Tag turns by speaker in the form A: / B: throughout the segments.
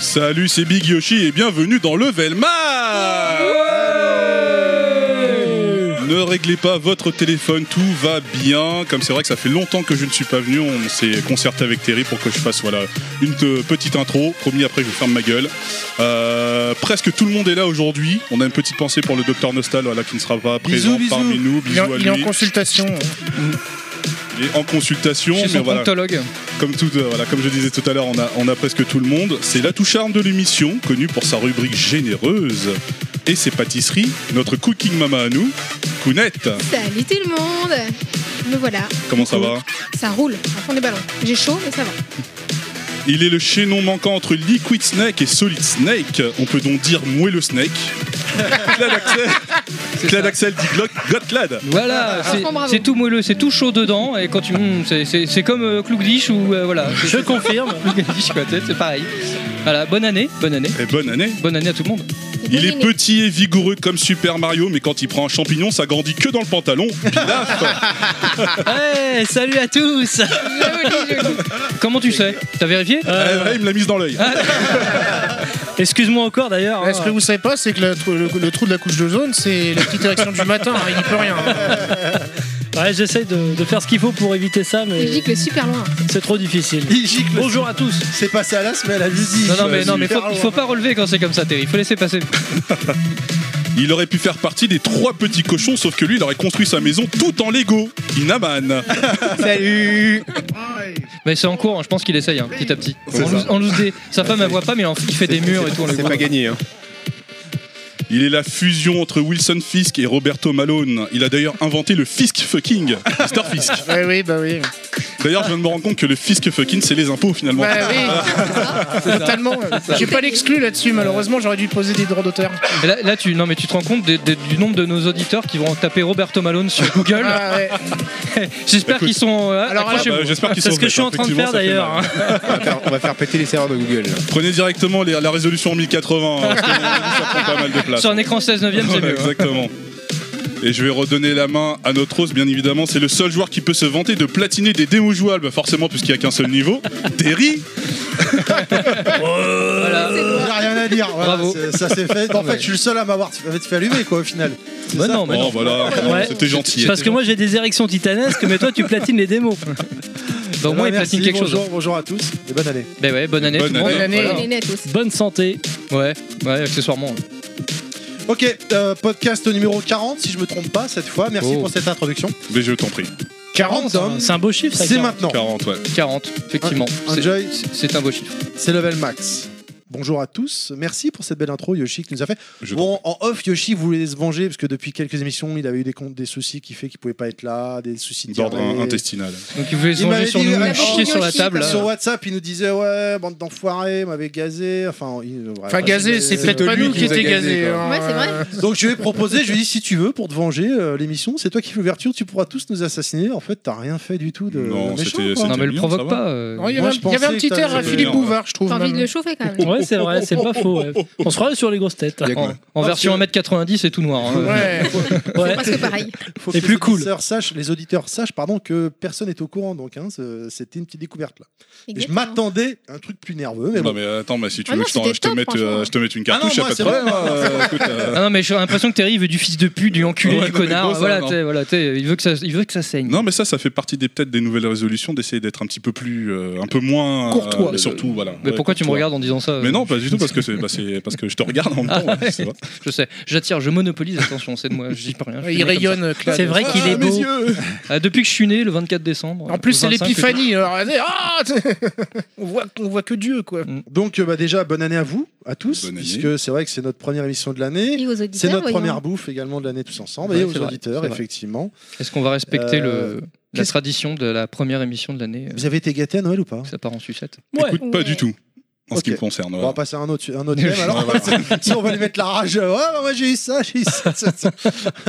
A: Salut, c'est Big Yoshi et bienvenue dans Level Max Ne réglez pas votre téléphone, tout va bien. Comme c'est vrai que ça fait longtemps que je ne suis pas venu, on s'est concerté avec Terry pour que je fasse voilà une te- petite intro. Promis, après je ferme ma gueule. Euh, presque tout le monde est là aujourd'hui. On a une petite pensée pour le docteur Nostal voilà, qui ne sera pas présent
B: Bisous, bisous.
A: parmi nous.
B: Il est
A: Bisous
B: en,
A: à
B: il est en
A: lui.
B: consultation.
A: Il est en consultation,
C: Chez
A: mais
C: son
A: voilà.
C: proctologue.
A: Comme, tout, euh, voilà, comme je disais tout à l'heure, on a, on a presque tout le monde. C'est l'atout charme de l'émission, connue pour sa rubrique généreuse et ses pâtisseries. Notre cooking mama à nous, Kounette.
D: Salut tout le monde Me voilà,
A: Comment ça va
D: ça roule à fond des ballons. J'ai chaud mais ça va.
A: Il est le chaînon manquant entre Liquid Snake et Solid Snake. On peut donc dire moelleux Snake. Clad Axel, Clad Axel dit Glock- Gotlad.
C: Voilà, c'est-
D: franchement, bravo.
C: c'est tout moelleux, c'est tout chaud dedans. Et quand tu. hum, c'est- c'est c'est comme euh, Clougdish ou. euh, voilà.
B: Je confirme.
C: Clougdish, quoi, c'est c'est pareil. Voilà, bonne année, bonne année.
A: Et bonne année.
C: Bonne année à tout le monde.
A: Il est petit et vigoureux comme Super Mario, mais quand il prend un champignon, ça grandit que dans le pantalon. Pilaf.
C: Ouais, salut à tous Comment tu sais T'as vérifié
A: Eh ouais, il me l'a mise dans l'œil.
C: Excuse-moi encore d'ailleurs.
B: Ce que
E: hein.
B: vous savez pas, c'est que le, trou- le- le trou de la couche d'ozone, c'est la petite érection du matin. hein, il n'y peut rien.
E: Ouais, j'essaie de, de faire ce qu'il faut pour éviter ça, mais
D: Je dis que le super loin.
E: c'est trop difficile.
F: Il gicle.
E: Bonjour à tous.
F: C'est passé à la semaine à l'usine.
C: Non, non, mais, non, mais faut, il faut pas relever quand c'est comme ça, Terry. Il faut laisser passer.
A: Il aurait pu faire partie des trois petits cochons, sauf que lui, il aurait construit sa maison tout en Lego. Inaman.
F: Salut
C: Mais c'est en cours, hein, je pense qu'il essaye hein, petit à petit.
F: C'est
C: En
F: ça.
C: loose- En loose dé. Sa femme, elle voit pas, mais il en- il fait des murs et tout. on le
F: C'est
C: voit.
F: pas gagné. Hein.
A: Il est la fusion entre Wilson Fisk et Roberto Malone. Il a d'ailleurs inventé le Fisk fucking, Mr Fisk.
B: Ouais, oui, bah oui.
A: D'ailleurs, je viens de me rendre compte que le Fisk fucking, c'est les impôts finalement.
B: Bah oui, totalement. J'ai pas l'exclu là-dessus, malheureusement. J'aurais dû poser des droits d'auteur.
C: Et Là, là, tu, non, mais tu te rends compte des- des- du nombre de nos auditeurs qui vont taper Roberto Malone sur Google.
B: Ah, ouais.
C: J'espère
A: Écoute.
C: qu'ils sont. euh,
B: Alors,
A: Ah
C: accrochés.
A: bah, J'espère qu'ils
E: C'est
A: sont
E: ce que je suis en
A: bêtes,
E: train de
A: effectivement, ça
E: faire
A: fait
E: d'ailleurs.
A: mal.
E: hein.
F: On, va faire, on va faire péter les serveurs de Google. là.
A: Prenez directement les- la résolution 1080, hein, parce que ça prend pas mal de place.
C: sur un écran 16 9 c'est
A: Voilà,
C: mieux. hein.
A: Exactement. Et je vais redonner la main à notre os, bien évidemment. C'est le seul joueur qui peut se vanter de platiner des démos jouables, Bah, forcément, puisqu'il n'y a qu'un seul niveau. Terry
C: Voilà.
F: Il n'y a rien à dire. voilà,
C: Bravo.
F: c'est- Ça s'est fait. En
C: Ouais.
F: fait, je suis le seul à m'avoir fait fait allumer, quoi, au final. C'est
C: Bah
F: ça
C: non, mais
A: Oh,
C: non.
A: voilà,
E: Ouais.
A: c'était gentil.
E: Parce que moi j'ai des érections titanesques, mais toi tu platines les démos.
C: Bah, au moins, il
F: Alors, merci,
C: platine quelque
F: bonjour,
C: chose.
F: Bonjour à tous et bonne année.
C: Bah ouais, bonne année
A: Bonne
C: tout le monde.
B: année. Bonne
D: Il
C: Voilà.
D: est né à tous.
E: Bonne santé.
C: Ouais, ouais, accessoirement.
F: Ok, euh, podcast numéro 40, si je me trompe pas, cette fois. Merci
C: Oh. hein,
F: pour cette introduction.
A: Mais je t'en prie.
E: 40
F: hommes.
E: C'est un beau chiffre ça.
F: C'est
E: 40.
F: maintenant.
A: 40, ouais.
C: 40, effectivement.
F: Un-
C: C'est-
F: Enjoy.
C: c'est- C'est un beau chiffre.
F: C'est level max. Bonjour à tous. Merci pour cette belle intro, Yoshi, qui nous a fait.
A: Je
F: Bon, en off, Yoshi voulait se venger parce que depuis quelques émissions, il avait eu des, comptes, des soucis qui fait qu'il pouvait pas être là, des soucis de
A: D'ordre
F: diarrhée. Ah,
A: intestinal.
C: Donc, il voulait se
F: Il
C: venger
F: m'avait
C: sur
F: dit,
C: nous,
F: ouais,
C: chier sur la
D: Yoshi,
C: table.
F: Sur
C: là. euh,
F: WhatsApp, il nous disait ouais, bande d'enfoirés, m'avait gazé. Enfin, il- euh, bref.
B: Enfin, gazé, c'est peut-être pas nous qui étions gazés. hein.
D: Ouais, c'est vrai.
F: euh, Donc je lui ai proposé, je lui ai dit si tu veux pour te venger euh, l'émission, c'est toi qui fais l'ouverture, tu pourras tous nous assassiner. En fait, t'as rien fait du tout de
A: Non,
F: de méchant,
A: c'était-
F: quoi.
C: Non, mais le
A: mignon, ça
C: provoque
A: va.
C: pas. euh.
B: Non, Il y avait
F: Moi,
B: un
F: je
B: il y avait un
F: pensais
B: petit
F: que
B: air à
F: t'avais-
B: Philippe
A: Non.
B: Bouvard, je trouve.
D: T'as envie de
B: même.
D: le chauffer quand même.
E: Ouais, c'est vrai, c'est pas faux. ouais. On se croirait sur les grosses têtes.
F: Y a que
C: En,
F: moi.
C: en version
F: que-
C: 1m90, c'est tout noir. hein.
B: Ouais.
E: Ouais.
D: Parce que pareil.
F: Faut
E: Et
F: que
E: plus
F: les
E: cool.
F: auditeurs sachent, les auditeurs sachent pardon que personne n'est au courant donc hein, ce- c'était une petite découverte là. Et je
D: Exactement.
F: m'attendais à un truc plus nerveux mais
A: Non,
F: bon.
A: mais attends, mais si tu
D: Ah
A: veux
D: non,
A: que je t'en-
D: c'était
A: je te
D: top,
A: mette euh,
D: franchement.
A: je te mette une
F: Ah non,
A: cartouche, y a
F: moi,
A: pas de
F: c'est
A: problème.
F: vrai, moi.
A: hein, euh, écoute, euh,
C: Ah non, mais j'ai l'impression que Terry, il veut du fils de pute, du enculé,
A: Ouais,
C: du
A: non, mais
C: connard.
A: gros, ça,
C: voilà,
A: non.
C: t'sais, voilà, t'sais, il veut que ça, il veut que ça saigne.
A: Non, mais ça, ça fait partie des peut-être des nouvelles résolutions d'essayer d'être un petit peu plus, euh, un peu moins euh,
B: Courtois.
A: mais surtout, voilà.
C: Mais
A: Ouais,
C: pourquoi tu me
A: courtois.
C: regardes en disant ça euh,
A: Mais
C: Ah
A: non, pas du tout, parce que c'est bah, c'est- parce que je te regarde en même temps. hein, ouais, c'est vrai.
C: Je sais, j'attire, je monopolise, attention, c'est de moi, je dis pas rien. je suis
B: Il
C: né comme
B: rayonne, Claude.
E: C'est vrai qu'il
F: Ah,
E: est
F: mes
E: beau.
F: yeux
C: ça. Ah, depuis que je suis né, le 24 décembre.
B: En plus,
C: le
B: c'est
C: 25,
B: l'épiphanie. alors, allez, ah, on, voit, on voit que Dieu, quoi.
F: Donc euh, bah, déjà bonne année à vous, à tous,
A: Bonne année.
F: puisque c'est vrai que c'est notre première émission de l'année.
D: Et aux auditeurs,
F: C'est notre
D: voyons.
F: première bouffe également de l'année tous ensemble
C: Ouais,
F: et
C: c'est
F: aux
C: vrai,
F: auditeurs
C: c'est vrai.
F: effectivement.
C: Est-ce qu'on va respecter le,
F: Euh,
C: la
F: qu'est-ce-
C: tradition de la première émission de l'année euh,
F: Vous avez été gâté à Noël ou pas
C: Ça part en sucette.
E: Ouais.
A: Écoute, pas
D: Ouais.
A: du tout. En ce qui
F: Ok.
A: me concerne.
F: On va
A: voilà.
F: passer à un autre, un autre thème. Alors, si on va lui mettre la rage. euh, Ouais, bah, moi j'ai eu ça, j'ai eu ça. ça, ça.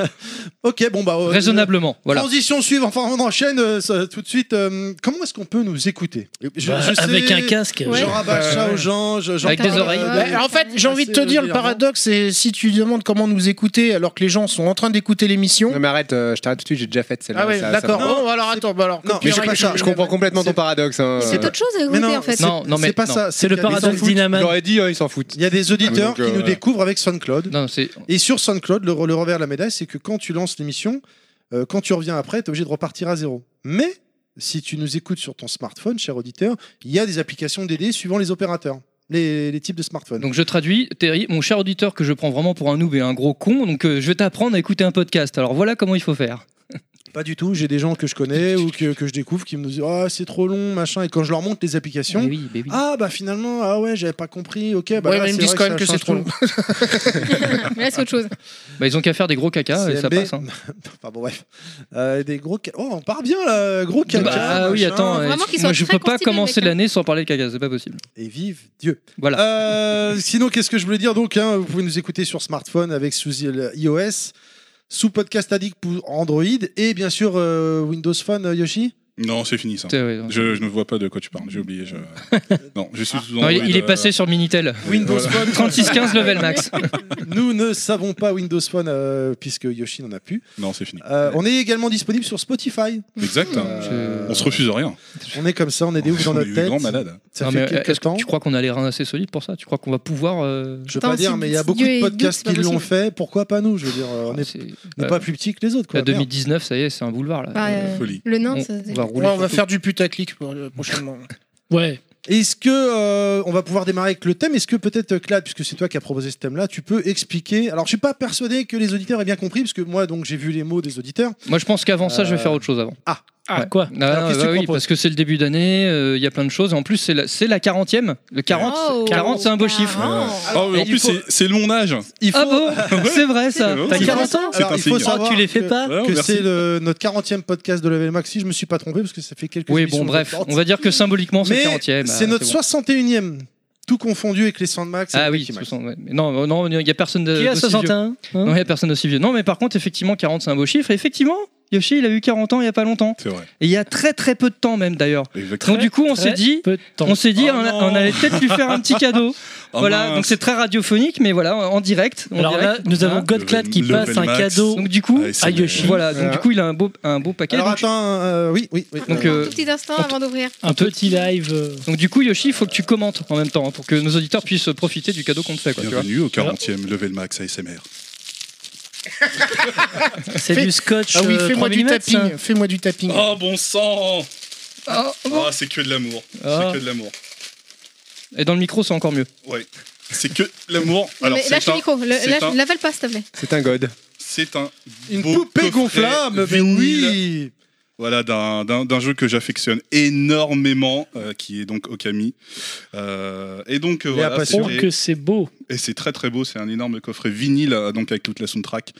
F: ok, bon, bah. euh,
C: Raisonnablement, voilà.
F: Transition suivante. Enfin, on enchaîne euh, ça, tout de suite. euh, comment est-ce qu'on peut nous écouter Je-
E: Bah,
F: je sais,
E: Avec un casque.
D: Ouais.
F: Je rabâche
B: Ouais.
F: ça aux gens. je- j'en
C: Avec des
F: parle,
C: oreilles.
F: euh,
B: Bah, en fait, j'ai envie de te
F: assez
B: dire le
F: régulièrement.
B: paradoxe, c'est si tu demandes comment nous écouter alors que les gens sont en train d'écouter l'émission.
G: Non mais arrête, euh, je t'arrête tout de suite, j'ai déjà fait celle-là.
B: Ah ouais,
G: ça- ça
B: d'accord.
G: va.
B: Bon, alors attends, bah alors.
F: Non,
G: Mais
B: copyright,
G: je, je- je comprends complètement ton
F: C'est-
G: paradoxe. hein.
D: C'est autre chose à
F: Mais non,
D: écouter en fait.
C: non, non, mais
F: C'est pas
C: non.
F: ça.
E: C'est le
F: qu'il y a
E: Paradox Dynaman.
H: J'aurais
G: hein,
H: dit, euh, ils s'en foutent.
F: Il y a des auditeurs
H: Ah, mais donc,
F: qui nous
H: euh,
F: découvrent avec SoundCloud.
C: Non, c'est.
F: Et sur SoundCloud, le, re- le revers de la médaille, c'est que quand tu lances l'émission, euh, quand tu reviens après, tu es obligé de repartir à zéro. Mais si tu nous écoutes sur ton smartphone, cher auditeur, il y a des applications DD suivant les opérateurs, les, les types de smartphones.
C: Donc je traduis, Terry, mon cher auditeur que je prends vraiment pour un noob et un gros con, donc euh, je vais t'apprendre à écouter un podcast. Alors voilà comment il faut faire.
F: Pas du tout, j'ai des gens que je connais ou que, que je découvre qui me disent Ah, c'est trop long, machin. Et quand je leur montre les applications,
C: Mais Eh oui, mais oui.
F: ah bah finalement, ah ouais, j'avais pas compris, ok. Bah
B: Ouais,
F: là,
B: mais ils me
F: c'est
B: disent
F: vrai
B: quand même que
F: ça
B: c'est
F: change
B: trop
F: tout.
B: long.
D: Mais là, c'est autre chose.
C: Bah, ils ont qu'à faire des gros caca et ça
F: CMB.
C: passe. hein.
F: Enfin bon, bref. Euh, des gros. ca- Oh, on part bien là, gros caca.
B: ah
C: bah oui,
F: machin. Oh,
C: attends, euh,
D: Vraiment qu'ils
C: moi
D: soient
C: je
D: très
C: peux pas
D: constipés, les
C: commencer
D: mecs, hein.
C: l'année sans parler de caca, c'est pas possible.
F: Et vive Dieu.
C: Voilà.
F: Euh, sinon, qu'est-ce que je voulais dire Donc, hein, vous pouvez nous écouter sur smartphone avec sous i- iOS, sous Podcast Addict pour Android et bien sûr euh, Windows Phone, euh, Yoshi.
A: Non, c'est fini ça.
C: C'est- ouais, non.
A: Je, je ne vois pas de quoi tu parles, j'ai oublié. je- Non, je suis sous
C: Ah. Non, il, il est
A: Android,
C: passé sur Minitel.
F: Windows
A: voilà.
F: Phone.
C: 36-15 level max.
F: Nous ne savons pas Windows Phone euh, puisque Yoshi n'en a plus.
A: euh, Non, c'est fini.
F: Euh, on est également disponible sur Spotify.
A: Exact. hein.
F: Euh,
A: On se refuse à rien.
F: On est comme ça, on est des ouf dans
A: On est
F: notre
A: des
F: tête.
A: grands malades.
F: Ça
C: Non, mais,
F: fait
C: euh,
F: quelques
C: est-ce que
F: temps.
C: Tu crois qu'on a les reins assez solides pour ça Tu crois qu'on va pouvoir. euh,
F: Je veux pas
D: Attends,
F: dire,
D: si-
F: mais il y a
D: si
F: beaucoup
D: Dieu
F: de
D: est
F: podcasts
D: doute, c'est
F: qui
D: pas
F: l'ont
D: possible.
F: fait. Pourquoi pas nous Je veux dire, euh, on n'est
C: c'est-
F: on n'est
C: euh,
F: pas plus petits que les autres. Quoi.
C: La
F: Merde.
C: 2019, ça y est, c'est un boulevard là.
D: Bah, euh,
A: Folie.
D: le nain,
C: on,
D: ça.
C: on va
B: Ouais,
C: rouler.
B: on va
C: sur
B: faire du putaclic pour le- prochainement.
E: Ouais.
F: Est-ce que euh, on va pouvoir démarrer avec le thème Est-ce que peut-être euh, Clad, puisque c'est toi qui as proposé ce thème-là, tu peux expliquer Alors, je suis pas persuadé que les auditeurs aient bien compris, parce que moi, donc, j'ai vu les mots des auditeurs.
C: tout. Moi je pense qu'avant ça, je vais
F: Euh,
C: faire autre chose avant.
E: Ah, quoi
C: Non,
E: Alors,
C: non,
E: qu'est-ce
C: bah
E: que tu
C: oui,
E: proposes
C: parce que c'est le début d'année, euh, il y a plein de choses. Et en plus, c'est la, c'est la 40e. Le 40,
D: Oh,
C: 40 c'est un beau chiffre.
D: quarante.
A: Ah, mais
C: mais
A: en
C: il
A: plus,
C: faut-
A: c'est- c'est mon âge.
F: Il faut.
C: Ah bon C'est vrai ça.
A: C'est
E: T'as
A: vrai.
E: 40 ans
A: C'est
F: Ah, Alors, euh,
A: un
F: il faut
A: signe.
E: Ah,
F: savoir
E: tu les fais
F: que-
E: pas
A: Ouais,
F: que
A: merci.
F: c'est le- notre 40e podcast de Level Max, si je me suis pas trompé, parce que ça fait quelques
C: Oui,
F: émissions
C: bon, bref,
F: importantes.
C: on va dire que symboliquement, c'est
F: Mais
C: le 40e.
F: c'est
C: ah,
F: notre
C: bon.
F: 61e, tout confondu avec les Sandmax. et
C: Ah
F: les
C: oui,
F: Wikimax.
C: 60, ouais. Mais non, non, il n'y a personne de-
E: Qui a
C: d'aussi vieux.
E: 61 hein
C: Non, il n'y a personne aussi vieux. Non, mais par contre, effectivement, 40, c'est un beau chiffre. Et effectivement, Yoshi, il a eu 40 ans il n'y a pas longtemps.
A: C'est vrai.
C: Et il y a très très peu de temps même d'ailleurs.
A: Exactement.
C: Donc du coup, on
E: Très
C: s'est dit,
E: peu de temps.
C: on s'est dit,
A: Oh
C: on, a-
A: non.
C: on allait peut-être lui faire un petit cadeau. Oh
A: Ah,
C: voilà, donc
A: mince.
C: c'est très radiophonique, mais voilà, en direct. en
E: Alors là,
C: direct.
E: nous avons
C: Hein
E: Godclad qui
A: Level
E: passe un
A: Max.
E: cadeau.
C: donc du coup,
A: Ah, et c'est-
E: Ah, Yoshi.
C: voilà, donc du coup, il a un beau un beau paquet.
F: Alors,
C: Donc,
F: attends, euh, oui, oui. oui.
C: Donc,
D: Attends,
C: euh,
D: Un tout petit instant avant d'ouvrir.
E: Un petit live. euh,
C: donc du coup, Yoshi, il faut que tu commentes en même temps hein, pour que nos auditeurs puissent profiter du cadeau qu'on te fait. Quoi, tu vois.
A: Bienvenue au 40e Level Max ASMR.
E: C'est
B: Fais-
E: du scotch.
B: Ah oui,
E: euh, 3
B: fais-moi du
E: mm, ça.
B: tapping. Fais-moi du tapping.
A: Oh bon sang
B: oh,
C: Ah, bon.
A: Ah, c'est que de l'amour.
C: Ah.
A: C'est que de l'amour.
C: Et dans le micro, c'est encore mieux.
A: Ouais. C'est que de l'amour. Alors,
D: Mais lâche
A: c'est
D: le
A: un,
D: micro, le-
A: c'est
D: lâche-
A: un-
D: l'avale pas, s'il te plaît.
H: C'est un god.
A: c'est un
F: Une
A: beau
F: poupée
A: coffret
F: gonflable, mais
A: vinyle.
F: oui
A: Voilà, d'un- d'un d'un jeu que j'affectionne énormément, euh, qui est donc Okami. Euh, et donc, euh,
F: Léa
A: voilà,
F: Passion.
E: Oh,
A: c'est-
E: que c'est beau.
A: et c'est très très beau, c'est un énorme coffret vinyle, euh, donc avec toute la soundtrack.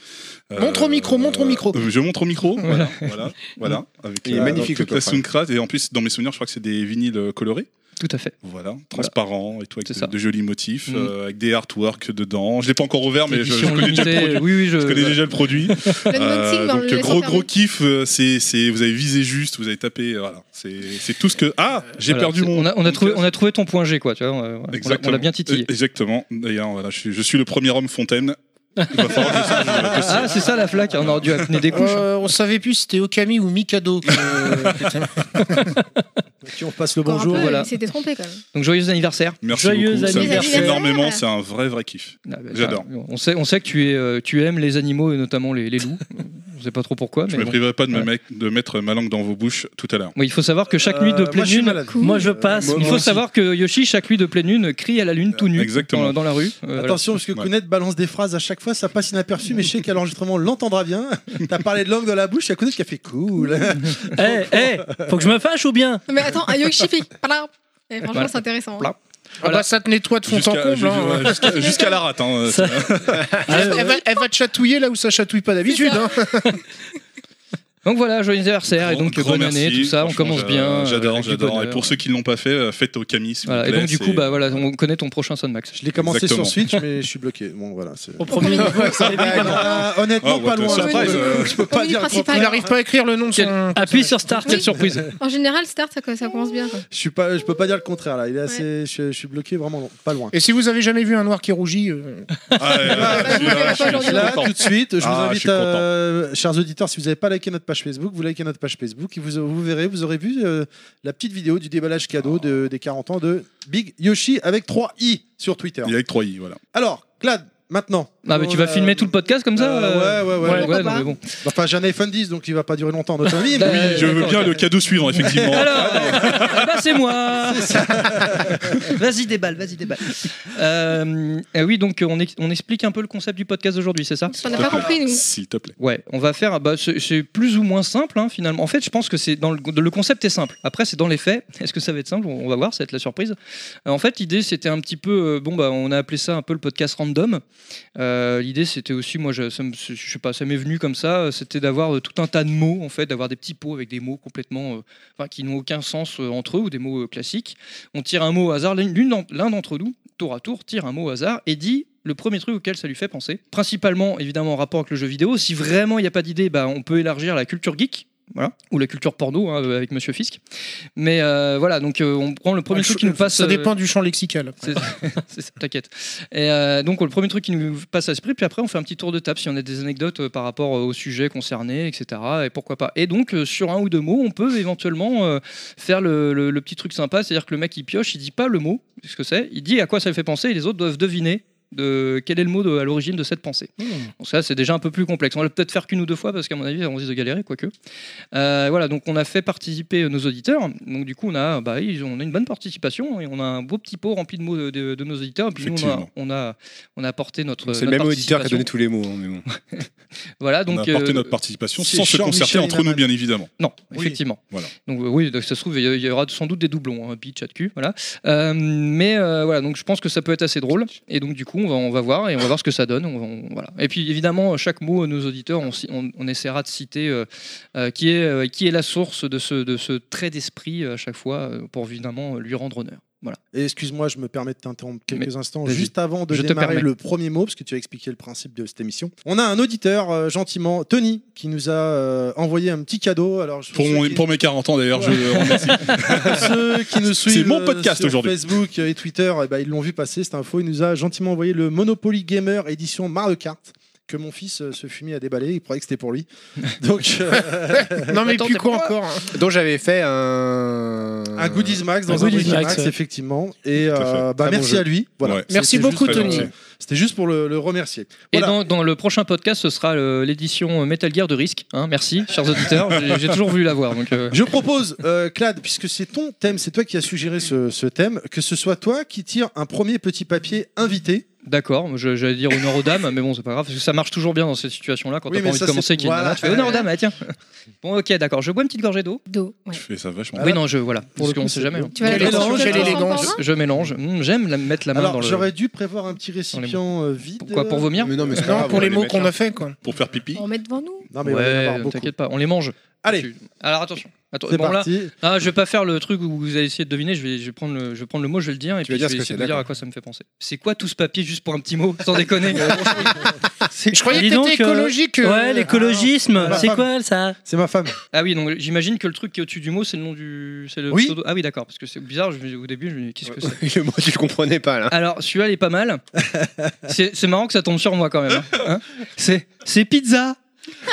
A: Euh,
B: Montre au micro, montre au micro.
A: euh, Je montre au micro, voilà, voilà, voilà. Avec,
H: Il est
A: euh,
H: magnifique,
A: toute
H: le
A: la
H: coffret.
A: soundtrack, et en plus, dans mes souvenirs, je crois que c'est des vinyles euh, colorés.
C: Tout à fait.
A: Voilà, transparent et tout, avec
C: Bah, C'est
A: de,
C: ça.
A: de jolis motifs,
C: Mm.
A: euh, avec des artworks dedans. Je l'ai pas encore ouvert, Ah, mais je, je
C: Édition
A: connais déjà le
C: limitée,
A: produit.
C: Oui, oui, je.
A: Je connais déjà le produit. Euh,
D: L'unboxing dans
A: donc
D: le
A: euh,
D: laissant
A: gros gros
D: fermer.
A: kiff, euh, c'est c'est- vous avez visé juste, vous avez tapé, euh, voilà. C'est c'est tout ce que ah j'ai
C: Euh, Voilà,
A: perdu
C: c'est-
A: mon.
C: On a, on a
A: mon
C: trouvé,
A: casque.
C: on a trouvé ton point G, quoi. Tu vois, euh, voilà. on l'a- on
A: Exactement.
C: l'a bien titillé.
A: Euh, Exactement. D'ailleurs, voilà, je, suis, je suis le premier homme Fontaine. Il va falloir que ça, je- que ça-
C: Ah, c'est ça la flaque. On aurait dû appeler des couches.
B: Euh, on savait plus si c'était Okami ou Mikado. euh, que-
F: Qui on passe le
D: Encore
F: bonjour.
D: un peu,
C: voilà.
D: il s'était trompé quand même.
C: Donc joyeux anniversaire.
A: Merci
E: Joyeux
A: beaucoup. Ça me touche
D: anniversaire.
A: énormément. C'est un vrai vrai kiff.
C: Ah, bah,
A: J'adore.
C: ça, On sait, on sait que tu es, euh, tu aimes les animaux et notamment les, les loups. Je sais pas trop pourquoi,
A: Je
C: mais
A: me
C: bon.
A: priverai pas de, me
C: Ouais.
A: mec- de mettre ma langue dans vos bouches tout à l'heure.
C: Bon, il faut savoir que chaque nuit de
F: Euh, moi,
C: pleine
F: je suis
C: lune,
F: malade.
E: Moi, je passe.
A: moi-
C: il faut
A: aussi.
C: savoir que Yoshi, chaque nuit de pleine lune, crie à la lune tout nu
A: Euh, Exactement.
C: Dans, dans la rue. Euh, voilà.
F: Attention, parce que
A: Ouais.
F: Kounet balance des phrases à chaque fois, ça passe inaperçu, mais je sais qu'à l'enregistrement, on l'entendra bien. T'as parlé de langue dans la bouche, il y a Kounet qui a fait cool.
E: Eh, eh, faut que je me fâche ou bien
D: Mais attends, un Yoshi fait voilà. Et franchement, c'est intéressant.
C: Voilà.
B: Ah
C: Voilà.
B: bah, ça te nettoie de fond en
A: Jusqu'à
B: comble. hein.
A: ju- ouais, jusqu'à- jusqu'à la rate. hein.
E: Ça-
B: Elle, elle va, elle va te chatouiller là où ça chatouille pas d'habitude. hein.
C: Donc voilà, joyeux anniversaire et
A: Grand-
C: donc
A: grand
C: bonne
A: merci.
C: année, tout ça. On
A: Franchement,
C: commence
A: j'a-
C: bien. euh,
A: J'adore,
C: avec du
A: j'adore. Et
C: bonheur.
A: pour ceux qui ne l'ont pas fait, euh, faites au Camille. s'il vous
C: Voilà. Et
A: plaît,
C: donc du
A: c'est-
C: coup, bah voilà, on connaît ton prochain Soundmax.
F: Je l'ai commencé
A: Exactement.
F: sur Switch, mais je suis bloqué. Bon, voilà. c'est-
E: Au premier niveau, c'est évident.
F: Ah, honnêtement,
A: Oh, what
F: pas
A: a
F: loin.
A: surprise,
F: Je peux-
A: euh.
F: Je peux pas
D: Au
F: dire.
D: menu
B: Il
D: principal.
B: n'arrive pas à écrire le nom de son.
E: Appuie sur Start, quelle surprise.
D: En général, Start, ça, ça commence bien. quoi.
F: Je suis pas. Je peux pas dire le contraire là. Il est assez. Je, je suis bloqué vraiment long- pas loin.
B: Et si vous avez jamais vu un noir qui rougit, euh,
A: Ah, ouais, ouais,
D: Bah, vous
A: celui-là,
D: verrez pas
A: je suis-
D: aujourd'hui.
F: Là, tout de suite, je vous
A: Ah, je
F: invite,
A: suis content.
F: euh, chers auditeurs, si vous n'avez pas liké notre page Facebook, vous likez notre page Facebook, et vous, vous verrez, vous aurez vu euh, la petite vidéo du déballage cadeau de- des 40 ans de Big Yoshi avec 3 i sur Twitter.
A: Il y a avec 3i, voilà.
F: Alors, Clad, maintenant.
C: Ah, mais tu vas
F: Euh,
C: filmer tout le podcast comme ça
F: euh,
C: euh
F: ouais, ouais, ouais.
C: Ouais, Bah, ouais, non, mais bon.
F: Enfin, j'ai un iPhone 10, donc il va pas durer longtemps, notre vie. mais-
A: Oui, je veux
C: d'accord,
A: bien
C: ok.
A: le cadeau suivant, effectivement.
C: Alors, eh
E: bah,
C: ben, c'est moi. vas-y déballe, vas-y déballe. Euh, eh oui, donc on, ex- on explique un peu le concept du podcast d'aujourd'hui, c'est ça
D: Parce qu'on n'a pas compris, nous.
A: S'il te plaît.
C: Ouais, on va faire. Bah, c'est c'est plus ou moins simple hein, finalement. En fait, je pense que c'est dans le, le concept est simple. Après, c'est dans les faits. Est-ce que ça va être simple On va voir. Ça va être la surprise. Euh, en fait, l'idée c'était un petit peu. euh, bon bah, on a appelé ça un peu le podcast random. Euh, l'idée c'était aussi, moi, je, ça me- je sais pas, ça m'est venu comme ça. euh, C'était d'avoir euh, tout un tas de mots en fait, d'avoir des petits pots avec des mots complètement, euh, enfin, qui n'ont aucun sens euh, entre eux ou des mots euh, classiques. On tire un mot au hasard. L'une- l'une d'en- L'un d'entre nous, tour à tour, tire un mot au hasard et dit le premier truc auquel ça lui fait penser. Principalement, évidemment, en rapport avec le jeu vidéo. Si vraiment il n'y a pas d'idée, bah, on peut élargir la culture geek. Voilà. Ou la culture porno hein, euh, avec Monsieur Fisk. Mais euh, voilà, donc euh, on prend le premier
B: Ouais,
C: truc qui nous passe.
B: Ça
C: euh,
B: dépend du champ lexical.
C: c'est c'est ça, t'inquiète. Et euh, donc, le premier truc qui nous passe à l'esprit, puis après, on fait un petit tour de table si on a des anecdotes euh, par rapport euh, au sujet concerné, etc. Et pourquoi pas. Et donc, euh, sur un ou deux mots, on peut éventuellement euh, faire le, le- le petit truc sympa, c'est-à-dire que le mec, il pioche, il dit pas le mot, ce que c'est, il dit à quoi ça le fait penser, et les autres doivent deviner. De quel est le mot de- à l'origine de cette pensée
I: Hmm.
C: Donc ça c'est déjà un peu plus complexe. On va peut-être faire qu'une ou deux fois parce qu'à mon avis on risque de galérer quoique. Euh, voilà, donc on a fait participer nos auditeurs. Donc du coup, on a, bah, ils ont- on a une bonne participation et on a un beau petit pot rempli de mots de, de- de nos auditeurs. Et puis nous, on a,
A: Effectivement.
C: on a, on a apporté notre.
I: C'est le
C: notre
I: même auditeur qui a donné
C: participation.
I: tous les mots. hein, mais bon.
C: Voilà,
A: On
C: donc.
A: a apporté
C: euh,
A: notre participation
F: c'est
A: sans se
F: Jean-Michel
A: concerter entre nous,
F: Hinaman.
A: bien évidemment.
C: non,
F: Oui.
C: effectivement.
A: Voilà.
C: Donc euh, oui, donc, ça se trouve, il y- il y aura sans doute des doublons, hein, bitch, chat de cul, voilà. Euh, mais euh, voilà, donc je pense que ça peut être assez drôle. Et donc du coup, on va, on va voir et on va voir ce que ça donne. On va- on- voilà. Et puis évidemment, chaque mot, nos auditeurs, on, ci- on- on essaiera de citer euh, euh, qui, est, euh, qui est la source de ce, de ce trait d'esprit euh, à chaque fois euh, pour évidemment euh, lui rendre honneur. Voilà.
F: Et Excuse-moi, je me permets de t'interrompre quelques instants,
C: vas-y.
F: juste avant de
C: Je te
F: démarrer
C: permets.
F: le premier mot, parce que tu as expliqué le principe de cette émission. On a un auditeur, euh, gentiment, Tony, qui nous a euh, envoyé un petit cadeau. Alors, je-
A: Pour,
F: ceux
A: mon-
F: qui-
A: pour mes 40 ans, d'ailleurs, je le remercie.
F: ceux qui nous suivent
A: mon
F: euh,
A: podcast
F: sur
A: aujourd'hui.
F: Facebook et Twitter, eh ben, ils l'ont vu passer cette info. Il nous a gentiment envoyé le Monopoly Gamer édition Mario Kart que mon fils euh, se fumait à déballer. Il croyait que c'était pour lui. Donc euh,
B: Non, mais
C: Attends,
B: puis
C: t'es
B: quoi
C: pas-
B: encore hein
I: Dont j'avais fait un.
F: un goodies max dans
E: Un
F: un,
E: goodies
F: goodies
E: max,
F: max,
E: ouais.
F: effectivement. Et
A: Tout à fait.
F: euh,
I: Très
F: bah,
I: bon
F: merci
I: jeu.
F: à lui. Voilà.
A: Ouais.
B: Merci
F: C'était
B: beaucoup,
F: juste,
B: Tony.
F: euh, C'était juste pour le, le remercier. Voilà.
C: Et dans, dans le prochain podcast, ce sera le- l'édition euh, Metal Gear de Risk. hein. merci, chers auditeurs. J'ai- J'ai toujours voulu la voir. Donc, euh,
F: Je propose, euh, Clad, puisque c'est ton thème, c'est toi qui as suggéré ce, ce thème, que ce soit toi qui tire un premier petit papier invité.
C: D'accord, je- j'allais dire honneur aux dames, mais bon, c'est pas grave, parce que ça marche toujours bien dans cette situation-là, quand
F: Oui,
C: t'as
F: mais
C: pas envie
F: ça,
C: de commencer,
F: c'est-
C: qu'il y a une
F: voilà.
C: nana, tu fais honneur aux dames, ah, tiens. Bon, ok, d'accord, je bois une petite gorgée d'eau.
D: Dos. ouais.
A: Tu fais ça vachement.
F: Ah
C: oui,
F: là.
C: non, je, voilà, parce
F: le
C: qu'on
F: coup,
C: sait
F: c'est
C: jamais.
F: bien.
C: hein.
D: Tu vas
B: Quelle
D: aller dans
B: élégance,
D: le
B: quelle élégance.
D: encore, là
C: Je mélange, Mmh, j'aime la- mettre la main
F: Alors,
C: dans le...
F: j'aurais dû prévoir un petit récipient euh, vide.
C: Pourquoi, pour vomir
I: Mais non, mais c'est pas
B: Non,
I: grave, on
B: pour
I: va
B: les mots
I: mettre
B: qu'on
I: là.
B: a fait, quoi.
A: Pour faire pipi.
D: On met devant nous.
F: Non, mais il va y en avoir
C: Ouais,
F: beaucoup.
C: t'inquiète pas, on les mange.
F: Allez,
C: Tu- Alors, attention. Attends,
F: c'est
C: bon, là,
F: parti.
C: ah, je vais pas faire le truc où vous allez essayer de deviner, je vais, je vais, prendre, le, je vais prendre le mot, je vais le dire, et
I: Tu
C: puis
I: vas dire
C: je
I: ce
C: vais
I: que
C: essayer
I: c'est,
C: de dire à
I: d'accord.
C: quoi ça me fait penser. C'est quoi tout ce papier juste pour un petit mot, sans déconner
B: Je croyais
E: Dis
B: que
E: donc,
B: t'étais
E: euh,
B: écologique. euh,
E: Ouais, l'écologisme,
F: Ah.
E: c'est quoi ça
F: C'est ma femme.
C: Ah oui, donc j'imagine que le truc qui est au-dessus du mot, c'est le nom du. C'est le
F: Oui.
C: pseudo. Ah oui, d'accord, parce que c'est bizarre, je me- au début, je me dis, qu'est-ce que c'est
I: Le mot, tu le comprenais pas là.
C: Alors, celui-là, il est pas mal. C'est c'est marrant que ça tombe sur moi quand même. hein. Hein c'est c'est pizza,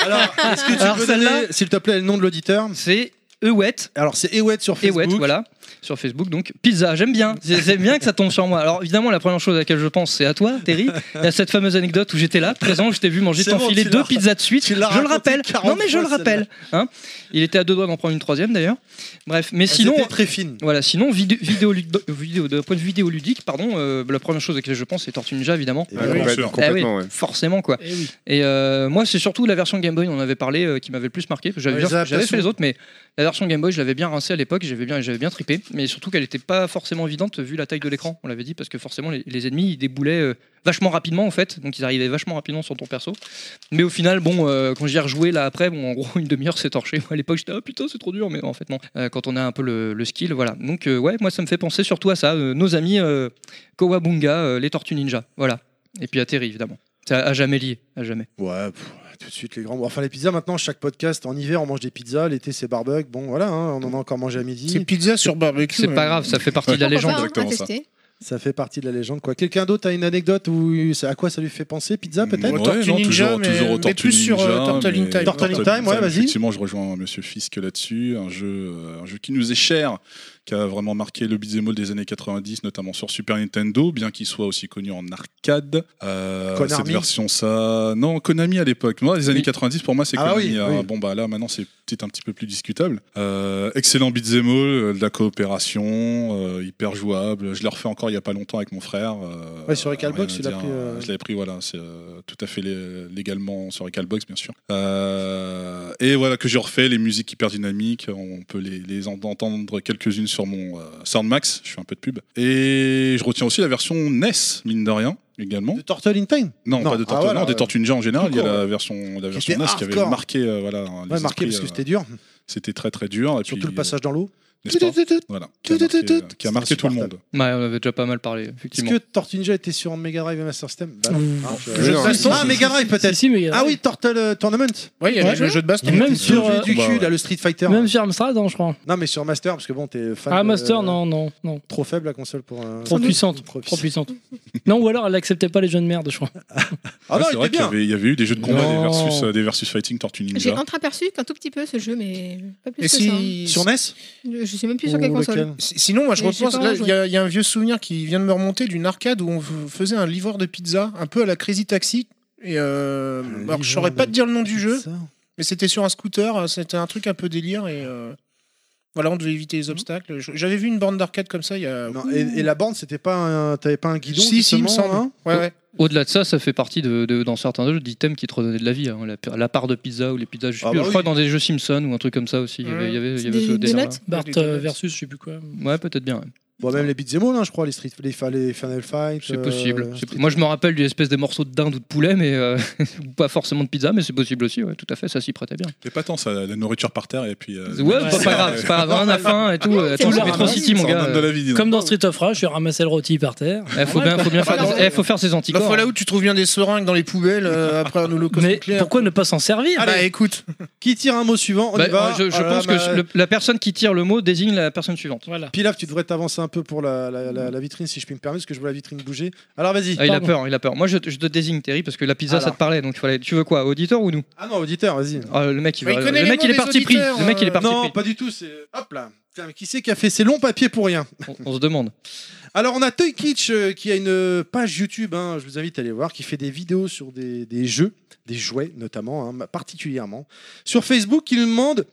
F: Alors, est-ce que tu
C: Alors,
F: peux
C: celle-là
F: donner, s'il te plaît, le nom de l'auditeur
C: c'est Ewet.
F: Alors, c'est Ewet sur Facebook.
C: Ewet, voilà, sur Facebook, donc pizza, j'aime bien. C'est- J'aime bien que ça tombe sur moi. Alors, évidemment, la première chose à laquelle je pense, c'est à toi, Terry. Il y a cette fameuse anecdote où j'étais là, présent, je t'ai vu manger
F: C'est bon,
C: t'enfiler
F: tu
C: deux
F: l'as-
C: pizzas de suite.
F: tu
C: Je
F: l'as
C: le
F: raconté
C: rappelle.
F: 40
C: Non, mais je le
F: fois,
C: rappelle. Hein il était à deux doigts d'en prendre une troisième d'ailleurs. Bref, mais
F: Elle
C: sinon.
F: était très fine.
C: Voilà, sinon, vidéo, vidéo, vidéo, d'un point de vue vidéoludique, pardon, euh, la première chose à laquelle je pense, c'est Tortue Ninja, évidemment.
F: Ah oui,
I: Ouais,
A: bien sûr.
I: Complètement,
C: Ah oui,
I: ouais.
C: Forcément, quoi.
B: Eh oui.
C: Et euh, moi, c'est surtout la version Game Boy, on en avait parlé, euh, qui m'avait le plus marqué. parce que J'avais
F: Les
C: bien- j'avais
F: adaptations.
C: fait les autres, mais la version Game Boy, je l'avais bien rincée à l'époque, j'avais bien, j'avais bien trippé. Mais surtout qu'elle n'était pas forcément évidente vu la taille de l'écran, on l'avait dit, parce que forcément, les, les ennemis, ils déboulaient euh, vachement rapidement, en fait. Donc, ils arrivaient vachement rapidement sur ton perso. Mais au final, bon, euh, quand j'y ai rejoué là après, bon, en gros, une demi-heure c'est torché. Moi, à l'époque, j'étais ah putain, c'est trop dur, mais en fait, non. Euh, quand on a un peu le, le skill, voilà. Donc, euh, ouais, moi, ça me fait penser surtout à ça. euh, nos amis euh, Kowabunga, euh, les Tortues Ninja, voilà. Et puis à Terry, évidemment. C'est à, à jamais lié, à jamais.
F: Ouais, pff, tout de suite les grands. Enfin, les pizzas maintenant, chaque podcast, en hiver, on mange des pizzas, l'été, c'est barbecue. Bon, voilà, hein, on en a encore mangé à midi.
B: Ah, C'est pizza sur barbecue. euh.
C: C'est
B: ouais.
C: pas grave, ça fait partie de la
D: Pourquoi
C: légende.
D: pas, hein,
A: exactement
D: à tester.
F: Ça fait partie de la légende. quoi. Quelqu'un d'autre a une anecdote ou à quoi ça lui fait penser Pizza peut-être
A: Ouais,
B: Tortue
A: non,
B: Ninja,
A: toujours,
B: mais-
A: toujours au
B: mais
A: Tortue
B: plus sur, euh,
A: Ninja,
B: Turtle in
A: mais-
B: Time.
F: Turtle in Time, ouais, vas-y.
A: Effectivement, je rejoins Monsieur Fisk là-dessus. Un jeu, euh, un jeu qui nous est cher, qui a vraiment marqué le beat'em all des années 90, notamment sur Super Nintendo, bien qu'il soit aussi connu en arcade. Euh,
F: Konami.
A: cette version, ça. Non, Konami à l'époque. Moi, les années
J: Oui.
A: 90, pour moi, c'est
F: Ah
A: Konami.
F: oui,
A: hein.
F: oui.
A: Bon, bah là, maintenant, c'est peut-être un petit peu plus discutable. Euh, excellent beat'em all, euh, de la coopération, euh, hyper jouable. Je l'ai refait encore il y a pas longtemps avec mon frère. euh,
F: Ouais, sur les
A: rien
F: Calbox,
A: à
F: il a
A: dire.
F: pris, euh,
A: Je l'avais pris, voilà, c'est euh, tout à fait lé- légalement sur les Calbox, bien sûr. Euh, et voilà, que j'ai refait, les musiques hyper dynamiques, on peut les, les en- entendre quelques-unes sur mon euh, Soundmax, je fais un peu de pub. Et je retiens aussi la version NES, mine de rien, également.
F: De Turtle in Time
A: Non,
F: Non,
A: pas de
F: ah,
A: Tortue,
F: voilà,
A: non, des
F: euh,
A: Tortues Ninja en général,
F: tout
A: il y a
F: court,
A: la version, la version
F: était
A: NES qui avait
F: hardcore.
A: marqué, euh, voilà, les
F: Ouais,
A: esprits,
F: marqué parce que
A: euh,
F: c'était dur,
A: c'était très très dur. Et
F: surtout
A: puis, euh,
F: le passage dans l'eau.
A: n'est-ce pas Voilà, qui a marqué, euh,
F: Tout, tout, tout.
A: qui a marqué tout le monde.
J: Ouais, on avait déjà pas mal parlé,
F: Est-ce
J: effectivement.
F: que Tortue Ninja était sur Mega Drive et Master System Bah non.
E: Ouh.
F: Ah, je-
K: Je sais pas
E: si-
F: Ah, Mega Drive
E: Si,
F: peut-être
E: si, mais il y a-
F: Ah oui, Turtle euh, Tournament
B: Ouais, il y a
E: Ouais.
B: le jeu de base.
E: Et même
F: Sur
E: sur, euh,
F: du
A: Bah,
F: cul,
A: ouais.
F: là, le Street Fighter.
E: même sur Amstrad, hein, je crois.
F: Non, mais sur Master, parce que bon, t'es fan.
E: Ah,
F: de-
E: Master, non, non, non.
F: Trop faible la console pour. un-
E: Trop puissante.
F: Trop
E: Trop puissante. non, ou alors elle acceptait pas les jeunes merdes, je crois.
F: Ah
A: Ouais,
F: non,
A: c'est
F: il
A: vrai qu'il
F: était
A: y
F: bien.
A: avait, il y avait eu des jeux de combat, des
E: Non.
A: versus, euh, des versus fighting Tortue
D: J'ai
A: Ninja.
D: entreaperçu qu'un tout petit peu ce jeu, mais pas plus que
B: Et
D: ça. hein.
B: si.
F: Sur NES
D: Je sais même plus
F: Ou
D: sur quelle console.
F: Oh, lequel
B: Si- Sinon, moi, je
D: Mais je sais
B: repense.
D: pas,
B: là,
D: je-
B: Il y, a- il y a un vieux souvenir qui vient de me remonter d'une arcade où on f- faisait un livreur de pizza, un peu à la Crazy Taxi. Et euh,
F: Un
B: alors, je
F: livreur
B: saurais pas
F: de
B: te dire le nom du jeu,
F: Ça.
B: mais c'était sur un scooter. euh, C'était un truc un peu délire et euh, voilà, on devait éviter les obstacles. Je- J'avais vu une borne d'arcade comme ça. Il y a.
F: Non, et, et la borne, c'était pas un. T'avais pas un guidon
B: Si, si, il me
F: justement,
B: semble.
F: hein
B: Ouais, ouais.
J: Au-delà de ça, ça fait partie de, de- dans certains jeux d'items qui te redonnaient de la vie. hein. La, la part de pizza ou les pizzas, je, sais
F: Ah
J: plus,
F: bah
J: je crois
F: oui.
J: dans des jeux Simpson ou un truc comme ça aussi. Il y avait, il y avait, il y avait
D: Des-
J: ce
D: Mmh. des
J: délire-là.
D: notes
E: Bart
B: des
E: euh,
B: donuts.
E: versus, je sais plus quoi.
J: Ouais, peut-être bien. ouais.
F: Bon, même les beat'em all, hein, je crois, les Street, les, fa- les Final Fight.
J: C'est
F: euh,
J: possible. C'est-
F: Street-
J: Moi, je me rappelle d'une espèce des morceaux de dinde ou de poulet, mais euh, ou pas forcément de pizza, mais c'est possible aussi. ouais, tout à fait, ça s'y prêtait bien.
A: C'était pas tant ça, la nourriture par terre et puis. euh,
J: Ouais, pas- pas grave, c'est pas grave. On a faim et tout. euh,
D: C'est
J: Attends, c'est
E: vrai.
J: Metro City, mon
A: ça hein.
J: gars.
A: redonne de la vie, dis donc.
E: Comme dans Street of Rage, je ramassais le rôti par terre.
J: Eh,
C: Ah
J: faut
E: bah,
J: bien, faut bien faire,
D: Pardon.
J: eh, faut faire ses
B: Bah,
C: hein.
J: anticorps.
B: voilà où tu trouves bien des seringues dans les poubelles euh, après un holocauste
E: Mais
B: nucléaire.
E: pourquoi ne pas s'en servir
B: Bah écoute,
F: Qui tire un mot suivant On
J: Bah,
F: y va. Ah,
J: je je
F: Voilà,
J: pense
F: ma-
J: que le- la personne qui tire le mot désigne la personne suivante.
E: Voilà.
F: Pilaf, tu devrais t'avancer un peu pour la, la- la- la vitrine, si je puis me permettre, parce que je vois la vitrine bouger. Alors vas-y.
J: Ah, il a
E: Pardon.
J: peur, il a peur. Moi, je, je te désigne, Terry, parce que la pizza, ça
F: Alors.
J: te parlait. Donc, il fallait. Tu veux quoi, auditeur ou nous
F: Ah non, auditeur, vas-y.
J: Ah, Le mec, il,
B: Mais
J: va-
B: il
J: le
B: connaît les
J: mec,
B: mots
J: il est
B: des
J: parti pris.
B: auditeurs,
J: Le mec, il est
B: euh.
J: parti
F: non,
J: pris.
F: pas du tout. C'est hop là. Putain, Qui c'est qui a fait ces longs papiers pour rien
J: On, on se demande.
F: Alors on a Toy Kitsch euh, qui a une euh, page YouTube, hein, je vous invite à aller voir, qui fait des vidéos sur des, des jeux, des jouets notamment, hein, particulièrement. Sur Facebook, qui nous demande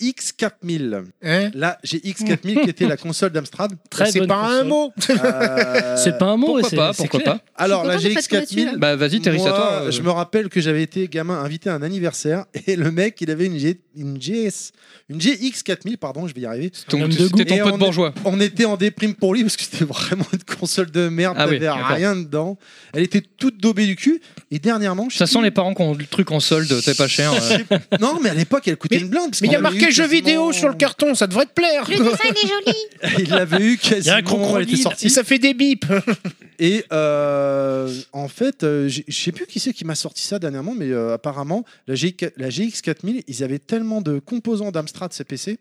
F: GX4000.
B: hein
F: La GX4000 qui était la console d'Amstrad.
E: Très
B: c'est
E: bonne
B: pas un
E: console.
B: mot.
F: Euh,
E: C'est pas un mot,
J: Pourquoi
E: c'est-
J: pas
E: c'est
J: Pourquoi
E: clair.
J: pas
F: Alors la
D: Je suis contente de pas être
F: GX4000,
D: là-dessus,
J: Bah, vas-y, Terry, c'est à
F: Moi,
J: toi. euh.
F: Je me rappelle que j'avais été gamin invité à un anniversaire et le mec, il avait une, G- une GS, une GX4000, pardon, je vais y arriver.
J: Ton-
E: homme de
J: C'était
E: goût.
J: ton
F: Et
J: pote
F: on est-
J: bourgeois.
F: On était en déprime pour lui parce que c'était vraiment une console de merde,
J: Ah oui,
F: t'avais
J: d'accord.
F: rien dedans. Elle était toute daubée du cul. Et dernièrement, je
J: Ça
F: sais
J: sent les parents qui ont le truc en solde, t'es pas cher. euh.
F: plus- Non, mais à l'époque, elle coûtait
B: Mais-
F: une blinde. parce
B: Mais il y a
F: qu'on l'avait
B: marqué
F: eu
B: jeux vidéo
F: quasiment-
B: sur le carton, ça devrait te plaire.
D: Le dessin il est joli.
F: Il l'avait eu
E: y a un
F: quasiment. Elle était
E: crocodile.
B: Et
F: sortie.
B: ça fait des bips.
F: Et euh, en fait, euh, j'ai- je sais plus qui c'est qui m'a sorti ça dernièrement, mais euh, apparemment, la, GX, la GX4000, ils avaient tellement de composants d'Amstrad CPC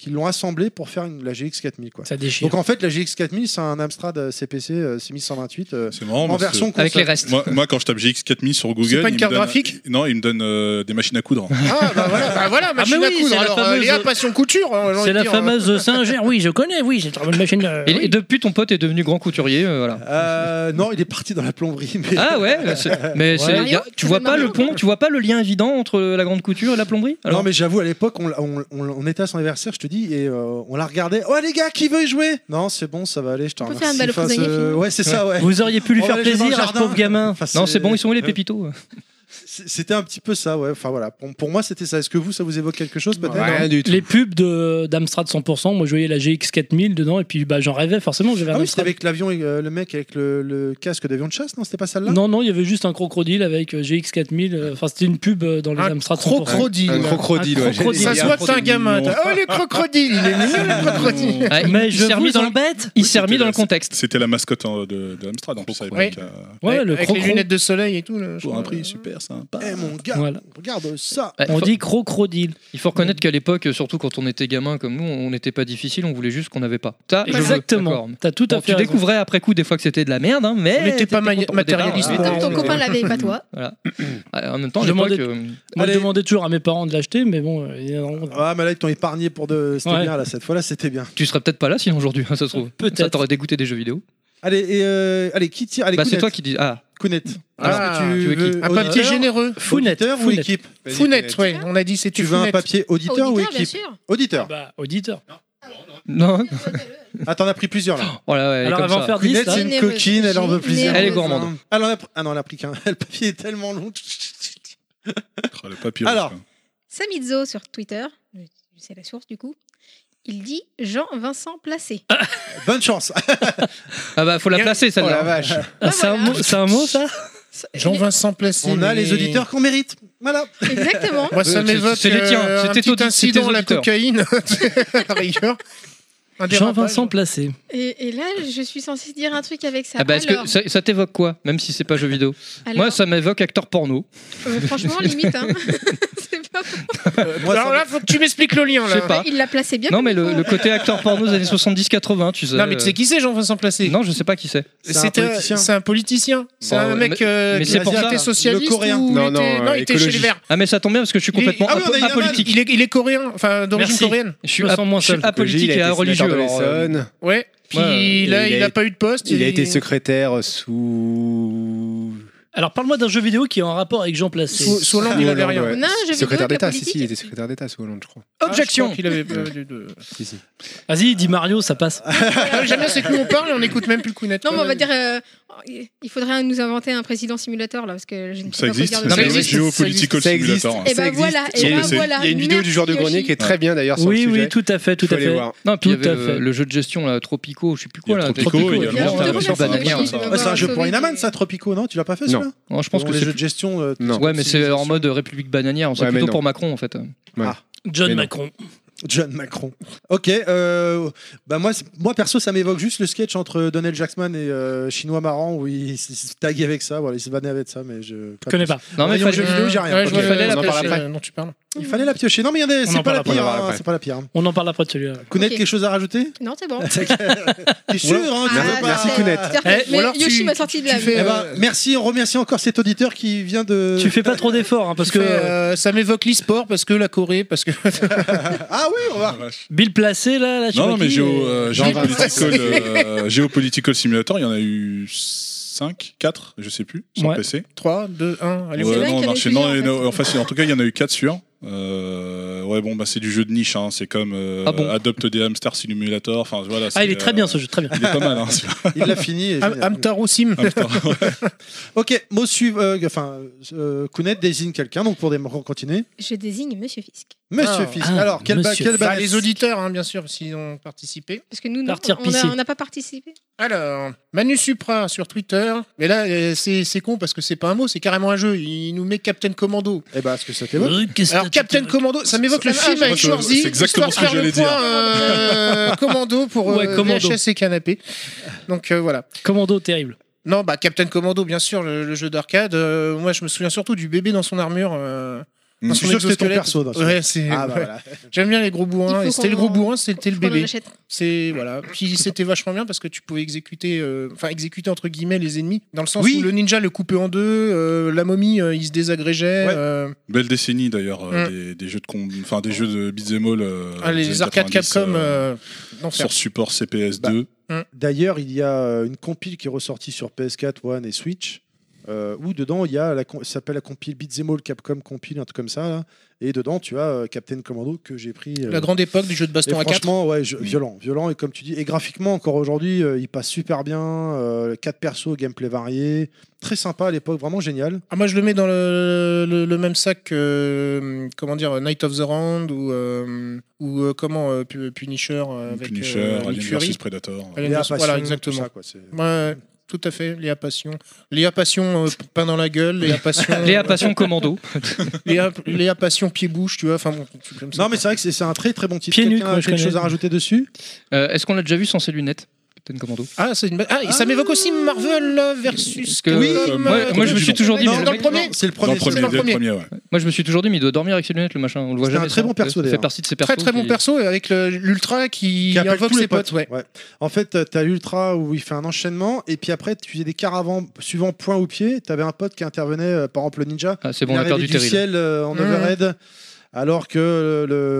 F: qu'ils l'ont assemblé pour faire une, la GX4000. Quoi.
E: Ça déchire.
F: Donc en fait, la GX4000, c'est un Amstrad euh, CPC euh, 6128 euh,
A: C'est marrant,
F: en
A: moi,
F: version
J: Avec les
F: console.
J: restes.
A: Moi, moi, quand je tape GX4000 sur Google.
B: C'est pas
A: il
B: une
A: me
B: carte
A: donne-
B: graphique
A: Non, il me donne euh, des machines à coudre.
B: Ah bah voilà, bah voilà machine
E: mais
B: à
E: oui,
B: coudre.
E: c'est la
B: Alors euh,
E: fameuse-
B: Léa passion couture. hein, j'ai envie
E: C'est
B: de
E: la
B: dire,
E: fameuse Singer. Oui, je connais, oui, j'ai trouvé une machine. euh,
J: Et,
E: oui.
J: et depuis, ton pote est devenu grand couturier, euh, voilà.
F: Euh, non, il est parti dans la plomberie. Mais...
J: Ah ouais, c'est- mais c'est-
D: Mario,
J: y a- tu
D: tu
J: vois
D: fais
J: pas
D: Mario,
J: le pont,
D: quoi.
J: tu vois pas le lien évident entre la grande couture et la plomberie Alors,
F: non, mais j'avoue, à l'époque, on, l'a- on- on- on était à son anniversaire, je te dis, et euh, on la regardait. Oh les gars, qui veut y jouer Non, c'est bon, ça va aller, je te
D: On peut
F: remercie.
D: faire une balle au
F: Enfin,
D: prisonnier,
F: c'est-
D: finalement.
F: Ouais, c'est ça, ouais.
E: Vous auriez pu lui
F: On
E: faire
F: va aller jouer dans le
E: plaisir à ce
F: jardin.
E: pauvre gamin.
F: Enfin,
J: Non, c'est bon, ils sont où
F: Euh,
J: les pépitos euh?
F: C- C'était un petit peu ça, ouais. Enfin voilà, pour, pour moi c'était ça. Est-ce que vous, ça vous évoque quelque chose peut-être
K: Rien du tout.
E: Les pubs de- d'Amstrad 100%, moi je voyais la GX4000 dedans et puis bah, j'en rêvais forcément, j'avais un
F: Ah oui, c'était
E: Amstrad.
F: avec l'avion, et, euh, le mec avec le, le casque d'avion de chasse, non C'était pas celle-là
E: Non, non, il y avait juste un crocodile avec euh, GX4000. euh, Enfin, c'était une pub euh, dans les
B: Un
E: Amstrad 100%.
B: crocodile.
K: Un crocodile, ouais.
E: Un crocodile.
B: Ça se voit que c'est un gamin. t'as- Oh les crocodiles, il est mignon le crocodile.
E: Mais je
J: Ah, s'est remis
E: vous
J: dans le-
E: embête.
J: il s'est remis
A: c'était
J: dans
A: la-
J: le contexte.
A: C'était la mascotte hein, de, de Amstrad en plus à l'époque. euh,
E: Ouais, le
B: Avec les
E: crocodile.
B: lunettes de soleil et tout. là, je
A: Pour
B: crois.
A: un prix super. super sympa.
F: Eh mon gars,
E: Voilà.
F: regarde ça.
J: Ouais,
E: On
J: faut-
E: dit crocodile.
J: Il faut reconnaître qu'à l'époque, surtout quand on était gamin comme nous, on n'était pas difficile, on voulait juste qu'on n'avait pas. Ça, je veux. D'accord.
E: Exactement. T'as tout
J: Bon,
E: à fait.
J: tu
E: raison.
J: découvrais après coup des fois que c'était de la merde, hein, mais.
B: On n'était pas ma-
J: content au
B: matérialiste.
J: départ,
D: Comme
B: Ouais,
D: ton
B: ouais.
D: copain l'avait, pas toi.
J: hein. Ouais, En même temps, à
E: Je
J: l'époque,
E: demandais-
J: euh,
E: Moi, je
F: Allez.
E: demandais toujours à mes parents de l'acheter, mais bon. euh, évidemment,
F: Ah, mais là, ils t'ont épargné pour de. C'était
E: Ouais.
F: bien, là, cette fois-là, c'était bien.
J: tu serais peut-être pas là sinon aujourd'hui, hein, ça se trouve.
E: Peut-être.
J: Ça t'aurait dégoûté des jeux vidéo.
F: Allez, et euh, allez, qui tire Allez,
J: bah, c'est
F: Kounet.
J: toi qui dis. Ah,
F: Kounet.
J: Ah,
F: Est-ce que
J: tu veux qui
B: Un papier
F: auditeur,
B: généreux.
E: Founette.
F: auditeur ou
E: Founette.
F: équipe
K: Vas-y,
B: Founette,
K: Kounet.
B: ouais. On a dit c'est
F: Tu veux un papier auditeur ou
D: Auditeur, bien
F: équipe
D: sûr.
F: Auditeur.
E: Bah, auditeur.
J: non.
F: Ah, t'en as pris plusieurs, là.
J: Oh là, ouais, elle est
E: Alors,
J: comme
E: elle va en
J: ça.
E: faire
F: Kounet,
E: 10.
F: c'est
E: là.
F: une
D: Généreuse.
F: coquine, elle en veut plusieurs.
J: Elle est gourmande.
F: Ah, elle en a pr- ah non, elle en a pris qu'un. Le papier est tellement long.
A: Ah, le papier.
F: Alors.
A: rouge,
D: Samizzo sur Twitter, c'est la source du coup, il dit Jean-Vincent Placé.
F: Bonne chance.
J: Ah bah, faut la
B: Bien.
J: placer
K: Oh la
J: celle-là.
K: vache.
E: Ah, C'est un
D: Ben Voilà.
E: mot- c'est un mot, ça
B: Jean-Vincent Placé.
F: On a
B: mais-
F: les auditeurs qu'on mérite. Voilà.
D: Exactement.
B: Moi, ça
J: C'est-
B: m'évoque
J: c'est les tiens,
B: euh,
J: c'est
B: un
J: tes
B: petit
J: audi- c'est tes
B: incident à la
J: auditeurs.
B: cocaïne, à la rigueur. Un dérapage.
E: Jean-Vincent Placé.
D: Et, et là, je suis censée dire un truc avec ça.
J: Ah bah, est-ce
D: alors,
J: que ça, ça t'évoque quoi, même si c'est pas jeu vidéo
D: alors,
J: Moi, ça m'évoque acteur porno.
D: euh, franchement, limite. hein. C'est pas pour-
F: Euh, Moi, ça
B: Alors là, faut que tu m'expliques le lien.
J: Je sais
B: Oh Là.
C: Ah.
J: pas.
D: Il l'a placé bien.
J: Non,
D: comme
J: mais
D: il
J: le,
D: faut.
J: le côté acteur porno des années 70-80, tu sais.
B: Non, mais tu
J: euh,
B: sais qui c'est Jean-Vincent Placé
J: Non, je sais pas qui c'est.
F: C'est un
B: C'était-
F: politicien.
B: C'est un politicien. C'est
J: Bon,
B: un
J: mais-
B: mec euh,
J: mais
B: qui
J: c'est pour
B: était
F: ça,
B: socialiste
F: le coréen.
B: ou il
K: Non,
B: était-
K: non,
B: il était chez les
K: écologiste.
B: Verts.
J: Ah, mais ça tombe bien parce que je suis
B: Il est-
J: complètement
F: Ah oui, on a
J: apo-
F: eu la
J: apolitique.
B: Il est, il est coréen, enfin d'origine
E: Merci.
B: coréenne.
J: Je suis,
E: me
J: ap-
E: sens moins
J: je suis
E: seul.
J: apolitique et
K: religieux.
J: religieux.
C: euh,
B: Ouais. Puis
J: Ouais,
B: là,
K: il
B: il
K: a-
B: n'a pas eu de poste.
K: Il a
B: et-
K: été secrétaire sous.
E: Alors, parle-moi d'un jeu vidéo qui est en rapport avec Jean Placé.
B: Sous- sous Hollande, il avait rien.
K: ouais.
D: On a un jeu vidéo
K: Secrétaire
D: avec la
K: d'État, si, si,
D: politique.
K: il était secrétaire d'État sous Hollande, je crois.
B: Ah, je
J: Objection
B: crois qu'il avait pas eu de-
K: Si, si.
E: Vas-y, dis Mario, ça passe.
B: Ah, J'aime bien, c'est que nous on parle et on n'écoute même plus le Kounet.
D: Non, mais on va dire. euh, il faudrait nous inventer un président simulateur là, parce que je ne sais
A: Ça
D: pas quoi
A: existe
D: dire
A: ça
D: de
B: Non, mais
A: s'appelle
B: existe,
A: Geopolitical
K: ça existe.
A: Simulator.
D: Eh
K: Ça
D: ben
K: existe.
D: voilà,
A: Il y a
D: et
A: une-
D: ben
A: c'est-
D: voilà.
K: hein. Il y a une vidéo du joueur de
D: Merci,
K: grenier qui est
D: Yoshi.
K: très bien d'ailleurs sur le
E: Oui,
K: sujet.
E: oui, tout à fait, tout
K: Faut
E: à
K: aller
E: fait.
K: voir.
J: Non, puis il y
E: Tout
J: avait
E: à
J: le,
E: fait.
J: le jeu de gestion, là, Tropico, je sais plus
A: Il y
J: quoi.
A: a
J: Là,
A: Tropico, il y a
D: Bien,
A: le
D: on te
A: monstre.
D: remercie,
A: c'est un
D: Yoshi,
A: bannière,
D: de
A: ça.
C: hein.
D: m'avoir
F: Ouais, c'est un jeu pour
D: sauvé.
F: Inaman, ça, Tropico, non Tu l'as pas fait,
K: Non.
F: celui-là
J: Non, je pense
F: Dans
J: que
F: les
J: c'est.
F: jeux de gestion. euh,
K: Non.
J: Ouais, mais c'est en
F: civilisation.
J: mode République bananière. C'est
K: Ouais, mais
J: plutôt
K: non.
J: pour Macron, en fait.
E: John
K: Ah. Mais non.
E: Macron.
F: John Macron. Ok, euh, bah moi, c'est- moi perso, ça m'évoque juste le sketch entre Donald Jackman et euh, Chinois Marrant où il s- s- taguait avec ça, voilà, il se vannait avec ça, mais je.
E: Je connais pas.
J: Non, mais il
F: Voyons,
J: fallait.
F: jeux vidéo, j'ai rien.
B: Ouais, je
F: Ok.
B: vois
J: Il fallait
B: le-
J: la
B: non,
J: piocher.
B: parle après, dont tu parles.
F: Il fallait la piocher. Non, mais regardez,
E: en
F: c'est pas,
E: parlera
F: la
E: après,
F: pire,
K: on en parlera
F: hein,
K: après.
F: c'est pas la pire. hein.
E: On en parlera après de celui-là.
F: Kounet,
D: Ok.
F: quelque chose à rajouter
D: Non, c'est bon.
F: T'es sûr hein, tu
D: Ah,
F: veux pas-
K: merci, Kounet.
D: C'est-à-dire que-
E: Eh,
D: mais
B: ou alors
D: Yoshi
B: tu-
D: m'a sorti de
B: tu
D: la.
B: fais,
F: Eh
B: euh,
F: ben, merci, on remercie encore cet auditeur qui vient de.
E: Tu fais pas
B: euh,
E: trop d'efforts, hein, parce
B: Parce que
E: que
B: euh, ça m'évoque l'e-sport, parce que la Corée, parce que.
F: Ah oui, on va.
E: Bill Placé, là, là je sais
A: Non,
E: pas
A: non, mais
E: qui,
A: géo,
E: euh,
A: euh, Geopolitical, euh, Geopolitical Simulator, il y en a eu 5, 4, je sais plus, sur
E: Ouais.
A: PC.
B: 3, 2, 1, allez,
A: Ouais,
D: c'est vrai
A: non,
D: qu'il y en a
A: non,
D: eu
A: chez- non,
D: plusieurs,
A: il y en a-
D: en fait.
A: enfin, si, en tout cas, il y en a eu 4 sur. Euh, ouais, bon, bah, c'est du jeu de niche, hein, c'est comme euh,
J: Ah bon
A: Adopte des hamsters simulator. Enfin, voilà,
E: Ah, il
A: c'est,
E: est très bien
A: euh,
E: ce jeu, très bien.
A: Il est pas mal, hein, celui-là.
F: Il l'a fini. et
B: Am-
F: génial.
B: Amtaro Sim.
A: Hamster.
F: Ok, mot suivant. euh, Enfin, euh, Kounet désigne quelqu'un, donc pour des- pour continuer.
D: Je désigne Monsieur Fisk.
F: Monsieur
B: Ah.
F: Fisk.
E: Ah,
F: Alors, quel ba-
E: Monsieur
F: quel
E: Fisk.
B: Bah,
F: balance
B: les auditeurs, hein, bien sûr, s'ils ont participé.
D: Parce que nous, non,
E: Partir
D: on
E: pisser.
D: a- on n'a pas participé.
B: Alors, Manu Supra sur Twitter. Mais là, euh, c'est c'est con parce que c'est pas un mot, c'est carrément un jeu. Il nous met Captain Commando.
F: Eh ben, est-ce que ça t'évoque
B: Alors, Captain Commando, ça m'évoque le
D: ça-
B: film
D: ah,
B: avec
A: je vois,
B: Schwarzy.
A: c'est exactement
B: histoire
A: ce que
B: de faire
A: j'allais
B: le point, euh, Commando pour euh,
E: Ouais, Commando.
B: VHS et canapé. Donc euh, voilà.
E: Commando terrible.
B: Non, bah Captain Commando, bien sûr, le, le jeu d'arcade. Euh, moi, je me souviens surtout du bébé dans son armure. euh,
A: Mm.
B: dans
F: Je
B: son
F: suis sûr que c'était ton
B: exosquelette.
F: perso. dans ce-
B: Ouais, c'est.
F: Ah bah
B: ouais.
F: voilà.
B: J'aime bien les gros bourrins.
D: Il faut
B: et C'était le gros
D: qu'on-
B: bourrin, c'était le
D: Faut qu'on en
B: bébé.
D: achète.
B: C'est voilà. Puis c'était vachement bien parce que tu pouvais exécuter, euh, enfin exécuter entre guillemets les ennemis, dans le sens
F: Oui.
B: où le ninja le coupait en deux, euh, la momie euh, il se désagrégeait.
F: Ouais.
B: euh,
A: Belle décennie d'ailleurs, euh,
B: Mm.
A: des, des jeux de com- enfin des jeux de beat'em all. euh,
B: ah,
A: des
B: les
A: années
B: arcades
A: 90,
B: Capcom,
A: euh,
B: euh, d'enfer.
A: sur support CPS2.
F: D'ailleurs, il y a euh, une compile qui est ressortie sur PS4, One et Switch. euh, où dedans il y a la com- ça s'appelle la compile Beat'em All Capcom compile un truc comme ça là. et dedans tu as euh, Captain Commando que j'ai pris euh,
B: La grande époque du jeu de
F: Et
B: baston à 4
F: franchement, ouais, je- violent, violent et comme tu dis, et graphiquement encore aujourd'hui, euh, il passe super bien. euh, quatre persos, gameplay varié, très sympa à l'époque, vraiment génial.
B: Ah, moi je le mets dans le, le- le même sac que euh, comment dire Night of the Round ou euh, ou euh, comment euh, Pu- Punisher euh, avec
A: Punisher,
B: euh, Nick
A: Alien
B: Fury.
A: vs Predator.
B: Alien
F: Et la
B: vs-
F: passion,
B: Voilà
F: tout
B: exactement.
F: ça, quoi, c'est-
B: Ouais, tout à fait, Léa Passion. Léa Passion, euh, pain dans la gueule, Léa Passion, euh,
J: Léa Passion Commando.
B: Léa, Léa Passion pied-bouche, tu vois. Enfin bon, tu- comme ça.
F: Non mais c'est vrai que c'est c'est un très très bon titre.
E: Pieds nus,
F: Quelqu'un a
E: quoi, je
F: quelque
E: connais.
F: chose à rajouter dessus
J: Euh, Est-ce qu'on l'a déjà vu sans ses lunettes
C: Captain Commando.
B: Ah, c'est une... ba- ah, et ça m'évoque aussi Marvel versus.
C: Parce que-
B: Capcom,
A: Oui,
B: euh,
A: moi-
B: truc
C: moi, je me
B: du
C: suis
B: genre.
C: toujours dit,
B: Non,
C: mais le
B: dans le
C: mec-
B: premier.
F: C'est le
A: Dans
F: premier.
A: le premier,
B: c'est le
A: dès le
B: premier.
A: premier, ouais.
C: Moi, je me suis toujours dit, mais il doit dormir avec ses lunettes, le machin. On le voit
F: C'était
C: jamais.
F: un très
C: ça.
F: bon perso,
C: Ça fait
F: d'ailleurs.
C: partie de ses persos.
B: Très très bon
C: qui-
B: perso avec le- l'ultra qui,
F: Qui appelle
B: invoque
F: tous les
B: ses potes. ouais.
F: Ouais. En fait, euh, t'as l'ultra où il fait un enchaînement, et puis après, tu faisais des caravans suivant point ou pied. T'avais un pote qui intervenait, euh, par exemple le ninja.
C: Ah, c'est bon,
F: il
C: on a perdu
F: arrivait du
C: Terry. là.
F: ciel euh, en
B: Mmh.
F: overhead, alors que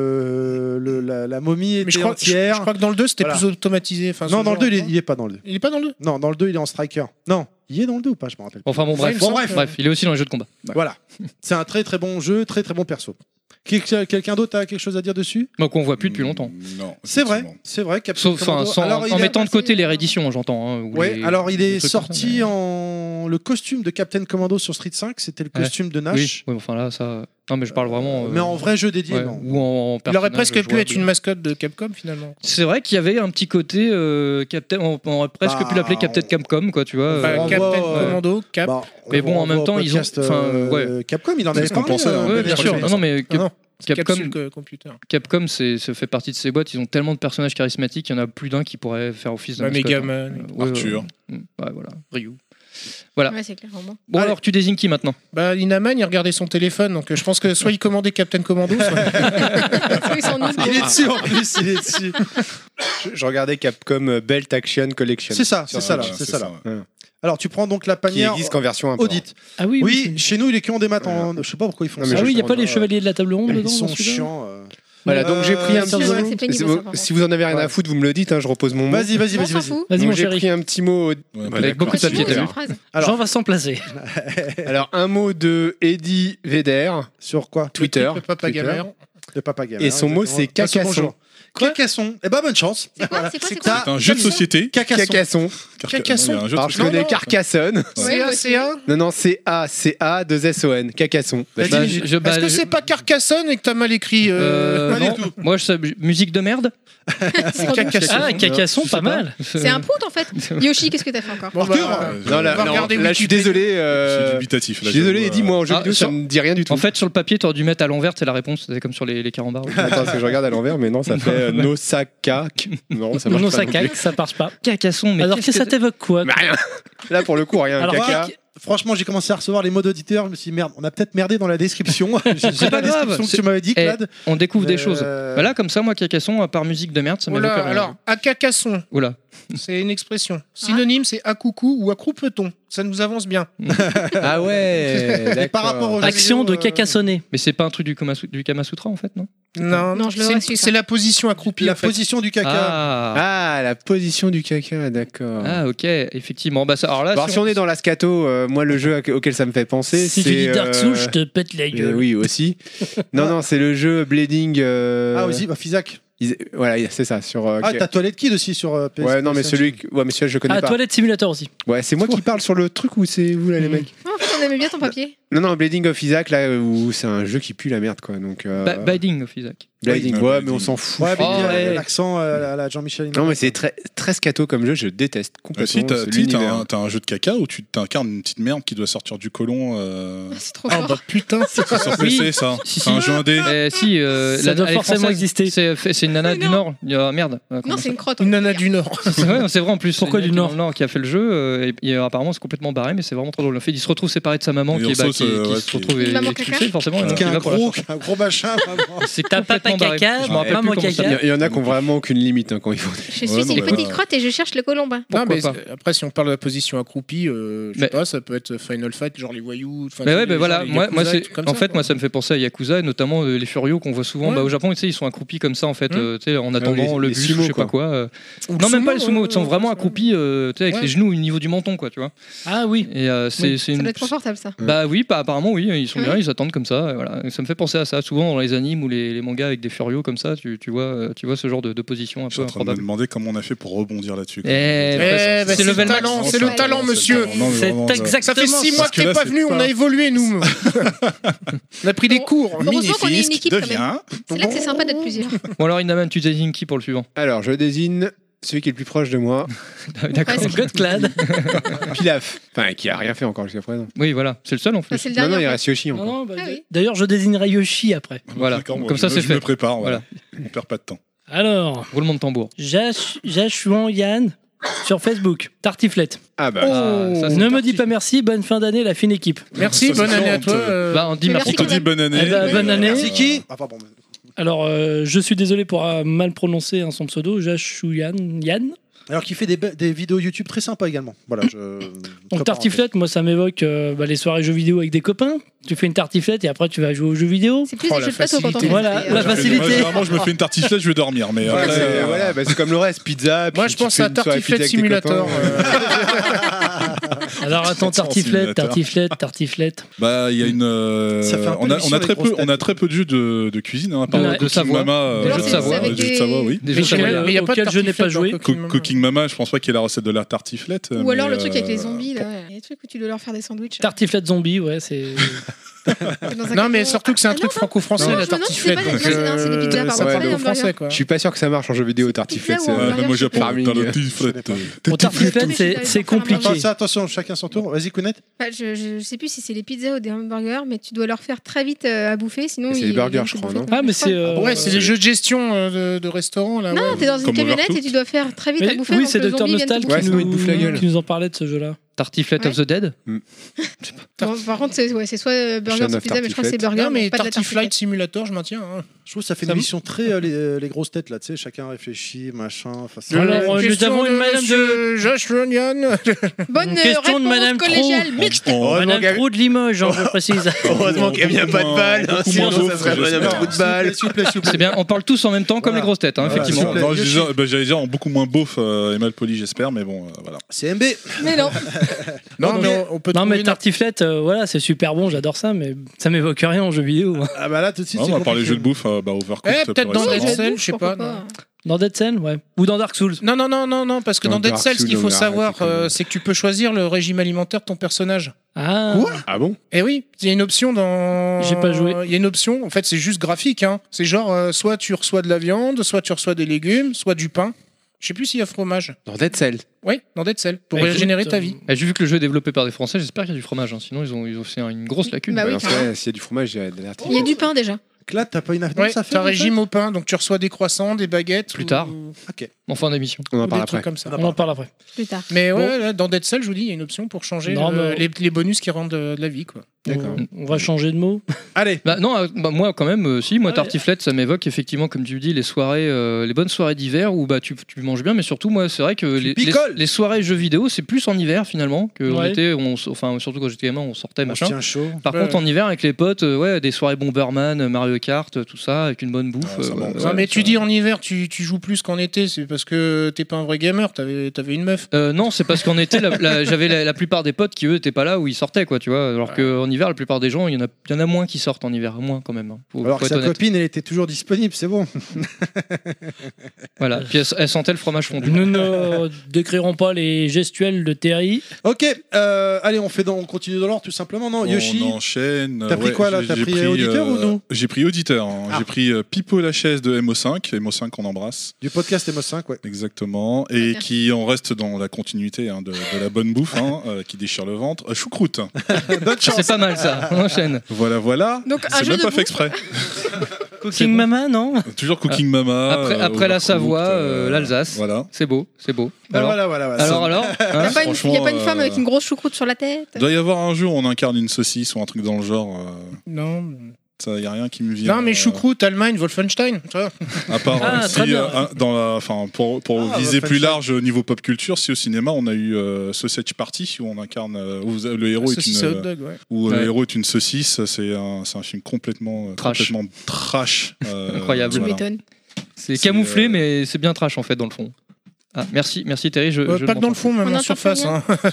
F: le, le- la, la momie
B: Mais
F: était
B: je crois, je,
F: entière.
B: je crois que dans le 2 c'était
F: Voilà.
B: plus automatisé. Enfin,
F: non,
B: ce
F: dans le
B: genre,
F: 2, il est,
B: hein.
F: il est pas dans le 2.
B: Il est pas dans le 2.
F: Non, dans le 2, il est en striker. Non, il est dans le 2 ou pas Je me rappelle.
C: Enfin bon,
B: Ouais,
C: bref.
B: il me semble
C: bref,
B: que-
C: bref, il est aussi dans les jeux de combat.
F: Voilà. C'est un très très bon jeu, très très bon perso. Quel- Quelqu'un d'autre a quelque chose à dire dessus
C: Donc on voit plus
A: Hmm.
C: depuis longtemps.
A: Mm, Non.
F: C'est vrai,
A: effectivement.
F: c'est vrai. Captain
C: Sauf enfin,
F: Commando.
C: sans-
F: Alors, il
C: en
F: est-
C: mettant de
D: passé-
C: côté les rééditions, j'entends. hein, ou
F: Ouais,
C: les-
F: alors il
C: des
F: est
C: trucs comme ça,
F: sorti
C: mais-
F: en. Le costume de Captain Commando sur Street 5, c'était le
C: Ouais.
F: costume de
C: Oui,
F: Nash.
C: oui, enfin là, ça. Non, mais je parle vraiment. euh,
F: Mais en vrai jeu dédié,
C: ouais,
F: non.
C: Ou en, en
B: Il aurait
C: personnage
B: presque pu
C: jouable.
B: être une mascotte de Capcom finalement.
C: C'est vrai qu'il y avait un petit côté euh, Captain. On on aurait presque
F: Bah,
C: pu l'appeler Captain
F: on-
C: Capcom, quoi, tu vois.
F: on
C: euh,
B: Bah,
F: renvoie,
B: Captain
F: euh,
B: Commando, Cap.
F: Bah, on
C: Mais bon,
F: le
C: en même
F: renvoie au
C: temps, ils ont-
F: podcast, euh,
C: enfin,
F: Capcom, il en
A: C'est
F: avait
A: ce qu'on
F: parlé,
A: pensait,
F: euh,
A: hein,
C: ouais,
A: on
C: bien
A: peut
C: sûr.
A: dire
C: Non, non, mais
B: Ah
C: Cap-
B: non, c'est
C: Capcom-
B: capsule que- computer.
C: Capcom, c'est, ça fait partie de ces boîtes. Ils ont tellement de personnages charismatiques, il y en a plus d'un qui pourrait faire office de
B: Bah,
C: mascotte, hein.
B: Megaman.
C: Ouais, ouais,
A: Arthur.
C: ouais. Mm, Ouais, voilà. Ryu. Ah.
D: Ouais, c'est clair, au moins.
C: Bon,
B: Allez.
C: alors tu désignes qui maintenant
B: Bah, Inaman, il regardait son téléphone, donc euh, je pense que soit il commandait Captain Commando, soit.
D: Ils sont nuls,
F: Il est dessus en plus, il est dessus.
K: Je, je regardais Capcom euh, Belt Action Collection.
F: C'est ça, c'est
A: Ah,
F: ça là,
A: ouais,
F: c'est ça là.
A: ouais.
F: Alors tu prends donc la
K: Qui
F: panière
K: existe qu'en version import.
F: audite.
E: Ah oui,
F: Oui,
E: oui.
F: chez nous il est que en démat. en- Je sais pas pourquoi ils font
K: Non,
F: ça.
K: mais
E: Ah oui, il n'y a
K: justement,
E: pas les
K: là,
E: chevaliers de la table ronde
F: Ils
E: dedans
F: sont
E: dans celui-là
F: chiants. euh.
K: Voilà, donc j'ai pris
F: Euh,
K: un
F: c'est
K: petit
D: vrai,
K: mot.
D: c'est pénible,
K: Si
D: ça,
K: vous-
D: par contre.
K: Si vous en avez rien
F: Ouais.
K: à foutre, vous me le dites, hein, je repose mon mot.
F: Vas-y,
D: on
F: vas-y, vas-y.
D: s'en
F: vas-y.
D: fout.
E: Vas-y, mon
K: Donc j'ai
E: chéri.
K: pris un petit mot. au-
A: Ouais,
K: Avec
A: d'accord.
C: beaucoup de
D: Sinon,
C: papier,
D: c'est
C: t'as
D: une
C: vu
D: phrase.
F: Alors-
E: Jean va s'en placer.
K: Alors un mot de Eddie Vedder,
F: Sur quoi
K: Twitter.
B: Le Papa
K: Twitter.
B: Gamer.
F: Le papagal.
K: Et son mot, c'est cacasson.
F: Cacasson. Eh ben bonne chance.
D: C'est quoi, c'est quoi, c'est
F: ça.
D: quoi
A: C'est un jeu de société.
F: Cacasson.
K: Cacasson.
B: Cacasson.
A: Il y a un jeu de
K: Alors je
A: société.
K: connais
B: non.
K: Carcassonne.
D: Ouais,
B: CA,
D: ouais,
B: CA
K: Non, non, c'est A, c'est A, 2 S, O, N. Cacasson.
F: Vas-y,
C: Bah,
F: Brigitte.
C: je- bah,
B: Est-ce que
C: je-
B: c'est pas Carcassonne et que t'as mal écrit euh,
C: Euh,
F: Pas du
C: non. Moi, je sais, musique de merde.
B: Cacasson
E: Ah, Cacasson,
C: Je sais
E: pas mal.
D: C'est un poudre en fait. Yoshi, qu'est-ce que t'as fait encore
B: Bon, bah,
A: Euh,
K: Non, là,
B: va
K: non,
B: regarder
K: là, je suis
B: Wikipédia.
K: désolé. euh,
A: C'est dubitatif.
K: je
A: là,
K: suis désolé,
A: j'avoue,
K: Eddie,
A: euh,
K: moi en jeu
C: Ah,
K: vidéo,
C: sur-
K: ça me dit rien du tout.
C: En fait, sur le papier, t'aurais dû mettre à l'envers, c'est la réponse. C'est comme sur les, les carambars.
E: Ah,
K: Attends, parce que je regarde à l'envers, mais non, ça fait euh, Nosaka. Non, ça marche
E: Non,
K: pas
E: ça
K: non
E: caque, ça marche pas.
C: Cacasson, mais
E: Alors, qu'est-ce que ça t'évoque, quoi
K: plus. Mais rien. Là, pour le coup, rien.
E: Alors,
K: caca.
E: cac-
F: Franchement, j'ai commencé à recevoir les mots d'auditeurs. Je me suis dit, merde, on a peut-être merdé dans la description.
C: C'est pas
F: la
C: grave,
F: description que
C: c'est-
F: tu m'avais dit,
C: Eh,
F: Clad.
C: On découvre des choses.
F: Euh,
C: Bah là, comme ça, moi, Cacasson, à part musique de merde, ça m'évoque
B: Oula,
C: rien.
B: Oh alors, à Cacasson,
C: Oula.
B: c'est une expression. Synonyme, c'est à coucou ou à croupeton. Ça nous avance bien.
K: Ah ouais.
F: Et par rapport aux jeux
E: Action
F: vidéo,
E: de
F: euh,
E: cacassonner.
C: Mais c'est pas un truc du Kama, du Kama Sutra, en fait, non
B: Non,
D: Non, je le vois,
B: c'est,
D: celui-là.
B: c'est la position accroupie.
F: La
B: en fait.
F: position du caca.
C: Ah.
K: Ah, la position du caca, d'accord.
C: Ah, ok, effectivement. Bah, ça- alors là,
K: Alors,
C: si
K: si on est dans la scato, euh, moi, le jeu auquel ça me fait penser,
E: Si tu
K: c'est.
E: dis Dark
K: euh,
E: Souls, je te pète la
K: euh,
E: gueule.
K: oui, aussi. non, non, c'est le jeu Blading. euh,
F: Ah, aussi, bah, Fisac.
K: ils- Voilà, c'est ça. Sur, euh,
F: Ah,
K: qui-
F: t'as Toilette Kid aussi sur euh, PS.
K: Ouais, non, mais celui, que- ouais, mais celui-là, je le connais
E: Ah,
K: pas.
E: Toilette Simulator aussi.
K: Ouais, c'est moi qui parle sur le truc ou c'est vous là, les
E: Mm.
K: mecs
D: Non, En fait, Oh, on aimait bien ton papier.
K: Mmh. Non, non, Blading of Isaac, là, où c'est un jeu qui pue la merde, quoi. Donc, euh,
C: Ba-
B: Bah,
C: Biding of Isaac.
K: Blading,
A: Oui,
K: ouais,
A: Blading.
K: mais on s'en fout.
F: Ouais, mais
C: Oh,
F: il y a
C: ouais.
F: l'accent euh, à la Jean-Michel Hinault.
K: Non, mais c'est très, très scato comme jeu, je déteste
A: Ah, si,
K: complètement.
A: t'as
K: ce-
A: si, t'as
K: l'univers.
A: un, t'as un jeu de caca où tu t'incarnes une petite merde qui doit sortir du côlon. euh,
D: C'est trop
B: Ah bah
D: fort.
B: putain, c'est
A: C'est sur
C: Oui.
A: PC, ça.
C: Si,
A: C'est un
C: si.
A: jeu indé.
C: Mais si, euh,
E: Ça doit
C: elle est
E: forcément
C: française.
E: exister.
C: C'est euh, c'est une nana
D: Mais
C: du
D: non.
C: Nord. Ah, merde. Ah, comment
D: Non, c'est une crotte.
B: une nana du Nord.
C: C'est vrai, non, c'est vrai en plus.
E: Pourquoi
C: Il y a
E: du
C: qui-
E: Nord
C: le Nord qui a fait le jeu. euh, et, et, euh, apparemment, c'est complètement barré, mais c'est vraiment trop drôle. Le fait, il se retrouve séparé de sa maman
A: Et
C: qui, est- bah,
A: Ursos,
C: qui-
A: euh,
C: qui
A: ouais,
C: se retrouve
D: Une maman
C: expulsée,
D: caca.
C: forcément. et donc,
F: Qui a
C: il
F: un
C: va pour la
F: gros,
C: force.
F: un gros machin. vraiment.
C: C'est
E: T'as
C: complètement
E: papa
C: barré.
E: caca,
C: Je me rappelle
E: maman
C: plus comment ça
E: caca.
K: Il y,
C: s'appelle.
K: a- il y en a qui ont vraiment aucune limite hein, quand ils font. des-
D: Je suis
A: Ouais, non,
D: une
A: mais
D: petite
A: voilà.
D: crotte et je cherche le colomba.
B: Non,
C: Pourquoi
B: mais c'est- après, si on parle de la position accroupie, euh, je sais
C: Mais-
B: pas, ça peut être Final Fight, genre les voyous. enfin,
C: Mais ouais,
B: les-
C: ben
B: genre
C: voilà,
B: les
C: moi, moi
B: Yakuza et
C: c'est
B: tout comme
C: en fait,
B: quoi.
C: moi ça me fait penser à Yakuza et notamment euh, les furios qu'on voit souvent
B: Ouais.
C: bah, au Japon, tu sais, ils sont accroupis comme ça en fait,
B: Hum.
C: euh, tu sais, en attendant
K: les-
C: le
K: les
C: bus,
K: sumo,
C: ou je sais pas quoi. euh.
B: Ou le
C: Non, même pas les
B: sumo,
C: sumo,
B: ouais,
C: ils sont
B: ouais,
C: vraiment
B: ouais.
C: accroupis, euh, tu sais, avec
B: Ouais.
C: les genoux au niveau du menton, quoi, tu vois.
E: Ah oui.
C: Et euh, c'est c'est
D: Ça
C: une.
D: doit être confortable ça.
C: Bah oui, bah, apparemment oui, ils sont
D: Ouais.
C: bien, ils attendent comme ça. euh, Voilà. Et Ça me fait penser à ça. Souvent dans les animes ou les, les mangas avec des furios comme ça, tu, tu vois, euh, tu vois ce genre de, de position un
A: Je suis
C: peu
A: en train de me
C: improbable.
A: demander comment on a fait pour rebondir là-dessus.
C: Eh, bah,
B: c'est
C: c'est
B: le
C: level max.
B: talent, c'est le talent, monsieur.
A: Non, mais
E: C'est
A: vraiment, je-
E: exactement
B: Ça fait six mois
A: Parce
B: que
A: que
B: t'es
A: là,
B: pas
A: c'est
B: venu, on a évolué, nous. on a pris des
D: Bon,
B: cours.
D: heureusement qu'on est une équipe, quand même.
A: devient
D: C'est là que c'est sympa d'être plusieurs.
C: Bon alors Inaman, tu désignes qui pour le suivant
K: Alors, je désigne celui qui est le plus proche de moi,
C: D'accord.
D: Ouais,
E: God Clad.
K: Pilaf. Enfin, qui a rien fait encore jusqu'à présent.
C: Oui, voilà, c'est le seul en
D: Ça,
C: plus.
D: C'est le
K: Non, non, il
D: dernier. en fait.
K: reste Yoshi encore.
D: Ah oui.
E: bah, D'ailleurs, je désignerai Yoshi après.
C: Voilà.
A: D'accord, moi,
C: Comme
A: je
C: ça,
A: me-
C: c'est
A: Je me
C: fait.
A: prépare, voilà. On perd pas de temps.
E: Alors,
C: Roulement de tambour.
E: Jachuan Yann, sur Facebook. Tartiflette.
K: Ah bah.
C: Ah, ça, c'est
E: ne me
C: parti.
E: dis pas merci, bonne fin d'année, la fine équipe.
B: Merci,
A: Ça, c'est
B: bonne année à
A: sûr,
B: toi.
A: on te-
B: euh,
C: Bah, on dit
D: Mais
A: On
C: merci.
A: te dit bonne année.
E: Eh ben, bonne année.
F: C'est qui Ah, pardon.
E: Alors, euh, je suis désolé pour euh, mal prononcer hein, son pseudo, Jashuyan Yann.
F: Alors qu'il fait des, be- des vidéos YouTube très sympas également. Voilà, je.
E: Donc, tartiflette, moi, ça m'évoque euh, bah, les soirées jeux vidéo avec des copains. Tu fais une tartiflette et après, tu vas jouer aux jeux vidéo.
D: C'est plus
B: Oh,
D: des
B: la
D: jeux de plateau quand on
B: facilité.
D: est
E: Voilà,
D: petit,
E: la
D: euh,
A: Moi,
E: facilité.
A: Généralement, je me fais une tartiflette, je vais dormir. Mais
K: Voilà,
A: après,
K: c'est
A: euh,
K: voilà, bah, c'est comme le reste, pizza.
B: Moi,
K: puis
B: je
K: tu
B: pense
K: fais
B: à
K: une soirée
B: Tartiflette
K: pizza avec tes
B: Simulator.
K: copains.
B: euh,
E: Alors, attends,
A: Sans
E: tartiflette,
A: simulateur.
E: tartiflette, tartiflette.
A: Bah, il y a une. euh,
F: Ça fait un peu
A: on, a,
F: l'émission
A: on a
F: des
A: très peu,
F: grosses
A: on a
F: têtes.
A: très peu de jeux de, de cuisine, hein, à part
E: De-
A: euh,
E: de
A: Cooking
C: Savoie.
A: Mama,
D: Des
A: euh,
D: jeux de Savoie.
A: euh, des jeux de
D: Avec
A: Savoie, oui.
C: Des
E: Mais
C: jeux
E: je-
C: familiales.
B: Mais il n'y a pas de
E: Auquel je n'ai pas joué.
B: tartiflette dans Cooking
A: Co-
B: Mama.
A: Cooking Mama, je pense pas qu'il y ait la recette de la tartiflette.
D: Ou
A: mais,
D: alors le truc avec les
A: euh,
D: zombies, là. Il y a des trucs où tu dois leur faire des sandwichs.
E: Tartiflette zombie, ouais, c'est.
B: Non, mais surtout que c'est un truc franco-français,
D: Ah, Non,
B: la
D: je me demande si c'est
B: tartiflette.
D: pas des-
B: donc,
D: non, c'est- non, c'est des
B: euh,
D: pizzas,
B: Ça
K: pardon,
B: parle
K: c'est
B: aux
D: des
B: français,
D: hamburgers.
B: quoi.
K: Je suis pas sûr que ça marche en jeu vidéo, tartiflette.
D: pizza ou
A: ouais,
K: c'est-
A: mais euh, moi, j'apprends
K: Farming.
A: dans le tartiflette.
E: Bon, tartiflette, c'est- c'est compliqué.
F: Attention, attention, chacun son tour. Vas-y, Kounet.
D: Enfin, je, je- je sais plus si c'est les pizzas ou des hamburgers, mais tu dois leur faire très vite euh, à bouffer, sinon.
K: Et c'est
D: ils-
K: des burgers,
D: ils
K: je
D: te
K: crois,
D: bouffent
K: non
D: ton
E: Ah, mais c'est.
D: restaurant.
E: euh,
B: Ouais, c'est des jeux de gestion euh, de- de restaurant, là. ouais.
D: Non, t'es dans une
A: Comme
D: camionnette
A: Overcooked.
D: et tu dois faire très vite à
E: mais-
D: bouffer.
E: oui,
D: avant
E: c'est
D: que le
E: Docteur
D: zombie vienne te
E: Nostal
D: bouffer.
K: Ouais,
E: qui,
K: sinon
E: nous,
K: il te bouffe la gueule.
E: qui nous en parlait de ce jeu-là.
C: Tartiflette of the
D: Ouais.
C: Dead.
D: Bon, par contre, c'est ouais, c'est soit euh, burger
K: Shaun
D: soit
K: of
D: pizza, mais je crois que c'est burger.
B: Non, mais
D: pas de la
B: Tartiflette Simulator, je m'en tiens. hein.
F: Je trouve que ça fait
E: Ça
F: une
E: me-
F: émission très euh, les, les grosses têtes là, tu sais, chacun réfléchit, machin. Enfin, c'est-
E: Le- Alors, euh,
B: Question
E: nous avons
B: de
E: une madame de-
B: Monsieur Josh Runyon.
D: Bonne euh,
E: Question de
D: réponse
E: Madame Trou.
D: collégiale
A: On-
D: mixte.
A: on-
C: Oh,
K: Heureusement
E: Madame
K: qu'il y a-
E: Trou de Limoges, hein, je précise.
K: Heureusement qu'il n'y a bien pas de balle, hein,
A: Beaucoup
K: sinon
A: moins
K: ça
A: d'autres,
K: serait vraiment
A: j'espère.
K: un coup de balle.
F: S'il vous plaît, s'il vous plaît.
C: C'est bien, on parle tous en même temps comme
F: Voilà.
C: les grosses têtes, hein,
F: Voilà,
C: effectivement.
F: s'il vous
A: Non,
F: plaît.
A: je disais- bah, J'allais dire en beaucoup moins beauf euh, et mal poli, j'espère, mais bon, euh, voilà.
F: CMB.
D: Mais non,
B: Non,
E: non,
B: mais
E: mais-
B: on- on peut
E: Non, mais
B: trouver
E: tartiflette, euh, voilà, c'est super bon, j'adore ça, mais ça m'évoque rien en jeu vidéo. hein.
F: Ah bah là, tout de suite.
A: Ah,
F: c'est
A: on va parler
F: compliqué.
A: jeux de bouffe, euh, bah, Overcooked.
B: Eh, peut-être
A: par exemple.
B: dans Dead
D: Jeux de
B: Cell,
D: bouffe,
B: je sais
D: pourquoi
B: pas, non.
E: Dans Dead Cell, ouais. Ou dans Dark Souls.
B: Non, non, non, non, non, parce que
K: Dans
B: dans Dead
K: Dark
B: Cells, ce qu'il
K: Souls,
B: faut
K: on verra,
B: savoir,
K: c'est que-
B: euh, c'est que tu peux choisir le régime alimentaire de ton personnage.
E: Ah,
K: Ah bon
B: Eh oui, il y a une option dans.
E: J'ai pas joué.
B: Il y a une option, en fait, c'est juste graphique. Hein. C'est genre, euh, soit tu reçois de la viande, soit tu reçois des légumes, soit du pain. Je sais plus s'il y a fromage.
K: Dans Dead Cell.
B: Oui, dans Dead Cell, pour
E: Bah,
B: régénérer
E: écoute,
B: ta
E: euh,
B: vie.
C: Eh, J'ai vu que le jeu est développé par des Français, j'espère qu'il y a du fromage, hein, sinon ils ont, ils ont fait une grosse lacune.
D: Bah oui,
K: Alors,
D: carrément.
K: ouais, S'il y a du fromage, il y a de la
D: il y a du pain déjà.
F: Donc Là, t'as pas une affaire
B: Ouais, t'as régime au pain, donc tu reçois des croissants, des baguettes.
C: Plus
B: ou-
C: tard.
B: ou
C: En fin d'émission.
K: On en
B: des
K: parle
B: trucs
K: après.
B: comme
C: Bah,
B: ça.
E: on en parle après.
D: Plus tard.
B: Mais ouais,
E: Bon.
B: ouais, là, dans Dead Cell, je vous dis, il y a une option pour changer
E: Non,
B: le-
E: mais-
B: les, les bonus qui rendent euh, de la vie. Quoi.
F: D'accord.
E: On- On va changer de mot.
F: Allez.
C: Bah non, euh, bah, moi quand même, euh, si, moi
E: Ouais.
C: tartiflette, ça m'évoque effectivement, comme tu dis, les soirées, euh, les bonnes soirées d'hiver où bah tu, tu manges bien, mais surtout moi c'est vrai que les, les,
F: picoles.
C: les soirées jeux vidéo c'est plus en hiver finalement que on
E: Ouais.
C: était, on s- enfin surtout quand j'étais gamin, on sortait
F: On se
C: machin.
F: tient chaud.
C: Par
B: Ouais.
C: contre, en hiver, avec les potes, euh, ouais, des soirées Bomberman, euh, Mario Kart, euh, tout ça, avec une bonne bouffe.
A: Ah, ça
C: euh,
A: manque,
C: ouais.
A: ça.
B: non, mais tu dis en hiver, tu, tu joues plus qu'en été, c'est parce que t'es pas un vrai gamer, t'avais t'avais une meuf.
C: Euh, non, c'est parce qu'en été, la- la- j'avais la, la plupart des potes qui, eux, étaient pas là où ils sortaient, quoi, tu vois. Alors qu'en hiver, la plupart des gens, il y, en a- il y en a moins qui sortent en hiver, moins quand même. hein. Faut-
F: Alors
C: faut
F: que
C: être
F: sa
C: honnête.
F: copine, elle était toujours disponible, c'est bon.
C: Voilà. Puis elle, elle sentait le fromage fondu.
E: Nous ne décrirons pas les gestuels de Terry.
F: Ok, euh, allez, on fait dans, on continue dans l'ordre tout simplement.
A: Oh
F: Non, Oh, Yoshi.
A: On enchaîne.
F: T'as pris quoi, là
A: j'ai-
F: T'as
A: j'ai
F: pris euh, auditeur ou non Ah.
A: J'ai pris auditeur. hein. J'ai pris euh, Pipo Lachaise de MO5, MO5 qu'on embrasse,
F: Du podcast MO5, ouais.
A: exactement, et
D: bien.
A: qui en reste dans la continuité hein, de, de la bonne bouffe, hein, euh, qui déchire le ventre. Euh, choucroute.
F: Bonne
C: C'est
F: chance.
C: pas mal ça, on enchaîne.
A: Voilà, voilà.
D: Donc, un
A: C'est
D: jeu
A: même
D: de
A: pas
D: bouffe.
A: fait exprès.
E: Cooking Mama, non
A: Toujours Cooking Mama.
C: Après-
A: euh,
C: après la
A: Overcooked,
C: Savoie,
A: euh,
C: euh, l'Alsace.
A: Voilà.
C: C'est beau, c'est beau.
F: Ah,
C: Alors,
F: voilà, voilà, voilà.
C: alors, alors, hein
D: Il n'y a,
A: franchement,
D: pas une femme
A: euh,
D: avec une grosse choucroute sur la tête
A: Doit y avoir un jour où on incarne une saucisse ou un truc dans le genre. euh,
B: Non,
A: Ça, y a rien qui me vient.
B: non mais
A: euh,
B: choucroute, Allemagne, Wolfenstein. tu vois.
A: À part euh,
E: Ah, très
A: si,
E: bien.
A: euh, un- dans la, enfin pour, pour
F: Ah,
A: viser
F: bah,
A: plus
F: Fun Shop.
A: large au niveau pop culture, si au cinéma on a eu euh, Sausage Party où on incarne euh, où vous- le héros est
B: Saucisse
A: une euh,
B: à
C: euh,
B: hot dog, ouais.
A: où le
C: Ouais.
A: héros est une saucisse. C'est un c'est un film complètement euh,
C: Trash.
A: complètement trash. euh,
C: Incroyable.
D: Tu
A: voilà.
D: m'étonnes.
C: c'est
A: c'est,
C: camouflé,
A: euh,
C: mais c'est bien trash en fait dans le fond. Ah, merci, merci Terry. Je,
B: Ouais,
C: je
B: Euh, pas que dans le
C: m'entends.
B: fond, même
D: On
B: en
D: entend
B: surface.
D: rien.
B: hein.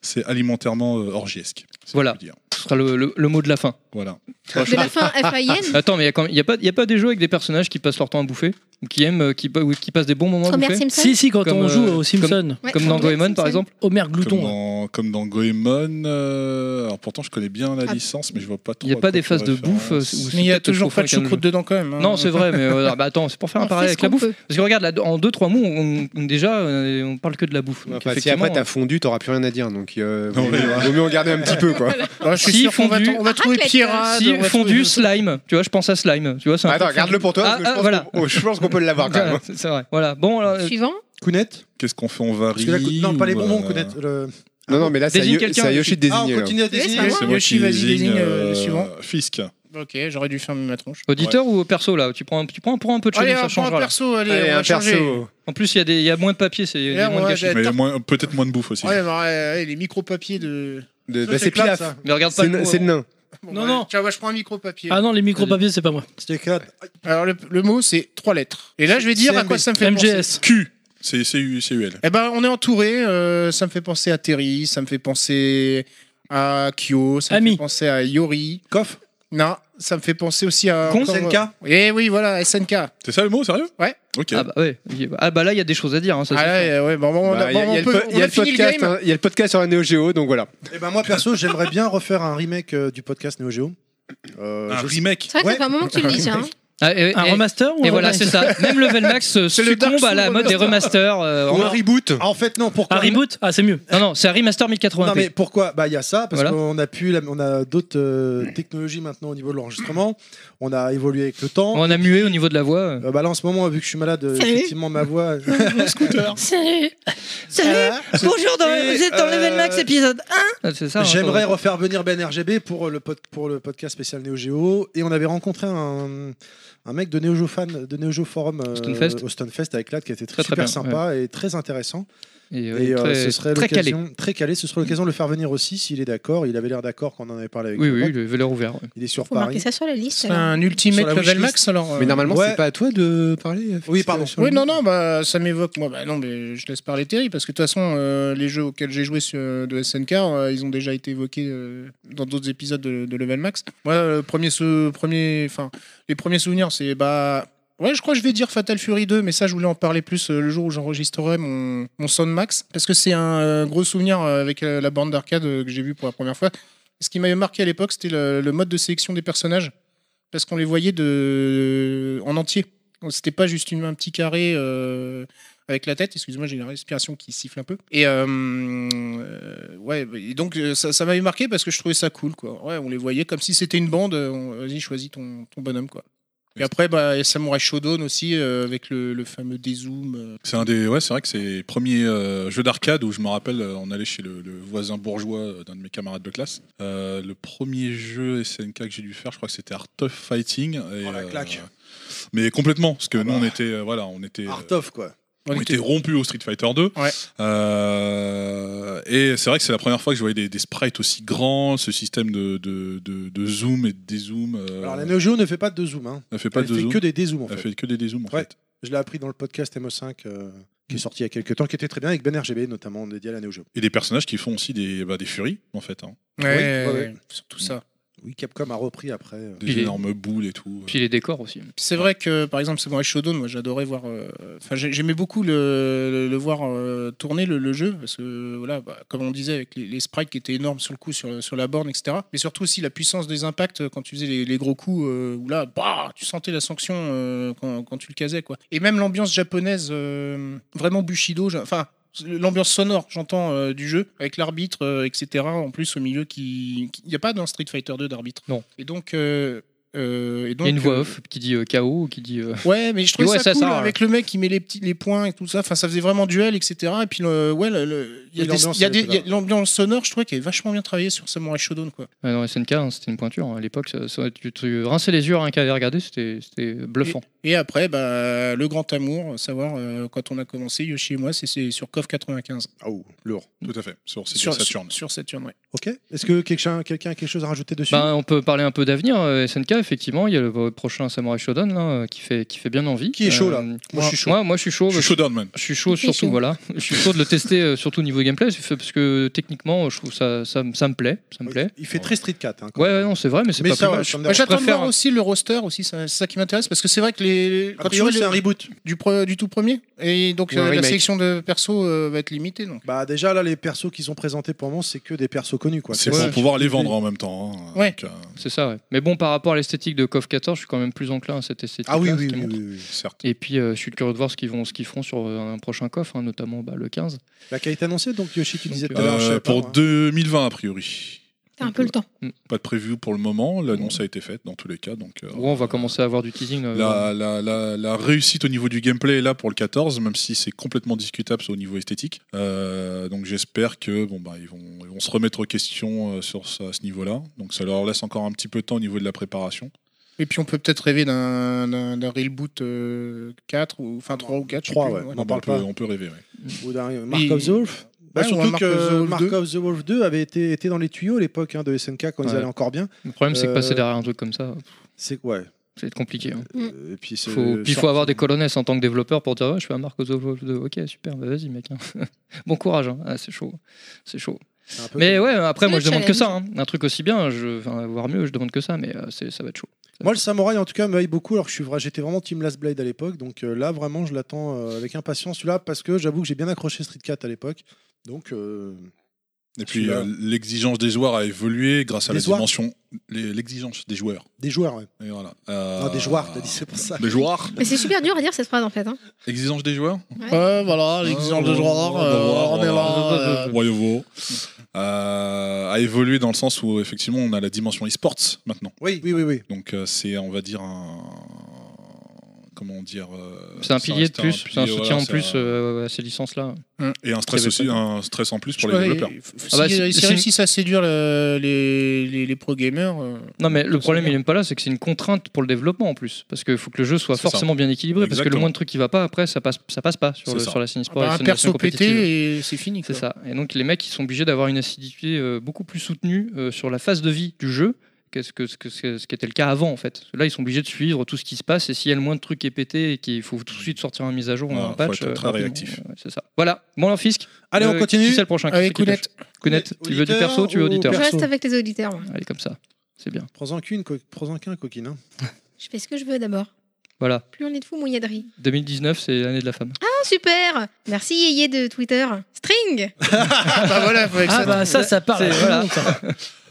A: C'est alimentairement euh, orgiesque. c'est
C: Voilà.
A: ce que je veux dire.
C: Ce sera le, le- le mot de la fin.
A: Voilà.
D: De la fin F.I.N.
C: Attends, mais il n'y a, pas- y a pas des jeux avec des personnages qui passent leur temps à bouffer ou qui aiment, euh, qui, pa- ou qui passent des bons moments à
D: Homer
C: bouffer
D: Simpson.
E: Si, si, quand
C: Comme,
E: on joue
C: euh,
E: aux Simpsons.
D: Ouais,
C: Comme dans
D: Homer
C: Goemon par
D: Simpson.
C: exemple
E: Homer
A: Comme
E: Glouton.
A: dans,
C: hein.
A: comme dans Goemon. euh, alors pourtant je connais bien la
D: Ah.
A: licence, mais je vois pas trop.
C: Il n'y a
A: à
C: pas
A: quoi
C: des
A: tu
C: phases de bouffe. euh,
A: références.
C: où c'est
B: Mais il y a
C: peut-être le
B: toujours pas de
C: chauffeur qui aime le
B: choucroute dedans quand même. hein.
C: jeu. Non, c'est vrai, mais euh, bah, attends, c'est pour faire un
D: On fait
C: parallèle
D: ce
C: avec la
D: qu'on
C: bouffe.
D: peut.
C: Parce que regarde, là, en 2-3 mots, on, on- déjà, euh, on parle que de la bouffe. Donc,
F: Bah,
K: Enfin, bah, si
C: effectivement,
F: hein.
C: euh,
K: après t'as fondu, t'auras plus rien à dire. Donc, euh,
A: Non,
K: vaut mieux-
A: mais-
K: vaut mieux en garder un petit peu, quoi.
B: Ah, je suis
C: Si,
B: sûr qu'on va,
C: fondu.
B: on va trouver
D: Raclette.
B: Pierre. euh,
C: si fondu, slime, tu vois, je pense à slime. Tu vois, c'est un
K: Attends,
C: truc fondu.
K: garde-le pour toi.
C: Ah,
K: parce que je
C: ah,
K: pense
C: voilà.
K: qu'on- oh, je pense qu'on peut l'avoir quand même.
C: C'est c'est vrai. Voilà. Bon, alors, euh,
D: Suivant.
F: Kounet
A: Qu'est-ce qu'on fait On
F: Parce
A: varie
F: que là, Kou- Non, pas les
A: ou,
F: bonbons,
A: euh,
F: Kounet. le-
K: Non, non, mais là, c'est à
C: Désigne
K: Yo-
C: quelqu'un,
K: c'est à Yoshi de
F: Ah,
K: désigner.
F: on
K: là.
F: continue à
D: Oui, c'est
F: désigner.
D: à moi.
A: C'est moi
B: Yoshi,
A: qui
B: vas-y,
A: désigne,
B: désigne,
A: euh,
B: le suivant.
A: Fisk.
B: Ok, j'aurais dû fermer ma tronche.
C: euh, Auditeur ou perso là tu prends, tu prends pour un peu de
B: Allez,
C: chelou, ça
B: on prend un
C: changera. là.
B: perso, allez,
K: Allez,
B: on
K: un
B: va changer.
K: perso.
C: En plus, il y, a des- il y a moins de papier, c'est il y a
B: Là,
C: moins
B: on
C: de
B: va-
C: gâchis.
B: j'ai-
A: Mais moins- peut-être moins de bouffe aussi.
B: Ouais, mais, ouais, les micro-papiers de.
K: De-
F: Ça,
K: bah, C'est
F: clap,
K: Pilaf.
F: ça.
C: Mais regarde pas
K: C'est
C: le
K: le-
C: mot,
K: c'est
C: hein.
K: le nain.
B: Bon,
E: Non,
B: ouais,
E: non.
B: Tiens, ouais, je prends un micro-papier.
E: Ah non, les
C: Euh,
E: micro-papiers, c'est pas moi.
F: C'est éclat.
B: Alors, le, le mot, c'est trois lettres. Et là, je vais dire à quoi ça me fait penser.
E: MGS.
A: Q. C'est c'est U- c'est UL.
B: Eh ben, on est entouré. euh, ça me fait penser à Terry, ça me fait penser à Kyo, ça me
E: Ami.
B: fait penser à Yori.
F: Koff
B: Non, ça me fait penser aussi à.
C: Con,
B: encore-
F: SNK
B: Eh oui, voilà, SNK.
A: C'est ça le mot, sérieux
B: Ouais.
A: Ok.
C: Ah bah ouais. Ah bah là, il y a des choses à dire. hein, ça, c'est
B: Ah
C: sûr.
B: ouais, ouais, bon, bon, on a-
K: Bah, Il y a-
B: bon,
K: il y a
B: on
K: le
B: peut-
K: po-
B: on
K: il y a
B: a
K: le
B: fini le
K: podcast,
B: game.
K: hein, il y a le podcast sur la Neo Geo, donc voilà.
F: Eh ben moi perso, j'aimerais bien refaire un remake euh, du podcast Neo Geo. Euh,
A: Un
F: je-
A: remake.
D: C'est vrai que
F: Ouais.
D: ça hein. fait un moment que tu le dis, tiens.
C: Ah, et-
E: Un
C: et-
E: remaster ou
C: Et
E: un
C: voilà,
E: remake
C: c'est ça. Même Level Max euh,
B: C'est le Dark
C: succombe à la
B: Souls
C: mode des remasters. euh, en-
K: Ou un reboot.
F: Ah, en fait non, pourquoi
E: Un reboot Ah, c'est mieux.
C: Non, non, c'est un remaster
F: Non
C: 1080p.
F: mais pourquoi Bah il y a ça parce
C: Voilà.
F: qu'on a pu, la- on a d'autres euh, technologies maintenant au niveau de l'enregistrement. On a évolué avec le temps.
C: On a mué au niveau de la voix. euh.
F: Euh, bah là en ce moment vu que je suis malade, euh,
D: Salut.
F: effectivement ma voix.
D: Salut
F: Ah,
D: Bonjour,
F: Et, vous êtes dans euh, Level Max
D: épisode
C: Ah, C'est ça. hein,
F: J'aimerais
C: faudrait-
F: refaire venir Ben RGB pour le, pod- pour le podcast spécial Neo Geo et on avait rencontré un, un mec de Neo Geo fan de Neo Geo Forum euh,
C: Stonefest.
F: au Stonefest avec Lad qui était
C: Très, très
F: super
C: bien,
F: sympa et très intéressant.
C: Et, euh,
F: Et euh,
C: très,
F: ce serait
C: très calé.
F: l'occasion, très calé, ce serait l'occasion de le faire venir aussi s'il est d'accord. Il avait l'air d'accord quand on en avait parlé avec
C: Oui,
F: lui.
C: oui, le vélo ouvert. ouais.
F: Il est sur
D: Faut marquer
F: Paris.
D: ça sur la liste.
B: C'est
D: alors.
B: un
F: Sur
B: ultimate
F: la
B: level
F: wishlist.
B: max alors. euh,
K: Mais normalement,
F: ouais.
K: c'est pas à toi de parler. euh,
F: Oui,
K: Fisk,
F: pardon.
K: sur le-
B: Oui, non, non, bah, ça m'évoque. Moi, bah, non, mais je laisse parler Terry parce que de toute façon, euh, les jeux auxquels j'ai joué sur- de SNK, euh, ils ont déjà été évoqués euh, dans d'autres épisodes de, de Level Max. Moi, euh, le premier, sou- premier, enfin, les premiers souvenirs, c'est bah. Ouais, je crois que je vais dire Fatal Fury 2, mais ça, je voulais en parler plus euh, le jour où j'enregistrerai mon, mon Sound Max, parce que c'est un euh, gros souvenir euh, avec euh, la bande d'arcade euh, que j'ai vue pour la première fois. Ce qui m'avait marqué à l'époque, c'était le, le mode de sélection des personnages, parce qu'on les voyait de, en entier. Donc, C'était pas juste une- un petit carré euh, avec la tête. Excuse-moi, j'ai la respiration qui siffle un peu. Et euh, euh, ouais, et donc euh, ça, ça m'avait marqué parce que je trouvais ça cool, quoi. Ouais, on les voyait comme si c'était une bande. euh, on- Vas-y, choisis ton, ton bonhomme, quoi. Et après, bah, il y a Samurai Shodown aussi euh, avec le, le fameux dézoom. euh.
A: C'est un des, ouais, c'est vrai que c'est les premiers euh, jeux d'arcade où je me rappelle, euh, on allait chez le, le voisin bourgeois euh, d'un de mes camarades de classe. Euh, le premier jeu SNK que j'ai dû faire, je crois que c'était Art of Fighting. et,
F: Oh, la
A: euh,
F: claque.
A: mais complètement, parce que
F: Ah
A: nous on
F: bah.
A: était, euh, voilà, on était. euh,
F: Art of quoi.
B: On
A: ont
B: était-
A: été rompus au Street Fighter 2.
B: Ouais.
A: Euh, et c'est vrai que c'est la première fois que je voyais des, des sprites aussi grands, ce système de, de, de- de zoom et de dézoom. euh,
F: Alors la Neo Geo ne fait pas de zoom. Hein.
A: elle fait pas
F: Elle
A: de
F: fait
A: zoom.
F: que des dézooms en
A: Elle
F: fait.
A: fait que des dézooms en
F: Ouais.
A: fait.
F: Je l'ai appris dans le podcast MO5 euh, qui
A: Mm.
F: est sorti il y a quelques temps, qui était très bien avec Ben RGB notamment dédié à la Neo Geo.
A: Et des personnages qui font aussi des, bah, des furies en fait. hein.
B: Ouais,
F: ouais, ouais.
B: surtout ça.
F: Oui, Capcom a repris après. euh.
A: Des
C: Puis les-
A: énormes boules et tout.
C: Puis les décors aussi.
B: C'est vrai que, par exemple, Samurai Shodown, moi j'adorais voir. euh, Enfin, j'ai- j'aimais beaucoup le, le- le voir euh, tourner le, le jeu, parce que, voilà, bah, comme on disait, avec les, les sprites qui étaient énormes sur le coup, sur, sur la borne, etc. Mais surtout aussi la puissance des impacts euh, quand tu faisais les, les gros coups, euh, où là, bah, tu sentais la sanction euh, quand, quand tu le casais, quoi. Et même l'ambiance japonaise, euh, vraiment Bushido, j'ai- enfin. L'ambiance sonore, j'entends, euh, du jeu, avec l'arbitre, euh, etc. En plus, au milieu, qui. Il n'y a pas dans Street Fighter 2 d'arbitre.
C: Non.
B: Et donc. euh, euh, et
C: Il
B: donc
C: y a une voix
B: euh,
C: off qui dit euh, KO, qui dit. euh,
B: Ouais, mais je trouvais
C: Ouais,
B: ça
C: ça,
B: cool
C: ça, ouais.
B: avec le mec qui met les petits les points et tout ça. Enfin, ça faisait vraiment duel, etc. Et puis, le- ouais, le- le- il y a
F: Oui,
B: des-
F: l'ambiance,
B: il y a
F: elle
B: des-
F: était
B: il y a-
F: là.
B: l'ambiance sonore, je trouvais qu'elle est vachement bien travaillée sur Samurai Shodown, quoi.
C: Ah non, SNK, hein, c'était une pointure. hein. À l'époque, ça- ça- tu, tu rinçais euh, les yeux à un qui avait regardé, c'était c'était bluffant.
B: Et après, bah, le grand amour, savoir euh, quand on a commencé, Yoshi et moi, c'est- c'est sur KOF 95.
F: Ah ouh, lourd.
A: euh, Tout à fait. Sur Sega
B: Sur
A: Saturn.
B: Sur, sur Saturn, ouais.
F: Ok. Est-ce que quelqu'un quelqu'un a quelque chose à rajouter dessus
C: Ben, on peut parler un peu d'avenir. euh, SNK, effectivement, il y a le euh, prochain Samurai Shodown là, euh, qui, fait, qui fait bien envie.
F: Qui est chaud, là
C: moi, je suis chaud. Moi, je suis chaud.
A: Je suis
C: je-
A: Shodown man.
C: je suis chaud
D: Qui est
C: surtout,
D: chaud.
C: voilà. Je suis chaud de le tester, euh, surtout au niveau gameplay, c'est fait- parce que techniquement, euh, je trouve ça, ça, me- ça me plaît. Ça me plaît.
F: Il fait très Street 4. Hein, quand
C: Ouais,
F: même.
C: ouais, non, c'est vrai, mais c'est
F: Mais
C: pas
F: ça,
C: plus
F: ouais,
C: mal.
F: ça
B: Moi,
F: me dérange.
B: Bah, J'attends de
C: préfère-
B: voir aussi le roster aussi, ça- c'est ça qui m'intéresse parce que c'est vrai que les quand
F: A
B: tu vois
F: priori, c'est
B: le-
F: un reboot.
B: du, pro- du tout premier et donc
K: Ou un
B: euh, la
K: remake.
B: sélection de perso euh, va être limitée donc.
F: Bah déjà là, les persos qui sont présentés pour moi, c'est que des persos connus quoi.
A: C'est
C: Ouais.
A: pour pouvoir les vendre en même temps. hein.
B: Ouais.
A: Donc, euh,
C: C'est ça, ouais. Mais bon, par rapport à l'esthétique de KOF 14, je suis quand même plus enclin à cette esthétique.
F: Ah oui, oui, oui, oui, oui.
A: certes.
C: Et puis, euh, je suis curieux de voir ce qu'ils vont, ce qu'ils feront sur euh, un prochain KOF, hein, notamment bah, le 15.
F: La qualité annoncée, donc Yoshi, tu disais tout à
A: Euh,
F: l'heure. je sais pas,
A: pour
F: moi.
A: 2020 a priori.
D: T'as un peu le temps.
A: Pas de prévu pour le moment. L'annonce a été faite dans tous les cas. Donc, euh,
C: Bon, on va commencer à avoir du teasing. euh,
A: La, la- la- la réussite au niveau du gameplay est là pour le 14, même si c'est complètement discutable au niveau esthétique. Euh, donc j'espère que bon bah ils vont, ils vont se remettre aux questions euh, sur ce- à ce niveau-là. Donc ça leur laisse encore un petit peu de temps au niveau de la préparation.
B: Et puis on peut peut-être rêver d'un d'un- d'un Real Boot euh, 4, ou, enfin 3 ou 4. je sais
F: 3,
B: plus.
F: ouais. On
A: Bon,
F: en
A: bah,
F: parle
A: on, peut,
F: pas.
A: on peut rêver. ouais.
F: Ou d'un Mark
B: Et-
F: of the Wolf. Bah,
B: Ouais, ou un
F: surtout
B: Mark
F: que
B: of the Wolf
F: Mark
B: 2.
F: of the Wolf 2 avait été, était dans les tuyaux à l'époque hein, de SNK quand ils
C: Ouais.
F: allaient encore bien.
C: Le problème, c'est que passer
F: Euh,
C: derrière un truc comme ça,
F: C'est ouais.
C: ça va être compliqué. hein.
F: Euh, et puis c'est-
C: Faut- puis il faut
F: sorti-
C: avoir des colonnes en tant que développeur pour dire Ouais, je fais un Marco Zolo 2. Ok, super, bah vas-y, mec. hein. bon courage, hein. Ah, c'est chaud. C'est chaud.
F: c'est un peu
C: Mais
F: comme-
C: ouais, après,
D: C'est
C: moi,
D: le
C: je demande que ça. hein. Un truc aussi bien, je, enfin, voire mieux, je demande que ça, mais euh, c'est- ça va être chaud.
F: Moi, le samouraï, en tout cas, me hype beaucoup. Alors que je suis vra- j'étais vraiment Team Last Blade à l'époque. Donc euh, là, vraiment, je l'attends euh, avec impatience, celui-là, parce que j'avoue que j'ai bien accroché Street Cat à l'époque. Donc, euh,
A: Et puis
F: Celui-là.
A: euh, l'exigence des joueurs a évolué grâce à
F: Des
A: la
F: joueurs.
A: dimension, les- l'exigence des joueurs.
F: des joueurs, ouais.
A: Et voilà. Euh,
F: Non, Ah, des joueurs, t'as dit, c'est pour ça.
A: Des joueurs.
D: Mais c'est super dur à dire cette phrase en fait. hein.
A: Exigence des joueurs.
B: Ouais, voilà, l'exigence de joueur, euh,
A: Ouais, ouais,
B: on est
F: Ah
B: là. euh,
A: Royaume euh, a évolué dans le sens où effectivement on a la dimension e-sports maintenant.
F: Oui, oui, oui. oui.
A: Donc euh, c'est on va dire un comment dire euh,
C: C'est un
A: ça
C: pilier
A: reste
C: de plus, c'est un
A: pilier, voilà,
C: soutien en
A: c'est
C: plus
A: un-
C: euh, à ces licences-là.
A: et un stress
C: qu'il y
A: aussi
C: avait
A: un stress en plus pour
B: je
A: les
B: sais pas,
A: développeurs.
B: il-
C: Ah bah,
B: si-
C: c'est-
B: S'ils
C: c'est-
B: réussissent à séduire le- les, les, les pro gamers, euh,
C: Non, mais le
B: Ça,
C: problème,
B: c'est
C: il n'est pas là, c'est que c'est une contrainte pour le développement en plus. Parce qu'il faut que le jeu soit
A: C'est ça.
C: forcément bien équilibré, parce que le
A: Exactement.
C: moins de trucs qui va pas, après, ça passe, ça passe pas sur,
A: C'est
C: le,
A: ça. Ah
C: sur la Cine Sport et
B: bah, un
C: Simulation
B: perso
C: compétitive.
B: pété et c'est fini.
C: C'est
B: quoi.
C: ça. Et donc les mecs, ils sont obligés d'avoir une acidité euh, beaucoup plus soutenue euh, sur la phase de vie du jeu qu'est-ce que ce que- ce que- ce qui était le cas avant en fait. Parce que Là, ils sont obligés de suivre tout ce qui se passe et s'il y a le moins de trucs qui est pété et qu'il faut tout de suite sortir une mise à jour ou
A: Voilà,
C: un patch, euh,
A: faut être très
C: rapidement.
A: réactif.
C: Ouais, c'est ça. Voilà. Bon, alors fisc.
F: Allez,
C: Euh,
F: on continue.
C: Qui c'est le prochain Qui
B: Allez,
C: c'est qui
B: Kounet.
C: touche Kounet, tu veux du perso, tu veux auditeur.
D: Je
F: Perso.
D: reste avec les auditeurs. moi.
C: Allez comme ça. C'est bien.
F: Prends-en qu'une, co- prends-en qu'un, coquine. hein.
D: Je fais ce que je veux d'abord.
C: Voilà.
D: Plus on est de fous, moins il y a de riz.
C: 2019, c'est l'année de la femme.
D: Ah, super Merci Yéyé de Twitter. String
B: Ah bah voilà, faut
E: Ah
B: accepter.
E: bah ça, ça parle.
C: C'est-
E: à tout le
C: voilà.
E: monde, ça.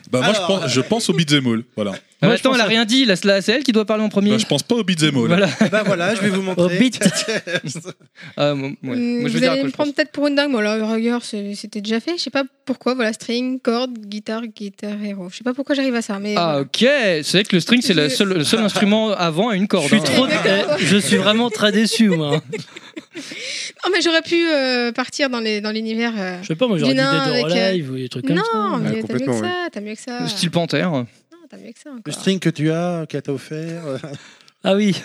A: Bah moi
F: Alors,
A: je pense je pense au beat'em all. Voilà.
C: Ah,
E: Moi, je
C: attends, elle a
E: pensais-
C: rien dit. là, c'est la- C'est elle qui doit parler en premier.
A: Bah, je pense pas au beat'em all.
C: Voilà.
F: Eh ben voilà, je vais vous montrer.
E: Au beat.
C: Ah, moi, ouais.
D: Hum,
C: Moi, je veux
D: Vous
C: dire à quoi
D: allez me
C: je pense.
D: prendre peut-être pour une dingue. Moi, là, regarde, c'est- c'était déjà fait. Je sais pas pourquoi. Voilà, string, corde, guitare, guitare, héros. Je sais pas pourquoi j'arrive à ça, mais...
C: Ah ok, c'est vrai que le string c'est le
D: Je-
C: seul, le seul instrument avant à une
E: Je
C: corde.
E: suis
C: hein.
E: trop.
D: Exactement.
E: eh, Je suis vraiment très déçu, moi.
D: Non, Ah, mais j'aurais pu euh, partir dans les- dans l'univers... euh,
E: Je sais pas, moi j'aurais dit
D: Du nain
E: Dead or
D: avec, euh,
E: Alive ou des trucs comme
D: Non, mais
E: ça.
D: t'as mieux que
K: complètement,
D: ça, t'as mieux que ça.
C: Le Euh, style panthère.
B: Euh,
D: Non, t'as mieux que ça
F: Le
D: encore.
F: string que tu as, qu'elle t'a offert. euh,
E: Ah oui,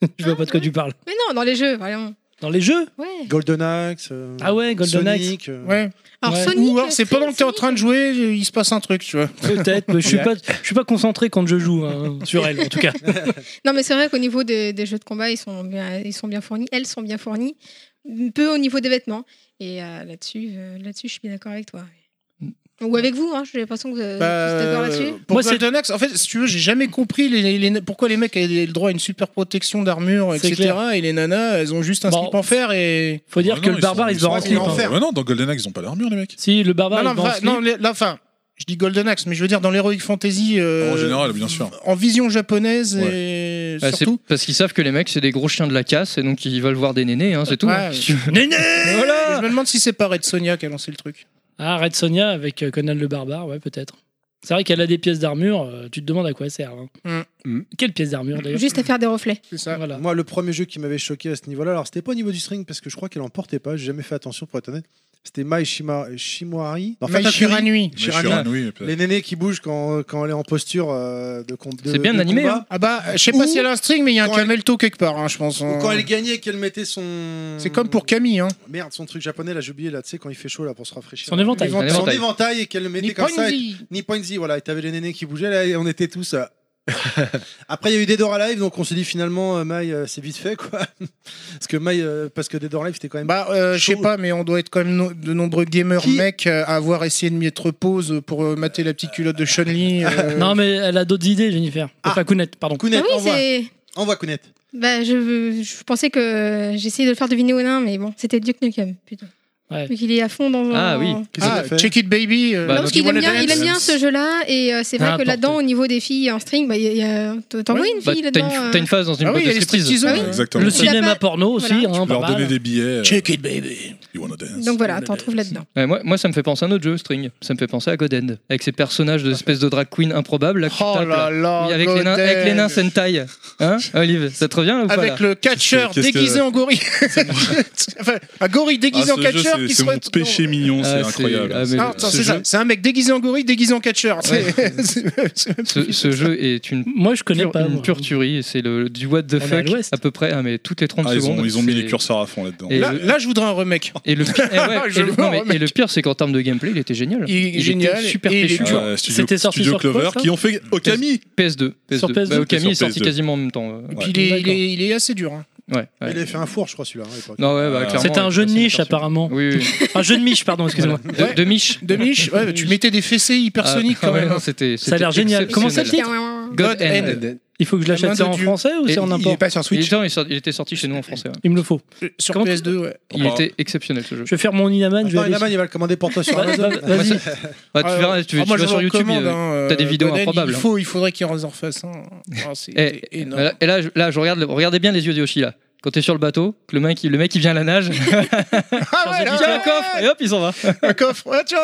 E: je vois pas de quoi tu parles.
D: Mais non, dans les jeux, vraiment.
E: Dans les jeux
D: Ouais.
F: Golden Axe. euh,
E: Ah ouais, Golden Axe.
F: Sonic, euh,
B: Ouais.
D: Alors,
E: Ouais.
D: Sonic,
B: Ou alors, c'est
D: string,
B: pendant que t'es en train de jouer, il se passe un truc, tu vois.
E: Peut-être, mais je suis pas, je suis pas concentré quand je joue hein, sur elle en tout cas.
D: Non, mais c'est vrai qu'au niveau des, des jeux de combat, ils sont, bien, ils sont bien fournis. Elles sont bien fournies. Peu au niveau des vêtements. Et euh, là-dessus, euh, là-dessus, je suis bien d'accord avec toi.
C: Mm.
D: Ou avec vous, hein, j'ai l'impression que vous êtes tous Euh, d'accord
B: Bah,
D: là-dessus.
B: pour
E: Moi, c'est-
B: Golden Axe, en fait, si tu veux, j'ai jamais compris les, les- pourquoi les mecs avaient le droit à une super protection d'armure,
E: C'est
B: etc.
E: clair. Bah,
B: Et les nanas, elles ont juste un
E: Bon.
B: slip en fer et.
E: Faut dire que le barbare il se bat en
F: sont-
E: slip.
F: ils sont-
E: hein.
F: enfer.
A: Ouais, non, dans Golden Axe ils ont pas l'armure les mecs.
E: Si le barbare
B: non,
E: il se
B: non,
E: bat en
B: enfin,
E: slip.
B: non, les- la fin. Je dis Golden Axe, mais je veux dire dans l'Heroic Fantasy. euh,
A: En général, bien sûr.
B: En vision japonaise et
C: Ah, c'est
B: surtout.
C: parce qu'ils savent que les mecs c'est des gros chiens de la casse et donc ils veulent voir des nénés, hein, c'est tout. hein.
B: Ouais.
C: Voilà.
B: Je me demande si c'est pas Red Sonia qui a lancé le truc.
E: Ah Red Sonia avec euh, Conan le barbare, ouais peut-être. C'est vrai qu'elle a des pièces d'armure. euh, tu te demandes à quoi elles servent. hein.
K: Mm.
E: Quelle pièce d'armure d'ailleurs
D: Juste à faire des reflets.
B: C'est ça.
E: Voilà.
F: Moi, le premier jeu qui m'avait choqué à ce niveau-là, alors c'était pas au niveau du string parce que je crois qu'elle en portait pas, j'ai jamais fait attention pour être honnête. C'était Mai Shima, Shimwari. Dans
B: Enfin,
F: Fatal Fury,
B: nuit.
A: Mais
F: Shiranui.
A: Shiranui, peut-être.
F: Les nénés qui bougent quand, quand elle est en posture euh, de compte.
C: C'est bien animé, hein.
B: Ah bah, je sais pas
F: Ou-
B: si elle a un string, mais il y a un
F: quand elle-
B: camelto quelque part, hein, je pense. hein.
F: Ou quand elle gagnait et qu'elle mettait son.
B: C'est comme pour Camille, hein.
F: Merde, son truc japonais, là j'ai oublié, là tu sais, quand il fait chaud là pour se rafraîchir.
E: Son éventail.
C: Son
F: Son
C: éventail.
F: éventail et qu'elle le mettait comme ça. et-
B: Nipponzi.
F: Nipponzi, voilà, et t'avais les nénés qui bougeaient là et on était tous. euh, Après, il y a eu Dead or Alive, donc on s'est dit finalement, euh, Mai, euh, c'est vite fait quoi. parce que Mai, euh, parce que Dead or Alive, c'était quand même.
B: Bah, euh, je sais
F: Chaud.
B: pas, mais on doit être quand même no- de nombreux gamers
F: Qui-
B: mecs euh, à avoir essayé de mettre pause pour euh, mater la petite culotte de Chun-Li. euh,
E: Non mais elle a d'autres idées, Jennifer.
F: Ah.
E: Enfin Kounet, pardon.
F: Kounet,
D: Ah oui,
F: envoie.
D: c'est.
F: Envoie Kounet.
D: Bah, je, je pensais que j'essayais de le faire deviner au nain, mais bon, c'était Duke Nukem plutôt. Donc il est à fond dans.
C: Ah oui.
F: Qu'est-ce
B: Ah,
F: qu'il a fait
B: Check It Baby. euh,
C: Bah,
D: Non,
C: Ah,
D: parce
C: donc
D: qu'il
B: you
D: aime,
B: wanna
D: bien- il
B: dance
D: aime bien ce jeu-là, et euh, c'est vrai que
E: N'importe
D: là-dedans,
E: où.
D: au niveau des filles en string, bah, il y a- il y a- t'en vois une
C: Ah, Bah,
D: fille
C: t'as,
D: là-dedans
C: une,
D: euh,
C: t'as une phase dans une
B: Ah
C: boîte
B: oui, il y a
C: de
B: les
C: striptease.
B: stripteaseuses.
D: Ah oui.
A: Exactement.
E: Le
D: Donc, il a
E: cinéma
D: pas-
E: porno aussi.
D: Voilà.
E: hein,
A: Leur
E: pas mal.
A: donner des billets. euh,
B: Check It Baby.
A: You wanna dance.
D: Donc voilà, t'en trouves là-dedans.
C: Ouais, moi, moi, ça me fait penser à un autre jeu, String. Ça me fait penser à God End, avec ces personnages de espèce de drag queen improbables. là, que tu
B: Oh
C: tapes, là.
B: là là.
C: Oui, avec, les nains,
B: Godel.
C: avec les nains Sentai. Hein, Olive, ça te revient là, ou pas là
B: Avec le catcheur
A: Qu'est-ce que-
B: déguisé en gorille. Enfin, un gorille
A: Ah,
B: déguisé
A: ce
B: en
A: jeu,
B: catcheur
A: c'est-
B: qui
A: C'est
B: se
A: mon
B: ret-
A: péché mignon,
C: Ah,
A: c'est
C: c'est-
A: incroyable.
C: ah, mais
B: Non, attends,
C: ce
B: c'est ça.
C: jeu-
B: C'est un mec déguisé en gorille, déguisé en catcheur. C'est- c'est-
C: Ce, ce jeu est une
E: Moi, je connais
C: pure,
E: pas.
C: une
E: moi.
C: pure tuerie. C'est le, du what the
E: On est à
C: fuck
E: l'ouest.
C: à peu près, ah, mais toutes les 30
A: Ah, ils,
C: secondes.
A: ont, ils ont mis
C: c'est-
A: les curseurs à fond là-dedans. Euh,
C: Et
B: là,
C: le-
B: là, je voudrais un remake.
C: Et le, pire, eh ouais,
B: Je
C: et le-
B: vois,
C: non, mais-
B: mec.
C: et le pire, c'est qu'en termes de gameplay, il était génial.
B: Il est
C: était
B: génial,
C: super
B: et il est
C: péchu.
B: dur.
A: Euh, Studio,
E: C'était sorti
A: Studio
E: sur quoi,
A: Clover
E: ça
A: qui ont fait Okami.
C: PS2. PS2.
E: Sur PS2.
C: Bah, Okami
A: Sur
C: est sorti
A: PS2.
C: quasiment en même temps. euh,
B: Puis il, est, il,
E: d'accord.
B: est, il est assez dur. hein.
C: Ouais. ouais.
F: Il avait fait un four, je crois, celui-là. hein, à l'époque.
C: Non, ouais,
B: Euh,
C: bah,
A: Ah.
C: clairement,
E: C'était un
C: ouais,
E: jeu de
C: c'est
E: niche,
C: perçu.
E: apparemment.
C: Oui, oui.
E: Un jeu de miche, pardon, excusez-moi.
C: De, de Mich.
B: De Mich, ouais, tu mettais des fessées hypersoniques
C: Ah,
B: quand
C: ouais,
B: même. hein.
C: non, c'était,
E: Ça a l'air génial. Comment ça, le
C: exceptionnel.
D: Tiens,
E: titre
D: ouais, ouais, ouais.
C: God
B: God End.
C: End.
E: Il faut que je l'achète.
B: La main
E: C'est
B: de
E: en
B: Dieu.
E: français ou
C: Et
E: c'est en
C: il
K: Il est
E: import
K: pas sur
C: Il
K: Switch.
C: était, il sort- il était sorti chez nous en français. ouais.
E: Il me le faut.
B: Euh, Sur
E: Comment-
B: PS2, ouais.
C: Il était exceptionnel ce jeu.
E: Je vais faire mon Inaman. Je
F: Attends,
E: vais aller.
F: Inaman, il va le commander pour toi sur
E: Vas-y,
F: Amazon.
E: vas-y.
C: Ouais, ça- Bah, tu
B: Ah,
C: verras, tu,
B: ah,
C: tu
B: moi,
C: vas
B: je le
C: sur YouTube.
B: recommande,
C: euh,
B: hein,
C: t'as des
B: euh,
C: vidéos
B: Golden,
C: improbables.
B: Il, faut, il faudrait qu'il en refasse un. Oh, c'est
C: Eh,
B: énorme.
C: Voilà. Et là, je, là, je regarde, regarde bien les yeux de Yoshi là. Quand t'es sur le bateau, que le mec, il- le mec il vient à la nage, il
B: Ah ouais, là,
C: dit tiens un coffre et hop il s'en va.
B: un coffre. Ouais, tiens,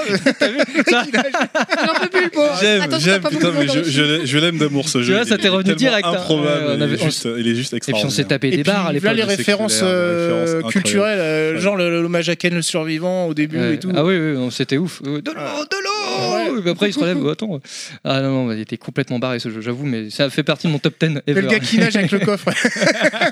D: Il en peut plus le pauvre.
A: J'aime,
D: Attention,
A: j'aime,
D: t'as pas
A: putain,
D: voulu
A: mais je,
D: longtemps.
A: je l'ai- je l'aime d'amour ce jeu.
C: vois,
A: Il
C: ça
A: est-
C: t'es
A: il est
C: revenu
A: tellement
C: direct, hein.
A: Improbable,
C: Ouais, on
A: il,
C: avait-
A: est
C: on-
A: juste, il est juste
C: Et puis on
A: extraordinaire.
C: s'est tapé des
B: puis,
C: barres à
B: Là,
C: l'époque.
B: les
A: je sais que
B: références
C: hein,
A: c'est les- les
B: euh,
A: références incroyables.
B: culturelles, euh,
A: Ouais.
B: genre le- le- l'hommage à Ken le survivant au début
C: Ouais.
B: et tout. Ah.
C: Ah oui, oui, non, c'était ouf. Euh, De l'eau, de l'eau.
B: Ouais.
C: Et puis après il se relève. Oh, Attends. Ah non, non, il était complètement barré ce jeu, j'avoue, mais ça fait partie de mon top 10
B: C'est
C: ever.
B: le gars qui nage avec le coffre.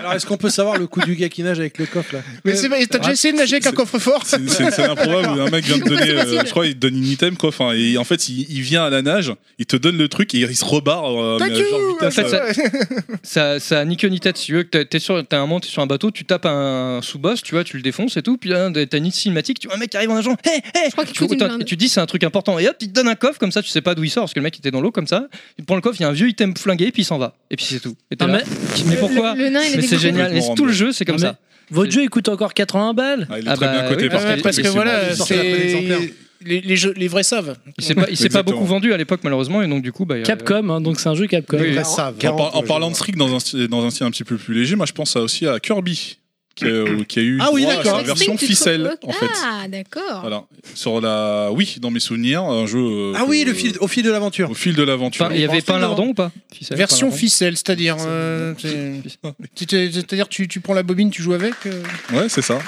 F: Alors, est-ce qu'on peut savoir le coup du gaquinage avec le coffre là
B: Mais c'est pas- t'as
C: Ah,
B: déjà essayé de nager avec un
A: C'est-
B: coffre fort
A: C'est- C'est c'est improbable. un mec vient te
D: Pourquoi
A: donner,
D: c'est
A: euh,
D: possible
A: je crois, il te donne une item quoi. Enfin, et en fait, il, il vient à la nage, il te donne le truc et il se rebarre. euh, mais,
B: Thank
A: genre,
B: you
A: vitesse,
C: En fait,
A: euh,
C: ça- ça, ça a ni queue ni tête. Si tu veux, que t'es- t'es sur, t'as un moment, t'es sur un bateau, tu tapes un sous-boss, tu vois, tu le défonces et tout. Puis là, t'as une cinématique, tu vois un mec qui arrive en nageant. Hé, hé
D: crois qu'il
C: Tu-
D: fout une
C: t'as-
D: blinde.
C: et tu dis c'est un truc important. Et hop, il te donne un coffre comme ça, tu sais pas d'où il sort parce que le mec était dans l'eau comme ça. Il prend le coffre, il y a un vieux item flingué, puis il s'en va. Et puis c'est tout. Et t'es
E: Ah,
C: là,
E: mais-
C: mais pourquoi
D: Le, le nain, il est
C: Mais c'est
D: dégoûté.
C: génial. Et
A: Complètement
C: tout le
A: random.
C: jeu, c'est comme
E: Ah,
C: ça.
E: Votre jeu il coûte encore 80 balles.
A: ah, il est
C: Ah
A: très
C: bah
A: bien coté
C: oui,
A: par
C: parce
A: contre,
C: que-
B: Euh, Parce
A: mais
B: que
A: c'est
B: voilà,
A: bon.
F: sorti après les exemplaires.
B: c'est les, les jeux- les vrais savent.
C: Il s'est pas, il s'est pas
A: Exactement.
C: beaucoup vendu à l'époque malheureusement, et donc du coup, bah, euh,
E: Capcom, hein, donc c'est un jeu Capcom.
C: Oui.
F: Après, ça,
A: En, par- en
F: 40, ouais,
A: parlant
F: je
A: de strict dans un, sty- dans un style un petit peu plus léger, moi je pense à- aussi à Kirby qui a, qui a eu
F: Ah oui,
A: droit à
F: d'accord.
A: sa version
D: String, tu te-
A: ficelle en fait.
D: Ah, d'accord.
A: Voilà. Sur la oui, dans mes souvenirs, un jeu. euh,
F: vois. Ah oui,
A: que-
F: le fil, au fil de l'aventure.
A: Au fil de l'aventure.
C: enfin, il y avait
F: Pense-le
C: pas lardon ou pas
B: Version
C: fille
B: ficelle, c'est-à-dire. euh, c'est- tu- tu- C'est-à-dire, tu, tu prends la bobine, tu joues avec. euh,
A: Ouais, c'est ça.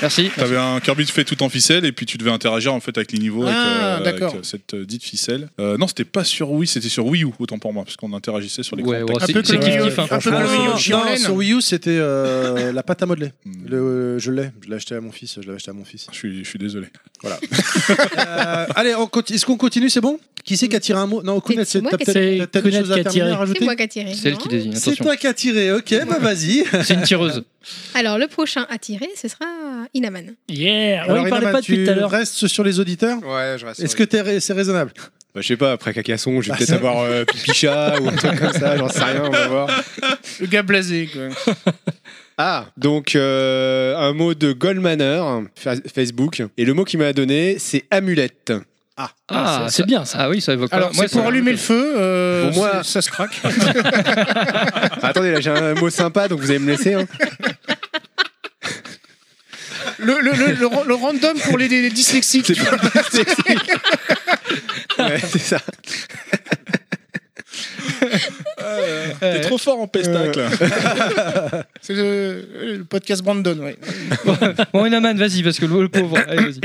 C: Merci.
A: T'avais un Kirby fait tout en ficelle et puis tu devais interagir en fait avec les niveaux avec,
B: Ah,
A: euh, avec,
B: d'accord.
A: euh, cette euh, dite ficelle. Euh, non, c'était pas sur Wii, c'était sur Wii U autant pour moi parce qu'on interagissait sur les
C: Ouais, ouais,
A: contacts.
C: c'est
B: peu
C: c'est
B: comme,
C: kiff
B: euh,
C: kiff. hein.
B: un peu
F: Ah
B: comme
F: non, non,
B: le Yoshi en
F: non,
B: laine.
F: sur Wii U, c'était euh, la pâte à modeler.
A: Hmm.
F: Le, je l'ai, je l'ai acheté à mon fils. Je l'avais acheté à mon fils.
A: Je suis, je suis désolé.
F: Euh, allez, on conti- est-ce qu'on continue C'est bon Qui c'est qui a tiré un mot Non, Kounet,
D: C'est
F: c'est
D: moi
F: t'as
D: qui ai
F: peut-être
E: tiré.
F: t'as- t'as des
E: Kounet
F: choses
E: qui a
F: à terminer,
E: tiré.
F: à
D: C'est
F: rajouter
D: moi qui a tiré.
C: C'est elle
D: non
C: qui désigne.
F: C'est
C: Attention.
F: toi qui as tiré, ok, bah vas-y.
E: Ah,
C: C'est une tireuse.
D: Alors, le prochain à tirer, ce sera Inaman.
E: Yeah. Ouais,
F: Alors,
E: il parlait
F: Inaman,
E: pas depuis
F: tu
E: tout à l'heure.
F: restes sur les auditeurs
K: Ouais, je reste.
F: Est-ce que t'es ra- c'est raisonnable
K: Bah, je sais pas, après Cacasson, je vais
F: Bah,
K: peut-être
F: ça-
K: avoir euh, Pipicha ou un truc comme ça, j'en sais rien, on va voir.
B: Le gars blasé, quoi.
K: Ah, donc euh, un mot de Goldmaner, fa- Facebook, et le mot qu'il m'a donné, c'est amulette.
C: Ah,
E: c'est
C: ça-
E: bien ça.
C: Ah oui, ça évoque. pas-
B: Alors,
C: moi,
B: c'est pour
C: ça-
B: allumer le feu, euh,
K: Pour moi-
B: c'est- ça se craque.
K: Ah, Attendez, là j'ai un mot sympa, donc vous allez me laisser. Hein.
B: Le, le, le, le ra- le random pour les, les dyslexiques.
K: C'est pas Ouais, c'est ça.
A: T'es trop fort en pestacle.
B: C'est le, le podcast Brandon, ouais.
C: Bon, Inaman, vas-y, parce que le, le pauvre. Allez, vas-y.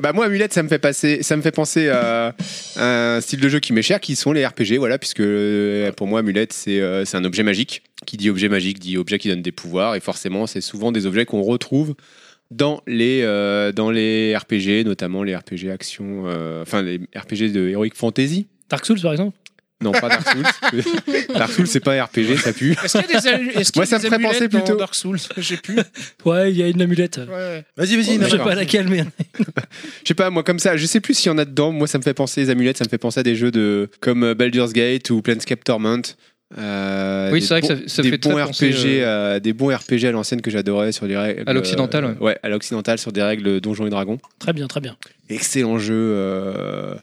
K: Bah moi amulette ça me fait passer ça me fait penser à un style de jeu qui m'est cher qui sont les RPG voilà puisque euh, pour moi amulette c'est euh, c'est un objet magique qui dit objet magique dit objet qui donne des pouvoirs et forcément c'est souvent des objets qu'on retrouve dans les euh, dans les RPG notamment les RPG action euh, enfin les RPG de heroic fantasy
E: Dark Souls par exemple.
K: non pas Dark Souls Dark Souls c'est pas un RPG ça pue
B: Est-ce qu'il y a des, alu- est-ce qu'il y a
K: Moi, ça
B: des
K: me ferait penser
B: amulettes dans
K: plutôt-
B: Dark Souls J'ai plus.
E: Ouais, il y a une amulette.
B: Ouais.
F: Vas-y, vas-y,
E: Oh, Je
F: Inaman.
E: sais
K: d'accord.
E: pas laquelle, mais
K: Je sais pas, moi comme ça, je sais plus s'il y en a dedans. Moi, ça me fait penser les amulettes, ça me fait penser à des jeux de comme euh, Baldur's Gate ou Planescape Torment. Euh,
C: Oui,
K: des
C: c'est vrai que
K: bons-
C: ça- ça
K: des
C: fait
K: bons
C: très
K: RPG,
C: penser,
K: euh, des bons RPG à l'ancienne que j'adorais sur des règles. euh,
C: À l'occidental, ouais.
K: ouais. à l'occidental sur des règles Donjons et Dragons.
E: Très bien, très bien.
K: Excellent jeu euh,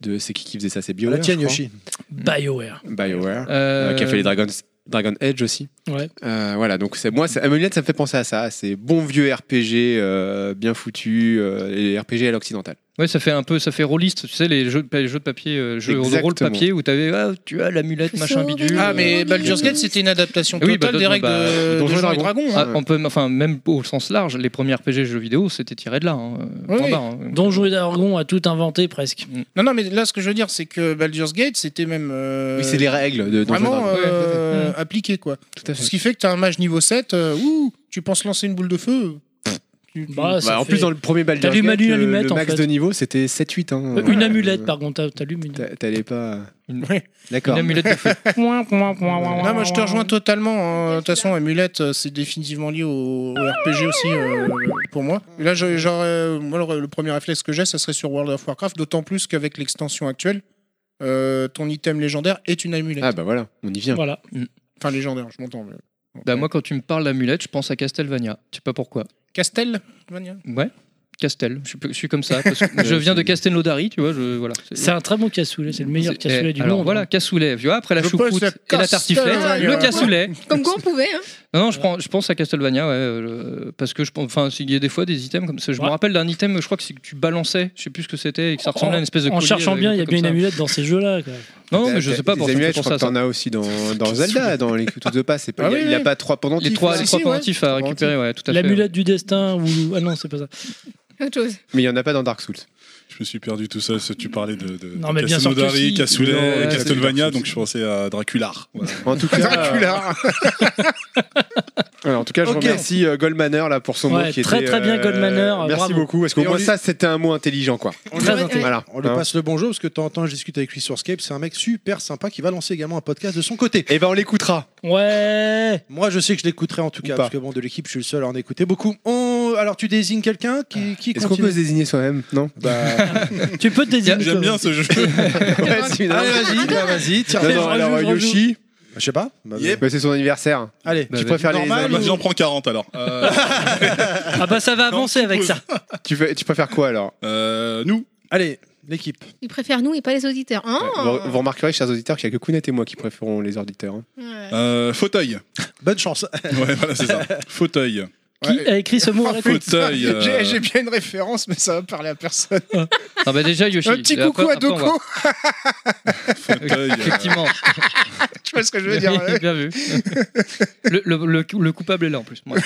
K: de c'est qui qui faisait ça, c'est BioWare.
F: La tienne,
K: je crois.
F: Yoshi.
E: BioWare.
K: BioWare,
C: Euh,
K: euh, qui a fait les Dragons. Dragon Edge aussi.
E: Ouais.
K: Euh, voilà, donc c'est moi, c'est- à Amulette, ça me fait penser à ça. C'est bon vieux RPG euh, bien foutu, euh, et RPG à l'occidental.
C: Ouais, ça fait un peu, ça fait rôliste, tu sais, les jeux de, les jeux de papier, euh, jeux de rôle
K: Exactement.
C: papier où t'avais, ah, tu as l'amulette, machin bidule.
B: Ah, mais
D: Euh,
B: Baldur's Gate, c'était une adaptation
C: Oui,
B: totale
C: bah,
B: des
C: bah,
B: règles
C: bah,
B: de
K: Donjons et
B: Donjons et
K: Dragons.
B: Dragons. hein.
C: Ah, on peut, enfin, même au sens large, les premiers RPG jeux vidéo, c'était tiré de là. Hein,
B: Oui,
C: point
B: oui.
C: barre, hein.
E: Donjons et Dragons a tout inventé presque.
B: Non, non, mais là, ce que je veux dire, c'est que Baldur's Gate, c'était même. euh,
K: oui, c'est les règles de Donjons et
B: Vraiment
K: Dragons.
B: euh,
E: Ouais,
B: appliqué, quoi.
K: Tout à fait.
B: Ce qui fait que t'as un mage niveau 7, euh, ouh, tu penses lancer une boule de feu pff, tu- tu-
E: Bah, ça
K: Bah, en
E: fait-
K: plus, dans le premier Baldur's
E: T'allumes
K: Gate,
E: allumette,
K: le-
E: allumette,
K: le
E: en
K: max
E: fait.
K: de niveau, c'était 7-8. Hein,
E: Euh, Une
K: Euh,
E: amulette, par contre, t'a- t'allumes une.
K: t'a- T'allais pas.
B: Ouais.
K: D'accord.
C: Une amulette de feu.
B: Non,
E: Non,
B: moi je te rejoins totalement. hein. De toute façon, Amulette, euh, c'est définitivement lié au, au RPG aussi, euh, pour moi. Et là, je- j'aurais- euh, moi, le, le premier réflexe que j'ai, ça serait sur World of Warcraft, d'autant plus qu'avec l'extension actuelle, euh, ton item légendaire est une amulette.
K: Ah bah voilà, on y vient.
E: Voilà.
B: Enfin, légendaire, je m'entends. mais-
C: bah, moi, quand tu me parles d'amulette, je pense à Castelvania. Je sais pas pourquoi.
B: Castel Vania
C: Ouais. Castel, je suis, je suis comme ça. parce que je viens de Castelnaudary, tu vois. Je, voilà.
E: C'est un très bon cassoulet, c'est le meilleur
C: C'est-
E: cassoulet
C: eh,
E: du
C: alors,
E: monde. hein.
C: Voilà, cassoulet. Tu vois, après la
B: Je pense
C: choucroute
B: à
C: et la tartiflette,
B: Castelvania.
C: le cassoulet.
D: Comme quoi on pouvait, hein.
C: Non, non, je, prends- je pense à Castlevania, ouais, euh, le- parce que je pense, enfin, il y a des fois des items comme ça. Je me
E: Ouais.
C: rappelle d'un item, je crois que c'est que tu balançais, je sais plus ce que c'était, et que ça ressemblait à une espèce de.
E: En
C: collier
E: cherchant
C: avec
E: bien,
C: un
E: il y a
C: truc
E: bien une
C: comme
E: amulette dans ces jeux-là. quoi.
C: ça. Non, non, mais je sais pas,
K: Bah, Des
C: pour ça,
K: amulettes,
C: pour
K: je crois
C: ça.
K: que t'en
C: ça.
K: as aussi dans, dans Zelda, dans les to the Pass. c'est Pas,
B: Ah
K: il y a-
B: oui,
K: il n'y a
B: oui.
K: pas trois pendentifs.
C: Les trois,
K: là.
C: les
B: Si,
C: trois
B: si, ouais.
C: pendentifs à récupérer, ouais, tout à fait.
E: L'amulette du destin ou. Ah non, c'est pas ça.
D: Autre chose.
K: Mais il n'y en a pas dans Dark Souls.
A: Je me suis perdu tout ça. c'est- Tu parlais de, de
E: Non, mais bien sûr que
A: Castelnaudary,
E: si.
A: Cassoulet,
C: Ouais,
A: Castlevania, donc je pensais à Dracula. Voilà.
K: En tout cas, euh, alors, en tout cas, je
F: Ok.
K: remercie euh, Goldmaner là pour son
E: Ouais,
K: mot qui
E: très,
K: était, euh,
E: très bien, Goldmaner,
K: Merci
E: bravo.
K: beaucoup. Parce qu'au
F: Et on
K: moins
F: lui-
K: ça, c'était un mot intelligent quoi.
E: Très
D: Ouais,
E: intelligent.
K: Voilà.
F: On lui
K: Hein.
F: passe le bonjour parce que de temps en temps, je discute avec lui sur Skype. C'est un mec super sympa qui va lancer également un podcast de son côté.
K: Et ben on l'écoutera.
E: Ouais
F: Moi, je sais que je l'écouterai en tout
K: Ou
F: cas
K: pas.
F: parce que bon, de l'équipe, je suis le seul à en écouter beaucoup. On- Alors, tu désignes quelqu'un qui, qui
K: Est-ce qu'on peut
F: continue
K: se désigner soi-même Non
F: Bah,
E: Tu peux te désigner.
A: J'aime
E: toi.
A: bien ce jeu.
K: Ouais, si, non.
F: Allez, vas-y, bah, vas-y, tire.
K: Non,
E: Je
K: non,
E: rajoute,
K: alors
E: je rajoute.
K: Yoshi,
F: Je sais pas. Bah,
A: Yep.
K: bah, c'est son anniversaire.
F: Allez.
C: Bah, vas-y.
K: tu préfères les
F: Normal
K: hommes
A: Bah, J'en prends 40 alors. Euh,
E: Ah bah ça va avancer avec ça.
K: tu, fais- tu préfères quoi alors
A: euh, nous,
F: Allez, l'équipe.
D: Ils préfèrent nous et pas les auditeurs. Hein
K: vous, vous remarquerez, chers auditeurs, qu'il n'y a que Kounet et moi qui préférons les auditeurs. hein.
D: Ouais.
A: euh, fauteuil.
F: Bonne chance.
A: Ouais, voilà, c'est ça. Fauteuil.
E: Qui a écrit ce mot à la con
A: Fauteuil. euh,
B: J'ai j'ai bien une référence, mais ça va parler à personne.
C: Ah bah déjà, Yoshi.
B: Un petit
C: après-
B: coucou à
C: après, on va-
B: Doko,
A: fauteuil, euh,
C: Effectivement.
B: tu vois ce que je veux dire ouais.
C: Bien vu. le, le, le, le coupable est là en plus. moi.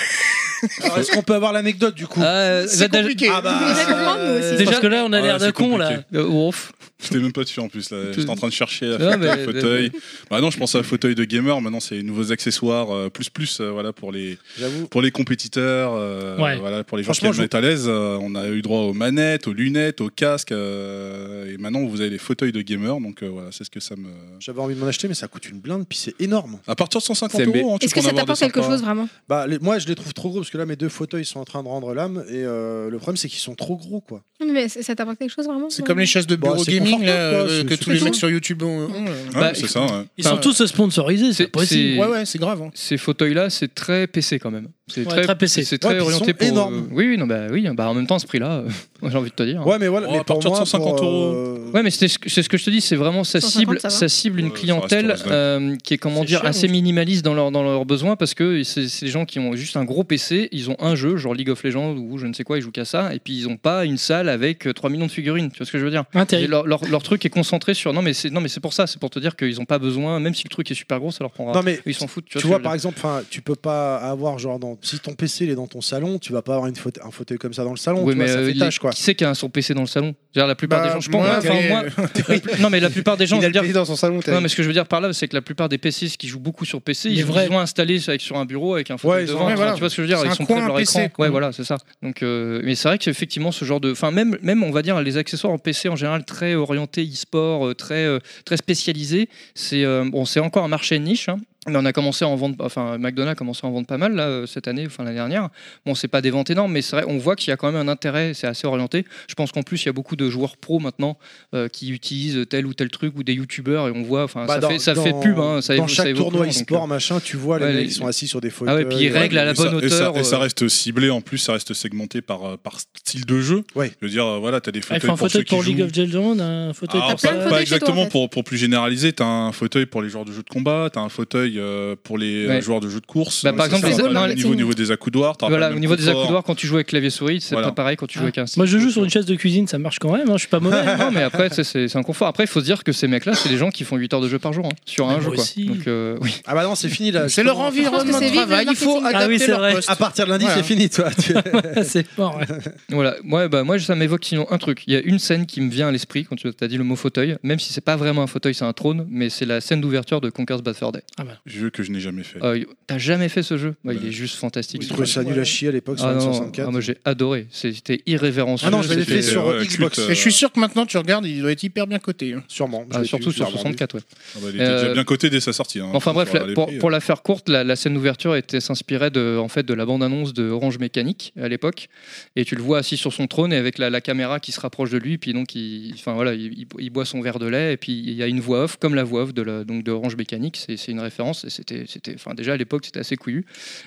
F: Alors, Est-ce qu'on peut avoir l'anecdote du coup
C: Euh,
B: C'est
C: déjà-
B: compliqué.
F: Ah bah,
D: Vous allez comprendre, nous aussi.
E: Parce que là, on a
A: Ouais,
E: l'air de
A: c'est
E: con
A: compliqué.
E: là.
C: Euh, ouf.
A: J'étais même pas dessus en plus. là. J'étais en train de chercher à
C: Non,
A: faire
C: Ah, mais-
A: un fauteuil. Bah non, je pensais à fauteuil de gamer. Maintenant, c'est les nouveaux accessoires euh, plus plus euh, voilà pour les
F: J'avoue.
A: pour les compétiteurs, euh,
E: Ouais.
A: voilà pour les gens qui
F: Franchement,
A: aiment être à l'aise. euh, on a eu droit aux manettes, aux lunettes, aux casques euh, et maintenant vous avez les fauteuils de gamer. Donc euh, voilà, c'est ce que ça me.
F: J'avais envie de m'en acheter, mais ça coûte une blinde, puis c'est énorme.
A: À partir de 150
K: CMB.
A: euros, hein, tu
D: Est-ce
A: peux
D: que
A: en
D: ça
A: avoir
D: t'apporte
A: des
D: quelque
A: sympas.
D: chose vraiment
F: Bah, les- moi, je les trouve trop gros parce que là, mes deux fauteuils sont en train de rendre l'âme et euh, le problème, c'est qu'ils sont trop gros, quoi.
D: Non, mais ça ça t'apporte quelque chose vraiment
B: C'est comme les chaises de
F: Bah,
B: bureau
F: c'est
B: gaming
F: confortable,
B: là,
F: quoi,
B: euh,
F: c'est-
B: que
F: c'est
B: tous les
D: tout.
B: mecs sur YouTube ont. ont, euh.
A: Ouais,
C: Bah,
A: c'est ça. ouais.
E: Ils
C: Enfin,
E: sont tous sponsorisés, c'est
C: C'est-
E: pas possible.
C: c'est-
B: Ouais, ouais, c'est grave. hein.
C: Ces fauteuils-là, c'est très PC quand même. C'est
E: Ouais, très PC.
C: C'est très
F: Ouais, puis ils
C: orienté
F: sont
C: pour. euh,
F: énormes.
C: Oui, oui, non, bah oui. Bah en même temps, à ce prix-là, euh, j'ai envie de te dire.
F: Ouais, mais voilà.
A: Oh,
F: mais
A: à
F: pour
A: partir de
F: moi,
A: 150
F: pour,
A: euros.
F: euh,
C: Ouais, mais c'est ce que- c'est ce que je te dis, c'est vraiment ça
D: 150,
C: cible,
D: ça
C: ça,
D: va
C: cible une
A: Ouais, ça
C: clientèle
A: reste raisonnable.
C: euh, qui est comment
E: C'est
C: dire
E: cher,
C: assez
E: ou-
C: minimaliste dans leurs dans leurs besoins parce que c'est c'est des gens qui ont juste un gros PC, ils ont un jeu genre League of Legends ou je ne sais quoi, ils jouent qu'à ça et puis ils ont pas une salle avec euh, 3 millions de figurines, tu vois ce que je veux dire Et
E: Intéressant.
C: leur, leur, leur truc est concentré sur non mais c'est non mais c'est pour ça, c'est pour te dire qu'ils ont pas besoin même si le truc est super gros, ça leur prendra.
F: Non, mais
C: ils s'en foutent, tu vois.
F: Tu
C: ce que
F: vois,
C: je veux
F: par
C: dire.
F: exemple, 'fin, tu peux pas avoir, genre, dans... si ton PC il est dans ton salon, tu vas pas avoir une faute... un fauteuil comme ça dans le salon.
C: Oui,
F: tu vois,
C: mais,
F: ça
C: euh,
F: fait
C: les-
F: tâche, quoi.
C: qui c'est qui a son PC dans le salon C'est-à-dire, la plupart
B: Bah,
C: des gens, je pense.
B: moi,
C: enfin,
B: mais-
C: moi, la plu- non mais la plupart des gens, je
K: Il
C: veux
K: a le
C: dire,
K: plaisir dans son salon, t'as
C: Non,
K: vu.
C: mais ce que je veux dire par là, c'est que la plupart des PC qui jouent beaucoup sur PC,
E: Des
C: ils
E: vrais.
C: ils ont installé ça avec- sur un bureau avec un fauteuil
F: Ouais, ils ont-
C: devant.
B: ouais, voilà.
C: Tu vois ce que je veux dire
B: C'est
C: Ils
B: un
C: sont
B: coin,
C: près de leur
B: un
C: écran.
B: PC, quoi.
C: Ouais, voilà, c'est ça. Donc, euh, mais c'est vrai que effectivement, ce genre de, enfin même, même on va dire les accessoires en PC en général très orientés e-sport, euh, très, euh, très spécialisés. C'est euh, bon, c'est encore un marché de niche. hein. Mais on a commencé à en vendre, enfin McDonald's a commencé à en vendre pas mal là, euh, cette année, enfin l'année dernière. Bon, c'est pas des ventes énormes, mais c'est vrai, on voit qu'il y a quand même un intérêt, c'est assez orienté. Je pense qu'en plus, il y a beaucoup de joueurs pro maintenant euh, qui utilisent tel ou tel truc ou des youtubeurs et on voit, enfin
F: Bah,
C: ça,
F: dans-
C: fait, ça
F: dans-
C: fait pub. Hein, ça
F: dans
C: évo- ça
F: chaque
C: évolue,
F: tournoi
C: donc, euh,
F: e-sport, machin, tu vois, les
C: ouais,
F: mecs,
C: les-
F: ils sont assis sur des fauteuils.
C: Ah ouais, puis ils règlent à la
A: Et ça-
C: bonne
A: et ça-
C: hauteur.
A: Et ça,
C: euh,
A: reste ciblé en plus, ça reste segmenté par, euh, par style de jeu.
F: Ouais.
A: Je veux dire, euh, voilà, t'as des
E: Il
A: fauteuils
E: faut un
A: pour ceux
E: fauteuil pour
A: qui
E: League
A: jouent.
E: of Legends, un fauteuil
A: Alors,
E: pour
D: plein de
A: pas
D: fauteuils chez
E: ça.
D: toi,
A: Ah, bah, exactement
D: en fait.
A: pour, pour plus généraliser, t'as un fauteuil pour les joueurs de jeux de combat, t'as as un fauteuil euh, pour les euh,
C: Ouais.
A: joueurs de jeux de course.
C: Bah, par
A: C'est
C: exemple,
A: ça,
D: les-
A: t'as
D: non,
A: le
D: les-
A: niveau, au niveau des accoudoirs, t'as pas
C: Voilà,
A: le
C: au
A: même
C: niveau des
A: confort.
C: accoudoirs, quand tu joues avec clavier souris, c'est
A: Voilà.
C: pas pareil quand tu joues
E: Ah.
C: avec un. stick.
E: Moi, je joue sur une chaise de cuisine, ça marche quand même. hein, Je suis pas mauvais. hein.
C: non, mais après, c'est- c'est c'est un confort. Après, il faut se dire que ces mecs-là, c'est des gens qui font 8 heures de jeu par jour hein, sur un
E: Mais
C: jeu.
E: moi
C: Quoi.
E: aussi.
C: Donc, euh, oui.
F: Ah bah non, c'est fini là.
B: C'est leur
F: Justement,
D: Je
B: environnement
D: pense que
B: de
D: c'est vivre
B: travail.
D: le
B: Il faut
D: marketing.
E: Ah oui,
B: adapter
E: c'est
B: leur
E: vrai.
B: poste.
F: À partir de lundi,
B: Voilà.
F: c'est fini, toi. Tu-
E: c'est fort. ouais.
C: Voilà, ouais, bah, moi, ça m'évoque sinon un truc. Il y a une scène qui me vient à l'esprit quand tu as dit le mot fauteuil, même si c'est pas vraiment un fauteuil, c'est un trône, mais c'est la scène d'ouverture de Conker's Bad Fur Day.
A: Jeu que je n'ai jamais fait.
C: Euh, T'as jamais fait ce jeu Ouais,
A: Ouais.
C: Il est juste fantastique.
F: Bah, Je trouvais ça nul à chier à l'époque sur
C: Ah, non, ah,
F: 64.
C: moi j'ai adoré, c'était irrévérencieux.
F: Ah non, je l'avais
C: c'était-
F: fait sur
A: ouais,
C: euh.
F: Xbox.
A: culte,
B: Et je suis sûr que maintenant tu regardes, il doit être hyper bien coté. hein.
F: Sûrement. je
C: Ah,
F: l'ai
C: surtout
F: vu,
C: sur
F: sûrement.
C: 64, ouais.
A: Ah bah, il était déjà
C: euh,
A: bien coté dès sa sortie. hein.
C: Enfin bref,
A: Sur
C: la-
A: les
C: pour,
A: prix,
F: euh.
C: pour la faire courte, la, la scène d'ouverture était s'inspirait de en fait de la bande annonce de Orange Mécanique à l'époque, et tu le vois assis sur son trône et avec la, la caméra qui se rapproche de lui, puis donc il, enfin voilà, il, il- il boit son verre de lait et puis il y a une voix off comme la voix off de la, donc de Orange Mécanique, c'est c'est une référence et c'était c'était enfin déjà à l'époque c'était assez couillu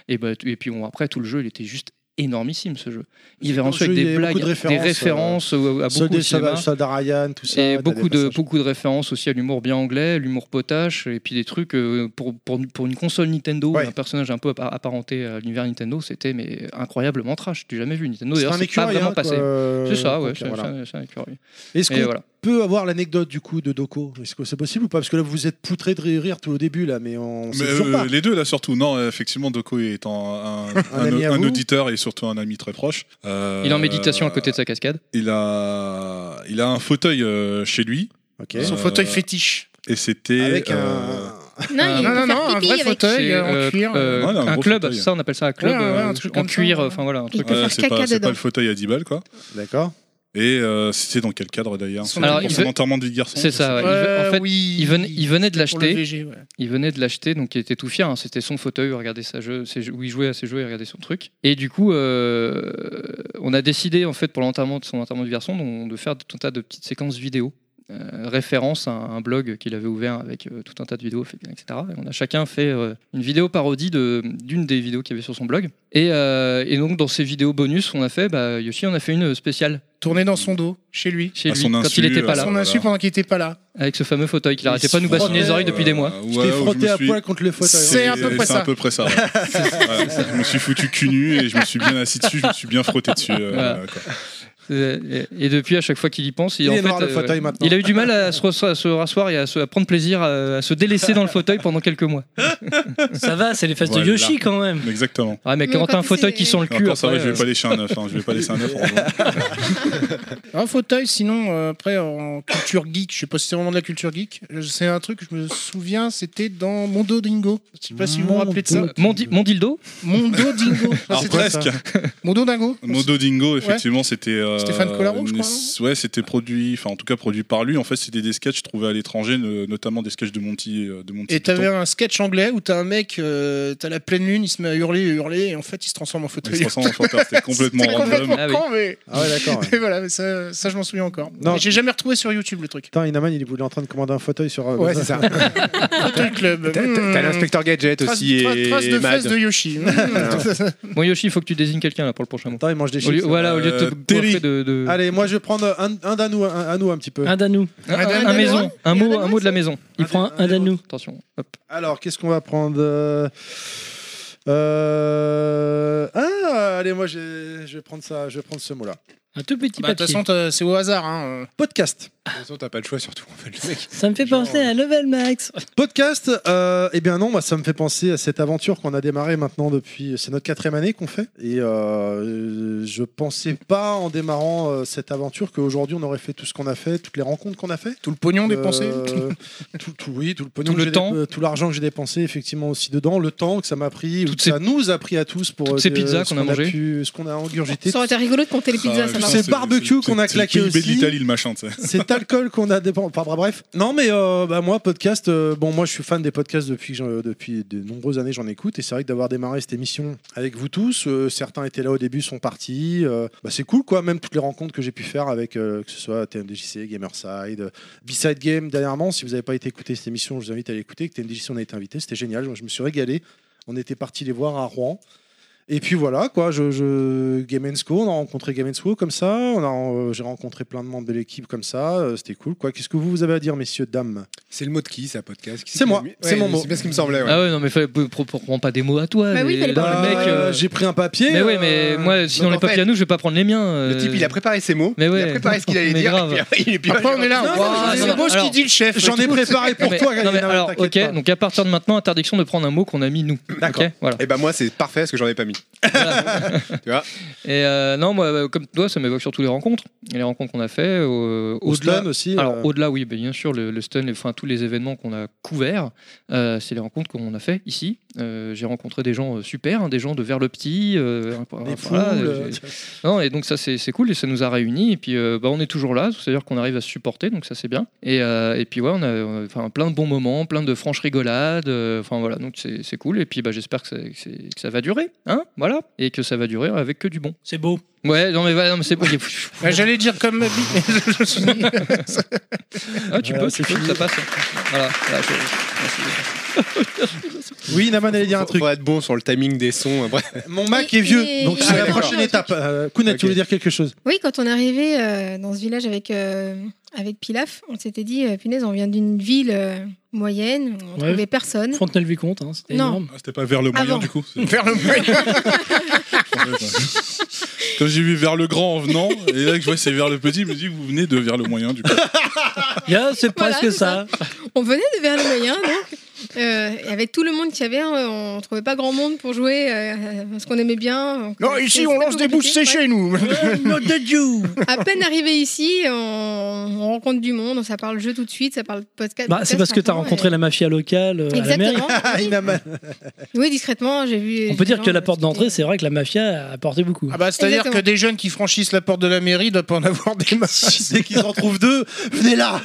C: et bah, tu- et puis bon, après tout le jeu il était juste énormissime ce jeu. Il verrait
F: Dans le
C: ensuite
F: jeu,
C: avec
F: il y
C: des
F: avait
C: blagues,
F: beaucoup de
C: des
F: références,
C: références euh, à beaucoup
F: Soldat
C: de cinéma.
F: Soldat Ryan, tout ça.
C: Et
F: t'as
C: beaucoup
F: des
C: de,
F: passages.
C: beaucoup de références aussi à l'humour bien anglais, l'humour potache, et puis des trucs euh, pour, pour, pour une console Nintendo,
F: Ouais.
C: un personnage un peu appa- apparenté à l'univers Nintendo, c'était mais incroyablement trash. Tu jamais vu Nintendo
F: C'est
C: d'ailleurs,
F: un
C: c'est pas
F: écureuil,
C: vraiment
F: hein,
C: passé.
F: quoi, euh,
C: C'est ça, ouais,
F: donc,
C: c'est
F: voilà.
C: c'est- c'est un écureuil.
F: Est-ce
C: Et
F: qu'on
C: voilà.
F: peut avoir l'anecdote du coup de Doko Est-ce que c'est possible ou pas Parce que là, vous vous êtes poutré de rire, tout au début, là, mais on
A: Mais,
F: sait toujours
A: euh,
F: pas.
A: les deux là surtout non euh, effectivement Doko est un, un, un-
F: ami à
A: un
F: vous.
A: auditeur et surtout un ami très proche Euh,
C: Il est en méditation à côté de sa cascade.
A: il a il a un fauteuil euh, chez lui
F: Ok.
A: Euh,
B: Son fauteuil fétiche.
A: et c'était
F: Avec
A: euh,
F: un.
D: Non, il
B: Non,
D: peut
B: non,
D: faire
B: non, un
D: pipi
B: vrai
D: avec.
B: fauteuil
C: C'est,
B: euh, en
C: euh,
B: cuir.
C: euh,
A: Voilà, un
C: un
A: gros
C: club,
A: fauteuil.
C: ça on appelle ça un club
B: Ouais, ouais, ouais, un
C: euh,
B: truc
C: en
B: comme
C: cuir,
B: ça, ouais.
C: enfin voilà. un
D: Il
C: truc.
D: peut
A: ouais,
D: faire
A: euh, c'est
D: caca
A: pas, c'est pas
D: dedans.
A: le fauteuil à 10 balles quoi
F: D'accord.
A: et euh, c'était dans quel cadre d'ailleurs
B: Son-
A: C'était
B: Alors,
A: pour
B: il
A: son
C: veut-
A: enterrement de vie de garçon
C: C'est ça, Ah ouais. Il veut- en fait, il venait, il venait de
B: Pour le
C: l'acheter.
B: VG, ouais.
C: Il venait de l'acheter, donc il était tout fier. hein. C'était son fauteuil, regardez sa jeu, ses jeux- où il jouait à ses jeux et regardait son truc. Et du coup, euh, on a décidé, en fait, pour l'enterrement de son enterrement de garçon, donc, de faire tout un tas de petites séquences vidéo. euh, référence à un blog qu'il avait ouvert avec euh, tout un tas de vidéos, etc. Et on a chacun fait euh, une vidéo parodie de- d'une des vidéos qu'il y avait sur son blog. Et, euh, et donc dans ces vidéos bonus, on a fait, bah, Yoshi, on a fait une spéciale
B: Tourné dans son dos, chez lui.
C: chez
A: À
C: lui
A: son
C: quand
A: insu,
C: il n'était
A: à
C: pas là,
A: son-
B: On a su
A: voilà.
B: pendant qu'il était pas là.
C: avec ce fameux fauteuil qu'il arrêtait
F: Il
C: pas de nous
F: se
C: bassiner les
F: frottait,
C: oreilles depuis des mois.
A: Ouais,
F: Je t'ai
A: ouais,
F: frotté
A: me
F: à
A: suis-
F: poil contre le fauteuil.
B: C'est à peu près
A: c'est
B: ça.
A: à peu près ça. ouais. Ouais, je me suis foutu cul nu et je me suis bien assis dessus, je me suis bien frotté dessus. euh,
C: Voilà.
A: quoi.
C: Euh, Et et depuis, à chaque fois qu'il y pense, il,
F: Il
C: en
F: est
C: fait,
F: noir, le
C: euh,
F: fauteuil, maintenant.
C: il a eu du mal à se, reço- à se rasseoir et à, se, à prendre plaisir, à, à se délaisser dans le fauteuil pendant quelques mois.
E: Ça va, c'est les faces de
A: Voilà.
E: Yoshi quand même.
A: Exactement.
C: Ah, mais,
D: Mais
C: quand
D: quand
C: t'as un
D: c'est-
C: fauteuil qui sent le
A: Alors,
C: cul,
A: quand ça va,
C: après,
A: je vais pas
C: euh,
A: lécher un œuf. hein, Je vais pas laisser un œuf. en revanche.
B: Un fauteuil, sinon, euh, après, en culture geek, je sais pas si c'est vraiment de la culture geek, je- c'est un truc, je me souviens, c'était dans Mondo Dingo. Je sais pas si vous vous rappelez de ça.
F: Mondo.
C: mon, di- mon dildo
B: Mondo Dingo.
A: Alors
B: C'est-
A: presque.
B: Mondo Dingo.
A: Mondo Dingo, effectivement, c'était. euh,
B: Stéphane Collaro, je
A: une-
B: crois, non
A: Ouais, c'était produit, enfin en tout cas produit par lui. En fait, c'était des sketchs trouvés à l'étranger, ne- notamment des sketchs de Monty. euh, De Monty
B: Et t'avais
A: Python.
B: un sketch anglais où t'as un mec, euh, t'as la pleine lune, il se met à hurler, hurler, et en fait il se transforme en
A: Il se
B: fauteuil.
A: ressemble en fantasme, C'était complètement
B: C'était
A: random.
B: complètement
C: Ah oui.
B: con, mais...
F: Ah ouais, d'accord. ouais.
B: mais voilà, mais ça, ça, je m'en souviens encore.
F: Non.
B: Mais J'ai jamais retrouvé sur YouTube le truc.
F: Putain, Inaman, il est en train de commander un fauteuil sur. euh,
K: Ouais,
F: Amazon.
K: c'est ça.
B: Fauteuil club.
K: T'as t'as-
B: Mmh.
K: t'as l'inspecteur Gadget
B: Trace-
K: aussi
B: tra-
K: et
B: trace de
K: Mad. Ah,
B: fesses de Yoshi. Mmh.
C: Bon, Yoshi, il faut que tu désignes quelqu'un là pour le prochain mois.
F: Attends, il mange des
C: Au lieu-
F: chips.
C: voilà, au lieu de te
A: Euh, Terry.
C: coiffer de. de-
F: Allez, moi je vais prendre un, un d'Anou, un, un, nous, un petit peu.
E: Un danou.
C: Un, un-
B: un
C: un
B: Danois
C: maison, un
D: Et un
C: mot, un
D: Danois
C: mot de la maison.
E: Il prend un, un danou.
C: Attention, hop.
F: Alors, qu'est-ce qu'on va prendre euh... euh, Ah, allez, moi je, je vais prendre ça, je vais prendre ce mot-là.
E: Un tout petit
B: Bah, De toute
E: papier.
B: façon, t'as- c'est au hasard. hein.
F: Podcast.
K: De toute façon, t'as pas le choix surtout. en fait, le mec.
E: Ça me fait
F: Genre,
E: penser à Level Max.
F: Podcast, euh, eh bien non, bah, ça me fait penser à cette aventure qu'on a démarré maintenant depuis. C'est notre quatrième année qu'on fait. Et euh, je pensais pas en démarrant euh, cette aventure qu'aujourd'hui on aurait fait tout ce qu'on a fait, toutes les rencontres qu'on a fait.
B: Tout le pognon dépensé.
F: Euh, tout, tout- oui, tout le pognon,
C: Tout
F: que
C: le
F: j'ai
C: temps.
F: dé- euh, tout l'argent que j'ai dépensé effectivement aussi dedans, le temps que ça m'a pris, ou
C: Toutes
F: que
C: ces-
F: ça nous a pris à tous pour
C: toutes
F: euh,
C: ces
F: de-
C: pizzas
F: ce
C: qu'on a mangées.
F: pu- ce qu'on a engurgité,
D: Ça aurait été rigolo de compter les pizzas,
A: Ah,
D: ça
A: putain,
D: marche.
F: C'est barbecue qu'on a
A: c'est-
F: claqué
A: C'est le PIB de
F: aussi.
A: l'Italie, le machin, tu sais.
F: ces tables l'alcool qu'on a dépend. Enfin, bref. Non, mais euh, bah, moi, podcast. euh, bon, moi, je suis fan des podcasts depuis, que j'en- euh, depuis de nombreuses années, j'en écoute. Et c'est vrai que d'avoir démarré cette émission avec vous tous, euh, certains étaient là au début, sont partis. euh, bah, c'est cool, quoi. Même toutes les rencontres que j'ai pu faire avec, euh, que ce soit TMDJC, Gamerside, euh, B-Side Game dernièrement. Si vous n'avez pas été écouter cette émission, je vous invite à l'écouter. avec TMDJC, on a été invité. C'était génial. Moi, je me suis régalé. On était parti les voir à Rouen. Et puis voilà, quoi, je, je... Game and Co, on a rencontré Game and Co comme ça, on a, euh, j'ai rencontré plein de membres de l'équipe comme ça, euh, c'était cool, quoi. Qu'est-ce que vous, vous avez à dire, messieurs, dames
L: C'est le mot de qui, ça, podcast Qui qui
F: C'est moi,
L: l'a mis
F: c'est mon mot.
L: C'est bien ce qui me semblait. ouais.
C: Ah ouais, non, mais fallait- pour- pour- pour- prends pas des mots à toi.
D: Bah oui,
C: mais-
D: fallait pas.
C: le mec. euh,
F: Euh, J'ai pris un papier.
C: Mais ouais, mais
F: euh,
C: moi, sinon
K: donc,
C: les
K: en fait,
C: papiers à nous, je vais pas prendre les miens.
K: Le
C: euh,
K: type, il a préparé ses mots,
C: mais
K: il
C: ouais.
K: a préparé ce qu'il allait
C: Mais
K: dire,
C: grave.
K: et puis après, il est plus
B: Après, on est là.
F: Non,
B: Ouah,
F: non,
B: Ah, c'est
F: non,
B: beau ce
C: alors-
B: qu'il dit le chef.
F: J'en ai préparé pour
C: Mais-
F: toi,
C: non, mais
F: Galina,
C: alors,
F: t'inquiète
C: ok,
F: pas.
C: donc à partir de maintenant, interdiction de prendre un mot qu'on a mis nous.
F: D'accord.
C: Ok, voilà.
K: Et bah moi c'est parfait parce que j'en ai pas mis.
C: Et euh, non, moi, euh, comme toi, ça m'évoque surtout les rencontres. Et les rencontres qu'on a fait euh,
F: Au
C: au-delà.
F: slam aussi.
C: Alors
F: euh,
C: au-delà, oui, bien sûr, le, le stun, enfin tous les événements qu'on a couverts, euh, c'est les rencontres qu'on a fait ici. Euh, j'ai rencontré des gens euh, super, hein, des gens de Vers le Petit. euh,
F: des
C: voilà,
F: poules, euh,
C: j'ai- Non, et donc ça c'est c'est cool et ça nous a réunis et puis euh, bah, on est toujours là, c'est-à-dire qu'on arrive à se supporter donc ça c'est bien. Et, euh, et puis ouais, on a euh, enfin, plein de bons moments, plein de franches rigolades, euh, enfin voilà, donc c'est c'est cool et puis bah, j'espère que, ça- que c'est- que ça va durer, hein, voilà, et que ça va durer avec que du bon.
E: C'est beau.
C: Ouais, non mais, voilà, non, mais c'est bon,
B: Bah, J'allais dire comme ma bite, mais je me suis dit-
C: ah, tu
F: Voilà,
C: peux,
F: c'est
C: tu peux,
F: fini.
C: ça passe. hein. Voilà, voilà, je- merci.
F: Oui, Naman allait dire un
K: Faut-
F: truc.
K: Faut être bon sur le timing des sons. après.
F: Mon Mac est vieux, donc
D: Et-
F: c'est la
D: et-
F: prochaine
D: et-
F: étape. Euh, Kouna,
K: Ok.
F: tu voulais dire quelque chose
D: Oui, quand on est arrivé euh, dans ce village avec, euh, avec Pilaf, on s'était dit, euh, punaise, on vient d'une ville euh, moyenne, on
E: Ouais.
D: trouvait personne.
E: Fontenay-le-Vicomte, hein, c'était
D: Non.
E: énorme.
A: Ah, C'était pas vers le moyen
D: Avant.
A: du coup. c'est-
B: Vers le moyen.
A: Quand j'ai vu vers le grand en venant, et là que je vois c'est vers le petit, je me dis vous venez de vers le moyen du coup.
E: Yeah, c'est
D: Voilà,
E: presque
D: c'est
E: ça.
D: On venait de vers le moyen, donc. euh, et avec tout le monde qu'il y avait, hein, on trouvait pas grand monde pour jouer, euh, parce qu'on aimait bien. on
B: Non,
D: connaissait-
B: ici,
D: c'était
B: on
D: pas
B: lance des
D: compliqué,
B: bouches
D: ouais.
B: séchées, nous.
E: Not the Jew.
D: À peine arrivé ici, on, on rencontre du monde, ça parle jeu tout de suite, ça parle podcast.
E: Bah, c'est parce que t'as rencontré la mafia locale euh, à la mairie.
D: Exactement.
F: Ah, il Naman.
D: Oui, discrètement, j'ai vu.
E: On peut dire
D: des
E: que
D: gens,
E: la porte
D: euh,
E: d'entrée, c'est vrai que la mafia a apporté beaucoup.
B: Ah bah, c'est-à-dire
D: Exactement.
B: que des jeunes qui franchissent la porte de la mairie doivent pas en avoir des masses.
F: Dès qu'ils en trouvent deux, venez là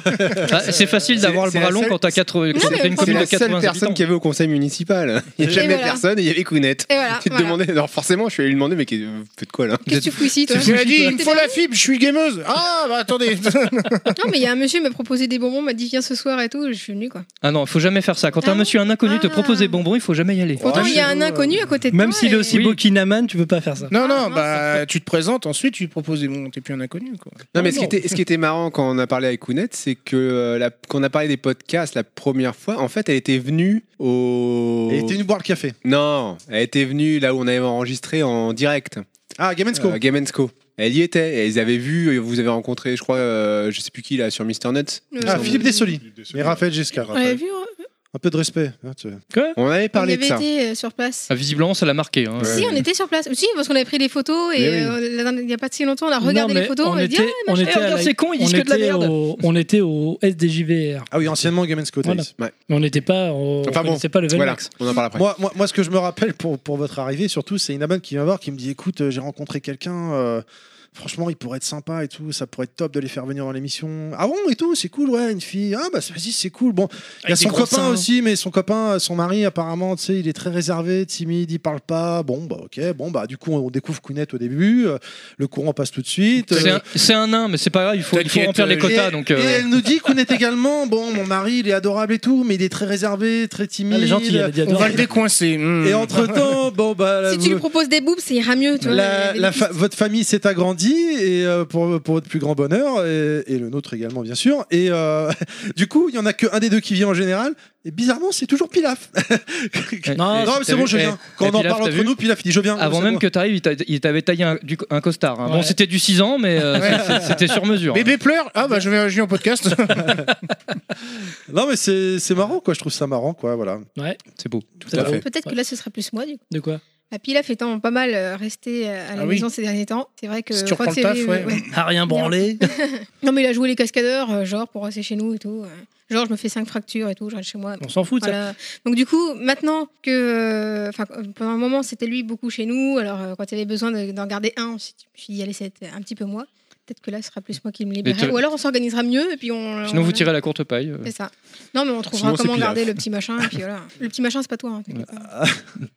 C: Ah, c'est facile d'avoir le
K: c'est
C: bras
K: la
C: long
K: seule-
C: quand t'as quatre- quand
D: mais
C: t'as une commune
D: c'est
K: C'est
C: de
K: la seule
C: 80
K: personne
C: habitants.
K: qu'il y avait au conseil municipal. Il n'y a
D: Et
K: jamais
D: voilà.
K: personne, il y avait Kounet.
D: Et voilà.
K: Tu te
D: voilà.
K: demandais, alors forcément, je suis allé lui demander, mais qu'est- vous faites quoi là
D: Qu'est-ce que tu fous ici, toi
B: Tu as dit, il me faut la fibre, je suis gameuse. Ah, bah attendez.
D: Non, mais il y a un monsieur qui m'a proposé des bonbons, m'a dit viens ce soir et tout, je suis venue quoi.
C: Ah non, faut jamais faire ça. Quand un
D: Ah.
C: monsieur, un inconnu te
D: Ah.
C: propose des bonbons, il faut jamais y aller.
D: Pourtant, il y a
F: chez
D: un
F: nous,
D: inconnu à côté de
E: Même
D: toi.
E: s'il est
D: et-
E: aussi
C: Oui.
E: beau qu'Inaman, tu peux pas faire ça.
D: Ah,
B: Non, non,
D: mince.
B: bah tu te présentes, ensuite tu proposes des bons, t'es plus un inconnu. Quoi.
K: Non, mais ce qui,
B: Non.
K: était, ce qui était marrant quand on a parlé avec Kounet, c'est que euh, la- quand on a parlé des podcasts la première fois, en fait, elle était venue au.
F: Et t'es venu boire le café.
K: Non, elle était venue là où on avait enregistré en direct,
F: Ah, Game and Co.
K: euh, Game and Co. Elle y était, et ils avaient vu, et vous avez rencontré, je crois, euh, je sais plus qui là, sur Mister Nuts.
D: Euh,
F: Ah,
D: on-
F: Philippe Dessoli. Mais Raphaël Giscard.
D: On l'avait vu, hein.
F: Un peu de respect. hein, tu-
K: On avait
D: on
K: parlé
D: avait
K: de ça.
D: été euh, sur place.
C: Ah, visiblement, ça l'a marqué. hein.
D: Si, on était sur place. Si, parce qu'on avait pris des photos et
K: Mais oui.
D: euh, la dernière- il n'y a pas si longtemps, on a regardé
E: Non, mais
D: les photos, on,
E: on
D: a dit ah,
E: était, on
C: Eh,
E: était à
C: regarde,
E: la-
C: c'est con, ils
E: on
C: disent que de la
E: était
C: merde.
E: au- on était au SDJVR,
F: Ah oui, anciennement Game Co.
E: Voilà.
F: Thaïs.
E: mais on n'était pas, au- on
K: Enfin bon,
E: connaissait pas le
K: Voilà,
E: Velmax.
K: on en parle après.
F: Moi, moi, moi, ce que je me rappelle pour, pour votre arrivée, surtout, c'est Inaman qui vient voir, qui me dit écoute, euh, j'ai rencontré quelqu'un. euh, Franchement, il pourrait être sympa et tout, ça pourrait être top de les faire venir dans l'émission. Ah bon et tout, c'est cool, ouais, une fille. Ah bah vas-y, c'est cool. Bon, il y a
E: Avec des
F: son
E: gros
F: copain
E: seins.
F: aussi, mais son copain, euh, son mari apparemment, tu sais, il est très réservé, timide, il parle pas. Bon bah ok, bon bah du coup on découvre Kounet au début, euh, le courant passe tout de suite.
C: C'est
F: Euh,
C: un- C'est un nain, mais c'est pas grave, il faut, il faut
B: T'inquiète,
C: remplir les
B: euh,
C: quotas.
F: et,
C: Donc,
F: et
C: euh,
F: elle nous dit qu'on est également, bon, mon mari, il est adorable et tout, mais il est très réservé, très timide.
E: Ah, les gentils, elle a dit
B: On va le
E: adorable.
B: décoincer. hmm.
F: Et entre temps, bon, bah, la-
D: si tu lui proposes des boobs, ça ira mieux. Tu vois,
F: la-
D: il y a
F: la
D: des-
F: fa- votre famille s'est agrandie et euh, pour, pour votre plus grand bonheur et, et le nôtre également bien sûr et euh, du coup il y en a qu'un des deux qui vient en général et bizarrement c'est toujours Pilaf
E: Non,
C: eh,
F: non
C: t'as
F: mais c'est bon
C: vu,
F: je
C: eh,
F: viens quand
C: eh,
F: on en
C: Pilaf,
F: parle
C: t'as
F: entre
C: vu
F: nous Pilaf il dit je viens
C: Avant
F: c'est
C: même
F: bon.
C: que tu arrives, il t'a- il t'avait taillé un, du- un costard. hein. Bon,
E: Ouais.
C: c'était du 6 ans, mais euh, c'est- c'est- c'était sur mesure. hein.
B: Bébé pleure Ah bah je vais je viens au podcast.
F: non mais c'est c'est marrant quoi je trouve ça marrant quoi voilà
E: Ouais,
C: C'est beau.
E: tout
K: à fait.
D: Peut-être que là, ce sera plus moi du coup.
E: De quoi
D: La Pilaf étant pas mal euh, resté euh, à la
B: Ah oui.
D: maison ces derniers temps, c'est vrai que.
B: Si tu
D: je crois
B: reprends
D: que
B: le
D: c'est-
B: taf, ouais.
E: À rien branler.
D: Non, mais il a joué les cascadeurs, euh, genre pour rester chez nous et tout. euh. Genre, je me fais cinq fractures et tout, je reste chez moi.
E: On s'en fout de ça.
D: Voilà. Donc du coup, maintenant que, euh, enfin, pendant un moment, c'était lui beaucoup chez nous. Alors euh, quand il y avait besoin de- d'en garder un, je me suis dit, allez, c'est un petit peu moi. Peut-être que là, ce sera plus moi qui me
J: Mais
D: libérerai.
J: tu-
D: Ou alors, on s'organisera mieux et puis on.
J: Sinon,
D: on-
J: vous tirez la courte paille. euh.
D: C'est ça. Non, mais on trouvera
K: Sinon, c'est
D: comment
K: Pilaf.
D: garder le petit machin. Et puis voilà. Le petit machin, c'est pas toi. hein, t'inquiète pas.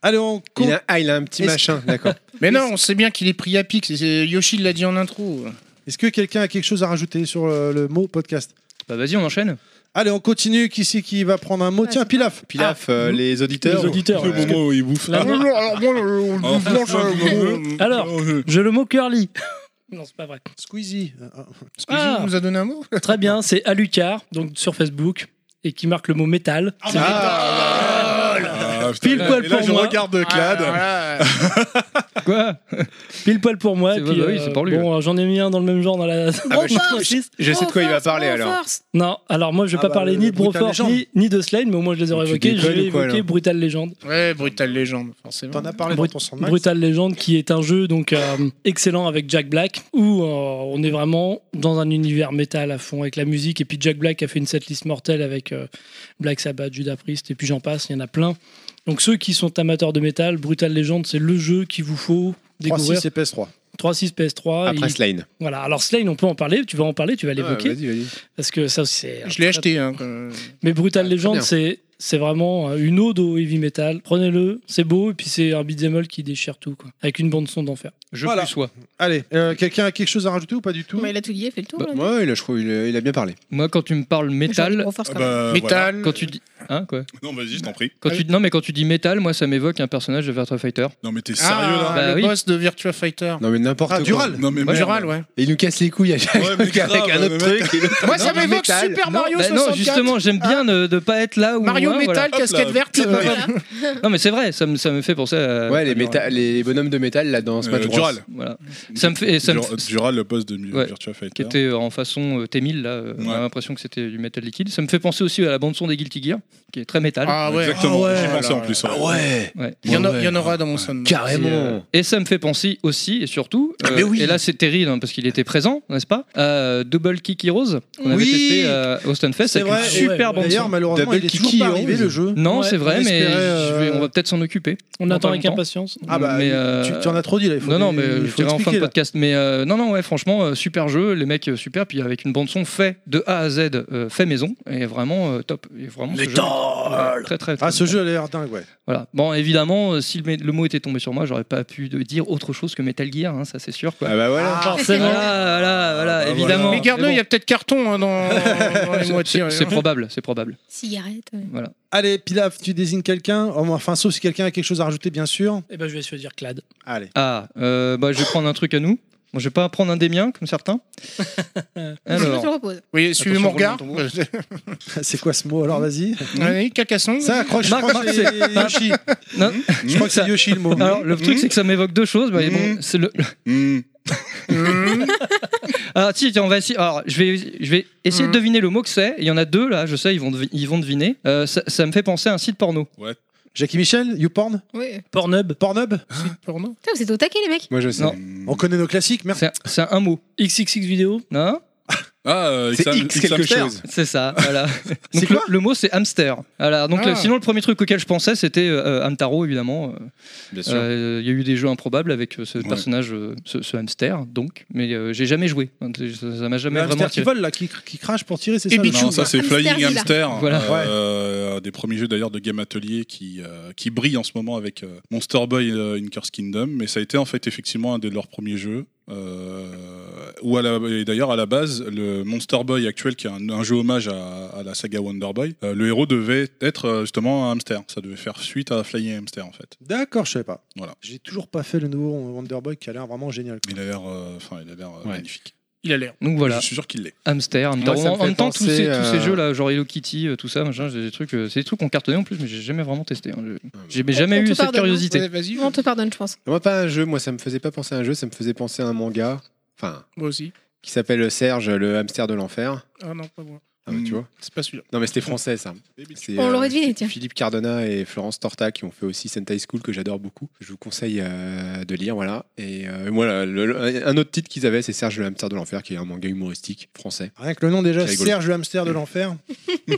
F: Allez, on compte.
K: Il a, ah, il a un petit
F: Est-ce-
K: machin, d'accord.
B: Mais non, on sait bien qu'il est pris à pic. c'est- c'est- Yoshi l'a dit en intro.
F: Est-ce que quelqu'un a quelque chose à rajouter sur euh, le, mot podcast
J: Bah vas-y, on enchaîne.
F: Allez, on continue. Qui c'est qui va prendre un mot
D: Ah,
F: Tiens,
D: c'est
F: Pilaf.
K: Pilaf, euh, les auditeurs.
E: Les auditeurs. euh,
A: Le
E: Parce que-
A: moment où il bouffe.
E: La-
B: Alors, moi, le- le-
A: Ah, Oh,
E: euh, alors. J'ai le mot curly. Non, c'est pas vrai.
F: Squeezie. Euh, euh,
B: Squeezie
E: Ah.
B: nous a donné un mot.
E: Très bien, c'est Alucard, donc sur Facebook, et qui marque le mot métal.
K: bah,
A: Ah, putain.
E: Pile poil
A: Et là,
E: pour
A: je
E: moi.
D: Ah,
A: regarde Clad.
J: Quoi
E: Pile poil pour moi.
J: C'est-
E: puis,
J: bah oui, c'est pour lui,
E: Bon, euh, j'en ai mis un dans le même genre dans la.
K: bah, je-
E: dans la liste.
K: Je sais de quoi il va
D: Renforce,
K: parler alors.
D: renforce.
E: non, alors moi je vais
F: Ah
E: pas
F: bah,
E: parler
F: le-
E: ni
F: le
E: de
F: Brutal
E: Broford
F: Legend.
E: ni, ni de Slade, mais au moins je les aurais
K: euh, Tu
E: évoqués. Je
K: déconnes
E: vais
K: ou quoi,
E: évoquer
K: là
E: Brutal Legend.
B: Ouais, Brutal Légende, forcément.
F: T'en as parlé
E: Brut-
F: dans ton son de Max.
E: Brutal Legend, qui est un jeu donc euh, excellent avec Jack Black, où euh, on est vraiment dans un univers métal à fond avec la musique. Et puis Jack Black a fait une setlist mortelle avec euh, Black Sabbath, Judas Priest, et puis j'en passe, il y en a plein. Donc ceux qui sont amateurs de métal, Brutal Legend, c'est le jeu qu'il vous faut
F: 3,
E: découvrir.
F: 6 et PS3.
E: 3.6 PS3.
K: Après
E: Ah, il-
K: Slane.
E: Voilà. Alors Slane, on peut en parler, tu vas en parler, tu vas l'évoquer,
K: vas-y, vas-y.
E: parce que ça aussi, c'est. un
B: Je l'ai
E: très-
B: acheté. Hein, quand-
E: mais Brutal
K: Ah, très
E: Legend,
K: bien.
E: c'est c'est vraiment euh, une ode au heavy metal. Prenez-le, c'est beau et puis c'est un beat'em all qui déchire tout quoi, avec une bande son d'enfer.
J: Je
F: Voilà.
J: plus sois.
F: Allez, euh, quelqu'un a quelque chose à rajouter ou pas du tout
D: Bah, il a tout lié, fait le tour.
J: Bah,
D: là.
F: hein.
K: Ouais, il a, je trouve, il a, il a bien parlé.
J: Moi, quand tu me parles
D: Je
J: métal, euh,
D: renforce quand même.
A: Bah, voilà.
B: Metal.
J: quand tu dis hein quoi
A: Non, vas-y, je t'en prie.
J: Quand tu non mais quand tu dis métal, moi ça m'évoque un personnage de Virtua Fighter.
A: Non, mais t'es sérieux là
B: Ah,
J: Bah
B: le
J: oui.
B: boss de Virtua Fighter.
K: Non, mais n'importe
F: Ah,
K: quoi.
F: Dural.
A: Non, mais
J: Ouais,
A: merde.
B: Dural, ouais.
K: Et il nous casse les couilles à chaque
A: Ouais, mais
K: fois avec
A: grave,
K: un autre
A: mais
K: truc. et l'autre-
B: Moi,
K: Non,
B: ça
K: mais
B: m'évoque
K: métal.
B: Super Ah, Mario
J: Bah,
B: 64.
J: non, justement, j'aime bien ne, de pas être là où
B: Mario
J: hein, voilà.
B: Metal,
A: Hop là.
B: casquette verte. euh,
J: Non mais c'est vrai, ça me, ça me fait penser à
K: Ouais, les,
J: à Duran.
K: méta- les bonhommes de métal là dans
A: Euh,
K: Smash Bros.
A: Dural.
J: Voilà. Ça me fait et ça me-
A: Dur- Dural, le boss de Mi-
J: Ouais.
A: Virtua
J: qui
A: Fighter.
J: était en façon euh, T1000 là, euh, on
A: Ouais.
J: a l'impression que c'était du métal liquide. Ça me fait penser aussi à la bande son des Guilty Gear qui est très métal.
B: Ah ouais.
A: Exactement,
B: Ah ouais.
A: j'y pensais en plus. ouais.
K: ouais,
J: Ouais.
B: Il y en a-
K: Ouais,
B: il y en aura dans mon son.
K: carrément.
J: Et, euh, Et ça me fait penser aussi et surtout, euh,
K: Ah, mais oui.
J: et là c'est terrible hein, parce qu'il était présent, n'est-ce pas à Double Kick Heroes qu'on avait
F: Oui.
J: testé à Austin Fest
F: C'est
J: avec
F: vrai.
J: une super bande
F: D'ailleurs,
J: son.
F: malheureusement,
K: Double
F: il est toujours
K: Kiki,
F: pas
K: hein,
F: arrivé le jeu.
J: Non,
E: Ouais,
J: c'est vrai,
F: on
J: mais
F: espérait, euh,
J: je vais- on va peut-être s'en occuper.
E: On
J: Dans
E: attend
J: pas
E: avec
J: longtemps.
E: impatience.
F: Ah bah,
J: Mais,
F: tu-
J: euh,
F: tu, en as trop dit là. Il faut
J: Non, non,
F: des-
J: mais euh,
F: il
J: je
F: faut
J: dirais en fin
F: expliquer,
J: de
F: là.
J: podcast. Mais euh, non, non, ouais, franchement, euh, super jeu, les mecs, euh, super. Puis avec une bande-son fait de A à Z, euh, fait maison, et vraiment euh, top. Et vraiment, ce jeu- Ouais, très, très, très,
F: Ah, ce
J: très-
F: jeu a l'air dingue, ouais.
J: Voilà. Bon, évidemment, euh, si le, mé- le mot était tombé sur moi, j'aurais pas pu de- dire autre chose que Metal Gear, hein, ça c'est sûr, quoi.
K: Ah bah voilà.
J: Voilà, Ah, voilà, voilà,
A: bah,
J: évidemment.
A: voilà.
B: Mais garde-le,
J: Mais
B: il
J: bon,
B: y a peut-être carton hein, dans, dans les
J: c'est-
B: moitiés. hein.
J: c'est-
B: ouais.
J: C'est probable, c'est probable.
D: Cigarette. ouais.
J: Voilà.
F: Allez, Pilaf, tu désignes quelqu'un. Oh, Enfin, sauf si quelqu'un a quelque chose à rajouter, bien sûr.
E: Et ben je vais se dire Clad.
F: Allez.
J: Ah, euh, bah, je vais prendre un truc à nous. Moi, je vais pas prendre un des miens, comme certains.
D: Je te
J: Alors,
D: repose.
B: Oui, suivez mon regard.
F: Attention, C'est quoi ce mot alors Vas-y.
B: Allez, Carcassonne.
F: Ça accroche.
J: Marc,
F: je crois que
J: Marc,
F: c'est
J: c'est-
F: Yoshi.
J: non,
F: Je crois que c'est
J: Ça-
F: Yoshi le mot.
J: alors, le truc, c'est que ça m'évoque deux choses. mais bon, c'est le,
A: Hmm.
B: Mmh.
J: Ah si, tiens, on va essayer. Alors, je vais, je vais essayer
B: Mhm.
J: de deviner le mot que c'est. Il y en a deux là, je sais, ils vont, devi- ils vont deviner. Euh, ça, ça me fait penser à un site porno.
F: Jackie Michel, YouPorn,
D: Oui.
E: Pornhub,
F: Pornhub.
B: Porno.
D: Putain, vous êtes au taquet, les mecs.
K: Moi je sais.
J: Non.
F: On connaît nos classiques. Merci.
J: C'est un- c'est un, mot. hein
E: XXX vidéo.
J: Non
A: Ah, euh,
K: C'est
A: Xam-
K: X quelque
A: Xhamster.
K: chose.
J: C'est ça. Voilà.
F: C'est
J: donc le,
F: quoi
J: le mot c'est hamster. Alors, donc le-
B: Ah.
J: sinon le premier truc auquel je pensais c'était euh, Hamtaro évidemment. Euh,
K: Bien
J: euh, Il y a eu des jeux improbables avec euh, ce
A: Ouais.
J: personnage, euh, ce, ce hamster donc, mais euh, j'ai jamais joué. Ça ça m'a jamais
F: Le
J: vraiment
F: hamster qui
J: attiré.
F: vole là, qui, qui crache pour tirer, c'est ça.
B: Et Pichou.
A: Non, ça c'est
D: Hamster
A: Flying
D: Villa.
A: Hamster, hein,
J: Voilà.
A: euh, un des premiers jeux d'ailleurs de Game Atelier qui, euh, qui brille en ce moment avec euh, Monster Boy euh, in Curse Kingdom, mais ça a été en fait effectivement un de leurs premiers jeux. euh, où à la- et d'ailleurs à la base le Monster Boy actuel qui est un, un jeu hommage à, à la saga Wonder Boy, euh, le héros devait être euh, justement un hamster, ça devait faire suite à Flying Hamster en fait.
F: D'accord, je savais pas.
A: Voilà.
F: J'ai toujours pas fait le nouveau Wonder Boy qui a l'air vraiment génial.
A: Il a l'air, euh, enfin il a l'air euh,
K: Ouais.
A: magnifique.
B: Il a l'air.
J: Donc voilà.
A: Je suis sûr qu'il l'est.
J: Hamster, Hamtaro.
K: Moi, ça me
J: en même
K: fait
J: temps, tous
K: penser,
J: ces,
K: euh,
J: tous ces jeux là, genre Hello Kitty, euh, tout ça, machin, j'ai des trucs, euh, c'est des trucs qu'on cartonnait en plus, mais j'ai jamais vraiment testé. hein. Je- J'ai jamais
D: On te
J: eu cette
D: pardonne, hein.
J: curiosité.
B: Ouais, Vas-y,
D: On te pardonne, je pense.
K: Moi pas un jeu, moi ça me faisait pas penser à un jeu, ça me faisait penser à un manga. Enfin,
B: moi aussi.
K: qui s'appelle Serge, le hamster de l'enfer.
B: Ah non, pas moi.
K: Ah, bah, tu vois.
B: C'est pas celui-là.
K: Non mais c'était français ça. C'est, euh,
D: On l'aurait deviné,
K: c'est
D: tiens.
K: Philippe Cardona et Florence Torta qui ont fait aussi Sentai School que j'adore beaucoup. Je vous conseille euh, de lire, voilà. Et euh, voilà, le- le- un autre titre qu'ils avaient, c'est Serge le hamster de l'enfer, qui est un manga humoristique français.
F: Rien que le nom déjà,
K: C'est rigolo.
F: Serge le hamster de l'enfer.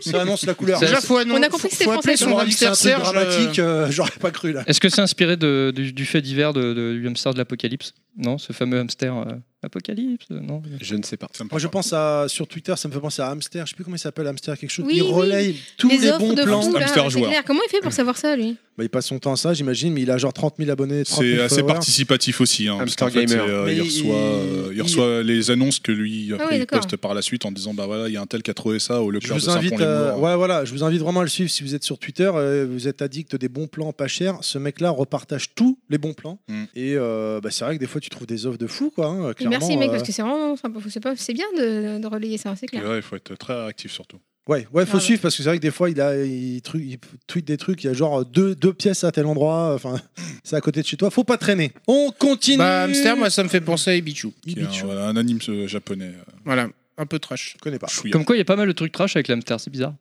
F: ça annonce la couleur.
J: Ça-
B: Déjà, faut annon-
D: On a compris que c'était
B: faut appeler
D: français,
B: son
F: On dit que c'est un
B: hamster
F: truc
B: Serge.
F: dramatique, euh, j'aurais pas cru là.
J: Est-ce que c'est inspiré de- du, du fait divers de, de- du hamster de l'apocalypse Non, ce fameux hamster euh, apocalypse euh, Non.
K: Je ne sais pas.
A: Ça me
F: Moi, je
A: parle pas.
F: pense à sur Twitter, ça me fait penser à Hamster. Je sais plus comment il s'appelle, Hamster quelque chose.
D: Oui,
F: il
D: oui.
F: relaye tous les,
D: les offres
F: bons
D: de
F: plans.
D: fou, là,
A: Hamster
D: c'est
A: joueur.
D: clair. Comment il fait pour savoir ça, lui
F: Bah, il passe son temps à ça, j'imagine, mais il a genre 30 000 abonnés. 30 000
A: C'est
J: euh,
A: assez
F: followers.
A: participatif aussi. hein, parce
K: Hamster
A: qu'en fait,
K: gamer.
A: c'est, euh,
F: Mais
A: il
F: il-
A: reçoit, euh, il reçoit les annonces que lui après,
D: oui,
A: il
D: d'accord.
A: poste par la suite en disant bah voilà il y a un tel qui a trouvé ça au
F: Je
A: Leclerc de
F: vous
A: saint
F: invite, à- ouais, voilà, je vous invite vraiment à le suivre si vous êtes sur Twitter. euh, vous êtes addict des bons plans pas chers. Ce mec-là repartage tous les bons plans.
A: Mm.
F: Et euh, bah, c'est vrai que des fois, tu trouves des offres de fou, quoi. hein,
D: Et
F: clairement,
D: Merci, mec,
F: euh,
D: parce que c'est vraiment. enfin, C'est pas- c'est bien de, de relayer ça, c'est clair.
A: Ouais, il faut être très actif surtout.
F: Ouais, ouais, faut
D: Ah ouais.
F: suivre parce que c'est vrai que des fois il a, il, tru- il tweet des trucs, il y a genre deux, deux pièces à tel endroit, enfin c'est à côté de chez toi, faut pas traîner. On continue.
B: Bah,
D: Mmh.
B: hamster, moi, ça me fait penser à Ibichu.
A: Qui est un, voilà, un anime euh, japonais. euh,
B: Voilà, un peu trash.
F: Je connais pas.
A: chouïa.
J: Bah, Comme quoi, il y a pas mal de trucs trash avec l'hamster, c'est bizarre.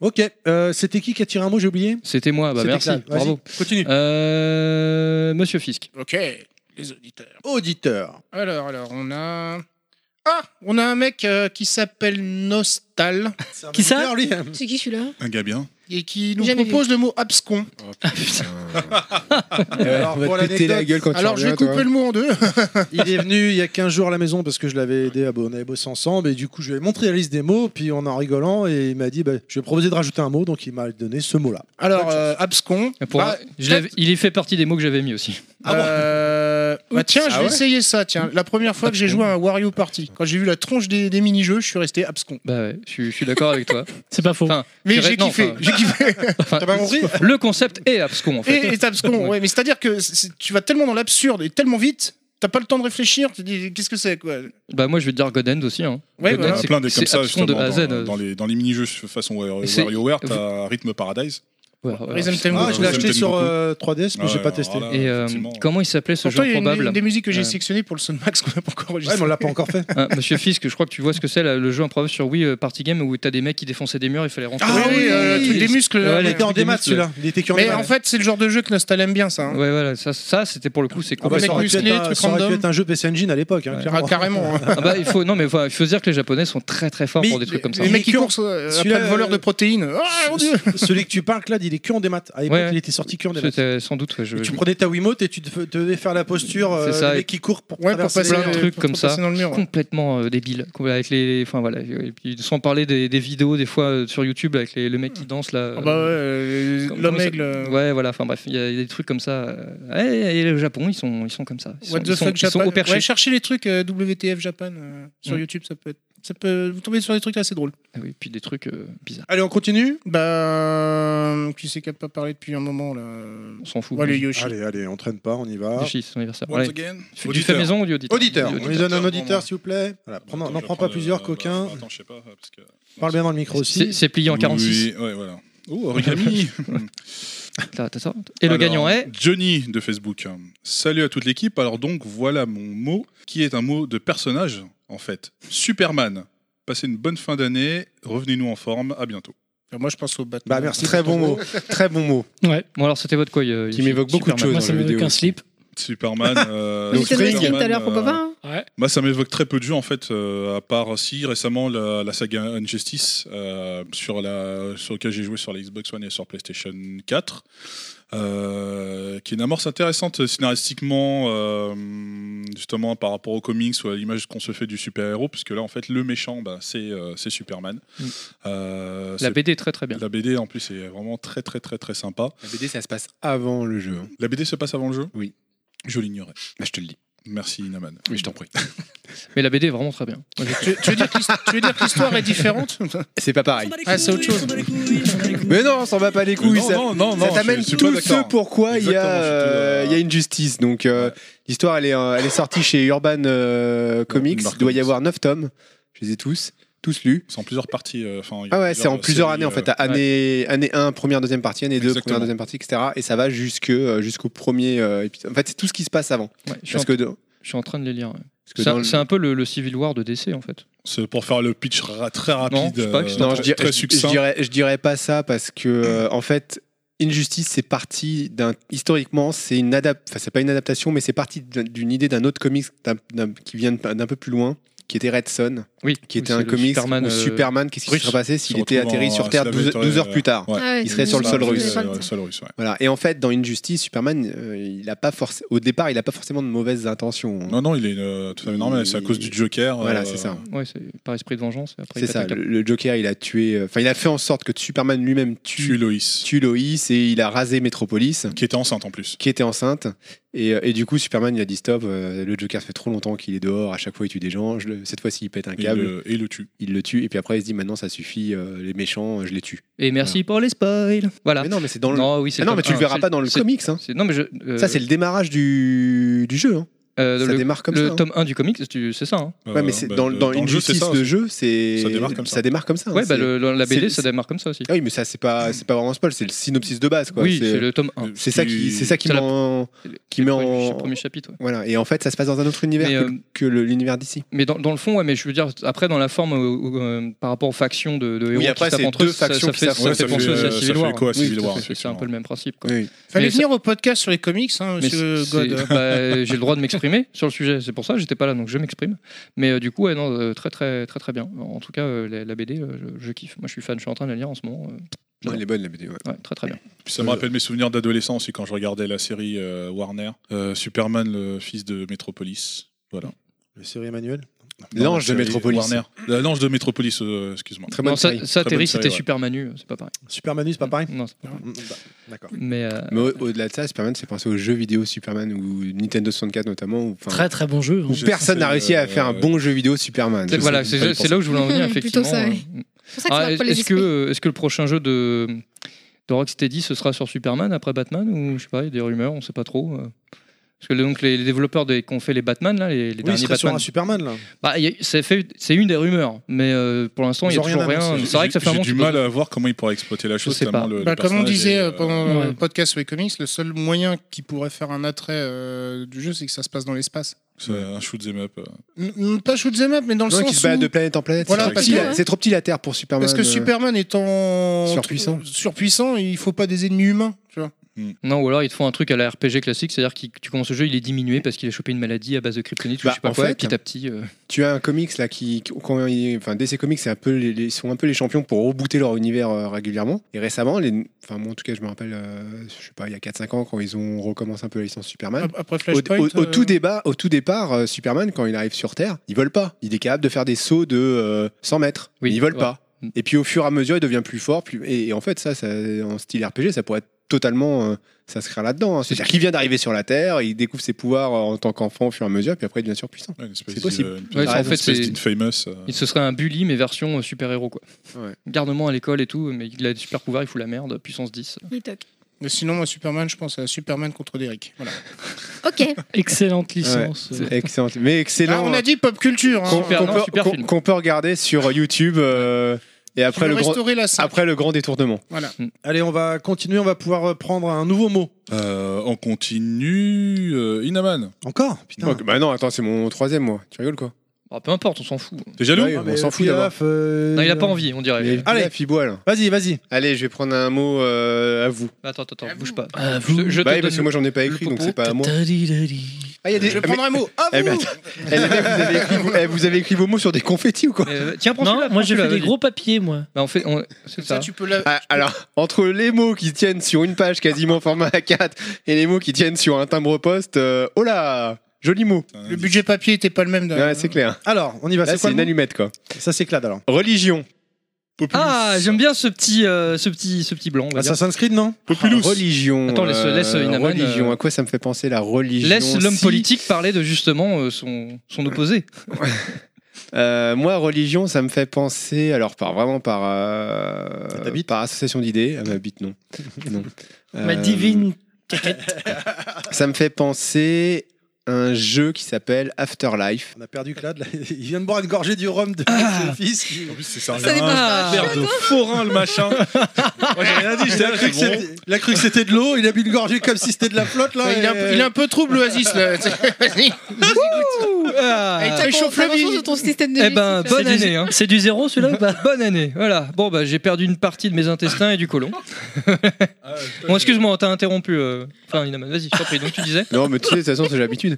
F: Ok, euh, c'était qui qui a tiré un mot, j'ai oublié.
J: C'était moi, bah
F: C'était
J: merci,
F: Xav, vas-y.
J: bravo.
F: Continue.
J: Euh, Monsieur Fisk.
B: Ok, les auditeurs.
F: Auditeur.
B: Alors, alors, on a. Ah, on a un mec euh, qui s'appelle Nostal
E: Qui ça
F: Auditeur, lui.
D: C'est qui celui-là
A: Un gars bien.
B: et qui nous
D: Jamais
B: propose le mot abscon.
F: Alors,
M: on
F: pour
M: va te péter
F: l'anecdote,
M: la gueule quand tu
B: Alors, je vais
M: reviens,
B: couper
K: hein.
M: toi.
B: le mot en deux.
F: Il est venu il y a 15 jours à la maison parce que je l'avais aidé à on avait bossé ensemble et du coup je lui ai montré la liste des mots puis en en rigolant et il m'a dit bah, je vais proposer de rajouter un mot donc il m'a donné ce mot là.
B: Alors, euh, abscon.
J: Ah, Pour-
B: Bah,
J: je l'avais- il fait partie des mots que j'avais mis aussi.
B: Euh, bah tiens, je
F: Ah
B: vais
F: ouais
B: essayer ça. Tiens, la première fois que j'ai joué à un Wario Party, quand j'ai vu la tronche des, des mini-jeux, je suis resté abscon.
J: Bah ouais, je, suis- je suis d'accord avec toi.
E: C'est pas faux.
J: Enfin,
B: Mais
J: Je dirais-
B: j'ai
J: non,
B: kiffé,
J: enfin-
B: j'ai kiffé.
J: Enfin,
F: T'as pas compris
J: le concept est abscon en fait.
B: Et, et abscon, ouais. Mais c'est-à-dire que c'est- tu vas tellement dans l'absurde et tellement vite, t'as pas le temps de réfléchir. Tu te dis qu'est-ce que c'est quoi
J: Bah moi je vais te dire God End aussi. Hein.
A: Il
B: Ouais,
J: God
A: y en
B: voilà.
A: a
J: c'est-
A: Euh, plein des
J: c'est
A: comme ça
J: abscon
A: justement
J: de A à Z. euh,
A: dans, dans les, dans les mini-jeux façon War-
J: C'est-
A: WarioWare, t'as Rhythm Paradise.
J: Ouais, ouais, ouais.
B: Rhythm Tempo.
F: Ah, je l'ai
A: Vous
F: acheté
A: aimez
F: sur
A: beaucoup.
F: euh, 3DS mais
A: Ah
F: j'ai
A: ouais,
F: pas
A: alors
F: testé.
A: là,
J: Et euh,
A: effectivement.
J: comment il s'appelait ce
B: Pourtant,
J: jeu
B: il y a une-
J: probable
B: une des musiques que j'ai
J: Ouais.
B: sélectionnées pour le Soundmax qu'on n'a pas
J: Ah
B: encore
F: Ouais,
B: enregistré.
F: mais on l'a pas encore fait.
J: Hein, Monsieur Fisk, je crois que tu vois ce que c'est là, le jeu improbable sur Wii euh, Party Game où t'as des mecs qui défonçaient des murs, il fallait rentrer.
B: ah oui, euh, le
J: oui.
B: truc des muscles. là,
J: Ouais,
F: Il
B: ouais.
F: était en
J: truc des
F: démat
J: muscles.
F: celui-là. Il était qu'en
B: Mais
F: démat.
B: en fait, c'est le genre de jeu que Nostal aime bien, ça. hein.
J: Ouais, voilà, ça, ça c'était pour le coup, c'est
F: Ah bah,
B: Les
F: ça
J: complètement.
F: aurait pu
B: musclés,
F: être un-
B: trucs
F: ça aurait pu
B: random.
F: être un jeu PC Engine à l'époque, hein,
B: Ah,
J: Ouais.
F: clairement.
B: carrément. hein.
J: Ah bah, il faut, non, mais enfin, il faut se dire que les Japonais sont très très forts
F: Mais
J: pour des trucs comme ça.
B: Les mecs qui
F: Cure-
B: courent euh, après
F: celui-là,
B: le voleur de
F: euh,
B: protéines. Ah, mon dieu
F: Ce- Celui que tu parles, Claude, il est que en démat. À l'époque,
J: Ouais.
F: il était sorti que en démat.
J: C'était sans doute, ouais, je,
F: Et tu
J: je-
F: prenais ta Wiimote et tu te- te devais faire la posture euh,
J: C'est ça,
F: le
J: et-
F: mec qui court pour
B: Ouais, pour
F: traverser
B: passer
J: plein de
B: euh,
J: trucs
B: pour
J: comme
B: passer
J: ça.
B: dans le mur. hein. ouais.
J: complètement euh, débile quoi, avec les enfin voilà et puis sans parler des, des vidéos des fois euh, sur YouTube avec les, le mec qui danse là
B: Ah bah ouais,
J: euh,
B: euh,
J: comme-
B: l'homme
J: comment ça-
B: aigle. euh,
J: ouais voilà enfin bref il y a des trucs comme ça euh, ouais, et, le Japon ils sont ils sont comme ça ils sont,
B: What the
J: ils sont-
B: fuck
J: ils sont
B: Japan.
J: au perché
B: Ouais, cherchez les trucs euh, WTF Japan euh, sur
J: Mm.
B: YouTube, ça peut être. Ça peut vous tomber sur des trucs assez drôles.
J: Ah oui, puis des trucs euh, bizarres
F: Allez, on
J: Mm.
F: continue
B: Bah. Qui c'est qui a pas parlé depuis un moment là
J: on s'en fout
B: Ouais, les
J: Yoshi,
B: Yoshi.
F: Allez, allez, on traîne pas, on y va.
J: Yoshi, c'est son anniversaire
A: Once
J: Allez.
A: again,
J: du fait
A: auditeur.
J: maison ou du auditeur
F: Auditeur,
J: Du
F: on
J: auditeur.
F: lui donne un
A: Auditeur,
F: auditeur,
A: bon,
F: s'il vous plaît. Voilà, prends-
A: Attends,
F: N'en
A: je
F: prends
A: prends
F: pas
A: le-
F: plusieurs,
A: bah,
F: coquin.
A: Attends, je sais pas. Parce que...
F: Parle bien dans le micro
J: c'est
F: aussi.
J: c'est plié en 46
A: Oui, ouais, voilà. Oh, origami
J: Là, attends, attends. et le
A: Alors,
J: gagnant est
A: Johnny de Facebook. Salut à toute l'équipe. Alors donc voilà mon mot qui est un mot de personnage en fait. Superman. Passez une bonne fin d'année. Revenez-nous en forme. À bientôt.
B: Alors, Moi je pense au Batman.
F: Bah, merci.
K: Très bon mot. Très bon mot.
E: Ouais.
J: bon alors c'était votre quoi euh,
K: Qui
J: Yoshi
K: m'évoque beaucoup de
J: Superman.
E: Moi,
K: dans
E: ça
K: la
E: me
K: vidéo
E: qu'un
K: aussi.
E: slip.
A: Superman. euh,
D: J'étais dans le
A: Superman,
D: stream tout à l'heure, pourquoi
A: euh,
D: pas hein
E: Ouais.
A: Moi, ça m'évoque très peu de jeux en fait, euh, à part si récemment la, la saga Injustice euh, sur la sur lequel j'ai joué sur la Xbox One et sur PlayStation 4, euh, qui est une amorce intéressante scénaristiquement, euh, justement par rapport aux comics ou à l'image qu'on se fait du super héros, puisque là en fait le méchant, bah, c'est euh, c'est Superman.
J: Mm.
A: Euh,
J: la
A: c'est-
J: BD est très très bien
A: la BD en plus est vraiment très très très très sympa.
K: La BD, ça se passe avant le jeu. hein.
A: La BD se passe avant le jeu
K: Oui.
A: Je l'ignorais.
K: Bah, je te le dis.
A: Merci Inaman.
K: Oui, je t'en prie.
J: mais la BD est vraiment très bien Moi, j'ai-
B: Tu, tu veux dire que l'his- tu veux dire que l'histoire est différente
K: C'est pas pareil.
B: Ah, c'est autre chose.
K: Mais non, on s'en va pas les couilles. ça-
A: non, non, non,
K: ça
A: je-
K: t'amène
A: je suis
K: tout
A: pas
K: ce
A: d'accord.
K: pourquoi il y, a,
A: Exactement, je suis tout,
K: euh,
A: euh,
K: il y a une justice. Donc euh,
A: Ouais.
K: l'histoire, elle est, euh, elle est sortie chez Urban euh, Comics.
A: Urban
K: Il doit y
A: Comics.
K: avoir 9 tomes. Je les ai tous, tous lus.
A: C'est en plusieurs parties. euh, enfin, il y a
K: Ah ouais, c'est en plusieurs
A: séries,
K: années en fait.
A: euh,
K: T'as Année, année 1, première, deuxième partie, année 2,
A: Exactement.
K: première, deuxième partie, etc. Et ça va jusque, euh, jusqu'au premier euh, épisode. En fait, c'est tout ce qui se passe avant.
J: ouais, je, suis en,
K: Parce que, de-
J: je suis en train de les lire ouais.
K: parce que
J: c'est
K: dans
J: un,
K: le-
J: c'est un peu le, le Civil War de DC en fait
A: C'est pour faire le pitch ra- très rapide.
J: je sais pas que
A: euh,
J: c'est
K: Non,
A: très-
K: je, dirais,
A: très
K: je- je
A: succinct.
K: dirais, je dirais pas ça parce que, euh, en fait, Injustice, c'est parti d'un. Historiquement, c'est une adap- Enfin, c'est pas une adaptation, mais c'est parti d'un- d'une idée d'un autre comics d'un- d'un- qui vient d'un peu plus loin, qui était Red Son,
J: Oui,
K: qui
J: oui,
K: était
J: c'est
K: un
J: le
K: comics
J: Superman,
K: où
J: euh,
K: Superman, qu'est-ce qui
J: russe.
K: se serait passé s'il
A: Se
K: était
A: retrouve
K: atterri
A: en-
K: sur
A: c'est
K: Terre
A: la
K: 12,
A: même-
K: 12 heures plus tard
A: Ouais.
D: Ah ouais,
K: Il serait sur le
D: c'est-
K: sol
D: c'est-
K: russe.
D: c'est pas le temps.
A: Le sol russe, euh, ouais.
K: Voilà. Et en fait, dans Injustice, Superman, euh, il a pas forcé- au départ, il n'a pas forcément de mauvaises intentions. hein.
A: Non, non, il est euh, tout à fait normal. C'est à cause du Joker.
K: Voilà,
A: euh,
K: c'est ça.
J: Ouais, c'est par esprit de vengeance. et après,
K: C'est
J: il
K: ça.
J: attaque la-
K: Le, le Joker, il a tué. euh, Enfin, il a fait en sorte que Superman lui-même
A: Tue
K: tue,
A: Loïs,
K: tue Lois et il a rasé Metropolis,
A: qui était enceinte en plus.
K: qui était enceinte. Et, euh, et du coup, Superman, il a dit stop. euh, le Joker, ça fait trop longtemps qu'il est dehors. À chaque fois, il tue des gens. je le- cette fois-ci, il pète un
A: Et
K: câble.
A: le- et le tue.
K: Il le tue. Et puis après, il se dit maintenant, ça suffit. euh, les méchants, euh, je les tue.
J: Et merci pour les spoils. Voilà.
K: Mais non, mais c'est dans le.
J: Ah. Non, oui, c'est
K: Ah non,
J: le
K: mais tu
J: tome
K: le
J: un.
K: verras
J: C'est-
K: pas dans le
J: c'est-
K: comics. hein.
J: c'est- Non, mais je. euh,
K: Ça, c'est le démarrage du, du jeu. hein.
J: euh,
K: ça
J: le-
K: démarre comme
J: le
K: ça. hein.
J: tome 1 du comics, tu- c'est ça. hein.
K: Ouais,
A: Euh,
K: mais c'est
A: bah,
K: dans, dans,
A: le jeu, c'est
K: Injustice,
A: ça,
K: le jeu, c'est
A: Ça démarre comme ça.
K: Ça démarre comme ça. hein.
J: ouais, bah,
K: C'est-
J: le- le- la BD,
K: c'est-
J: ça démarre comme ça aussi.
K: Ah oui, mais ça c'est pas c'est pas vraiment un spoil, c'est le synopsis de base quoi.
J: oui,
K: c'est
J: c'est le tome 1.
K: c'est ça qui c'est ça qui
J: C'est la-
K: m'en- qui
J: le
K: met
J: premier-
K: en
J: premier chapitre. ouais.
K: voilà. Et en fait, ça se passe dans un autre univers
J: Mais,
K: que-
J: euh,
K: que, le- l'univers d'ici.
J: Mais dans, dans le fond, ouais, mais je veux dire, après, dans la forme, euh, où, euh, par rapport aux factions de, de héros
K: après,
J: qui se tapent
K: c'est
J: entre eux,
K: deux
J: ça,
K: factions
J: ça
K: qui
J: fait,
K: s'affrontent.
J: ça fait
K: Ça fait,
J: penser aussi à
A: euh, ça
J: Civil
A: fait
J: War. hein.
A: écho à
J: Oui,
A: Civil
J: tout
A: War,
J: fait, C'est un peu le même principe. Quoi.
K: Oui.
B: Fallait
J: Mais ça-
B: venir au podcast sur les comics, hein,
J: Mais
B: monsieur
J: c'est-
B: God.
J: c'est- bah, j'ai le droit de m'exprimer sur le sujet, c'est pour ça, j'étais pas là, donc je m'exprime. Mais euh, du coup, ouais, non, euh, très très très très bien. En tout cas, euh, la, la BD, euh, je, je kiffe. Moi, je suis fan, je suis en train de la lire en ce moment. euh,
K: Non, elle est bonne la BD. ouais.
J: ouais, très très bien.
A: Puis ça me rappelle mes souvenirs d'adolescence aussi quand je regardais la série euh, Warner, Euh, Superman, le fils de Metropolis. Voilà.
F: La série Emmanuel
A: Non,
K: L'ange
A: la série
K: de Metropolis.
A: Warner. Euh, L'ange de Metropolis, euh, excuse-moi.
K: Très
J: Non,
K: bonne
J: ça,
K: série.
J: ça
A: Très
J: Terry,
A: bonne
J: c'était
A: série, ouais.
J: super Manu, euh, c'est pas pareil.
F: Supermanus, c'est pas pareil
J: Non, c'est pas pareil.
F: D'accord.
J: Mais euh,
K: Mais au- au-delà de ça, Superman c'est penser aux jeux vidéo Superman ou Nintendo 64 notamment où, enfin,
E: Très très bon jeu. hein.
K: où personne n'a réussi à faire un
A: Euh,
K: bon jeu vidéo Superman.
J: c'est- voilà,
A: je savais
J: c'est
A: pas
J: c'est là où je voulais en venir
D: Plutôt
J: effectivement.
D: ça,
J: euh.
D: ouais. C'est pour ça que ça
J: Ah,
D: marque pas les
J: Est-ce que,
D: esprits.
J: euh, est-ce que le prochain jeu de, de Rocksteady ce sera sur Superman après Batman ou je sais pas, il y a des rumeurs, on sait pas trop. euh. Parce que donc les, les développeurs des, qui ont fait les Batman là, les, les
F: Oui, il
J: derniers
F: serait sur
J: Batman,
F: un Superman là.
J: Bah, y a- c'est fait- c'est une des rumeurs, mais euh, pour l'instant, il n'y
F: Ils
J: a
F: ont
J: toujours
F: rien
J: rien.
F: annoncé.
J: C'est vrai que ça fait un
A: J'ai
J: moment
A: du
J: qu'ils
A: mal à voir comment il pourrait exploiter la chose.
J: sais
A: tellement
J: pas.
A: le- le
B: Bah, comme on
A: personnage
B: disait
A: est,
B: euh,
A: euh,
B: pendant le
E: Ouais.
B: podcast sur les comics, le seul moyen qui pourrait faire un attrait euh, du jeu, c'est que ça se passe dans l'espace.
A: c'est un shoot 'em up. euh.
B: N- n- pas shoot them up, mais dans le
K: Non, qui
B: sens
K: se bat
B: où-
K: de planète en planète.
B: Voilà,
K: c'est
B: parce
K: petit,
D: que-
K: la- c'est trop petit la Terre pour Superman.
B: parce que
K: euh,
B: Superman étant
K: surpuissant.
B: surpuissant, il faut pas des ennemis humains, tu vois.
J: Non, ou alors ils te font un truc à la RPG classique, c'est-à-dire que tu commences le jeu, il est diminué parce qu'il a chopé une maladie à base de kryptonite
K: Bah,
J: ou je sais pas
K: en
J: quoi,
K: fait-
J: et petit à petit. euh,
K: Tu as un comics là qui, qui- quand il- enfin DC Comics, c'est un peu, les- les- sont un peu les champions pour rebooter leur univers euh, régulièrement. Et récemment, les, enfin moi en tout cas, je me rappelle, euh, je sais pas, il y a 4-5 ans quand ils ont recommencé un peu la licence Superman.
B: Ap- Après
J: Ah,
K: Au,
B: Flashpoint.
K: au- au tout
B: euh,
K: débat, au tout départ, euh, Superman quand il arrive sur Terre, il vole pas. Il est capable de faire des sauts de euh, 100 mètres.
J: Oui,
K: mais il vole
J: ouais.
K: pas.
J: Mm.
K: Et puis au fur et à mesure, il devient plus fort. Plus, et, et en fait, ça, ça, en style RPG, ça pourrait être totalement euh, s'inscrire là-dedans. hein. C'est-à-dire qu'il vient d'arriver sur la Terre, il découvre ses pouvoirs euh, en tant qu'enfant au fur et à mesure, puis après il devient surpuissant.
A: Ouais, une espèce
K: C'est possible.
A: de- une
J: Ouais,
A: espèce
K: en fait,
A: d'espèce
J: c'est-
A: d'Infamous. euh.
J: Il se serait un bully, mais version euh, super-héros quoi.
K: Ouais.
J: Gardement à l'école et tout, mais il a des super pouvoirs, il fout la merde, puissance 10.
D: Il toque.
B: mais Sinon, moi, Superman, je pense à Superman contre Derrick. Voilà.
D: Ok.
E: Ah, Excellente licence.
K: C'est Excellent. Mais
B: Ah,
K: excellent.
B: on a dit pop culture. hein.
K: qu'on
J: Super,
K: qu'on
J: non,
K: peut,
J: super
K: qu'on-
J: film.
K: qu'on peut regarder sur YouTube euh,
B: Je
K: et
B: veux
K: après le, grand,
B: restaurer la salle.
K: après le grand détournement.
B: Voilà.
F: Allez, on va continuer, on va pouvoir euh, prendre un nouveau mot.
A: Euh, on continue. euh, Inaman.
F: Encore Putain.
K: Ok, bah non, attends, c'est mon troisième, moi. Tu rigoles quoi
J: Ah, peu importe, on s'en fout.
A: T'es jaloux
K: Ouais, on s'en fout d'abord.
J: Non, il a pas
K: euh,
J: envie, on dirait.
K: Mais-
F: Allez.
K: la fiboie, là.
F: euh, Vas-y, vas-y.
K: Allez, je vais prendre un mot euh, à vous.
J: Bah, Attends, attends,
B: Ah,
J: attends, bouge
B: vous.
J: pas.
E: Ah,
J: Je,
E: vous.
J: je
K: Bah
J: te
K: oui, parce
J: donne
K: que moi j'en ai pas
J: le
K: écrit, donc
J: popo.
K: c'est pas à moi. Ah, il y a des...
B: Je prendrai un mot. Ah,
K: Eh
B: vous
K: ben, Eh, les mecs, vous, avez écrit vos... eh, vous avez écrit vos mots sur des confettis ou quoi
J: le- Euh, Tiens, prends
E: Non,
J: celui-là,
E: moi
J: prends
E: j'ai fait
J: celui-là,
E: des
J: vas-y.
E: gros papiers, moi.
J: Bah, on fait, on- c'est
B: ça,
J: ça.
B: tu peux la.
K: Ah, alors, entre les mots qui tiennent sur une page quasiment format A4 et les mots qui tiennent sur un timbre-poste, euh, oh là Joli mot
B: Le budget papier était pas le même. d'un-
K: Euh, Ouais, C'est clair.
F: Alors, on y va.
K: Là,
F: Ah, C'est quoi
K: c'est
F: le
K: une
F: mot
K: allumette quoi.
F: Ça s'éclate alors.
K: Religion.
J: Ah, j'aime bien ce petit, euh, ce petit, ce petit blanc.
K: Ah,
J: on va dire.
F: Assassin's Creed, non
A: Populus.
K: Religion.
J: Attends, laisse-
K: euh,
J: laisse Inaman,
K: religion.
J: euh,
K: À quoi ça me fait penser la religion
J: Laisse l'homme
K: Si,
J: politique parler de justement euh, son, son opposé.
K: euh, moi, religion, ça me fait penser, alors par vraiment par euh,
F: À ta bite
K: par association d'idées. Ah, ma bite, non. non.
E: Ma
K: Euh,
E: divine.
K: Ça me fait penser un jeu qui s'appelle Afterlife.
F: On a perdu Claude. là. Il vient de boire une
K: Ah.
F: gorgée du rhum de son fils.
A: En plus, c'est ça.
D: Ça dépend.
A: un verre de forain, le machin. Moi, j'ai rien dit,
F: Il
A: j'étais
F: a
A: là,
F: cru que
A: c'est bon.
F: c'était- il a cru que c'était de l'eau, il a bu une gorgée comme si c'était de la flotte là.
B: il, est un
F: et-
B: peu, il est un peu trouble, Oasis. Là. Vas-y.
J: Ouh, ah.
B: Hey,
D: Ça
B: Réchauffe le
D: commence
B: bide.
D: sur ton système de
J: Eh
D: vie,
J: ben,
D: c'est
J: bonne
E: C'est du-
J: année. hein.
E: C'est du zéro celui-là ou pas
J: Bonne année. Voilà. Bon, bah, j'ai perdu une partie de mes intestins et du côlon. Bon, excuse-moi, on t'a interrompu. euh, Enfin, Inaman, vas-y, je t'en prie. Donc, tu disais
K: Non, mais tu sais, de toute façon, c'est l'habitude.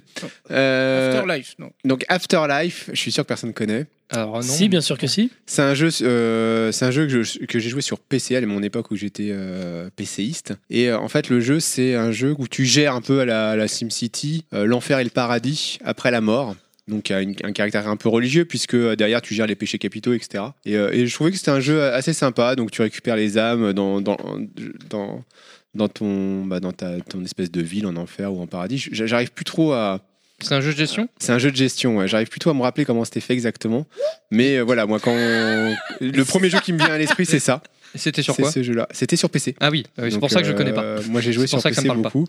K: Euh,
B: Afterlife, non.
K: donc, Afterlife, je suis sûr que personne connaît.
J: Alors, ah non.
E: Si, bien sûr que si.
K: C'est un jeu, euh, c'est un jeu que je- que j'ai joué sur PC à mon époque où j'étais euh, PCiste. Et euh, en fait, le jeu, c'est un jeu où tu gères un peu à la, à la SimCity euh, l'enfer et le paradis après la mort. Donc, a une- un caractère un peu religieux, puisque euh, derrière tu gères les péchés capitaux, etc. Et, euh, et je trouvais que c'était un jeu assez sympa. Donc, tu récupères les âmes dans, dans, dans, dans ton, bah, dans ta, ton espèce de ville en enfer ou en paradis. J- J'arrive plus trop à,
J: C'est un jeu de gestion
K: c'est un jeu de gestion, ouais. j'arrive plutôt à me rappeler comment c'était fait exactement. Mais euh, voilà, moi, quand. Le premier jeu qui me vient à l'esprit, c'est ça.
J: Et C'était sur
K: C'est
J: quoi
K: ce jeu-là. C'était sur PC.
J: Ah oui, ah oui, c'est
K: Donc,
J: pour ça que je
K: euh,
J: connais pas.
K: Moi, j'ai joué
J: C'est pour
K: sur
J: ça que ça
K: PC
J: me parle pas.
K: beaucoup.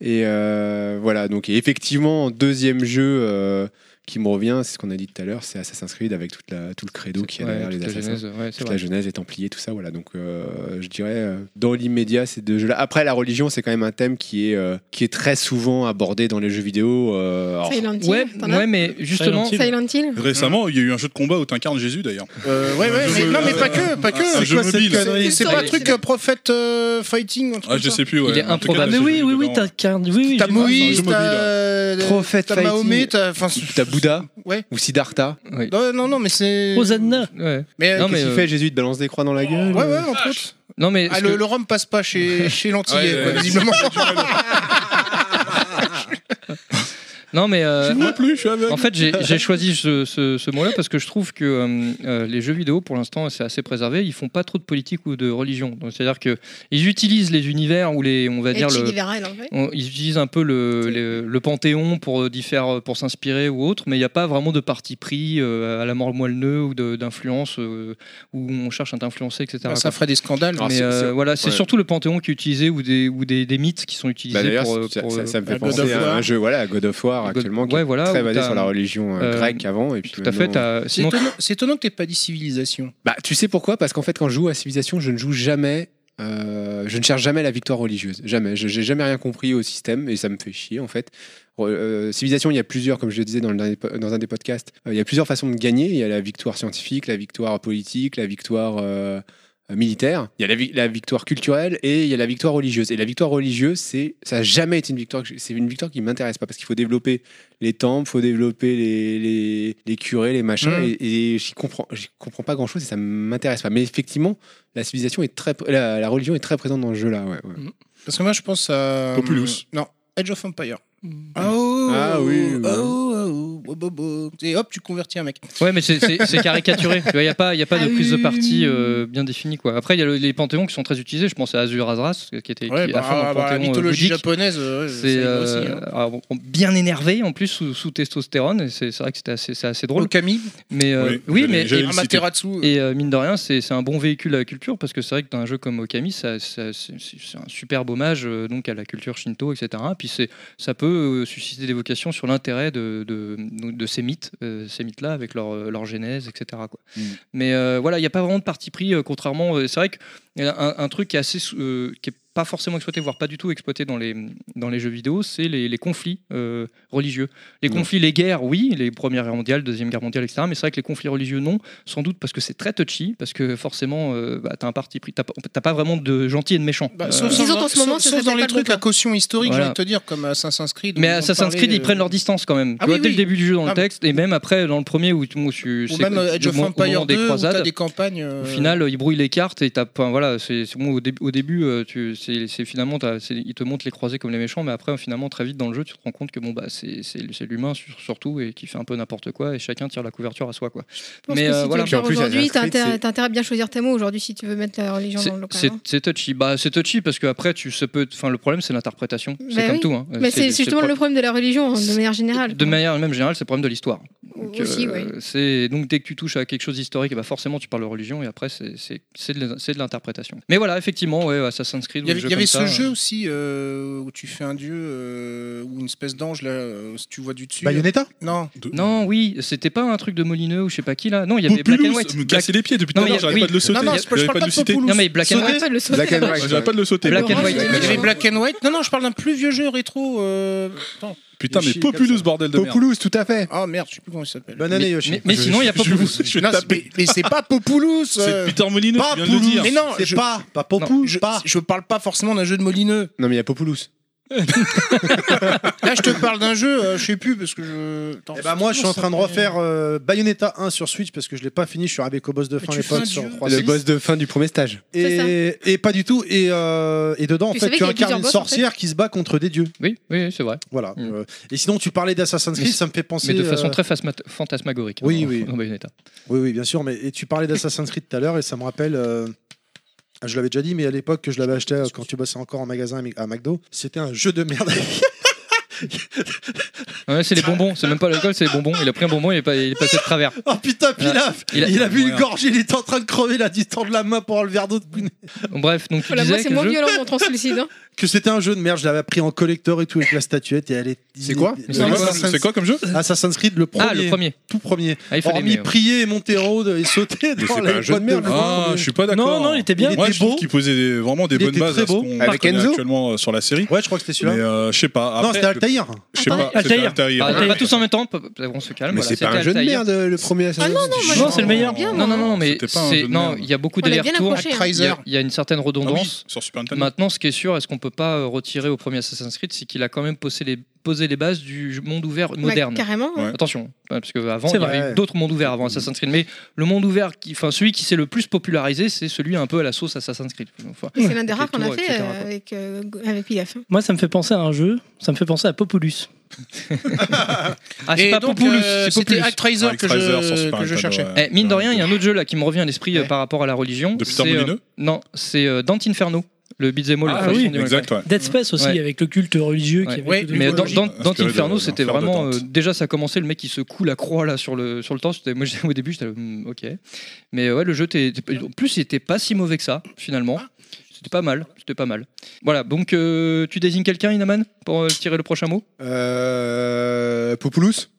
K: Et euh, voilà, donc et effectivement, en deuxième jeu euh, qui me revient, c'est ce qu'on a dit tout à l'heure, c'est Assassin's Creed avec toute la, tout le credo qui a
J: Ouais,
K: derrière
J: toute
K: les
J: la
K: assassins.
J: genèse, ouais, c'est
K: Toute
J: vrai.
K: la Genèse, les Templiers, tout ça, voilà. Donc, euh, je dirais, euh, dans l'immédiat, ces deux jeux-là. Après, la religion, c'est quand même un thème qui est, euh, qui est très souvent abordé dans les jeux vidéo. euh, alors,
D: Silent Hill.
J: Ouais,
D: t'en as
J: ouais, mais justement,
E: Silent
D: Silent Hill.
A: Récemment, il y a eu un jeu de combat où t'incarnes Jésus d'ailleurs.
B: Euh, ouais, ouais,
A: Un
B: mais,
A: jeu-
B: non, mais pas que. Pas
A: un
B: que.
A: jeu mobile.
B: Ah, C'est- C'est pas un
D: C'est-
B: truc euh, prophète euh, fighting. un truc
A: Ah,
B: comme
A: je
B: ça.
A: sais plus. Ouais.
J: Il est
A: En tout
J: improbable.
A: cas, j'ai
E: mais oui,
A: vu
E: oui, oui,
A: dedans.
E: t'as qu'un- oui, oui,
B: T'as
E: j'ai-
A: un jeu
B: Moïse,
A: mobile,
B: t'as
A: ouais.
B: euh,
K: Prophète
B: t'as Mahomet,
K: fighting.
B: t'as. enfin,
K: T'as Bouddha
B: Ouais.
K: ou Siddhartha.
B: Non, non, non, mais c'est.
E: Hosanna.
J: ouais.
B: Mais, euh,
J: Non, mais,
K: Qu'est-ce
J: euh,
K: qu'il fait Jésus te balance des croix dans la gueule
B: Ouais, ouais, entre autres.
J: non, mais
B: Ah,
J: ce
B: le,
J: que-
B: le rhum passe pas chez, chez l'Antillais,
A: Ouais,
B: quoi,
A: ouais,
B: visiblement.
J: non, mais euh,
A: Je ne vois plus, je suis aveugle.
J: En fait, j'ai j'ai choisi ce, ce- ce mot-là parce que je trouve que euh, euh, les jeux vidéo, pour l'instant, c'est assez préservé. Ils font pas trop de politique ou de religion. Donc, C'est-à-dire que ils utilisent les univers ou les, on va
D: Et
J: dire
D: Chi
J: le,
D: Guevara, en fait.
J: on- ils utilisent un peu le, le, le panthéon pour euh, d'y faire, pour s'inspirer ou autre, mais il n'y a pas vraiment de parti pris euh, à la mort moelleux ou de- d'influence euh, où on cherche à t'influencer, etc.
K: Bah,
B: ça ferait des scandales.
K: Alors,
J: mais
K: c'est-
J: euh,
K: c'est-
J: voilà, c'est
K: ouais.
J: surtout le panthéon qui est utilisé ou des, ou des, des mythes qui sont utilisés
K: Bah, D'ailleurs,
J: pour, euh,
K: ça,
J: pour,
K: ça-
J: euh,
K: ça me fait
B: God of
K: penser à
B: War.
K: un jeu, voilà, à God of War
J: God-
K: actuellement, qui
J: ouais,
K: est
J: voilà,
K: très
J: où
K: basé
J: t'as-
K: sur la religion euh,
J: euh,
K: grecque avant. Et puis
J: tout à fait.
K: maintenant-
J: t'as-
B: C'est
J: Sinon,
B: étonnant, c'est étonnant que t'aies pas dit civilisation.
K: Bah, tu sais pourquoi Parce qu'en fait, quand je joue à Civilization, je ne joue jamais. euh, je ne cherche jamais la victoire religieuse. Jamais. Je n'ai jamais rien compris au système et ça me fait chier en fait. Re- euh, Civilization, il y a plusieurs, comme je le disais dans, le dernier po- dans un des podcasts, euh, il y a plusieurs façons de gagner. Il y a la victoire scientifique, la victoire politique, la victoire euh, militaire, il y a la, vi- la victoire culturelle et il y a la victoire religieuse. Et la victoire religieuse, c'est ça n'a jamais été une victoire. que j'ai- C'est une victoire qui m'intéresse pas parce qu'il faut développer les temples, faut développer les, les, les curés, les machins.
F: Mmh.
B: Mhm.
K: Et, et j'y comprends, j'y comprends pas grand chose et ça m'intéresse pas. Mais effectivement, la civilisation est très, pr- la, la religion est très présente dans le jeu là. ouais, ouais.
B: Parce que moi, je pense à. euh,
A: Populous.
B: Non, Edge of Empire.
E: Mm.
B: Oh,
K: Ah oui, ouais.
B: oh, oh, oh, oh, oh, oh. Et hop, tu convertis un mec.
J: Ouais, mais c'est- c'est c'est caricaturé. Il n'y a pas, y a pas
D: Ah
J: de prise de
D: oui,
J: parti
D: oui,
J: euh, bien définie. Quoi. Après, il y a le- les panthéons qui sont très utilisés. Je pense à Azur Azras, qui était
B: Ouais,
J: qui,
B: bah,
J: à fond dans le
B: ah, bah, la
J: panthéon, euh,
B: mythologie
J: bouddhique.
B: japonaise, ouais, ça
J: C'est
B: y va
J: euh,
B: aussi, hein.
J: alors, bon, bien énervé en plus sous, sous testostérone. et C'est c'est vrai que c'était assez- c'est assez, drôle.
B: Okami,
J: Mais euh,
A: Oui,
J: oui,
A: j'allais-
J: mais
A: j'allais
J: et-
A: le citer.
B: Amaterasu. euh,
J: et euh, mine de rien, c'est c'est un bon véhicule à la culture parce que c'est vrai que dans un jeu comme Okami, ça, ça- c'est c'est- c'est un superbe hommage euh, donc à la culture shinto, etc. Puis c'est- ça peut euh, susciter des vocations sur l'intérêt de, de, de ces mythes, euh, ces mythes-là avec leur, euh, leur genèse, etc. Quoi.
K: Mm.
J: Mais euh, voilà, il n'y a pas vraiment de parti pris. euh, contrairement, euh, c'est vrai que y a un, un truc qui est assez, sou- euh, qui est pas forcément exploité, voire pas du tout exploité dans les dans les jeux vidéo, c'est les, les conflits euh, religieux. Les
K: Mm.
J: conflits, les guerres, oui, les premières guerres mondiales, deuxième guerre mondiale, etc. Mais c'est vrai que les conflits religieux, non sans doute parce que c'est très touchy, parce que forcément, euh, bah, t'as un parti pris, t'as pas t'as pas vraiment de gentil et de méchant.
B: bah,
J: Euh,
B: sauf
D: Disons
B: dans-
D: qu'en ce moment,
B: sauf-
D: ça
B: sauf dans
D: s'appelle
B: les
D: pas le
B: trucs à caution historique,
J: Voilà.
B: j'ai envie de te dire, comme Assassin's Creed.
J: mais
B: dont on
J: Assassin's
B: parlait,
J: Creed, ils
B: euh,
J: prennent leur distance quand même.
B: Ah
J: tu vois,
B: oui,
J: dès le
B: oui.
J: début du jeu dans le
B: Ah, mais-
J: texte, et même après dans le premier où, tu- où tu-
B: Ou
J: c'est-
B: même euh, Age
J: au
B: of
J: moment- au moment
B: Empire
J: des
B: 2, où t'as
J: croisades.
B: des campagnes. euh,
J: Au final, euh, ils brouillent les cartes et t'as, enfin, voilà, c'est c'est- moi, au, dé- au début, euh, tu, c'est, c'est finalement, t'as- c'est- ils te montrent les croisés comme les méchants, mais après, finalement, très vite dans le jeu, tu te rends compte que bon, bah, c'est, c'est- c'est l'humain sur- surtout et qui fait un peu n'importe quoi et chacun tire la couverture à soi, quoi.
D: pense que
J: euh,
D: si tu
J: voilà.
D: veux
K: Puis en
D: faire
K: plus,
D: aujourd'hui,
K: Assassin's
D: t'as
K: Creed,
D: intérêt
K: c'est-
D: t'as intérêt à bien choisir tes mots aujourd'hui si tu veux mettre la religion
J: C'est-
D: dans le local.
J: C'est
D: hein.
J: c'est touchy. Bah, c'est touchy parce que après, tu, ça peut, enfin, le problème, c'est l'interprétation. C'est
D: Bah
J: comme
D: oui.
J: tout. hein.
D: Mais c'est justement
J: pro-
D: le problème de la religion hein, de manière générale.
J: De
D: quoi.
J: manière même générale, c'est le problème de l'histoire. Donc,
D: Aussi,
J: euh,
D: oui.
J: bah, c'est- donc dès que tu touches à quelque chose d'historique, eh ben, forcément tu parles de religion et après c'est- c'est c'est de la- c'est de exploitation. Mais voilà, effectivement, ouais, Assassin's Creed.
B: Il y avait,
J: ou des
B: il y avait
J: jeux
B: ce
J: comme ça,
B: jeu
J: euh,
B: aussi euh, où tu fais un dieu euh, ou une espèce d'ange, là, euh, si tu vois du dessus.
F: Bayonetta
B: Non,
J: Non, oui, c'était pas un truc de Molineux ou je sais pas qui là. Non, il y avait Black and
A: Populous,
J: White.
A: me
J: Black,
A: casser les pieds depuis tout
J: Non,
A: à l'heure,
J: mais il y a-
A: j'arrête
J: oui.
A: pas de le sauter.
B: non, non, je, je
A: J'arrête
B: parle
A: pas
B: pas
A: de
B: de
A: le citer.
B: Populous.
J: non, mais Black and
B: Sauter.
J: White.
D: Pas de le sauter.
K: Black and
D: Ouais.
K: White.
F: Bah,
A: J'arrête pas de le sauter.
J: Black and
D: Orange, il
J: White.
D: y a
A: Black
B: Il
A: and
B: y avait
A: White.
B: Black and White. Non, non, je parle d'un plus vieux jeu rétro. euh, Attends.
A: Putain, mais Populous, bordel de merde.
F: Populous, tout à fait.
B: Ah merde, je sais plus comment il s'appelle.
F: Bonne année,
J: Mais-
F: Yoshi.
J: mais- mais sinon, il y a
A: Je
J: Populous.
A: je vais
B: Non, c'est-
A: taper.
B: mais, mais c'est pas Populous.
A: C'est
B: euh,
A: Peter Molineux
F: Pas
A: qui vient de le
F: Populous.
A: dire.
B: Mais non,
F: C'est
B: je-
F: pas, pas
B: Non,
F: Popou,
B: je,
F: pas.
B: je parle pas forcément d'un jeu de Molineux.
K: Non, mais il y a Populous.
B: Là, je te parle d'un jeu, euh, je sais plus, parce que je. Attends,
F: Eh ben moi, je suis en
B: ça
F: train de
B: s'appelle
F: refaire euh, Bayonetta 1 sur Switch parce que je l'ai pas fini. Je suis arrivé qu'au boss de fin à
B: tu fais un
F: l'époque sur
B: dieu.
F: 3
K: Le boss de fin du premier stage.
F: et, et pas du tout. Et, euh, et dedans, en
D: Tu
F: fait,
D: savais
F: tu
D: qu'il y avait
F: incarnes
D: plusieurs
F: une
D: boss, en
F: sorcière qui se bat contre des dieux.
J: Oui, oui, c'est vrai.
F: Voilà.
J: Mm.
F: Euh, et sinon, tu parlais d'Assassin's Creed,
J: Mais-
F: ça me fait penser.
J: Mais de
F: euh,
J: façon très phasma- fantasmagorique.
F: Oui,
J: dans-
F: oui.
J: dans Bayonetta.
F: Oui, oui, bien sûr. Mais et tu parlais d'Assassin's Creed tout à l'heure et ça me rappelle. euh, Je l'avais déjà dit, mais à l'époque que je l'avais acheté euh, quand tu bossais encore en magasin à Mi- à McDo, c'était un jeu de merde.
J: Ouais, c'est les bonbons, c'est même pas l'alcool, c'est les bonbons. Il a pris un bonbon, il est, pas- il est passé de travers.
F: oh putain, Pilaf
J: Il
F: Il
J: a-
F: a, bu une
A: Ouais.
F: gorgée, il était en train de crever, là, il tend de la main pour enlever un verre d'eau de
J: Bref, donc tu
D: Voilà, moi,
J: disais
D: c'est
J: que le
D: moins
J: jeu-
D: violent mon translucide. hein.
F: que c'était un jeu de merde. Je l'avais pris en collector et tout avec la statuette et elle est.
K: C'est quoi
F: Le-
A: C'est quoi comme-
F: Assassin's-
A: C'est quoi comme jeu
F: Assassin's Creed, le premier,
J: Ah, le premier.
F: tout premier.
J: Ah, il fallait
F: Hormis
J: mais, euh,
F: prier et monter en haut de- et sauter
K: c'est
F: dans
K: pas
F: la
K: un jeu de
F: boîte
K: merde. hein.
A: Ah, je suis pas d'accord.
E: Non, non, il était bien.
F: Il
A: Moi,
F: était
A: je trouve
F: beau.
A: qu'il posait des- vraiment des
F: Il
A: bonnes
F: était
A: bases
F: très
A: à ce
F: beau.
A: qu'on
K: Avec
A: connaît
K: Enzo
A: actuellement euh, sur la série.
F: Ouais, je crois que c'était
A: Mais
F: celui-là.
A: euh, je sais pas.
F: non,
A: après,
F: c'était Altaïr.
A: Je sais pas.
E: Altaïr.
A: c'était Altaïr.
J: Pas,
E: Altaïr.
J: pas tous en même temps, pas- pas- on se calme.
K: Mais
J: voilà,
K: c'est pas
J: c'était
K: un jeu de
J: Altaïr.
K: merde, le premier Assassin's Creed.
D: moi,
E: Non, c'est le meilleur.
D: bien,
J: Non, non, non, non, mais
A: C'était pas un
J: c'est
A: jeu de
J: non,
A: merde.
J: il y a beaucoup
D: On l'a bien
J: d'allers-retours.
D: accroché. hein.
J: Il y
B: Actraiser.
J: a- il y a une certaine
A: Ah oui,
J: redondance.
A: sur Super Nintendo.
J: Maintenant, ce qui est sûr, est-ce qu'on peut pas euh, retirer au premier Assassin's Creed, c'est qu'il a quand même posé les, posé les bases du monde ouvert
D: Ouais,
J: moderne.
D: Carrément. hein.
A: Ouais.
J: Attention, hein, parce qu'avant,
E: C'est
J: il y avait
F: vrai.
J: eu d'autres mondes ouverts avant Assassin's Creed. Mais le monde ouvert, qui, enfin, celui qui s'est le plus popularisé, c'est celui un peu à la sauce Assassin's Creed. Enfin,
D: C'est l'un des rares qu'on a
J: Tours,
D: fait
J: etc.,
D: euh,
J: quoi.
D: avec, euh, avec Pilaf. hein.
E: Moi, ça me fait penser à un jeu, ça me fait penser à Populus.
J: ah, c'est
B: Et
J: pas
B: donc,
J: Populus,
B: euh,
J: c'est
B: c'était
J: Populus.
B: Actraiser que
A: Altraiser sur
B: je,
A: Super
B: que je
A: Nintendo,
B: cherchais.
A: ouais.
J: Eh, mine de rien, il y a un autre jeu là qui me revient à l'esprit euh,
B: Ouais.
J: par rapport à la religion.
A: De Peter
J: c'est, euh,
A: Molineux
J: Non, c'est euh, Dante Inferno, le beat'em all. la
A: Ah
J: façon
A: oui,
J: du Minecraft.
A: exact, ouais.
E: Dead Space aussi,
J: Ouais.
E: avec le culte religieux qui
J: Ouais.
E: avait
B: Ouais,
E: tout de-
J: Mais dans,
A: mythologie.
J: dans,
A: Inspiré
J: dans
A: de-
J: Inferno,
A: d'un
J: c'était
A: fer de
J: vraiment.
A: Dante.
J: euh, déjà, ça commençait, le mec qui secoue la croix là sur le, sur le torse. J'étais- Moi, j'étais- au début, j'étais là, hmm, ok. Mais euh, ouais, le jeu, t'es- t'es- en plus, il était pas si mauvais que ça, finalement.
F: Ah.
J: C'était pas mal, c'était pas mal. Voilà, donc euh, tu désignes quelqu'un, Inaman, pour euh, tirer le prochain mot
K: Euh, Populous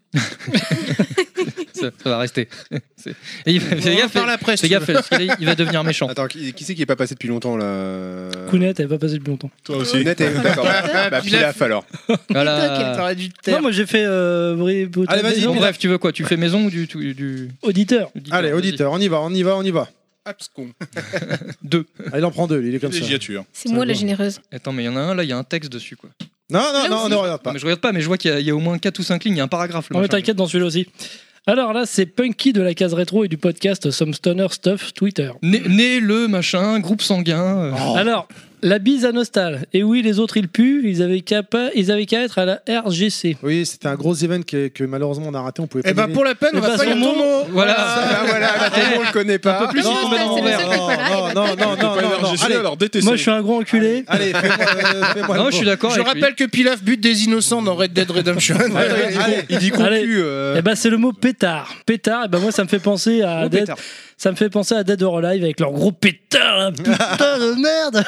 J: ça, ça va rester. C'est- Et il va-
B: On
J: Fais
B: va
J: gaffe,
B: faire la presse.
J: fais gaffe, parce que là, il va devenir méchant.
K: Attends, qui, qui c'est qui est pas passé depuis longtemps là
E: Kounet, elle va pas passer depuis longtemps.
A: Toi aussi.
K: Net et- D'accord. Bah, Pilaf alors.
J: Voilà.
B: T'aurais dû te
E: Non, moi j'ai fait. euh, Bri- Brutal
F: Allez, vas-y,
E: Legend.
J: Bon,
F: Pilaf.
J: bref, tu veux quoi Tu fais maison ou du. du, du-
E: Auditeur.
F: Allez,
J: vas-y.
F: auditeur, on y va, on y va, on y va.
B: abscon.
J: Deux.
F: Ah, il en prend deux, lui, il est comme ça.
A: Villégiature.
D: C'est moi la généreuse.
J: Attends, mais il y en a un là, il y a un texte dessus quoi.
F: Non, non,
D: Là
F: non,
D: aussi.
F: ne regarde
J: Non,
F: pas.
J: mais je regarde pas, mais je vois qu'il y, a- il y a au moins 4 ou 5 lignes, il y a un paragraphe. le
E: Non, mais
J: machin.
E: t'inquiète dans celui-là aussi. Alors là, c'est Punky de la case rétro et du podcast Some Stoner Stuff Twitter.
J: Né, né le machin, groupe sanguin. euh.
E: Alors, la bise à Nostal. Et oui, les autres, ils puent. Ils avaient qu'à pas- ils avaient qu'à être à la RGC.
F: Oui, c'était un gros event que, que malheureusement on a raté, on pouvait pas.
B: Eh ben
F: y
B: pour la peine,
E: Eh
B: on
E: ben,
B: va pas
E: son
B: y
E: mot.
B: mot.
J: Voilà.
K: Ah voilà, bah, tout le monde le connaît pas.
F: aller.
D: plus,
F: non,
D: c'est
F: non,
D: le
F: non,
D: seul qui est pas là,
F: non,
D: et bah,
F: non, non, non,
A: Pas
F: non, non,
A: LRGC,
F: allez,
A: alors DTC.
E: Moi, je suis un gros enculé.
F: allez, fais-moi, euh,
A: Ah,
F: fais-moi
J: non,
F: le
J: je suis
F: mot.
J: d'accord.
B: Je
J: avec lui.
B: rappelle que Pilaf bute des innocents dans Red Dead Redemption.
F: Attends, il dit
K: Allez,
F: con- Il dit con.
E: Allez.
K: Concu, euh,
E: Eh ben, c'est le mot pétard. Pétard, eh ben, moi, ça me fait penser à,
J: Oh,
E: Dead-
J: pétard.
E: ça me fait penser à Dead or Alive avec leur gros pétard, là, putain de merde.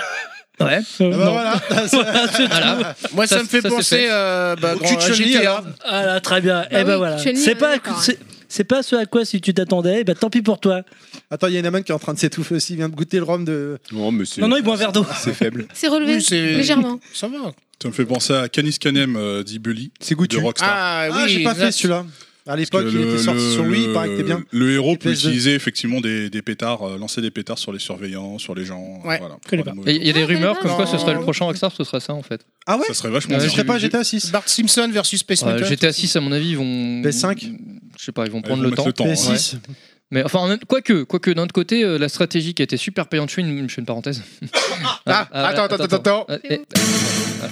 E: Euh,
J: Ouais.
F: Ah
E: non.
F: bah voilà,
E: Voilà, c'est tout.
J: Voilà.
B: Moi, ça,
J: Ça,
B: me fait
J: ça, c'est
B: penser
J: fait.
B: euh, bah,
F: Au
B: grand-
F: cul de Chun-Li,
B: GTA.
F: alors.
E: Ah là, très bien. eh ben
D: Bah oui,
E: voilà.
D: Chun-Li,
E: C'est
D: on est
E: pas,
D: d'accord, hein.
E: c'est, c'est pas ce à quoi si tu t'attendais. Eh ben, tant pis pour toi.
F: Attends, il y a une amène qui est en train de s'étouffer aussi, il vient de goûter le rhum de.
K: Non, mais c'est
E: Non, non, il boit un verre d'eau.
J: Ah,
K: c'est faible.
D: C'est relevé
B: Oui, c'est-
D: légèrement.
B: Ça va.
A: Ça me fait penser à Canis Canem, euh, dit Bully,
K: C'est
A: de
K: goûtu.
A: Rockstar.
B: Ah
F: ah, j'ai pas
B: exact.
F: fait celui-là. À
A: Parce
F: l'époque,
A: que
F: il était sorti sur lui, il paraît que t'es bien.
A: le héros peut
F: PS2.
A: utiliser effectivement des, des pétards, euh, lancer des pétards sur les surveillants, sur les gens.
B: Ouais.
A: voilà, pour
E: Connais
A: avoir
E: pas.
A: des
J: Et
A: mauvais
J: Il y a des
D: Ah,
J: rumeurs comme
B: non.
J: quoi ce serait le prochain Rockstar, ce sera ça en fait.
F: Ah ouais
A: tours. Ça serait vachement
J: Ouais,
F: Ce
A: bien.
F: serait pas
J: j'ai-
F: GTA 6
B: Bart Simpson versus Space
J: Euh,
B: Mountain.
J: GTA 6 à mon avis ils vont.
F: PS5.
J: Je sais pas, ils
A: Ils
J: vont
A: vont
J: prendre le
A: mettre
J: temps.
A: hein.
F: PS6
J: Mais enfin, en même- quoique, quoique d'un autre côté, euh, la stratégie qui a été super payante, je fais une, je fais une parenthèse.
K: Ah, attends, attends, attends,
J: Ah, eh, voilà.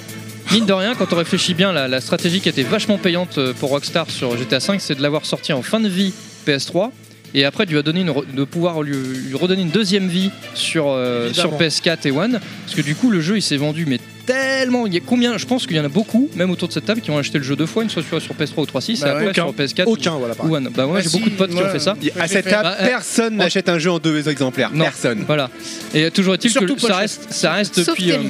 J: Mine de rien, quand on réfléchit bien, la, la stratégie qui était vachement payante euh, pour Rockstar sur GTA V, c'est de l'avoir sorti en fin de vie PS3. Et après, de, lui donner une re- de pouvoir lui, lui redonner une deuxième vie sur, euh, sur
F: Évidemment.
J: PS4 et One. Parce que du coup, le jeu, il s'est vendu, mais tellement. Il y a combien Je pense qu'il y en a beaucoup, même autour de cette table, qui ont acheté le jeu deux fois, une fois sur, sur PS3 ou 3.6,
B: Bah
J: et après
E: ouais.
J: sur PS4
F: Aucun, voilà,
J: ou
F: par
J: ou One. Bah ouais,
B: Ah
J: j'ai
B: si,
J: beaucoup de potes qui ont
B: moi,
J: fait ça.
B: moi,
K: À
B: j'ai
K: cette
B: fait-
K: table,
J: Bah, euh,
K: personne n'achète un jeu en deux exemplaires.
J: Non.
K: Personne.
J: Voilà. Et toujours est-il
B: Surtout
J: que
B: pas
J: ça
B: cher.
J: reste, ça reste
D: Sauf
J: depuis,
D: Terry.
J: euh,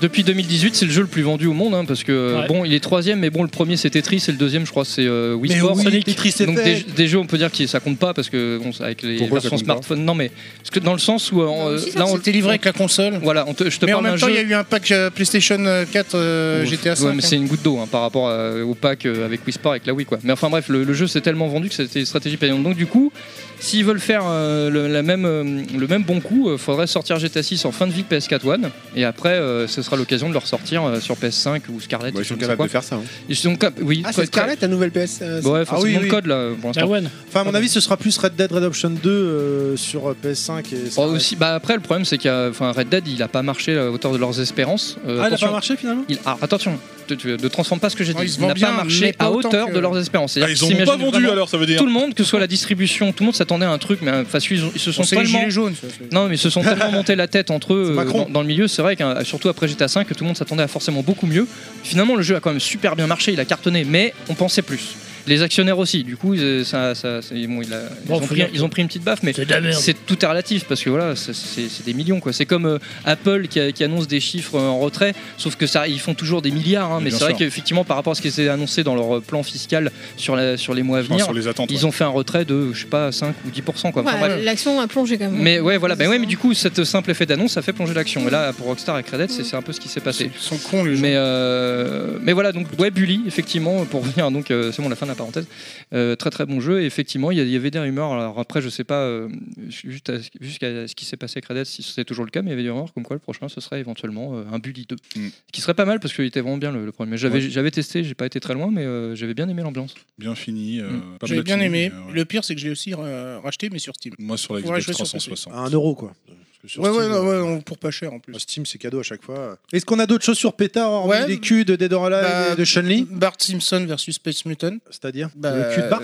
J: depuis 2018, c'est le jeu le plus vendu au monde, hein, parce que
E: Ouais.
J: bon, il est troisième, mais bon, le premier c'est Tetris, et le deuxième, je crois, c'est euh, Wii
F: Mais
J: Sport.
F: oui, Sonic. Tetris Effect.
J: Donc des, des jeux, on peut dire que ça compte pas, parce que bon, ça, avec les
K: Pourquoi ça
J: versions
K: compte pas
J: smartphone, non mais parce que dans le sens où euh, on-
D: si, ça,
J: là, on
B: On était livré avec la console.
J: Voilà, on te- je te
B: Mais en
J: parle d'un
B: même temps, il y a
J: jeu.
B: eu un pack euh, PlayStation 4 euh,
J: Ouf.
B: GTA 5.
J: Ouais, mais
F: Ah,
J: c'est une goutte d'eau hein, par rapport euh, au pack euh, avec Wii Sport avec la Wii quoi. Mais enfin bref, le, le jeu s'est tellement vendu que c'était une stratégie payante. Donc du coup, s'ils veulent faire euh, le, la même, euh, le même bon coup, euh, faudrait sortir GTA 6 en fin de vie de PS4 One et après euh, ce sera l'occasion de le ressortir euh, sur PS5 ou Scarlett.
K: Moi,
J: ou
K: je suis
J: je ne sais
K: capable
J: quoi.
K: de faire ça. hein.
J: Ils sont cap- oui,
K: Ah,
J: quoi,
K: c'est Scarlett, la nouvelle PS. euh,
J: très- Ouais,
F: Ah oui,
J: forcément
F: oui.
J: le code là pour l'instant.
E: Ah ouais, non.
F: Enfin, à mon avis, ce sera plus Red Dead Redemption 2 euh, sur euh, PS5 et. ça
J: Bon,
F: reste-
J: aussi, bah après le problème c'est qu'il y a- enfin Red Dead il a pas marché euh, à la hauteur de leurs espérances.
F: Ah,
J: Euh,
F: il a
J: attention.
F: pas marché finalement
J: Il- ah, attention, tu- tu- ne transforme pas ce que j'ai
B: Non,
J: dit.
B: il se vend
J: n'a
B: bien,
J: pas
B: mais
J: marché
B: pas
J: à
B: autant
J: hauteur
B: que-
J: de leurs espérances.
A: Ah,
J: C'est-à-dire
A: ils
J: qu'ils
A: en ont pas
J: s'imaginent
A: vendu
J: vraiment
A: alors, ça veut dire.
J: Tout le monde, que ce soit la distribution, tout le monde s'attendait à un truc, mais euh, enfin, ils, ils se sont
B: c'est les
J: tellement.
B: gilets jaunes. ça, c'est-
J: Non, mais ils se sont tellement montés la tête entre eux
F: C'est
J: euh,
F: Macron.
J: dans, dans le milieu. C'est vrai que surtout après GTA 5, que tout le monde s'attendait à forcément beaucoup mieux. Finalement, le jeu a quand même super bien marché, il a cartonné, mais on pensait plus. Les actionnaires aussi, du coup, ils- euh, ça, ça- c'est- bon, il a- ils,
E: Bon,
J: ont
E: faut
J: pris,
E: dire.
J: ils ont pris une petite baffe, mais
E: C'est de la merde.
J: c'est tout est relatif parce que voilà, c'est- c'est c'est des millions quoi. C'est comme euh, Apple qui, a- qui annonce des chiffres euh, en retrait, sauf que ça, ils font toujours des milliards. hein,
A: Mais
J: mais
A: bien
J: c'est vrai
A: sûr.
J: qu'effectivement, par rapport à ce qui s'est annoncé dans leur euh, plan fiscal sur, la- sur les mois à
A: Enfin,
J: venir,
A: sur les attentes. hein.
J: ils ont fait un retrait de, je sais pas, 5 ou 10%. Quoi. Enfin,
D: Ouais,
J: bref.
D: L'action a plongé quand même.
J: Mais ouais, voilà.
D: C'est
J: Bah ouais,
D: ça.
J: mais du coup, cet simple effet d'annonce, ça fait plonger l'action. Et là, pour Rockstar et Credit, c'est c'est un peu ce qui s'est passé.
B: Ils sont cons, les gens.
J: Mais, euh, mais voilà, donc ouais, Bully, effectivement, pour revenir, donc euh, c'est bon, la fin de la parenthèse. Euh, très très bon jeu, et effectivement, il y, a- il y avait des rumeurs. Alors après, je sais pas, euh, juste à- jusqu'à ce qui s'est passé avec Red Dead, si c'est toujours le cas, mais il y avait des rumeurs comme quoi le prochain, ce serait éventuellement euh, un Bully 2.
A: Mm.
J: Ce qui serait pas mal parce qu'il était vraiment bien le, le premier. J'avais j'avais testé, j'ai pas été très loin, mais euh, j'avais bien aimé l'ambiance.
A: Bien fini. euh,
J: Mm.
A: pas
B: J'ai bien
A: platiné,
B: aimé.
A: mais, euh,
B: Le pire, c'est que j'ai aussi euh, racheté, mais sur Steam.
A: Moi, sur la
B: Ouais,
A: Xbox
B: je vais sur
A: 360.
F: À 1 euro quoi. Parce que sur
B: Ouais,
F: Steam,
B: ouais, ouais,
F: euh,
B: on- pour pas cher en plus.
F: sur Steam, c'est cadeau à chaque fois. Est-ce qu'on a d'autres choses sur PETA, hormis
B: Ouais.
F: les culs de Dead or Alive
B: Bah,
F: et de Chun-Li
B: Bart Simpson versus Space Mutant.
F: C'est-à-dire
B: Bah,
F: Le cul de Bart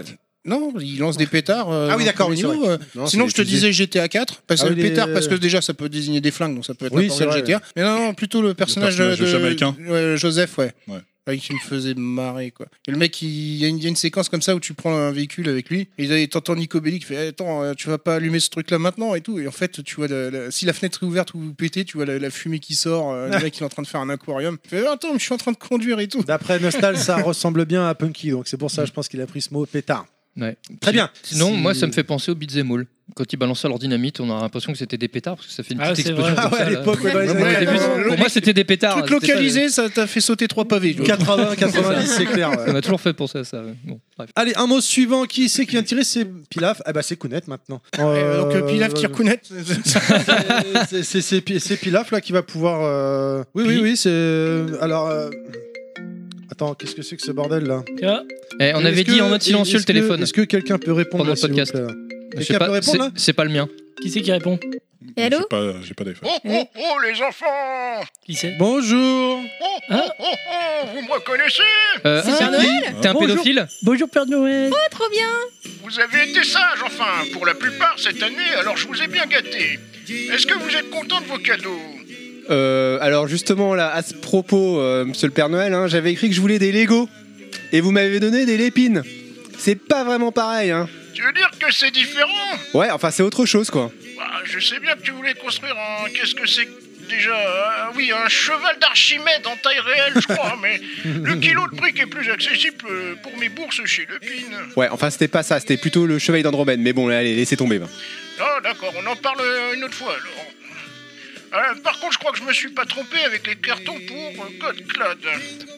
B: Non, il lance des pétards. euh,
F: Ah oui,
B: dans
F: d'accord,
B: tous les
F: oui, c'est
B: niveaux, euh.
F: Non,
B: Sinon,
F: c'est
B: je te
F: utilisé.
B: disais GTA 4, parce que
F: Ah
B: le
F: oui, les-
B: pétard, parce que déjà, ça peut désigner des flingues, donc ça peut être
F: Oui,
B: n'importe
F: c'est
B: quel
F: vrai,
B: GTA. Mais non, non, plutôt le personnage,
A: personnage
B: de,
A: jamaïcain.
B: ouais, Joseph, ouais.
A: Ouais.
B: Ouais, qui me faisait marrer quoi. Et le mec, il il y, a une- il y a une séquence comme ça où tu prends un véhicule avec lui, et là, t'entends Nico Bellic qui fait Attends, euh, tu vas pas allumer ce truc là maintenant et tout. Et en fait, tu vois, la- la- si la fenêtre est ouverte ou pétée, tu vois la, la fumée qui sort, euh, le mec il est en train de faire un aquarium. Il fait Attends, mais je suis en train de conduire et tout.
F: D'après Nostal, ça ressemble bien à Punky, donc c'est pour ça je pense qu'il a pris ce mot pétard.
J: Ouais.
F: Très bien.
J: Sinon,
F: Si-
J: moi, ça me fait penser au Beat'em All. Quand ils balançaient leur dynamite, on a l'impression que c'était des pétards parce que ça fait une
E: Ah,
J: petite
E: c'est
J: explosion.
E: vrai.
F: Ah
J: comme
F: ouais,
J: ça,
F: à
J: là.
F: l'époque, ouais,
J: Au
F: dans les
B: Ouais,
F: années
J: début,
B: ouais,
J: Pour moi, c'était des pétards.
B: Truc
J: c'était pas des-
B: localisé, ça t'a fait sauter trois pavés. tu vois.
F: 80, 90, c'est clair. ouais.
J: On a toujours fait penser à ça. ouais. Bon, bref.
F: Allez, un mot suivant. Qui c'est qui vient de tirer C'est Pilaf. Ah bah c'est Kounet maintenant.
B: Euh,
F: Euh,
B: donc Pilaf Tirkounet,
F: C'est- c'est- C'est Pi- c'est Pilaf là qui va pouvoir. euh, Oui, oui,
J: Pi-
F: oui, c'est. Alors. euh, Attends, qu'est-ce que c'est que ce bordel là
E: Ah,
J: Eh, on
F: Est-ce
J: avait
F: que-
J: dit en mode silencieux
F: est-ce que-
J: le téléphone.
F: Est-ce que quelqu'un peut répondre
J: Pendant
F: là,
J: le
F: s'il vous
J: podcast.
F: plaît, là
J: Je sais
F: quelqu'un
J: pas,
F: peut répondre,
J: c'est-
F: là
J: C'est pas le mien.
E: qui c'est qui répond
D: Et allô
A: J'ai pas, j'ai pas d'iPhone.
N: Oh,
D: Ouais.
E: Qui c'est
F: Bonjour
N: Oh,
J: Euh,
E: C'est
J: ah,
E: Père
J: t'es- T'es un
E: Bonjour.
J: pédophile
E: Bonjour Père Noël
D: Oh, trop bien
N: Vous avez été sages, enfin, pour la plupart cette année, alors je vous ai bien gâté. Est-ce que vous êtes content de vos cadeaux
K: Euh, alors justement là, à ce propos, euh, Monsieur le Père Noël, hein, j'avais écrit que je voulais des Lego et vous m'avez donné des lépines. C'est pas vraiment pareil, hein.
N: Tu veux dire que c'est différent
K: Ouais, enfin c'est autre chose quoi.
N: Bah, Je sais bien que tu voulais construire un... Qu'est-ce que c'est que- Déjà, Ah oui, un cheval d'Archimède en taille réelle, je crois, mais le kilo de briques est plus accessible euh, pour mes bourses chez Lepine.
K: Ouais, enfin c'était pas ça, c'était plutôt le Chevalier d'Andromède. Mais bon, là, allez, laissez tomber. va.
N: Ah, d'accord, on en parle euh, une autre fois alors. Euh, par contre, je crois que je me suis pas trompé avec les cartons pour euh, Code Clad.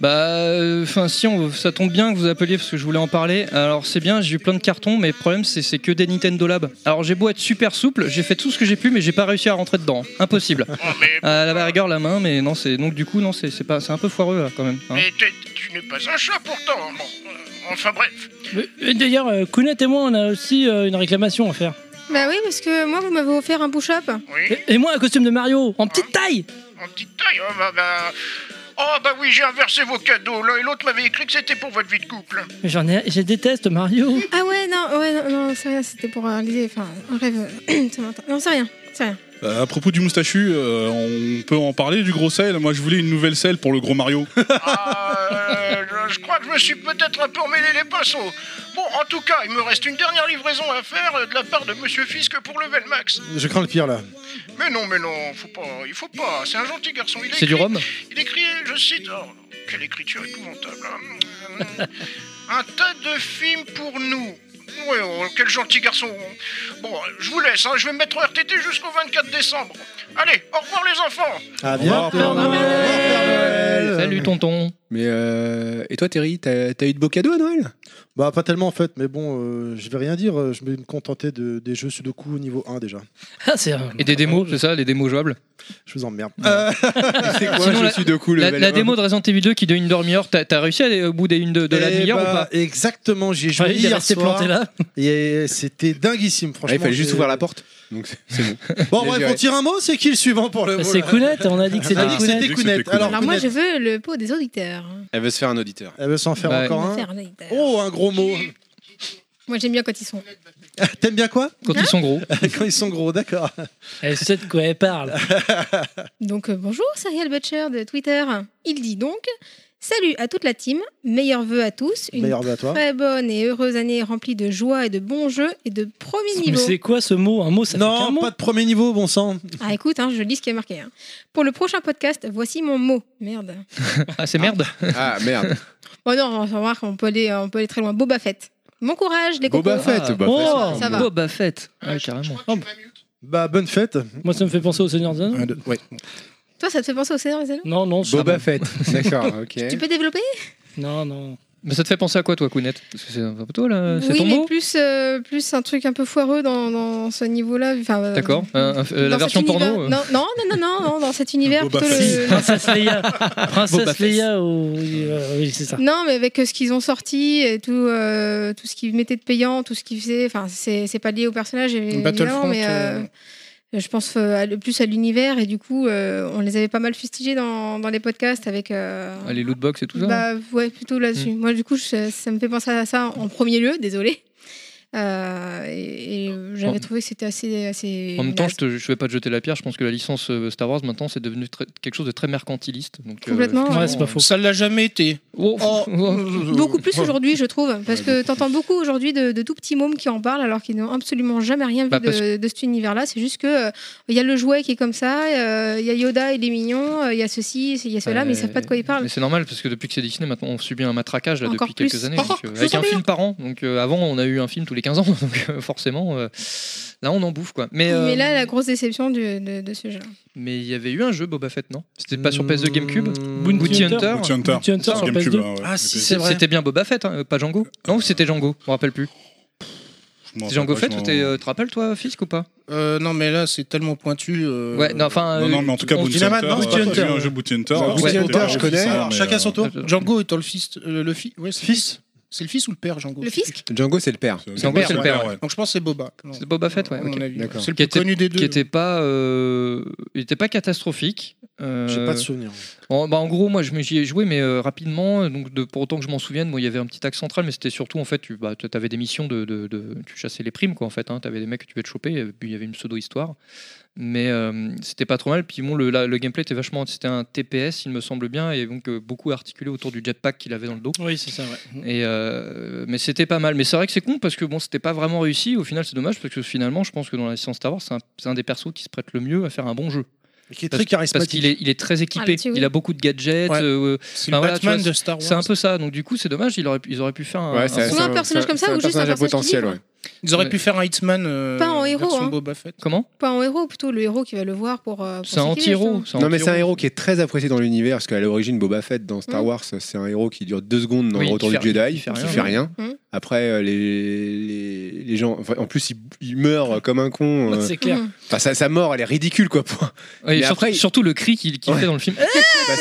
J: Bah, enfin, si, on- ça tombe bien que vous appeliez parce que je voulais en parler. Alors, c'est bien, j'ai eu plein de cartons, mais le problème, c'est c'est que des Nintendo Lab. Alors, j'ai beau être super souple, j'ai fait tout ce que j'ai pu, mais j'ai pas réussi à rentrer dedans. Impossible.
N: Oh, mais,
J: À la rigueur, la main, mais non, c'est. Donc, du coup, non, c'est c'est pas... c'est un peu foireux, là, quand même. hein.
N: mais t'es- tu n'es pas un chat pourtant. Bon, euh, enfin bref.
E: D'ailleurs, euh, Kounet et moi, on a aussi euh, une réclamation à faire.
D: Bah oui, parce que moi, vous m'avez offert un push-up.
N: Oui,
E: Et, et moi, un costume de Mario, en petite taille
N: en petite taille. Oh bah, bah- Oh, bah oui, j'ai inversé vos cadeaux. L'un et l'autre m'avait écrit que c'était pour votre vie de couple.
E: Mais J'en ai, je déteste Mario.
D: Ah ouais, non, ouais, non, non, c'est rien, c'était pour euh, les... Enfin, un rêve. c'est maintenant. Non, c'est rien, c'est rien.
A: Euh, à propos du moustachu, euh, on peut en parler du gros sel. Moi, je voulais une nouvelle selle pour le gros Mario.
N: Ah, euh, je, je crois que je me suis peut-être un peu emmêlé les pinceaux. Bon, en tout cas, il me reste une dernière livraison à faire euh, de la part de Monsieur Fisk pour level max.
F: Je crains le pire là.
N: Mais non, mais non, faut pas, il faut pas. C'est un gentil garçon. Il
J: C'est du
N: écrit-
J: rhum
N: Il écrit, je cite, oh, quelle écriture épouvantable. hein. un tas de films pour nous. Ouais, oh, quel gentil garçon. Bon, je vous laisse, hein, je vais me mettre au RTT jusqu'au 24 décembre. Allez, au revoir les enfants.
F: Ah bien.
J: Salut tonton.
K: Mais euh, et toi, Terry, t'as t'as eu de beaux cadeaux à Noël
F: Bah pas tellement en fait, mais bon, euh, je vais rien dire. euh, Je vais me contenter de, des jeux Sudoku au niveau 1 déjà.
E: Ah, c'est
J: Et des démos, c'est ça, les démos jouables
F: Je vous emmerde.
K: C'est quoi
J: Sinon,
K: Je
J: la-
K: suis de cool.
J: La, la démo de Resident Evil 2 qui donne une demi-heure, t'as t'as réussi à aller au bout des une de, de la
F: Eh
J: demi-heure
F: bah,
J: ou pas
F: Exactement, j'y ai joué
E: Ouais, il est
F: hier
E: resté
F: soir,
E: planté là.
F: et c'était dinguissime franchement.
K: Ah, il fallait juste
F: j'ai-
K: ouvrir la porte. Donc c'est- c'est bon.
F: Bon
K: Et
F: bref,
K: j'ai-
F: on tire un mot, c'est qui le suivant pour le mot
E: C'est
F: là
E: Kounet, on a dit Ah. que
F: On a dit
J: Ah,
E: c'était Kounet.
F: que c'était Kounet.
A: Kounet.
F: Alors,
D: Alors moi,
F: Kounet,
D: je veux le pot des auditeurs.
K: Elle veut se faire un auditeur.
F: elle veut s'en faire
J: Bah,
F: encore
D: On va
F: un.
D: faire un auditeur.
F: Oh, un gros mot.
D: Moi, j'aime bien quand ils sont.
F: T'aimes bien quoi Hein
J: Quand ils sont gros.
F: Quand ils sont gros, d'accord.
E: Elle sait Eh, de quoi elle parle.
D: Donc euh, bonjour, Serial Butcher de Twitter. Il dit donc Salut à toute la team, meilleurs vœux à tous, une
F: Meilleur vœu à toi.
D: très bonne et heureuse année remplie de joie et de bons jeux et de premiers
E: Mais
D: niveaux.
E: c'est quoi ce mot Un mot, ça fait qu'un
F: Non,
E: mot
F: pas de premier niveau, bon sang.
D: Ah écoute, hein, je lis ce qui est marqué. hein. Pour le prochain podcast, voici mon mot. Merde.
J: Ah, c'est merde.
K: Ah merde.
D: Bon non, on va voir qu'on peut aller, on peut aller très loin. Boba Fett. Bon courage, les
K: Boba
D: cocos.
K: Fett. Boba Fett.
E: Oh,
D: Ça va.
J: Boba Fett. Ah, carrément.
F: Bah bonne fête.
E: Oh Moi, ça me fait penser au Seigneur des Anneaux.
F: Un, deux, ouais.
D: Toi, ça te fait penser au Seigneur des Anneaux
E: Non, non, ça
K: Boba
E: va.
K: Fett. D'accord, ok.
D: Tu peux développer
E: Non, non.
J: Mais ça te fait penser à quoi, toi, Kounet Parce que c'est un peu toi, là. C'est
D: Oui,
J: ton
D: mais
J: mot
D: plus, euh, plus un truc un peu foireux dans, dans ce niveau-là. Enfin, euh,
J: D'accord. Un- un-
D: dans
J: euh, la
D: cet
J: version porno
D: univers-
J: euh.
D: Non, non, non, non, non, non, dans cet univers.
A: Boba
D: plutôt le-
A: Fett.
D: le-
E: Princesse Leia. bah,
J: Boba
E: Princesse
J: Fett.
E: Leia, ou- oui, euh, oui, c'est ça.
D: Non, mais avec euh, ce qu'ils ont sorti, et tout, euh, tout ce qu'ils mettaient de payant, tout ce qu'ils faisaient, enfin, c'est c'est pas lié au personnage, évidemment,
B: Battlefront,
D: mais euh, je pense euh, à- plus à l'univers, et du coup, euh, on les avait pas mal fustigés dans, dans les podcasts avec. euh,
J: Ah, les lootbox et tout ça. hein. Hmm.
D: bah, ouais, plutôt là-dessus. Moi, du coup, je- ça me fait penser à ça en premier lieu, désolé. Euh, et et j'avais
J: En-
D: trouvé que c'était assez, assez.
J: En même temps,
D: naze.
J: je, te, je vais pas te jeter la pierre. Je pense que la licence euh, Star Wars maintenant, c'est devenu très- quelque chose de très mercantiliste. Donc, euh,
D: Complètement,
J: effectivement,
E: Ouais, c'est pas faux.
B: Ça l'a jamais été.
J: Oh,
B: Oh.
J: oh.
D: Beaucoup plus aujourd'hui, je trouve, parce que t'entends beaucoup aujourd'hui de, de tout petits mômes qui en parlent alors qu'ils n'ont absolument jamais rien vu
J: Bah, parce
D: de, de cet univers-là. C'est juste que euh, il y a le jouet qui est comme ça, euh, il y a Yoda, il est mignon, euh, il y a ceci, il y a cela, mais ils savent pas de quoi ils parlent.
J: Mais c'est normal parce que depuis que c'est Disney, maintenant on subit un matraquage là,
D: Encore
J: depuis
D: plus.
J: quelques années.
D: Oh,
J: donc, euh,
D: je
J: avec
D: sens
J: un
D: bien.
J: film par an. Donc euh, avant, on a eu un film tous les 15 ans. Donc euh, forcément, euh, là on en bouffe quoi. Mais, euh,
D: Mais là, la grosse déception du- de, de ce jeu.
J: mais il y avait eu un jeu Boba Fett, non C'était
F: Mm,
J: pas sur
F: Hmm.
J: PS2 GameCube
F: Bounty
J: Bounty
E: Hunter.
J: Hunter
A: Bounty Hunter.
E: Bounty Hunter
A: Sur
E: sur
A: GameCube,
E: PS2.
A: hein, ouais.
F: Ah, si,
A: Mais
F: c'est vrai.
J: C'était bien Boba Fett, hein, pas Django Non, ou c'était Django Je me rappelle plus.
A: je m'en
J: C'est Django
A: rappelle pas,
J: Fett ou
A: je
J: t'es,
A: m'en-
J: euh, te rappelles toi, Fisk ou pas
B: Euh, non, mais là, c'est tellement pointu. euh,
J: Ouais, non,
F: Ah
J: enfin.
A: Non,
J: euh,
A: non, mais en tout cas,
J: on-
A: Bounty
F: Dynamite,
A: Hunter.
F: non,
A: euh,
F: Bounty
A: j'ai
F: Hunter.
A: eu un jeu Bounty Hunter.
F: Alors,
A: Ouais,
F: Bounty
A: ouais,
F: Hunter,
A: ouais,
F: je
A: ouais,
F: connais.
A: ouais,
F: Alors,
A: mais,
F: chacun
A: euh,
F: son tour.
B: Django étant le fils. euh, le fils. Ouais, c'est
F: Fils.
B: C'est le fils ou le père, Django
D: Le fisc
K: Django, c'est le père.
J: Django, c'est le père,
A: ouais.
B: Donc je pense que c'est Boba.
J: C'est euh, Boba Fett, ouais.
B: À
J: ok.
B: mon avis.
K: d'accord.
B: C'est le
J: Qui
B: plus
J: était-
B: connu des deux.
J: Qui était pas, euh, il était pas catastrophique. euh,
F: J'ai pas de souvenir.
J: En, bah, en gros, moi, je me- j'y ai joué, mais euh, rapidement. Donc, de- pour autant que je m'en souvienne, bon, il y avait un petit axe central, mais c'était surtout, en fait, tu bah, avais des missions de, de- de- Tu chassais les primes, quoi, en fait. tu avais des mecs que tu devais te choper, et puis il y avait une pseudo-histoire. Mais euh, c'était pas trop mal. Puis bon, le, la- le gameplay était vachement. C'était un TPS, il me semble bien, et donc euh, beaucoup articulé autour du jetpack qu'il avait dans le dos.
E: Oui, c'est ça, ouais.
J: Et euh, mais c'était pas mal. Mais c'est vrai que c'est con parce que bon, c'était pas vraiment réussi. Au final, c'est dommage parce que finalement, je pense que dans la licence Star Wars, c'est un, c'est un des persos qui se prête le mieux à faire un bon jeu.
F: Qui est
J: Parce-
F: très
J: Parce
F: charismatique.
J: qu'il est, il est très équipé.
D: là-dessus, Ah, oui.
J: Il a beaucoup de gadgets.
B: Ouais.
J: euh,
B: C'est
J: Bah
B: le
J: voilà,
B: Batman
J: tu vois,
B: de Star Wars.
J: c'est un peu ça. Donc du coup, c'est dommage. Ils auraient, pu- ils auraient pu faire un.
K: Ouais,
J: un-
K: c'est-
D: Soit un
K: c'est-
D: personnage
K: c'est-
D: comme ça
K: c'est
D: ou
K: un
D: juste un
K: personnage à
D: personnage qui
K: potentiel,
D: vit,
K: ouais.
B: Ils auraient
J: Ouais.
B: pu faire un Hitman. euh,
D: Pas en héros,
B: version
D: hein.
B: Boba Fett.
J: Comment
D: Pas en héros, plutôt le héros qui va le voir pour. euh, pour
J: C'est un
D: ce qu'il est,
J: anti-héros.
D: justement.
J: c'est un
K: Non, mais c'est un
J: anti-héros.
K: héros qui est très apprécié dans l'univers, parce qu'à l'origine, Boba Fett dans Star
D: Mm.
K: Wars, c'est un héros qui dure deux secondes dans
J: Oui,
K: le Retour
J: qui
K: du
J: fait-
K: Jedi,
J: qui
K: qui
J: fait
K: fait
J: rien.
K: rien.
D: Mm.
K: Après, euh, les, les, les gens. enfin, en plus, il, il meurt comme un con. euh.
E: Bah, C'est clair.
D: Mhm.
K: Enfin, sa, sa mort, elle est ridicule, quoi. point.
J: Ouais, et
K: Mais
J: surtout,
K: après-
J: surtout le cri qu'il qu'il
K: Ouais.
J: fait dans le film.
K: Bah,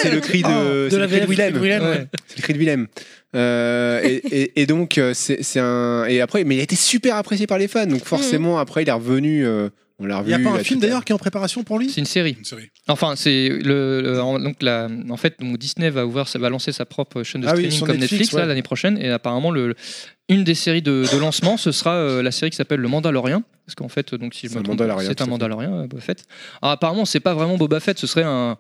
K: c'est le cri de, c'est
E: Ah, la
K: le cri de
E: VF,
K: Willem.
E: Willem,
J: Ouais.
E: ouais.
K: C'est le cri de Willem. Euh, et, et- et donc, euh, c'est c'est un. Et après, mais il a été super apprécié par les fans. Donc, forcément, après, il est revenu. euh, On l'a
F: Il
K: revu.
F: n'y a pas un
K: là,
F: film
K: tout à l'heure.
F: d'ailleurs qui est en préparation pour lui
J: C'est une série.
A: Une série.
J: Enfin, c'est le, le- en, donc la, en fait donc Disney va ouvrir, ça va lancer sa propre chaîne de
F: Ah oui,
J: streaming
F: sur
J: comme
F: Netflix,
J: Netflix, là,
F: ouais.
J: l'année prochaine et apparemment le, une des séries de, de lancement ce sera euh, la série qui s'appelle le Mandalorian parce qu'en fait donc si je
K: C'est
J: me
K: un
J: trompe,
K: Mandalorian, Ah,
J: c'est
K: tout à
J: un
K: fait.
J: Mandalorian euh, Boba Fett. Alors, apparemment c'est pas vraiment Boba Fett, ce serait un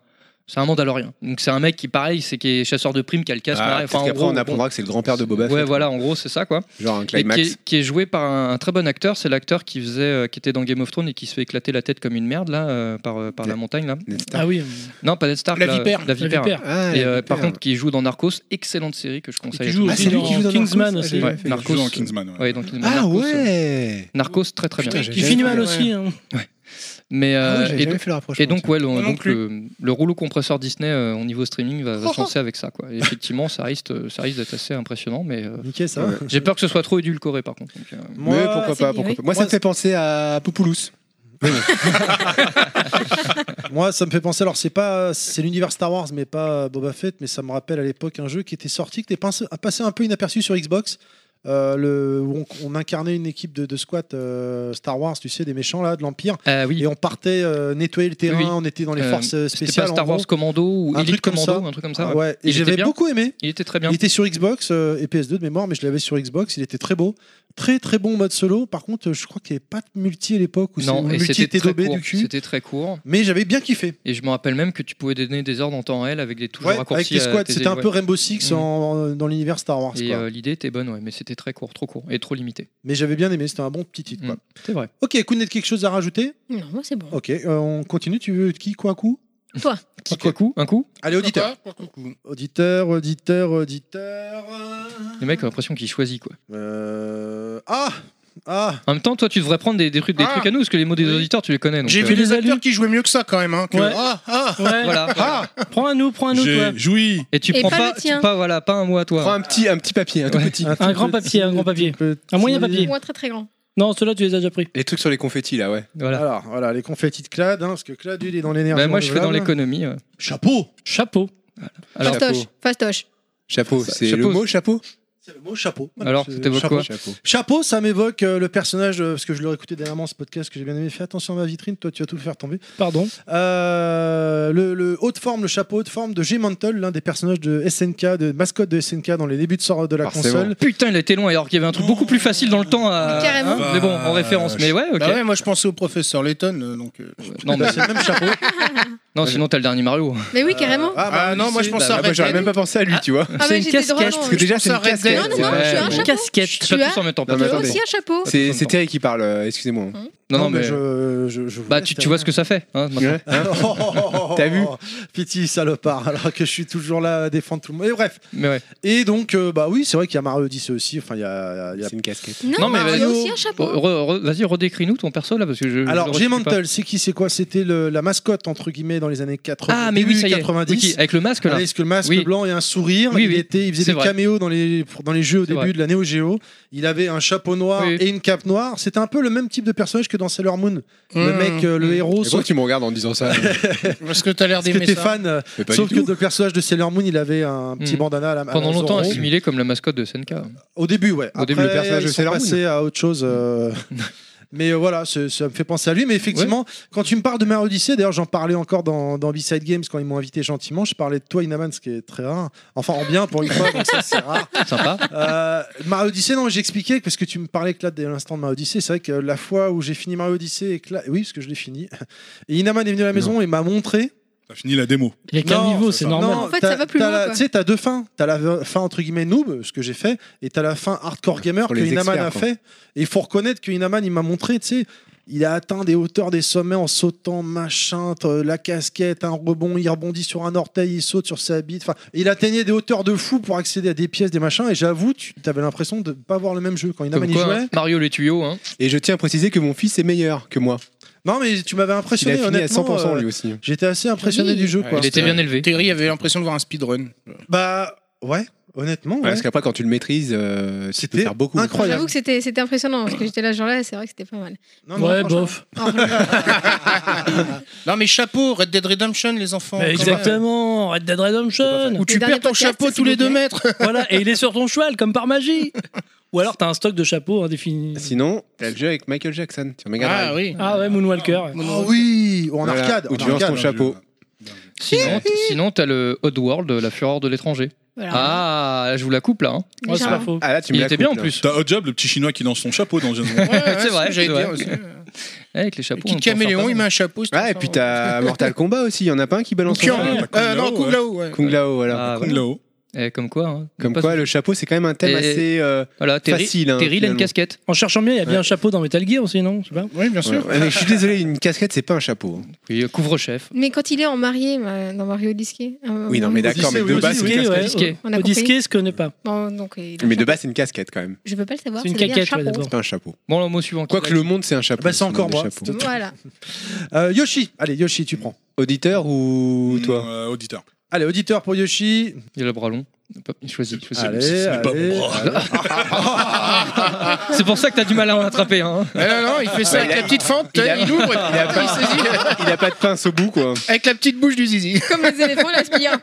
J: c'est un Mandalorian. Donc c'est un mec qui pareil, c'est qui est chasseur de primes, qui a le casque.
K: Ah,
J: pareil.
K: peut-être
J: Enfin, en
K: qu'après,
J: gros,
K: on apprendra que c'est le grand-père de Boba
J: bon, Ouais,
K: Fett.
J: voilà, en gros c'est ça quoi.
K: Genre un
J: Et
K: climax.
J: Qui, est, qui est joué par un, un très bon acteur, c'est l'acteur qui faisait, euh, qui était dans Game of Thrones et qui se fait éclater la tête comme une merde là euh, par, euh, par la
K: Ouais.
J: montagne là.
K: Ned Stark.
E: Ah oui, euh,
J: Non, pas Ned Stark.
B: La
J: là,
B: Vipère.
J: La
E: la
J: vipère.
E: vipère.
K: Ah,
J: Et euh,
K: la
J: par
K: vipère.
J: contre, qui joue dans Narcos, excellente série que je
E: Et
J: conseille.
E: qui
J: à
E: joue
J: tout
F: Ah,
J: le
E: aussi
F: c'est
J: monde.
F: lui qui joue
E: dans
F: dans
E: Kingsman
F: Narcos, euh,
E: aussi.
F: ouais.
J: Ouais,
F: fait-
A: Narcos
J: Narcos.
A: dans Kingsman. ouais.
J: Ouais, dans Kingsman,
F: Ah
J: Narcos, euh,
F: ouais
J: Narcos, très très bien.
F: Putain,
E: Qui
F: j'avais
E: finit
F: pas-
E: mal
F: ouais.
E: aussi. hein.
J: Mais
F: Ah
J: euh,
F: ouais, j'avais
J: et
F: jamais
J: donc-
F: fait le rapprochement.
J: et donc, ouais, le,
B: Moi non
J: donc
B: plus.
J: le, le rouleau compresseur Disney euh, au niveau streaming va, va se lancer avec ça. Quoi. Et effectivement, ça risque, euh, ça risque d'être assez impressionnant, mais euh,
F: Nickel ça.
K: Ouais.
J: j'ai peur que ce soit trop édulcoré par contre. Donc, euh,
F: Moi,
K: Mais pourquoi
D: c'est
K: pas,
D: bien,
K: pourquoi
D: oui.
K: pas. Moi, ça
F: Moi,
K: me fait penser à Poupoulous.
F: Moi, ça me fait penser. Alors, c'est pas, c'est l'univers Star Wars, mais pas euh, Boba Fett. Mais ça me rappelle à l'époque un jeu qui était sorti, qui était pincé- passé un peu inaperçu sur Xbox. euh, le, où on, on incarnait une équipe de, de squad euh, Star Wars, tu sais, des méchants là, de l'Empire,
J: ah oui.
F: et on partait euh, nettoyer le terrain.
J: Oui.
F: On était dans les
J: Euh,
F: forces euh,
J: C'était
F: spéciales.
J: pas Star
F: en gros.
J: Wars Commando ou
F: Un
J: Elite
F: truc comme
J: Commando,
F: ça.
J: un truc comme ça.
F: Ah
J: ouais.
F: ouais. Et
J: Il était
F: j'avais
J: bien.
F: beaucoup aimé.
J: Il était très bien.
F: Il était sur Xbox euh, et PS2 de mémoire, mais je l'avais sur Xbox. Il était très beau, très très bon en mode solo. Par contre, euh, je crois qu'il n'y avait pas de multi à l'époque où c'est- où
J: Non,
F: le
J: et
F: multi
J: c'était
F: était
J: très
F: daubé
J: court.
F: du cul.
J: C'était très court.
F: Mais j'avais bien kiffé.
J: Et je me rappelle même que tu pouvais donner des ordres en temps réel avec des touches
F: Ouais, avec
J: raccourcies.
F: les
J: à
F: squads,
J: tes-
F: c'était un
J: euh, ouais.
F: peu Rainbow Six
J: Mhm.
F: en- en- dans l'univers Star Wars.
J: Et
F: quoi.
J: euh, l'idée était bonne, ouais, mais c'était très court, trop court et trop limité.
F: Mais j'avais bien aimé, c'était un bon petit titre. Quoi.
J: Mm. C'est vrai.
F: Ok, Kounet, quelque chose à rajouter
D: Non, moi c'est bon.
F: Ok, euh, on continue, tu veux qui, quoi, coup
J: Qui quoi coup Un coup
F: Allez, auditeur.
B: Pourquoi Pourquoi
F: Auditeur, auditeur, auditeur. euh,
J: Les mecs ont l'impression qu'ils choisissent quoi.
F: Euh... Ah Ah
J: En même temps, toi, tu devrais prendre des, des trucs, des
B: Ah.
J: trucs à nous parce que les mots des
B: Oui.
J: auditeurs, tu les connais. donc,
B: J'ai
J: euh,
B: vu
E: les
B: des acteurs
E: alus.
B: qui jouaient mieux que ça quand même. hein, que-
E: Ouais.
B: Ah, ah.
E: Ouais.
J: Voilà. voilà.
E: Prends un nous, prends un nous, toi.
A: J'ai joui.
J: Et tu
D: Et
J: prends
D: pas
J: pas,
D: le
J: tu-
D: tien.
J: pas voilà, pas un mot à toi.
K: Prends un petit, un petit papier, un tout
J: Ouais.
K: petit.
E: Un grand papier, un grand papier. Un moyen papier.
D: Moi très très grand.
E: Non, ceux-là, tu les as déjà pris.
K: Les trucs sur les confettis, là, ouais.
J: Voilà.
F: Alors, voilà, les confettis de Clad, hein, parce que Clad, lui, il est dans l'énergie.
J: Bah, moi, je fais dans
F: renouvelable.
J: l'économie. ouais.
F: Chapeau
E: Chapeau.
K: Alors,
D: Fastoche,
K: chapeau.
D: fastoche.
K: Chapeau,
J: Ça,
K: c'est
J: chapeau,
K: le mot chapeau
F: C'est le mot chapeau.
J: Alors,
F: C'est-
J: t'évoques
F: chapeau.
J: quoi
K: Chapeau.
F: Chapeau, ça m'évoque euh, le personnage, euh, parce que je l'ai écouté dernièrement ce podcast que j'ai bien aimé. Fais attention à ma vitrine, toi, tu vas tout faire tomber.
E: Pardon.
F: Euh, le, le haut de forme, le chapeau haut de forme de G-Mantle, l'un des personnages de SNK, de mascotte de SNK dans les débuts de sort de la
K: Forcément.
F: console.
J: Putain, il a été loin alors qu'il y avait un truc beaucoup plus facile dans le temps à.
D: Mais carrément.
J: mais bon, en référence. Mais ouais, ok.
B: Bah ouais, moi je pensais au professeur Letton. euh, Donc, euh,
J: Non, mais-
F: Bah, c'est le même chapeau.
J: non, sinon t'as le dernier Mario.
D: Mais oui, carrément.
F: Ah, bah,
B: Ah, non, moi, je
F: c'est-
B: pense
F: bah,
B: à-
K: Ah, bah, J'aurais même pas pensé à lui, tu vois.
D: Ah,
E: c'est
D: mais
E: une
D: j'étais drôle.
E: casquette,
D: hein.
K: Parce que déjà, c'est
B: ça
K: une
B: Red
K: casquette.
D: Non, non, non, je suis un
J: Ouais,
D: chapeau.
E: Casquette.
D: Tu
J: Pas
D: as-
J: tous en même temps. Bah, pas
K: Non, mais
D: Tu as
J: tous.
K: attendez.
D: aussi hein. un chapeau.
K: C'est c'est Thierry qui parle, euh, excusez-moi.
J: Non, non, mais.
F: je, je, je vous
J: Bah,
F: laisse,
J: tu, tu vois ce que ça fait. hein, maintenant.
K: Ouais.
F: hein. Oh, oh, oh, oh,
K: T'as vu
F: oh, Pitié, salopard, alors que je suis toujours là à défendre tout le monde. Et bref.
J: Mais ouais.
F: Et donc, euh, bah oui, c'est vrai qu'il y a Mario Odyssey aussi. Enfin, il y a. il y a-
K: C'est une casquette.
D: Non,
J: Non, mais
D: mais il y a
J: Mario-
D: aussi un
J: Re-
D: chapeau.
J: re- re- Vas-y, redécris-nous ton perso là parce que je.
F: Alors,
J: je le resitue pas.
F: G-Mantle, c'est qui, c'est quoi C'était le- la mascotte, entre guillemets, dans les années 80.
J: Ah, mais oui,
F: début
J: ça y est.
F: 90.
J: Oui, qui- avec le masque là.
F: Allez, parce que le masque
J: Oui.
F: blanc et un sourire,
J: Oui,
F: il,
J: oui.
F: était, il faisait
J: C'est
F: des
J: vrai.
F: caméos dans les, dans les jeux au
J: C'est
F: début
J: vrai.
F: de la Neo Geo. Il avait un chapeau noir
J: Oui.
F: et une cape noire. C'était un peu le même type de personnage que dans Sailor Moon. Le
J: Mmh.
B: Hmm.
F: mec, euh, le héros,
K: Et Pourquoi
F: sauf
K: tu me regardes en disant ça
B: Parce que t'as l'air
F: que
B: d'aimer
F: t'es
B: ça.
F: fan. euh,
K: Mais pas
F: sauf
K: du
F: que
K: tout.
F: le personnage de Sailor Moon, il avait un petit
J: Hmm.
F: bandana à la à la
J: Pendant longtemps
F: Zorro.
J: assimilé comme la mascotte de SNK.
F: Au début, ouais. Après,
J: Au début, le
K: personnage
F: ils
K: de
F: sont
K: Sailor Moon.
F: passés à autre chose. euh, Mais euh, voilà, ce- ça me fait penser à lui. Mais effectivement, quand tu me parles de Mario Odyssey, d'ailleurs, j'en parlais encore dans, dans B-Side Games quand ils m'ont invité gentiment. Je parlais de toi, Inaman, ce qui est très rare. Enfin, en bien pour une fois, donc ça, c'est rare.
J: Sympa.
F: Euh, Mario Odyssey, non, j'expliquais parce que tu me parlais que là, dès l'instant de Mario Odyssey, c'est vrai que la fois où j'ai fini Mario Odyssey et que là, oui, parce que je l'ai fini. Et Inaman est venu à la maison et m'a montré.
A: T'as fini la démo.
E: Il y a qu'un
F: Non,
E: niveau,
A: ça
E: c'est
A: va.
E: normal.
D: en fait, ça
F: t'as-
D: va plus
F: t'as
D: loin,
F: la-
D: quoi.
F: Tu sais, t'as deux fins. T'as la v- fin entre guillemets noob, ce que j'ai fait, et t'as la fin hardcore gamer
K: Pour
F: que
K: les
F: Inaman
K: experts,
F: a
K: quoi.
F: fait. Et il faut reconnaître que Inaman, il m'a montré, tu sais. Il a atteint des hauteurs, des sommets en sautant, machin, t- euh, la casquette, un rebond, il rebondit sur un orteil, il saute sur sa bite. Enfin, il atteignait des hauteurs de fou pour accéder à des pièces, des machins. Et j'avoue, tu avais l'impression de ne pas voir le même jeu. Quand Inaman
J: Comme
F: y
J: quoi,
F: jouait,
J: hein, Mario les tuyaux. Hein.
K: Et je tiens à préciser que mon fils est meilleur que moi.
F: Non, mais tu m'avais
K: Il
F: impressionné,
K: a fini à
F: honnêtement.
K: 100%
F: euh,
K: lui aussi.
F: J'étais assez impressionné
D: Joli.
F: du jeu, quoi.
J: Il était bien élevé.
B: Terry avait l'impression de voir un speedrun.
F: Bah, ouais, honnêtement.
K: Ouais,
F: ouais.
K: Parce qu'après, quand tu le maîtrises, euh, tu peux
F: C'était
K: faire beaucoup.
F: incroyable.
D: J'avoue que c'était c'était impressionnant parce que j'étais là, genre là, c'est vrai que c'était pas mal.
F: Non, non,
E: Ouais,
F: franchement.
E: bof.
B: Non, mais chapeau, Red Dead Redemption, les enfants.
E: Mais
B: quand même.
E: exactement. Red Dead
B: Où
E: Redemption.
B: tu
D: Le dernier
B: perds ton
D: podcast,
B: chapeau
D: c'est
B: tous les
D: Sylvain.
B: deux mètres.
E: voilà, et il est sur ton cheval, comme par magie. Ou alors t'as un stock de chapeaux indéfini.
F: Ah,
K: Sinon, t'as le jeu avec Michael Jackson. Tu regardes.
B: Ah oui.
E: Ah ouais, Moonwalker.
F: Oh oui Ou en
K: Voilà,
F: arcade
K: où
F: en
K: tu lances
F: arcade.
K: ton chapeau.
J: Sinon, t- sinon, t'as le Oddworld, la fureur de l'étranger.
D: Voilà.
J: Ah, là, je vous la coupe là. hein.
E: Ouais, c'est
D: Déjà,
E: pas
D: hein.
E: faux.
K: Ah là, tu me
J: Il
K: la
J: était
K: coupes,
J: bien en
K: là.
J: plus.
A: T'as Hot Job, le petit chinois qui lance son chapeau dans un moment.
B: Ouais, ouais,
J: C'est vrai,
B: ce que j'allais
J: c'est
B: dire
J: vrai.
B: aussi.
J: Eh, Avec les chapeaux.
B: Qui
J: on peut en faire
B: caméléon,
J: pas
B: il met un chapeau. c'est
K: Ah, et
B: tout
K: puis
B: ça.
K: t'as Mortal Kombat aussi. Il y en a pas un qui balance son
B: Kung
K: chapeau.
A: Ouais.
B: Euh,
A: Kung
B: non,
A: Lao,
B: Kung Lao, ouais.
K: Kung Lao,
J: mal.
K: voilà.
J: Ah,
A: Kung
J: voilà.
A: Lao.
J: Eh, comme quoi. hein.
K: Comme
J: Pas
K: quoi,
J: sou-
K: le chapeau, c'est quand même un thème
J: Et-
K: assez. euh,
J: Voilà, Terry,
K: facile, hein,
J: Terry, il a une
K: finalement.
J: casquette.
E: En cherchant bien, il y a bien un chapeau dans Metal Gear aussi, non Je sais pas.
B: Oui, bien sûr.
K: ouais, mais je suis désolé, une casquette, c'est pas un chapeau. hein.
J: Oui, euh, couvre-chef.
D: Mais quand il est en marié bah, dans Mario Odyssey. euh,
K: Oui, non, mais
D: bon,
K: d'accord, mais de
F: oui,
K: base,
F: aussi,
K: c'est une
E: Disquet,
K: casquette.
E: ouais.
J: Disquet.
D: On a
E: Au
D: compris.
E: disquet, je connais pas.
J: Bah,
D: bon, donc, il a
K: Mais
D: un
K: de
D: chapeau.
K: base, c'est une casquette quand même.
D: Je veux pas le savoir.
E: C'est une
D: ça devient un
E: caquette, ouais,
D: chapeau.
E: d'abord.
K: C'est pas un chapeau.
J: Bon, le mot suivant.
K: Quoique le monde, c'est un chapeau.
F: Bah, c'est
K: le monde
F: encore
K: des
F: moi.
K: chapeaux.
D: Voilà.
F: Euh, Yoshi Allez, Yoshi, tu prends.
K: Auditeur ou toi
A: Euh, auditeur.
F: Allez, auditeur pour Yoshi.
J: Il a le bras long. Hop, Il choisit. il choisit.
F: Allez,
A: ce n'est pas
F: allez,
A: mon bras.
F: allez.
J: C'est pour ça que t'as du mal à en attraper. Hein.
B: Ah non, non, il fait ça
K: Bah, il
B: avec
K: a-
B: la petite fente,
K: il
B: il,
K: a-
B: ouvre, et
K: il a
B: puis il
K: pas-
B: saisit, euh,
K: Il a pas de pince au bout, quoi.
B: avec la petite bouche du zizi.
D: Comme les éléphants, la hein.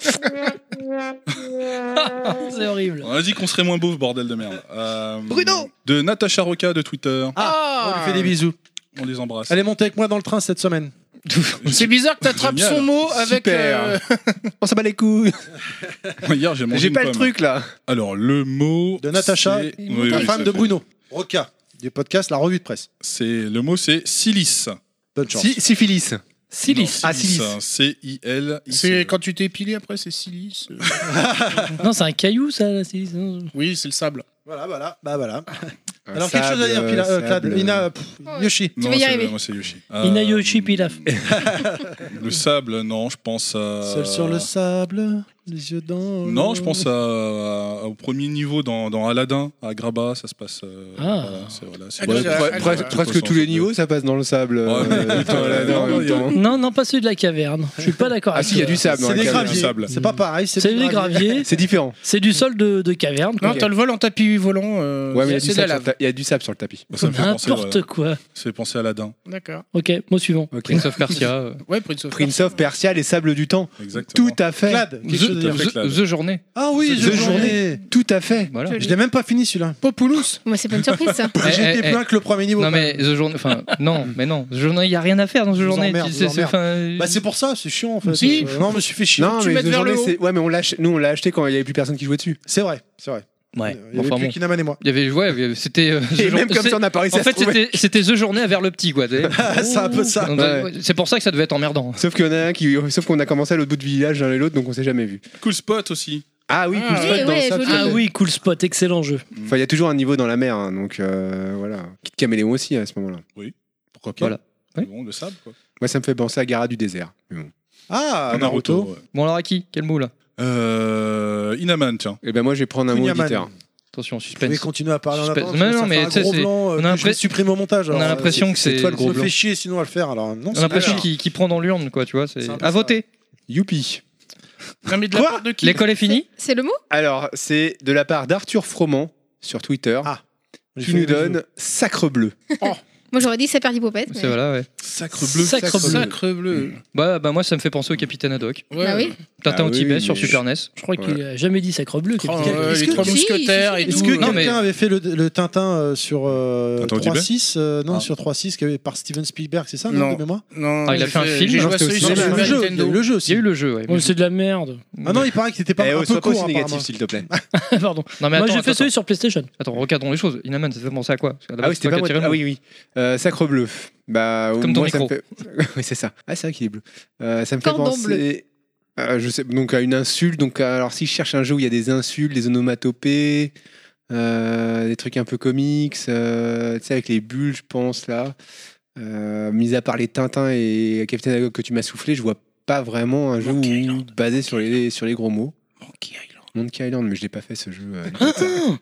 E: C'est horrible.
A: On a dit qu'on serait moins beau, bordel de merde. Bruno De Natacha Roca de Twitter.
F: Ah, on lui fait des bisous.
A: On les embrasse.
F: Allez, montez avec moi dans le train cette semaine.
B: C'est bizarre que t'attrapes
A: Génial.
B: son mot avec.
K: Super.
B: euh,
K: On s'en bat les couilles.
A: Hier, j'ai mangé
K: J'ai
A: une
K: pas le
A: pomme.
K: truc là.
A: Alors, le mot.
F: De Natacha,
A: c'est-
D: Une
A: Oui,
F: La
A: oui,
F: femme
A: ça
F: de
A: fait.
F: Bruno. Roca. Du podcast La Revue de Presse.
A: C'est Le mot, c'est silice.
F: Bonne chance.
K: Si- Syphilis.
E: Silice.
A: Non,
K: Ah, silice.
A: hein, C-I-L.
B: C'est quand tu t'es épilé après, c'est silice. euh.
E: Non, c'est un caillou, ça, la silice. non
B: Oui, c'est le sable.
F: Voilà, voilà. Bah voilà.
K: Un
F: Alors, quelque chose à dire,
K: sable,
F: Pila, euh,
K: sable.
F: Clad- Ina, pff,
D: Ouais.
F: Yoshi.
D: Tu veux y arriver.
A: Moi, c'est Yoshi. Euh,
E: Inayoshi Pilaf.
A: Le sable, non, je pense à.
F: Seul sur le sable, les yeux dans.
A: Euh. Non, je pense à- à- au premier niveau dans, dans Aladdin, à Graba, ça se passe. euh,
E: Ah.
A: voilà, c'est- voilà, c'est-
B: Ah,
K: Ouais,
B: Allez,
K: pre-
B: allez,
K: pre-
B: allez.
K: presque tous les niveaux, ça passe dans le sable. euh,
A: Ouais, mais putain,
K: dans la- dans
A: non,
K: le
A: il y a-
K: temps.
E: Non, non, pas celui de la caverne. Je suis pas d'accord
K: Ah
E: avec
K: si, il y a
E: toi.
K: du sable. dans
F: C'est
K: la
F: des
K: caverne.
A: du
F: graviers.
A: sable.
F: C'est pas pareil.
E: C'est des graviers,
K: C'est différent.
E: c'est du sol de, de caverne. quoi.
B: Non, t'as le vol en tapis volant. euh,
K: Ouais, mais il y a
B: c'est
K: du
B: de la
K: sable sur le
B: lave.
K: ta- il y a du sable sur le tapis.
A: Bah, ça me
E: Comme
A: fait penser,
E: n'importe
A: ouais,
E: quoi.
A: ça fait penser à Aladdin.
B: D'accord.
E: Ok, mot suivant.
K: Ok.
J: Prince of Persia. euh,
B: Ouais, Prince of
K: Prince of Persia, les sables du temps.
A: Exactement.
K: Tout à fait.
F: Clad, quelque chose à dire.
A: fait
J: The,
A: clade.
J: The Journée.
F: Ah oui,
K: The
F: je
K: journée.
F: journée.
K: Tout à fait.
J: Voilà.
D: Joli.
F: Je l'ai même pas fini celui-là.
B: Populous.
D: Moi, c'est pas une surprise, ça.
J: Eh, eh,
F: J'étais
J: eh.
F: plein que le premier niveau.
J: Non mais The Journée, enfin non, mais non, The Journée, il y a rien à faire dans The
F: Je vous
J: Journée.
F: emmerde,
J: Tu-
F: je
J: c'est-
F: vous
J: c'est-
F: emmerde.
J: enfin,
F: Bah c'est pour ça, c'est chiant en fait.
B: Si.
F: Euh, Non, mais je me suis fait chier.
K: Non,
B: tu
K: mais
B: mettes
K: The
B: vers le
K: Journée,
B: haut.
K: c'est- ouais, mais on l'a ach- nous on l'a acheté quand il y avait plus personne qui jouait dessus.
F: C'est vrai, c'est vrai.
J: ouais.
F: Il y avait
J: Enfin
F: plus
J: bon,
F: Kinaman et moi.
J: il y avait, ouais, il y avait- c'était. euh, The
K: Et
J: Jour-
K: même comme
J: c'est-
K: ça, on a parlé.
J: en
K: ça se
J: fait,
K: trouvait.
J: c'était- c'était The Journée vers le petit, quoi. tu sais.
F: c'est un peu ça.
J: Donc,
K: Ouais.
J: ouais, C'est pour ça que ça devait être emmerdant.
K: Sauf qu'on a un qui, sauf qu'on a commencé à l'autre bout du village l'un et l'autre, donc on s'est jamais vu.
A: Cool spot aussi.
K: Ah oui,
B: Ah, oui,
K: cool spot dans le
D: ouais,
K: sable.
D: joli.
E: Ah oui, cool spot, excellent jeu.
K: Enfin, il y a toujours un niveau dans la mer, hein, donc euh, voilà. Kit Caméléon aussi à ce moment-là.
A: Pourquoi pas
J: Voilà. Oui.
A: Bon, le sable, quoi.
K: Moi, ça me fait penser à Gara du désert. Mais bon.
F: Ah, Naruto.
A: ouais.
J: Bon alors à qui Quel mot là
A: Euh, Inaman, tiens.
K: Et ben moi, je vais prendre un mot
F: Kunyaman.
K: auditeur.
J: Attention,
F: Vous pouvez
J: suspense.
F: continuer à parler en
J: Suspense.
F: attendant.
J: Mais
F: parce que
J: non,
F: ça
J: mais
F: fait un
J: tu sais,
F: gros
J: c'est-
F: blanc, euh, que
J: on a
F: je vais
J: l'impres-
F: supprimer au montage.
J: On a l'impression que c'est.
K: toi le gros
F: Je me
K: blanc.
F: fais chier sinon à le faire. Alors non,
J: On a l'impression
F: pas grave.
J: qu'il qu'il prend dans l'urne, quoi, tu vois. c'est- Ah,
F: C'est un peu
J: À
F: ça.
J: voter.
K: Youpi.
B: Non, mais de la
F: Quoi
B: part de qui
J: L'école est finie.
D: C'est le mot
K: Alors, c'est de la part d'Arthur Froment sur Twitter
F: Ah, J'ai fait
K: qui nous
F: des bisous.
K: donne Sacre Bleu.
D: Moi, j'aurais dit Saperlipopette.
J: C'est
D: mais-
J: voilà, ouais.
A: Sacre bleu.
E: Sacre bleu.
B: Sacre bleu.
J: Bah, bah moi ça me fait penser au Capitaine Haddock.
B: Ouais.
D: Bah oui.
J: Tintin
K: Ah
J: au
K: oui,
J: Tibet sur
K: mais-
J: Super E NES.
E: Je crois qu'il a jamais dit sacre bleu.
B: Oh,
E: Capitaine.
B: ouais,
F: Est-ce
B: les
F: que-
B: trois
D: si,
B: mousquetaires et
D: si,
B: tout.
D: si,
F: Est-ce que
J: Non,
F: quelqu'un
J: mais-
F: avait fait le, le Tintin euh, sur euh,
A: Tintin au
F: 3.6 euh, Non,
A: Ah.
F: sur 3.6 qui avait- par Steven Spielberg, c'est ça
B: Non.
F: non. de mémoire
B: Non,
J: Ah, il a
B: j'ai
J: fait un film.
B: J'ai joué
K: Non,
B: à celui
K: c'était
B: sur
K: aussi
F: Il y a eu
B: Super
F: le jeu, il y a eu
B: Nintendo.
F: le jeu
J: Il y a
F: aussi.
J: eu le jeu, ouais.
E: Ouais, c'est de la merde.
F: Ah non, il paraît que c'était pas
K: Eh, oh,
F: un peu
K: sois pas aussi
F: court
K: négatif,
F: apparemment. Ah
K: s'il te plaît.
E: Pardon.
J: Non mais
E: Moi
J: attends,
E: j'ai fait
J: attends,
E: celui sur PlayStation.
J: attends, recadrons les choses. Inaman, ça te fait penser à quoi Parce qu'à
K: Ah
J: la
K: oui,
J: base,
K: c'était
J: toi
K: pas
J: qui
K: moi.
J: as tiré le
K: Ah
J: mot.
K: oui, oui. Euh, sacre bleu. Bah,
J: Comme ton
K: moi, ça me
J: micro.
K: fait- oui, c'est ça. Ah, c'est vrai qu'il est bleu. Euh, ça me fait
D: Cordon
K: penser. Euh, je sais, donc à une insulte. Donc, euh, alors, si je cherche un jeu où il y a des insultes, des onomatopées, euh, des trucs un peu comics, euh, tu sais, avec les bulles, je pense, là. Euh, mis à part les Tintins et Capitaine Haddock que tu m'as soufflé, je vois pas vraiment un jeu
B: Monkey
K: où-
B: Island.
K: basé sur les, sur les gros mots.
B: Monkey Island.
K: Monkey Island, mais je l'ai pas fait ce jeu. euh,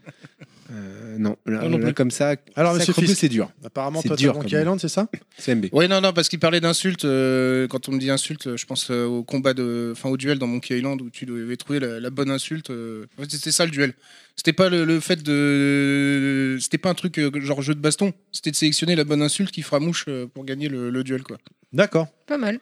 K: euh, non, là,
E: Non, non
K: là,
E: plus.
K: comme ça,
F: Alors, monsieur
K: Sacre Bleu,
F: Fils.
K: c'est dur.
F: Apparemment,
K: C'est
F: toi,
K: dur,
F: t'as Monkey
K: quand même.
F: Island, c'est ça
K: CMB.
B: Oui, non, non, parce qu'il parlait d'insultes. euh, quand on me dit insulte, euh, je pense euh, au combat de. Enfin, au duel dans Monkey Island où tu devais trouver la, la bonne insulte. euh. En fait, c'était ça le duel. C'était pas le, le fait de. C'était pas un truc euh, genre jeu de baston. C'était de sélectionner la bonne insulte qui fera mouche euh, pour gagner le, le duel, quoi.
F: D'accord.
D: Pas mal.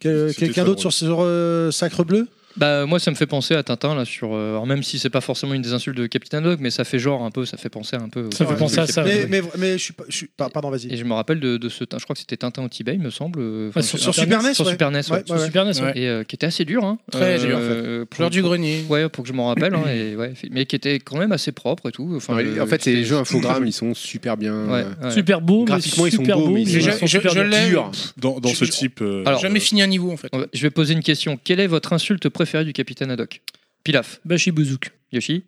F: Que-
A: C'était
F: Quelqu'un
A: très
F: d'autre
A: drôle.
F: sur, sur, euh, Sacre Bleu
J: Bah moi ça me fait penser à Tintin là sur euh, alors même si c'est pas forcément une des insultes de Capitaine Haddock mais ça fait genre un peu ça fait penser un peu au-
E: Ça fait
J: au
E: penser à ça,
J: Capitaine
F: Mais,
J: Haddock.
F: mais, mais je suis pas. je suis pas- pardon, vas-y.
J: Et je me rappelle de, de ce je crois que c'était Tintin au Tibet il me semble euh,
E: Ouais,
J: enfin,
E: sur-
F: Sur
E: Internet,
F: Super NES,
J: sur
F: ouais.
J: Super NES ouais.
F: Ouais, ouais, ouais.
E: Super E NES, ouais.
B: Ouais.
J: et euh, qui était assez dur hein,
B: Très dur, en fait.
J: euh, pour-
B: Fleur du grenier.
J: Ouais, pour que je m'en rappelle, hein, et, ouais, mais qui était quand même assez propre et tout. Enfin,
K: Ouais,
J: le-
K: en fait, ces
J: c'était-
K: jeux infogrammes, ils sont super bien.
J: Ouais,
K: euh,
J: ouais.
E: Super beau, mais
K: Graphiquement, ils sont
E: super
K: beaux,
E: beau.
K: mais
E: mais
B: J'ai-
E: ils
B: je
E: sont super
B: je
E: durs.
B: l'ai.
K: durs.
A: Dans, dans ce type. euh,
J: Alors,
B: Jamais
A: euh,
B: fini un niveau en fait.
J: On va- Je vais poser une question. Quelle est votre insulte préférée du capitaine Haddock Pilaf,
E: Bashibouzouk.
J: Yoshi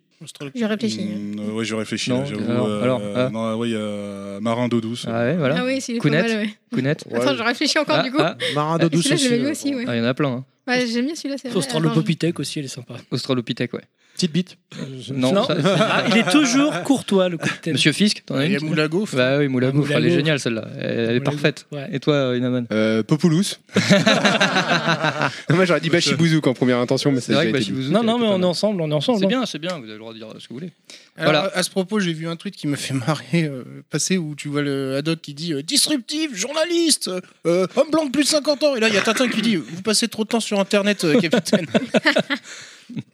D: J'ai réfléchi.
A: mm, euh, ouais, je réfléchis.
J: Non,
A: là, j'avoue,
J: alors,
A: euh,
J: alors, ah.
A: non, ouais, il y a Marin d'eau douce.
J: Ah ouais, voilà.
D: Ah oui, c'est pas
J: Counette.
D: mal, ouais.
J: Kounet.
D: Attends, je réfléchis encore
J: Ah,
D: du coup.
J: ah,
F: Marin d'eau
D: Et
F: douce
D: celui-là, je
F: aussi.
D: l'avais vu
F: euh,
D: aussi, ouais.
J: ah, il y en a plein. Hein.
D: Ouais, j'aime bien celui-là, c'est vrai.
E: Australopopithèque aussi, elle est sympa.
J: Australopithèque, ouais.
F: Petite bite.
J: Non.
E: Non.
J: ça-
E: Ah, il est toujours courtois, le capitaine.
J: Monsieur Fisk, t'en as
B: Il y a
J: une
B: Moulago.
J: Bah oui, Moulago.
E: Moulago.
J: Elle est géniale celle-là. Elle, elle est
E: Moulago.
J: parfaite.
E: Ouais.
J: Et toi, euh, Inaman
K: Euh, Populous. Moi, j'aurais dit Bashibouzouk en première intention, mais
J: C'est
K: ça a
J: vrai que bah,
K: déjà été dit.
E: Non,
J: Bashibouzouk, elle
E: non,
J: était
E: mais
J: pas
E: on est
J: mal.
E: ensemble, on est ensemble.
J: C'est
E: hein.
J: bien, c'est bien, vous avez le droit de dire ce que vous voulez.
B: Alors,
J: Voilà.
B: À ce propos, j'ai vu un tweet qui m'a fait marrer euh, passer où tu vois le Haddock qui dit euh, disruptif, journaliste, euh, homme blanc de plus de 50 ans. Et là, il y a Tintin qui dit vous passez trop de temps sur Internet, euh, capitaine.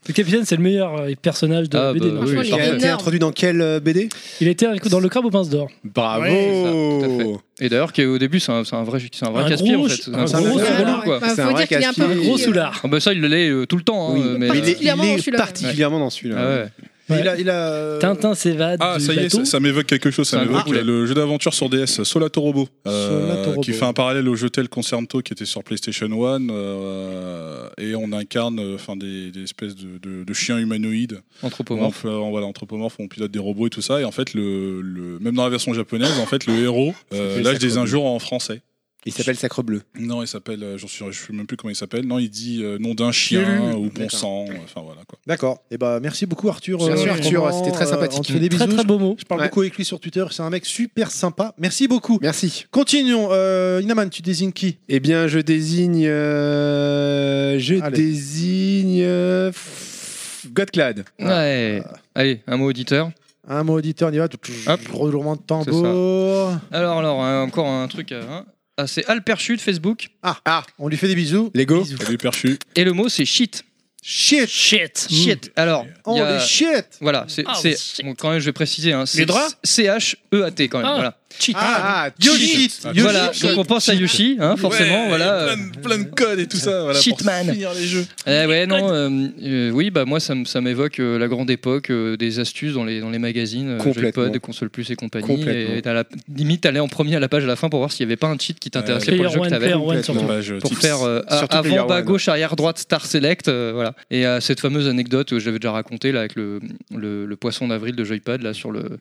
E: Le capitaine, c'est le meilleur euh, personnage de la
J: Ah,
E: BD.
J: bah,
E: non
J: oui,
D: Franchement,
K: Qui
D: il est
K: a été
D: énorme.
K: introduit dans quel euh, BD
E: Il était écoute, dans le crabe aux pinces d'or.
K: Bravo
J: Ouais, c'est ça, tout Et d'ailleurs, qu'au début, c'est un, c'est un vrai, c'est un vrai
E: Un
J: casse-pied en
E: gros-
J: fait. C'est
E: un
J: c'est
E: gros
D: Ouais,
E: relou,
D: alors,
J: quoi.
D: ouais, bah,
K: C'est un
D: faut
K: vrai
D: dire qu'il est un peu
K: casse-pied.
E: Gros
D: euh,
E: soulard.
J: Ah bah ça, il le l'est euh, tout le temps. hein,
K: Oui.
J: euh,
K: Mais
J: mais,
D: Parti-
K: il est, il
D: Particulièrement
K: est
D: dans celui-là.
K: particulièrement dans celui-là.
J: Ah ouais.
E: Ouais.
F: Il a. Il a euh,
E: Tintin s'évade
A: Ah,
E: du
A: ça y est,
E: bateau.
A: ça, ça m'évoque quelque chose. Ça
J: C'est un
A: m'évoque
J: gros poulet.
A: le jeu d'aventure sur DS, Solato Robo, euh,
F: Solato Robo.
A: qui fait un parallèle au jeu Tel Concerto qui était sur PlayStation 1. euh, et on incarne euh, enfin, des, des espèces de, de- de chiens humanoïdes.
J: anthropomorphe.
A: On, euh, voilà, anthropomorphes, on pilote des robots et tout ça. Et en fait, le, le- même dans la version japonaise, en fait, le héros, euh,
K: fait
A: là, je dis
K: sacre
A: un
K: bleu.
A: jour en français.
K: Il s'appelle Sacre Bleu.
A: Non, il s'appelle, euh, j'en suis- je sais même plus comment il s'appelle. Non, il dit euh, nom d'un chien ou bon
K: D'accord.
A: sang. Enfin voilà quoi.
F: D'accord. Et bah merci beaucoup Arthur.
K: Merci,
F: euh,
K: Arthur,
F: vraiment,
K: c'était très
F: euh,
K: sympathique.
F: on te fait des
E: Très
F: bisous.
E: très beau mot.
F: Je parle
K: Ouais.
F: beaucoup avec lui sur Twitter. C'est un mec super sympa. Merci beaucoup.
K: Merci.
F: Continuons. Euh, Inaman, tu désignes qui
K: Eh bien, je désigne. euh, je
F: Allez.
K: désigne. euh, f- Godclad.
J: Ouais. Allez, un mot auditeur.
F: Un mot auditeur, on y va.
J: Hop.
F: Roulement de tambour.
J: Alors, alors, hein, encore un truc. euh, hein. Ah, c'est Alperchute Facebook.
F: Ah, on lui fait des bisous.
K: Lego.
A: Salut Perchu.
J: Et le mot, c'est shit.
F: Shit.
E: Shit.
J: Shit. Alors, il
F: Oh
J: y a-
F: les shit.
J: Voilà, c'est.
E: Ah,
J: c'est-
E: bah, shit.
J: bon, quand même, je vais préciser. Hein, c'est
B: draps
J: C-H-E-A-T quand même.
E: Ah.
J: Voilà.
E: Shit.
K: Ah,
F: Yo,
K: cheat.
F: shit.
A: Ah,
F: Yo,
J: Voilà,
F: shit.
J: donc on pense à Yoshi, hein, forcément.
A: Ouais,
J: voilà.
A: Plein, de- plein de codes et tout ça. Voilà, pour
J: Shitman.
A: finir les jeux.
J: Eh ouais, non, euh, euh, oui, bah moi ça, me- ça m'évoque euh, la grande époque euh, des astuces dans les, dans les magazines, euh,
K: Complètement.
J: Jackpot, Console Plus et compagnie.
K: Complètement.
J: Et à la, limite, aller en premier à la page à la fin pour voir s'il n'y avait pas un cheat qui t'intéressait
A: Ouais.
J: pour le
E: Player
J: jeu que
E: One,
J: t'avais.
E: Player One surtout.
A: Bah, je
J: Pour
A: tips.
J: faire euh, a-
K: Surtout Player
J: avant, bas,
K: One.
J: gauche, arrière, droite, star select, euh, voilà. Et à cette fameuse anecdote que j'avais déjà racontée là avec le, le, le poisson d'avril de Joypad là sur le,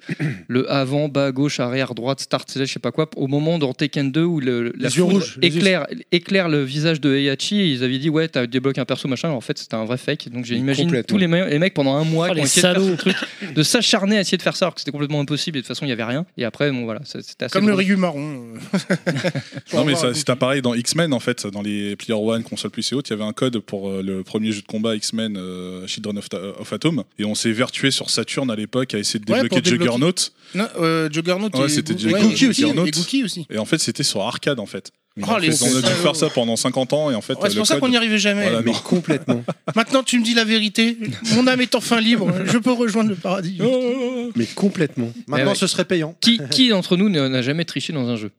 J: le avant, bas, gauche, arrière, droite, star select, je sais pas quoi. Au moment dans Tekken 2 où le, la
F: Les yeux
J: foudre
F: rouges, les yeux-
J: éclaire, éclaire le visage de Heihachi, et ils avaient dit ouais t'as débloqué un perso machin. Alors, en fait c'était un vrai fake. Donc j'imagine
K: Complètement.
J: tous les, me- les mecs pendant un mois
E: Oh,
J: qui ont
E: les
J: essayé de faire
E: salauds.
J: ce truc, de s'acharner à essayer de faire ça alors que c'était complètement impossible et de toute façon il y avait rien. Et après bon voilà ça- c'était assez
B: Comme le
J: drôle.
B: Ryu marron. euh.
A: Non, mais ça, c'était pareil dans X-Men en fait, dans les Player One, Console Plus et autres, il y avait un code pour euh, le premier jeu de combat X-Men, euh, Children of, Ta- of Atom, et on s'est vertué sur Saturn à l'époque à essayer de
B: Ouais,
A: débloquer
B: pour débloquer.
A: Juggernaut,
B: Non, euh, Juggernaut.
A: Ouais,
B: et
A: c'était
B: Goo-
A: Juggernaut.
B: et Gookie aussi.
A: Juggernaut.
B: Et Gookie aussi.
A: et en fait c'était sur arcade en fait. Mais
B: Oh,
A: en
B: les
A: fait, on a dû
B: salauds.
A: faire ça pendant 50 ans et en fait
B: Ouais,
A: le
B: c'est pour ça
A: code-
B: qu'on n'y arrivait jamais.
A: Voilà,
K: Mais
A: non.
K: complètement.
B: Maintenant, tu me dis la vérité. Mon âme est enfin libre. Je peux rejoindre le paradis.
K: Mais complètement.
J: Eh
F: Maintenant,
J: ouais.
F: ce serait payant.
J: Qui, qui d'entre nous n'a n'a jamais triché dans un jeu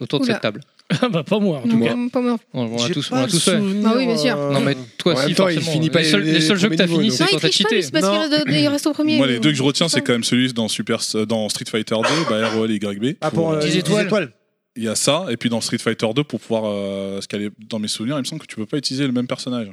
J: autour de
D: Oula.
J: cette table
E: Ah, bah, pas moi. en tout
D: Non,
E: cas.
D: pas- pas mort.
J: On, on a
F: J'ai
J: tous, on
F: pas
J: a
F: le
J: tous fait.
F: souvenir,
D: Bah oui, bien sûr.
F: euh,
J: Non mais toi
K: en
J: si
K: même temps, il
J: forcément.
K: finit pas
J: les,
K: les-
J: seuls, les
K: les
J: seuls jeux que t'as
K: premiers
J: fini,
K: niveaux,
J: c'est
D: Non,
J: quand
D: il
J: t'as
D: triche pas,
J: cheaté.
D: lui, c'est parce qu'il
F: Non.
D: reste, il reste au premier.
A: Moi les deux que je retiens
D: C'est
A: c'est
D: pas-
A: quand même celui dans Super euh, dans Street Fighter 2, bah ROL et YB.
F: Ah, pour euh,
A: Faut-
F: les dix
B: étoiles.
F: étoiles.
A: Il y a ça et puis dans Street Fighter 2 pour pouvoir euh, ce qu'elle est dans mes souvenirs, il me semble que tu peux pas utiliser le même personnage.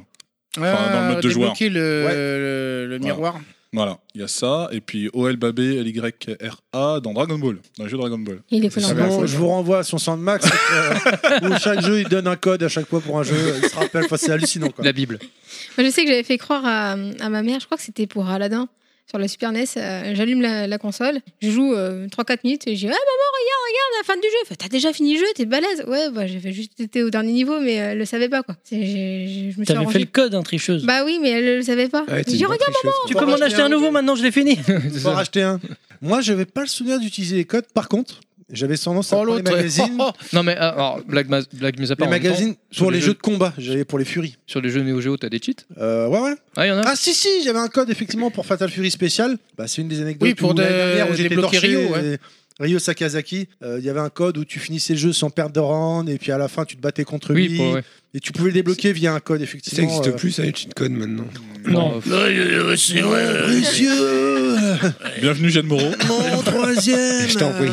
A: Enfin, dans le mode de joueur.
B: Euh, débloquer le, le- le
A: Voilà.
B: miroir.
A: Voilà, il y a ça, et puis OL Babé, LYRA dans Dragon Ball, dans le jeu Dragon Ball.
D: Il est collant.
F: Sinon, Ah ben, je vous renvoie à son Sandmax euh, où chaque jeu il donne un code à chaque fois pour un jeu. Il se rappelle, Enfin, c'est hallucinant quoi.
J: La Bible.
D: Moi, je sais que j'avais fait croire à, à ma mère, je crois que c'était pour Aladdin, sur la Super NES. euh, J'allume la, la console, je joue euh, 3-4 minutes et je dis Ah, maman, regarde, regarde la fin du jeu. Fait, T'as déjà fini le jeu, t'es balèze. Ouais, bah, j'avais juste été au dernier niveau, mais euh, elle le savait pas, quoi. C'est- j'ai- j'ai- Je me suis
E: T'avais fait le
D: arrangée.
E: code, hein, tricheuse.
D: Bah oui, mais elle le savait pas.
K: Ouais, t'es
D: J'ai dit
K: une
D: Regarde,
K: tricheuse,
E: tu
K: quoi.
E: peux m'en acheter un nouveau maintenant, je l'ai fini.
F: Faut en racheter un. Moi, j'avais pas le souvenir d'utiliser les codes. Par contre, J'avais tendance à
J: Oh,
F: prendre les
J: l'autre.
F: magazines.
J: Non, mais ah, alors, blague, mas- blague mis à part.
F: Les
J: en même temps,
F: magazines
J: sur
F: pour
J: les
F: les
J: jeux-
F: jeux de combat. J'avais pour les Furies.
J: sur les jeux Neo Geo, t'as des cheats
F: Euh, ouais, ouais.
J: Ah, il y en a
F: Ah si si, j'avais un code effectivement pour Fatal Fury spécial. Bah, c'est une des anecdotes
B: Oui, pour
F: où
B: de-
F: l'année dernière où j'étais
B: débloquer
F: torché.
B: Ryo, ouais.
F: et- Ryo Sakazaki, euh, il y avait un code où tu finissais le jeu sans perdre de round et puis à la fin tu te battais contre
J: Oui,
F: lui
J: pour- ouais.
F: et tu pouvais le débloquer via un code
M: Ça
F: effectivement.
M: n'existe
F: euh,
M: plus, ça, les cheat codes maintenant.
E: Non.
N: C'est vrai.
F: Monsieur,
A: Bienvenue, Jeanne Moreau.
F: mon troisième.
M: Je t'en prie.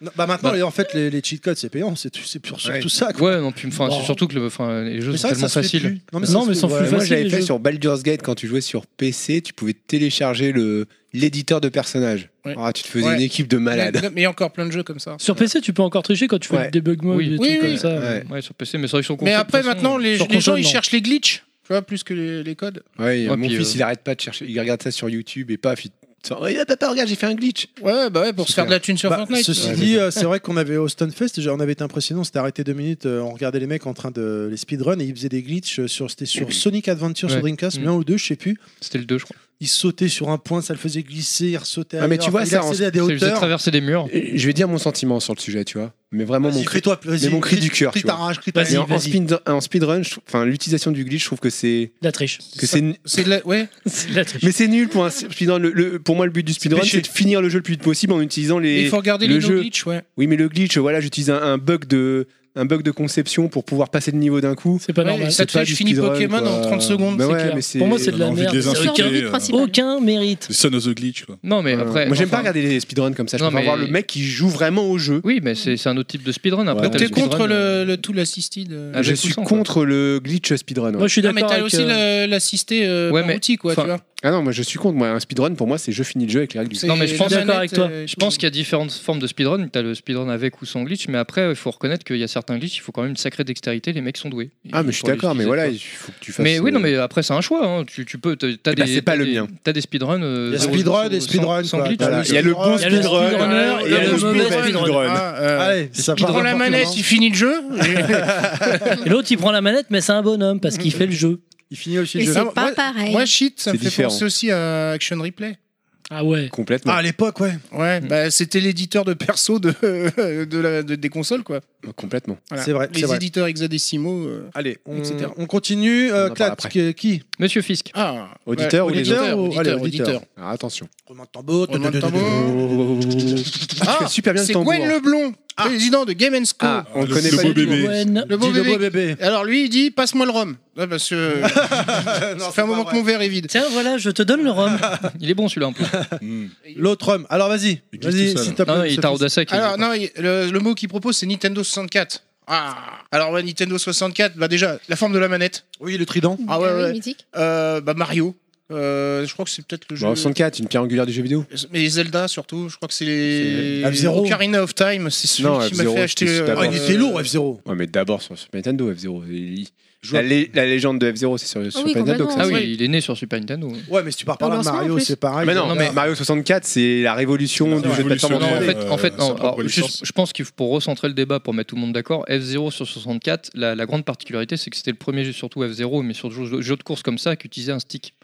F: Non, bah maintenant en fait les, les cheat codes c'est payant, c'est tout- c'est pur- surtout
M: Ouais.
F: ça. Quoi.
J: Ouais, non, puis enfin,
E: Bon.
J: c'est surtout que le- enfin, les jeux
F: Mais c'est vrai
J: sont
F: que
J: tellement
F: ça se fait
J: faciles.
F: plus. Non
E: Non,
F: se
E: mais
F: fait-
E: sans
F: ouais.
E: plus
K: Bah, Moi,
E: facile,
K: j'avais
E: les
K: fait
E: jeux.
K: sur Baldur's Gate quand tu jouais sur PC, tu pouvais télécharger le l'éditeur de personnages.
B: Ouais.
K: Ah, tu te faisais
B: Ouais.
K: une équipe de malades.
B: Mais il y a encore plein de jeux comme ça.
E: Sur PC, tu peux encore tricher quand tu fais
K: Ouais.
E: le debug mode
J: Oui.
E: et des
B: Oui,
E: trucs
B: oui.
E: comme ça.
K: Ouais.
J: Ouais, sur PC, mais c'est vrai que sur console.
B: Mais après,
J: de toute façon,
B: maintenant, les,
E: sur
B: les gens,
E: console,
B: ils
E: non.
B: cherchent les glitches, tu vois, plus que les, les codes.
K: Ouais,
J: Ouais,
K: mon
J: puis,
K: fils,
J: euh,
K: il arrête pas de chercher. Il regarde ça sur YouTube et paf, il sort. Oh, papa, regarde, j'ai fait un glitch.
B: Ouais, bah ouais, pour se faire de la thune sur
F: Bah,
B: Fortnite.
F: Ceci
B: Ouais.
F: dit, euh, c'est vrai qu'on avait au Stunfest, déjà, on avait été impressionnant, on s'était arrêté deux minutes, euh, on regardait les mecs en train de les speedrun et ils faisaient des glitches euh, sur, c'était sur Sonic Adventure
J: Ouais.
F: sur Dreamcast,
J: Mm.
F: l'un ou deux, je sais plus.
J: C'était le 2, je crois.
F: Ils sautaient sur un point, ça le faisait glisser, ils ressautaient.
K: Ah, mais
F: ailleurs,
K: tu vois,
F: ils
K: ça,
F: accédaient à des
J: Ça lui faisait
F: hauteurs.
J: traverser des murs.
K: Et Je vais dire mon sentiment sur le sujet, tu vois. Mais vraiment, mon
F: Vas-y,
K: cri.
F: fais-toi
K: mais
F: plaisir.
K: mon cri du cœur,
F: Crie
K: tu vois.
F: ta rage, crie ta
E: Vas-y,
K: Mais en,
F: haine.
K: en speed- en speedrun, je trouve- enfin, l'utilisation du glitch, je trouve que c'est.
E: La triche.
K: que c'est n-
B: C'est de la- ouais.
E: C'est de la triche.
K: Mais c'est nul pour un speedrun. Le- le- pour moi, le but du speedrun,
B: péché.
K: c'est de finir le jeu le plus vite possible en utilisant les.
B: il faut regarder
K: le
B: les no
K: jeu.
B: glitch, ouais.
K: Oui, mais le glitch, voilà, j'utilise un, un bug de un bug de conception pour pouvoir passer de niveau d'un coup.
E: C'est pas
B: Ouais,
E: normal.
B: ça te
K: C'est pas
B: fait,
K: du
B: je finis
K: speedrun,
B: Pokémon
K: quoi.
B: en 30 secondes.
K: Bah
E: c'est
K: ouais,
E: clair.
K: mais c'est-
E: Pour moi, c'est de la
A: envie
E: merde.
A: de les
E: Ça-
D: C'est leur
A: insulter.
D: envie
A: euh,
D: principale.
E: Aucun mérite.
A: The Son of the Glitch, quoi.
J: Non, mais
K: Euh,
J: après.
K: moi, j'aime pas
J: enfin,
K: regarder les speedruns comme ça. Je
J: Non,
K: préfère
J: mais-
K: voir le mec qui joue vraiment au jeu.
J: Oui, mais c'est c'est un autre type de speedrun. Après,
K: Ouais.
J: t'as
B: T'es
J: le speedrun,
B: contre
J: euh,
B: le, le tout l'assisted. euh.
J: Ah,
K: je
J: avec
K: suis
J: ou sans,
K: contre le glitch speedrun. ouais.
E: Moi, je suis
B: Ah, mais
E: d'accord.
B: t'as
E: avec,
B: aussi
E: euh,
B: le- l'assisté euh,
J: Ouais,
B: par
J: mais-
B: outil, quoi,
J: enfin,
B: tu vois.
K: Ah non, moi je suis contre. Moi, un speedrun pour moi, c'est je finis le jeu avec les règles du jeu.
B: C'est
J: non, mais je
B: la
J: pense-
B: manette,
E: d'accord avec toi.
B: euh,
J: Je pense qu'il y a différentes formes de speedrun. T'as le speedrun avec ou sans glitch, mais après, il faut reconnaître qu'il y a certains glitches, il faut quand même une sacrée dextérité. Les mecs sont doués.
K: Ah, mais
J: Ils
K: je suis
J: sont
K: d'accord, mais
J: utilisés,
K: voilà,
J: quoi.
K: il faut que tu fasses.
J: Mais oui,
K: euh,
J: non, mais après, c'est un choix. hein. Tu, tu peux. T'as t'as
K: ben,
J: des.
K: c'est pas
J: t'as
K: le
J: des-
K: mien.
J: T'as des speedruns. euh,
F: Il y a
J: zéro-
F: speedrun et
J: sans-
F: speedrun,
J: Sans
E: quoi.
J: glitch.
K: voilà,
J: oui.
K: Il y a le bon
E: Il y a le
K: speedrun.
E: speedrunner
K: et il y a le
E: mauvais
K: speedrun.
E: speedrunner.
B: Ah, euh,
F: Allez, ça
B: Il
F: part
B: prend la
F: n'importe
B: manette,
F: comment.
B: il finit le jeu.
E: Et l'autre, il prend la manette, mais c'est un bonhomme parce qu'il fait le jeu.
F: Il finit aussi
D: Mais
F: le jeu.
D: c'est
F: Ah,
D: pas
F: moi-
D: pareil.
B: Moi, shit, ça me
K: C'est
B: fait
K: différent.
B: penser aussi à Action Replay.
E: Ah ouais.
K: Complètement.
F: Ah, à l'époque, ouais.
B: Ouais, bah, c'était l'éditeur de perso de, de la- de- des consoles, quoi.
K: Complètement.
B: Voilà.
F: C'est vrai,
B: Les
F: c'est vrai.
B: éditeurs hexadécimaux. euh,
F: Allez, on,
B: Etc.
F: on continue. Euh,
K: On en parle
F: Clat,
K: après.
F: qui- qui
J: Monsieur Fisk.
B: Ah,
K: Auditeur ou les
F: autres Allez,
B: auditeur,
F: auditeur.
B: auditeur.
K: Alors, attention.
F: Romain de tambour.
B: Roulement de tambour.
K: Tu fais super bien le
B: c'est
K: tambour.
B: Gwen Leblon, président de Game Co.
K: Ah, on
A: Le-
K: le connaît
A: le
K: pas
A: beau
K: du tout.
A: bébé.
E: Gwen.
B: Le beau
F: Ah. Dis le
B: bébé.
F: beau bébé.
B: Alors lui, il dit passe-moi le rhum. Ouais, parce que euh, ça
F: c'est
B: fait un
F: pas
B: moment
F: vrai.
B: que mon verre est vide.
E: Tiens, voilà, je te donne le rhum.
J: Il est bon celui-là en plus.
E: Ah.
A: Mm.
F: L'autre homme. Alors vas-y,
A: Il glisse
F: vas-y,
A: tout seul.
F: s'il te plaît.
J: Non, non, il
F: Sophie.
J: t'a audacieux qui-
B: Alors non, il- le, le mot qu'il propose, c'est Nintendo 64. Ah. Alors ouais, Nintendo 64, bah déjà, la forme de la manette.
F: Oui, le trident.
B: Ah ouais,
D: oui,
B: ouais.
D: mythique.
B: Euh, bah Mario. Euh, je crois que c'est peut-être le jeu.
F: Bah,
K: Bon, 64, une pierre angulaire du jeu vidéo.
B: Mais Zelda surtout, je crois que c'est les.
F: C'est- F-Zero.
B: Ocarina of Time, c'est celui
K: Non,
B: qui m'a
K: F-Zero,
B: fait acheter.
K: c'est-
F: Ah, il
K: Euh,
F: était lourd, F0.
K: Ouais, mais d'abord sur Super Nintendo, F-Zero. Il-
F: Joueur-
K: La, lé- la légende de F-Zero, c'est sur sur Super
D: complètement.
K: Nintendo. que ça
J: Ah
K: se
J: oui,
K: fait.
J: il est né sur Super Nintendo.
F: Ouais, mais si tu pars par
D: Au
F: là,
D: lancement, en
F: Mario,
D: plus.
F: c'est pareil.
K: Mais non,
J: Non, mais-
K: mais Mario 64, c'est la révolution du jeu de plateforme en
J: Non, en
K: 3D.
A: Ouais,
J: fait,
A: euh,
J: en fait, non.
A: sa propre
J: Alors, juste,
A: licence.
J: je pense qu'il faut pour recentrer le débat, pour mettre tout le monde d'accord, F0 sur 64, la, la grande particularité, c'est que c'était le premier jeu, surtout F0, mais sur jeu, jeu de course comme ça, qui utilisait un stick.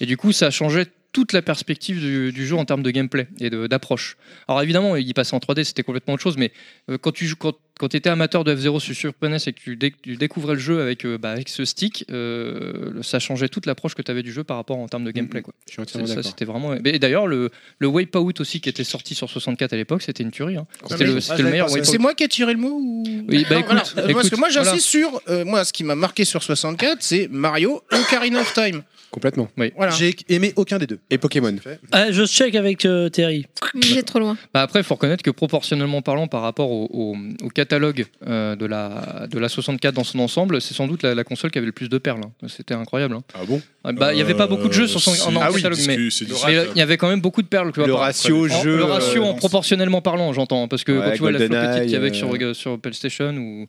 J: Et du coup, ça changeait toute la perspective du, du jeu en termes de gameplay et de- d'approche. Alors évidemment, il passait en 3D, c'était complètement autre chose, mais euh, quand tu joues, quand, quand étais amateur de F0 sur Super NES et que tu, dé- tu découvrais le jeu avec, euh, bah, avec ce stick, euh, le- ça changeait toute l'approche que tu avais du jeu par rapport en termes de gameplay. Quoi.
K: Je suis
J: C'est-
K: entièrement
J: ça,
K: Ah d'accord.
J: c'était vraiment. Et d'ailleurs, le, le Wipeout aussi qui était sorti sur 64 à l'époque, c'était une tuerie. hein. C'était
F: mais-
J: le,
F: Ah,
J: c'était
F: je
J: le
F: l'avais
J: meilleur
F: pas, ça.
J: Wipeout.
B: C'est moi qui ai tiré le mot ou
J: Oui, bah,
B: Non,
J: écoute,
B: voilà. Euh, Parce que
J: écoute,
B: moi j'insiste sur euh, moi ce qui m'a marqué sur 64, c'est Mario Ocarina of Time.
K: Complètement.
B: Voilà.
F: J'ai aimé aucun des deux.
K: Et Pokémon.
E: Ah, je check avec euh, Terry.
D: J'ai trop loin.
J: Bah, après, il faut reconnaître que proportionnellement parlant, par rapport au, au- au catalogue euh, de, la, de la 64 dans son ensemble, c'est sans doute la, la console qui avait le plus de perles. hein. C'était incroyable. hein.
K: Ah bon ah
J: Ah, Bah, il n'y avait pas beaucoup de jeux sur son
A: Euh,
J: en- en
A: c'est-
J: catalogue,
A: c'est
J: mais
A: discu- c'est discu-
J: mais euh, il y avait quand même beaucoup de perles. tu vois,
K: Le
J: par-
K: ratio
J: En-
K: jeu.
J: le ratio
K: euh,
J: en proportionnellement parlant, j'entends, hein, parce que
K: Ouais,
J: quand tu vois la flopée
K: GoldenEye,
J: qu'il y avait
K: euh,
J: sur, sur PlayStation ou,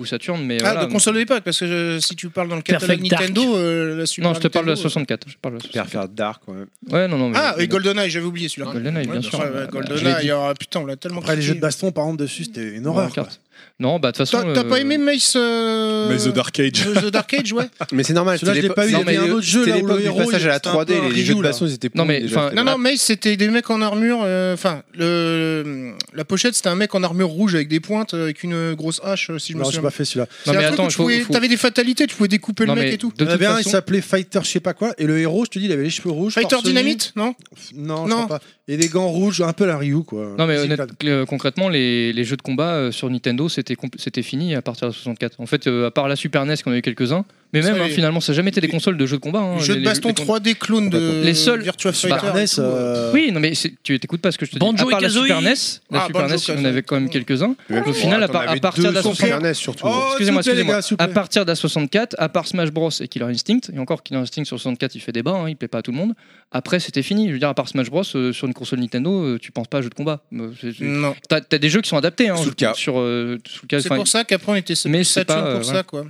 J: ou Saturn, mais
B: Ah,
J: voilà,
B: de console de l'époque, parce que euh, si tu parles dans le catalogue
E: Perfect Dark.
B: Nintendo, euh, la Super
J: non, je te parle de la
B: Nintendo,
J: 64. Je parle de la 64.
K: Perfect Dark, ouais.
J: Ouais, non, non. mais-
B: Ah, et GoldenEye, j'avais oublié celui-là.
J: GoldenEye, bien
B: Ouais,
J: sûr.
B: ouais,
J: Bah,
B: ouais,
J: bah,
B: GoldenEye, alors, putain, on l'a tellement
F: Après, les
B: critiqué.
F: jeux de baston, par exemple, dessus, c'était une
J: Mario
F: horreur. quoi.
J: Kart. Non, bah de toute façon.
B: T'as t'as
J: euh,
B: pas aimé Mace. euh,
A: Mais The Dark Age.
B: The Dark Age, ouais.
K: Mais c'est normal.
F: Celui-là,
K: c'est
F: je l'ai pas eu, il y
K: l'époque-
F: avait
K: non, mais
F: un autre jeu, là,
K: C'est
F: où
K: l'époque
F: le
K: du
F: héros,
K: passage
F: il
K: à la
F: était un peu un
K: 3D, les- les jeux
F: Ryu,
K: de
F: là.
K: baston, ils étaient
J: Non,
K: pourris,
J: mais,
K: déjà.
J: enfin,
B: Non, non, Mace, c'était des mecs en armure. euh, Enfin, le... la pochette, c'était un mec en armure rouge avec des pointes, euh, avec une grosse hache, euh, si je me
F: Non, j'ai
B: souviens.
F: pas fait celui-là.
B: C'est
J: Non, mais
B: un truc
J: attends,
B: où tu
J: faut-
B: pouvais-
J: faut-
B: T'avais des fatalités, tu pouvais découper
J: non,
B: le mec
J: mais
B: et tout.
J: De
F: Il y en
J: toute
F: avait un, il
J: façon,
F: s'appelait Fighter, je sais pas quoi, et le héros, je te dis, il avait les cheveux rouges.
B: Fighter
F: torse nu.
B: Dynamite, non
F: Non, je
B: Non.
F: crois pas. Et des gants rouges, un peu la Ryu, quoi.
J: non mais
F: C'est
J: honnête-
F: pas-
J: euh, concrètement les, les jeux de combat euh, sur Nintendo c'était compl- c'était fini à partir de la 64. En fait euh, à part la Super NES qu'on a eu quelques-uns, mais
B: Ça,
J: même hein,
B: les-
J: finalement ça n'a jamais été des
B: les-
J: consoles de jeux de combat. hein.
B: Jeu de
J: Les- les-
B: baston
J: les-
B: 3D clone de
J: Les seuls-
B: Virtua
J: Bah,
B: Fighter. et
F: Barnes,
B: tout, euh.
F: euh,
J: Oui, non mais c'est- tu t'écoutes pas ce que je te dis.
E: Banjo
J: à part la
E: Kazooie.
J: Super NES, la
B: Ah,
J: Super E
B: Banjo
J: NES, on
B: Kazooie.
J: avait quand même quelques-uns. Au final, à, par- à partir de la 64,
K: Internet, surtout.
F: Oh,
J: excusez-moi,
F: s'il vous plaît, les
J: excusez-moi. Ah,
F: gars, s'il vous
J: À
F: plaît.
J: partir de la 64, à part Smash Bros et Killer Instinct, et encore Killer Instinct sur 64, il fait débat, hein, il plaît pas à tout le monde. Après, c'était fini. Je veux dire, à part Smash Bros euh, sur une console Nintendo, euh, tu penses pas à jeu de combat. Euh, c'est- c'est-
B: Non.
J: T'as t'as des jeux qui sont adaptés. hein,
K: Sous
J: je
K: le cas.
J: pense, Sur, euh, sous le cas,
B: C'est
J: enfin,
B: pour ça qu'après on était sa-
J: mais c'est
B: saturé
J: pas, euh,
B: pour
J: ouais.
B: ça quoi.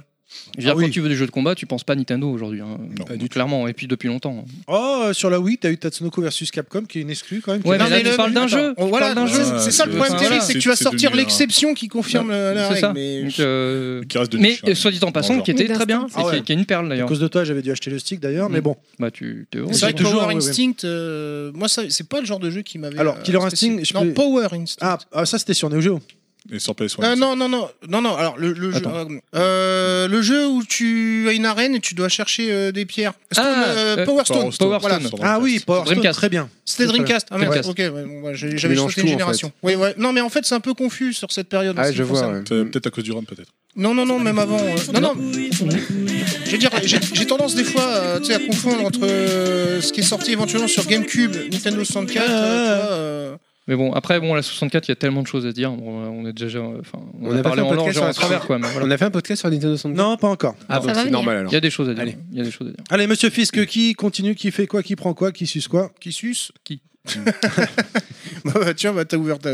J: je veux dire,
F: Ah oui.
J: quand tu veux des jeux de combat, tu penses pas à Nintendo aujourd'hui. hein.
A: Non,
J: Donc, clairement, et puis depuis longtemps. hein.
F: Oh, euh, sur la Wii, t'as eu Tatsunoko versus Capcom, qui est une exclue, quand même. qui
J: Ouais,
F: est-
J: mais
B: Non,
J: là,
B: mais
J: tu
B: le-
J: parles d'un
B: attends,
J: jeu.
B: on- voilà,
J: Tu parles d'un
A: c'est-
J: jeu.
B: C'est ça le problème
J: Enfin,
B: terrible,
J: voilà.
B: c'est que tu vas
A: C'est- c'est
B: sortir
A: devenu un-
B: l'exception qui confirme la la
J: C'est ça.
B: règle. Mais
J: Donc, euh,
A: Qui reste de
J: Mais
A: niche, hein.
J: euh, soit dit en passant,
A: Bonjour.
J: qui était
D: Oui,
J: très bien,
D: d'instinct,
J: et
D: c'est
J: qui,
F: ça.
J: qui est une perle
F: À
J: d'ailleurs.
F: cause de toi, j'avais dû acheter le stick, d'ailleurs, mais
J: Mm.
F: bon.
J: Bah tu t'es heureux.
B: c'est vrai que
F: toujours,
B: Power
F: ouais, ouais.
B: Instinct, euh, moi ça- c'est pas le genre de jeu qui m'avait.
F: Alors,
B: euh,
F: Killer
B: spécial-
F: Instinct, je
B: Non,
F: peux-
B: Power Instinct.
F: Ah, ah, ça, c'était sur Neo Geo.
A: Et sur
J: Ah,
A: PS1.
B: Euh, non, non, non, non, non. Alors, le, le, jeu,
J: Attends.
B: euh, euh, le jeu où tu as une arène et tu dois chercher euh, des pierres. Stone,
J: Ah,
B: euh,
J: euh,
B: Power Stone.
A: Power Stone.
J: Power
B: Voilà.
J: Stone.
F: Ah oui, Power Stone,
J: Dreamcast.
F: très bien.
B: C'était Dreamcast. Ah, merde,
J: Dreamcast.
B: ok, ouais, bon, ouais, j'ai- j'avais
K: mélanges
B: sauté
K: tout,
B: une
K: en
B: génération. Oui, ouais. Non, mais en fait, c'est un peu confus sur cette période. en
K: Ah,
B: ce qui
K: je vois.
B: concerne.
K: ouais.
A: C'est Peut-être à cause du run, peut-être.
B: Non, non, non, même avant. euh, Non, non. Je veux dire, j'ai j'ai tendance des fois euh, tu sais, à confondre entre euh, ce qui est sorti éventuellement sur GameCube, Nintendo 64. euh, tu vois, euh,
J: Mais bon, après, bon, la 64, il y a tellement de choses à dire. Bon, on est déjà. euh, Enfin, on,
K: On
J: a,
K: a pas
J: parlé
K: fait un
J: en
K: podcast
J: large et
K: sur
J: en
K: la
J: travers, quoi. mais voilà.
K: On a fait un podcast sur Nintendo 64.
F: Non, pas encore.
K: Ah
D: Ça
K: bon,
D: va
K: c'est
D: venir.
K: normal alors.
J: Il y a des choses à dire.
K: Allez.
J: Il y a des choses à dire.
F: Allez, monsieur Fisk, qui continue, qui fait quoi, qui prend quoi, qui suce quoi
B: qui suce
J: Qui
B: bah, bah, Tiens, bah, t'as ouvert ta.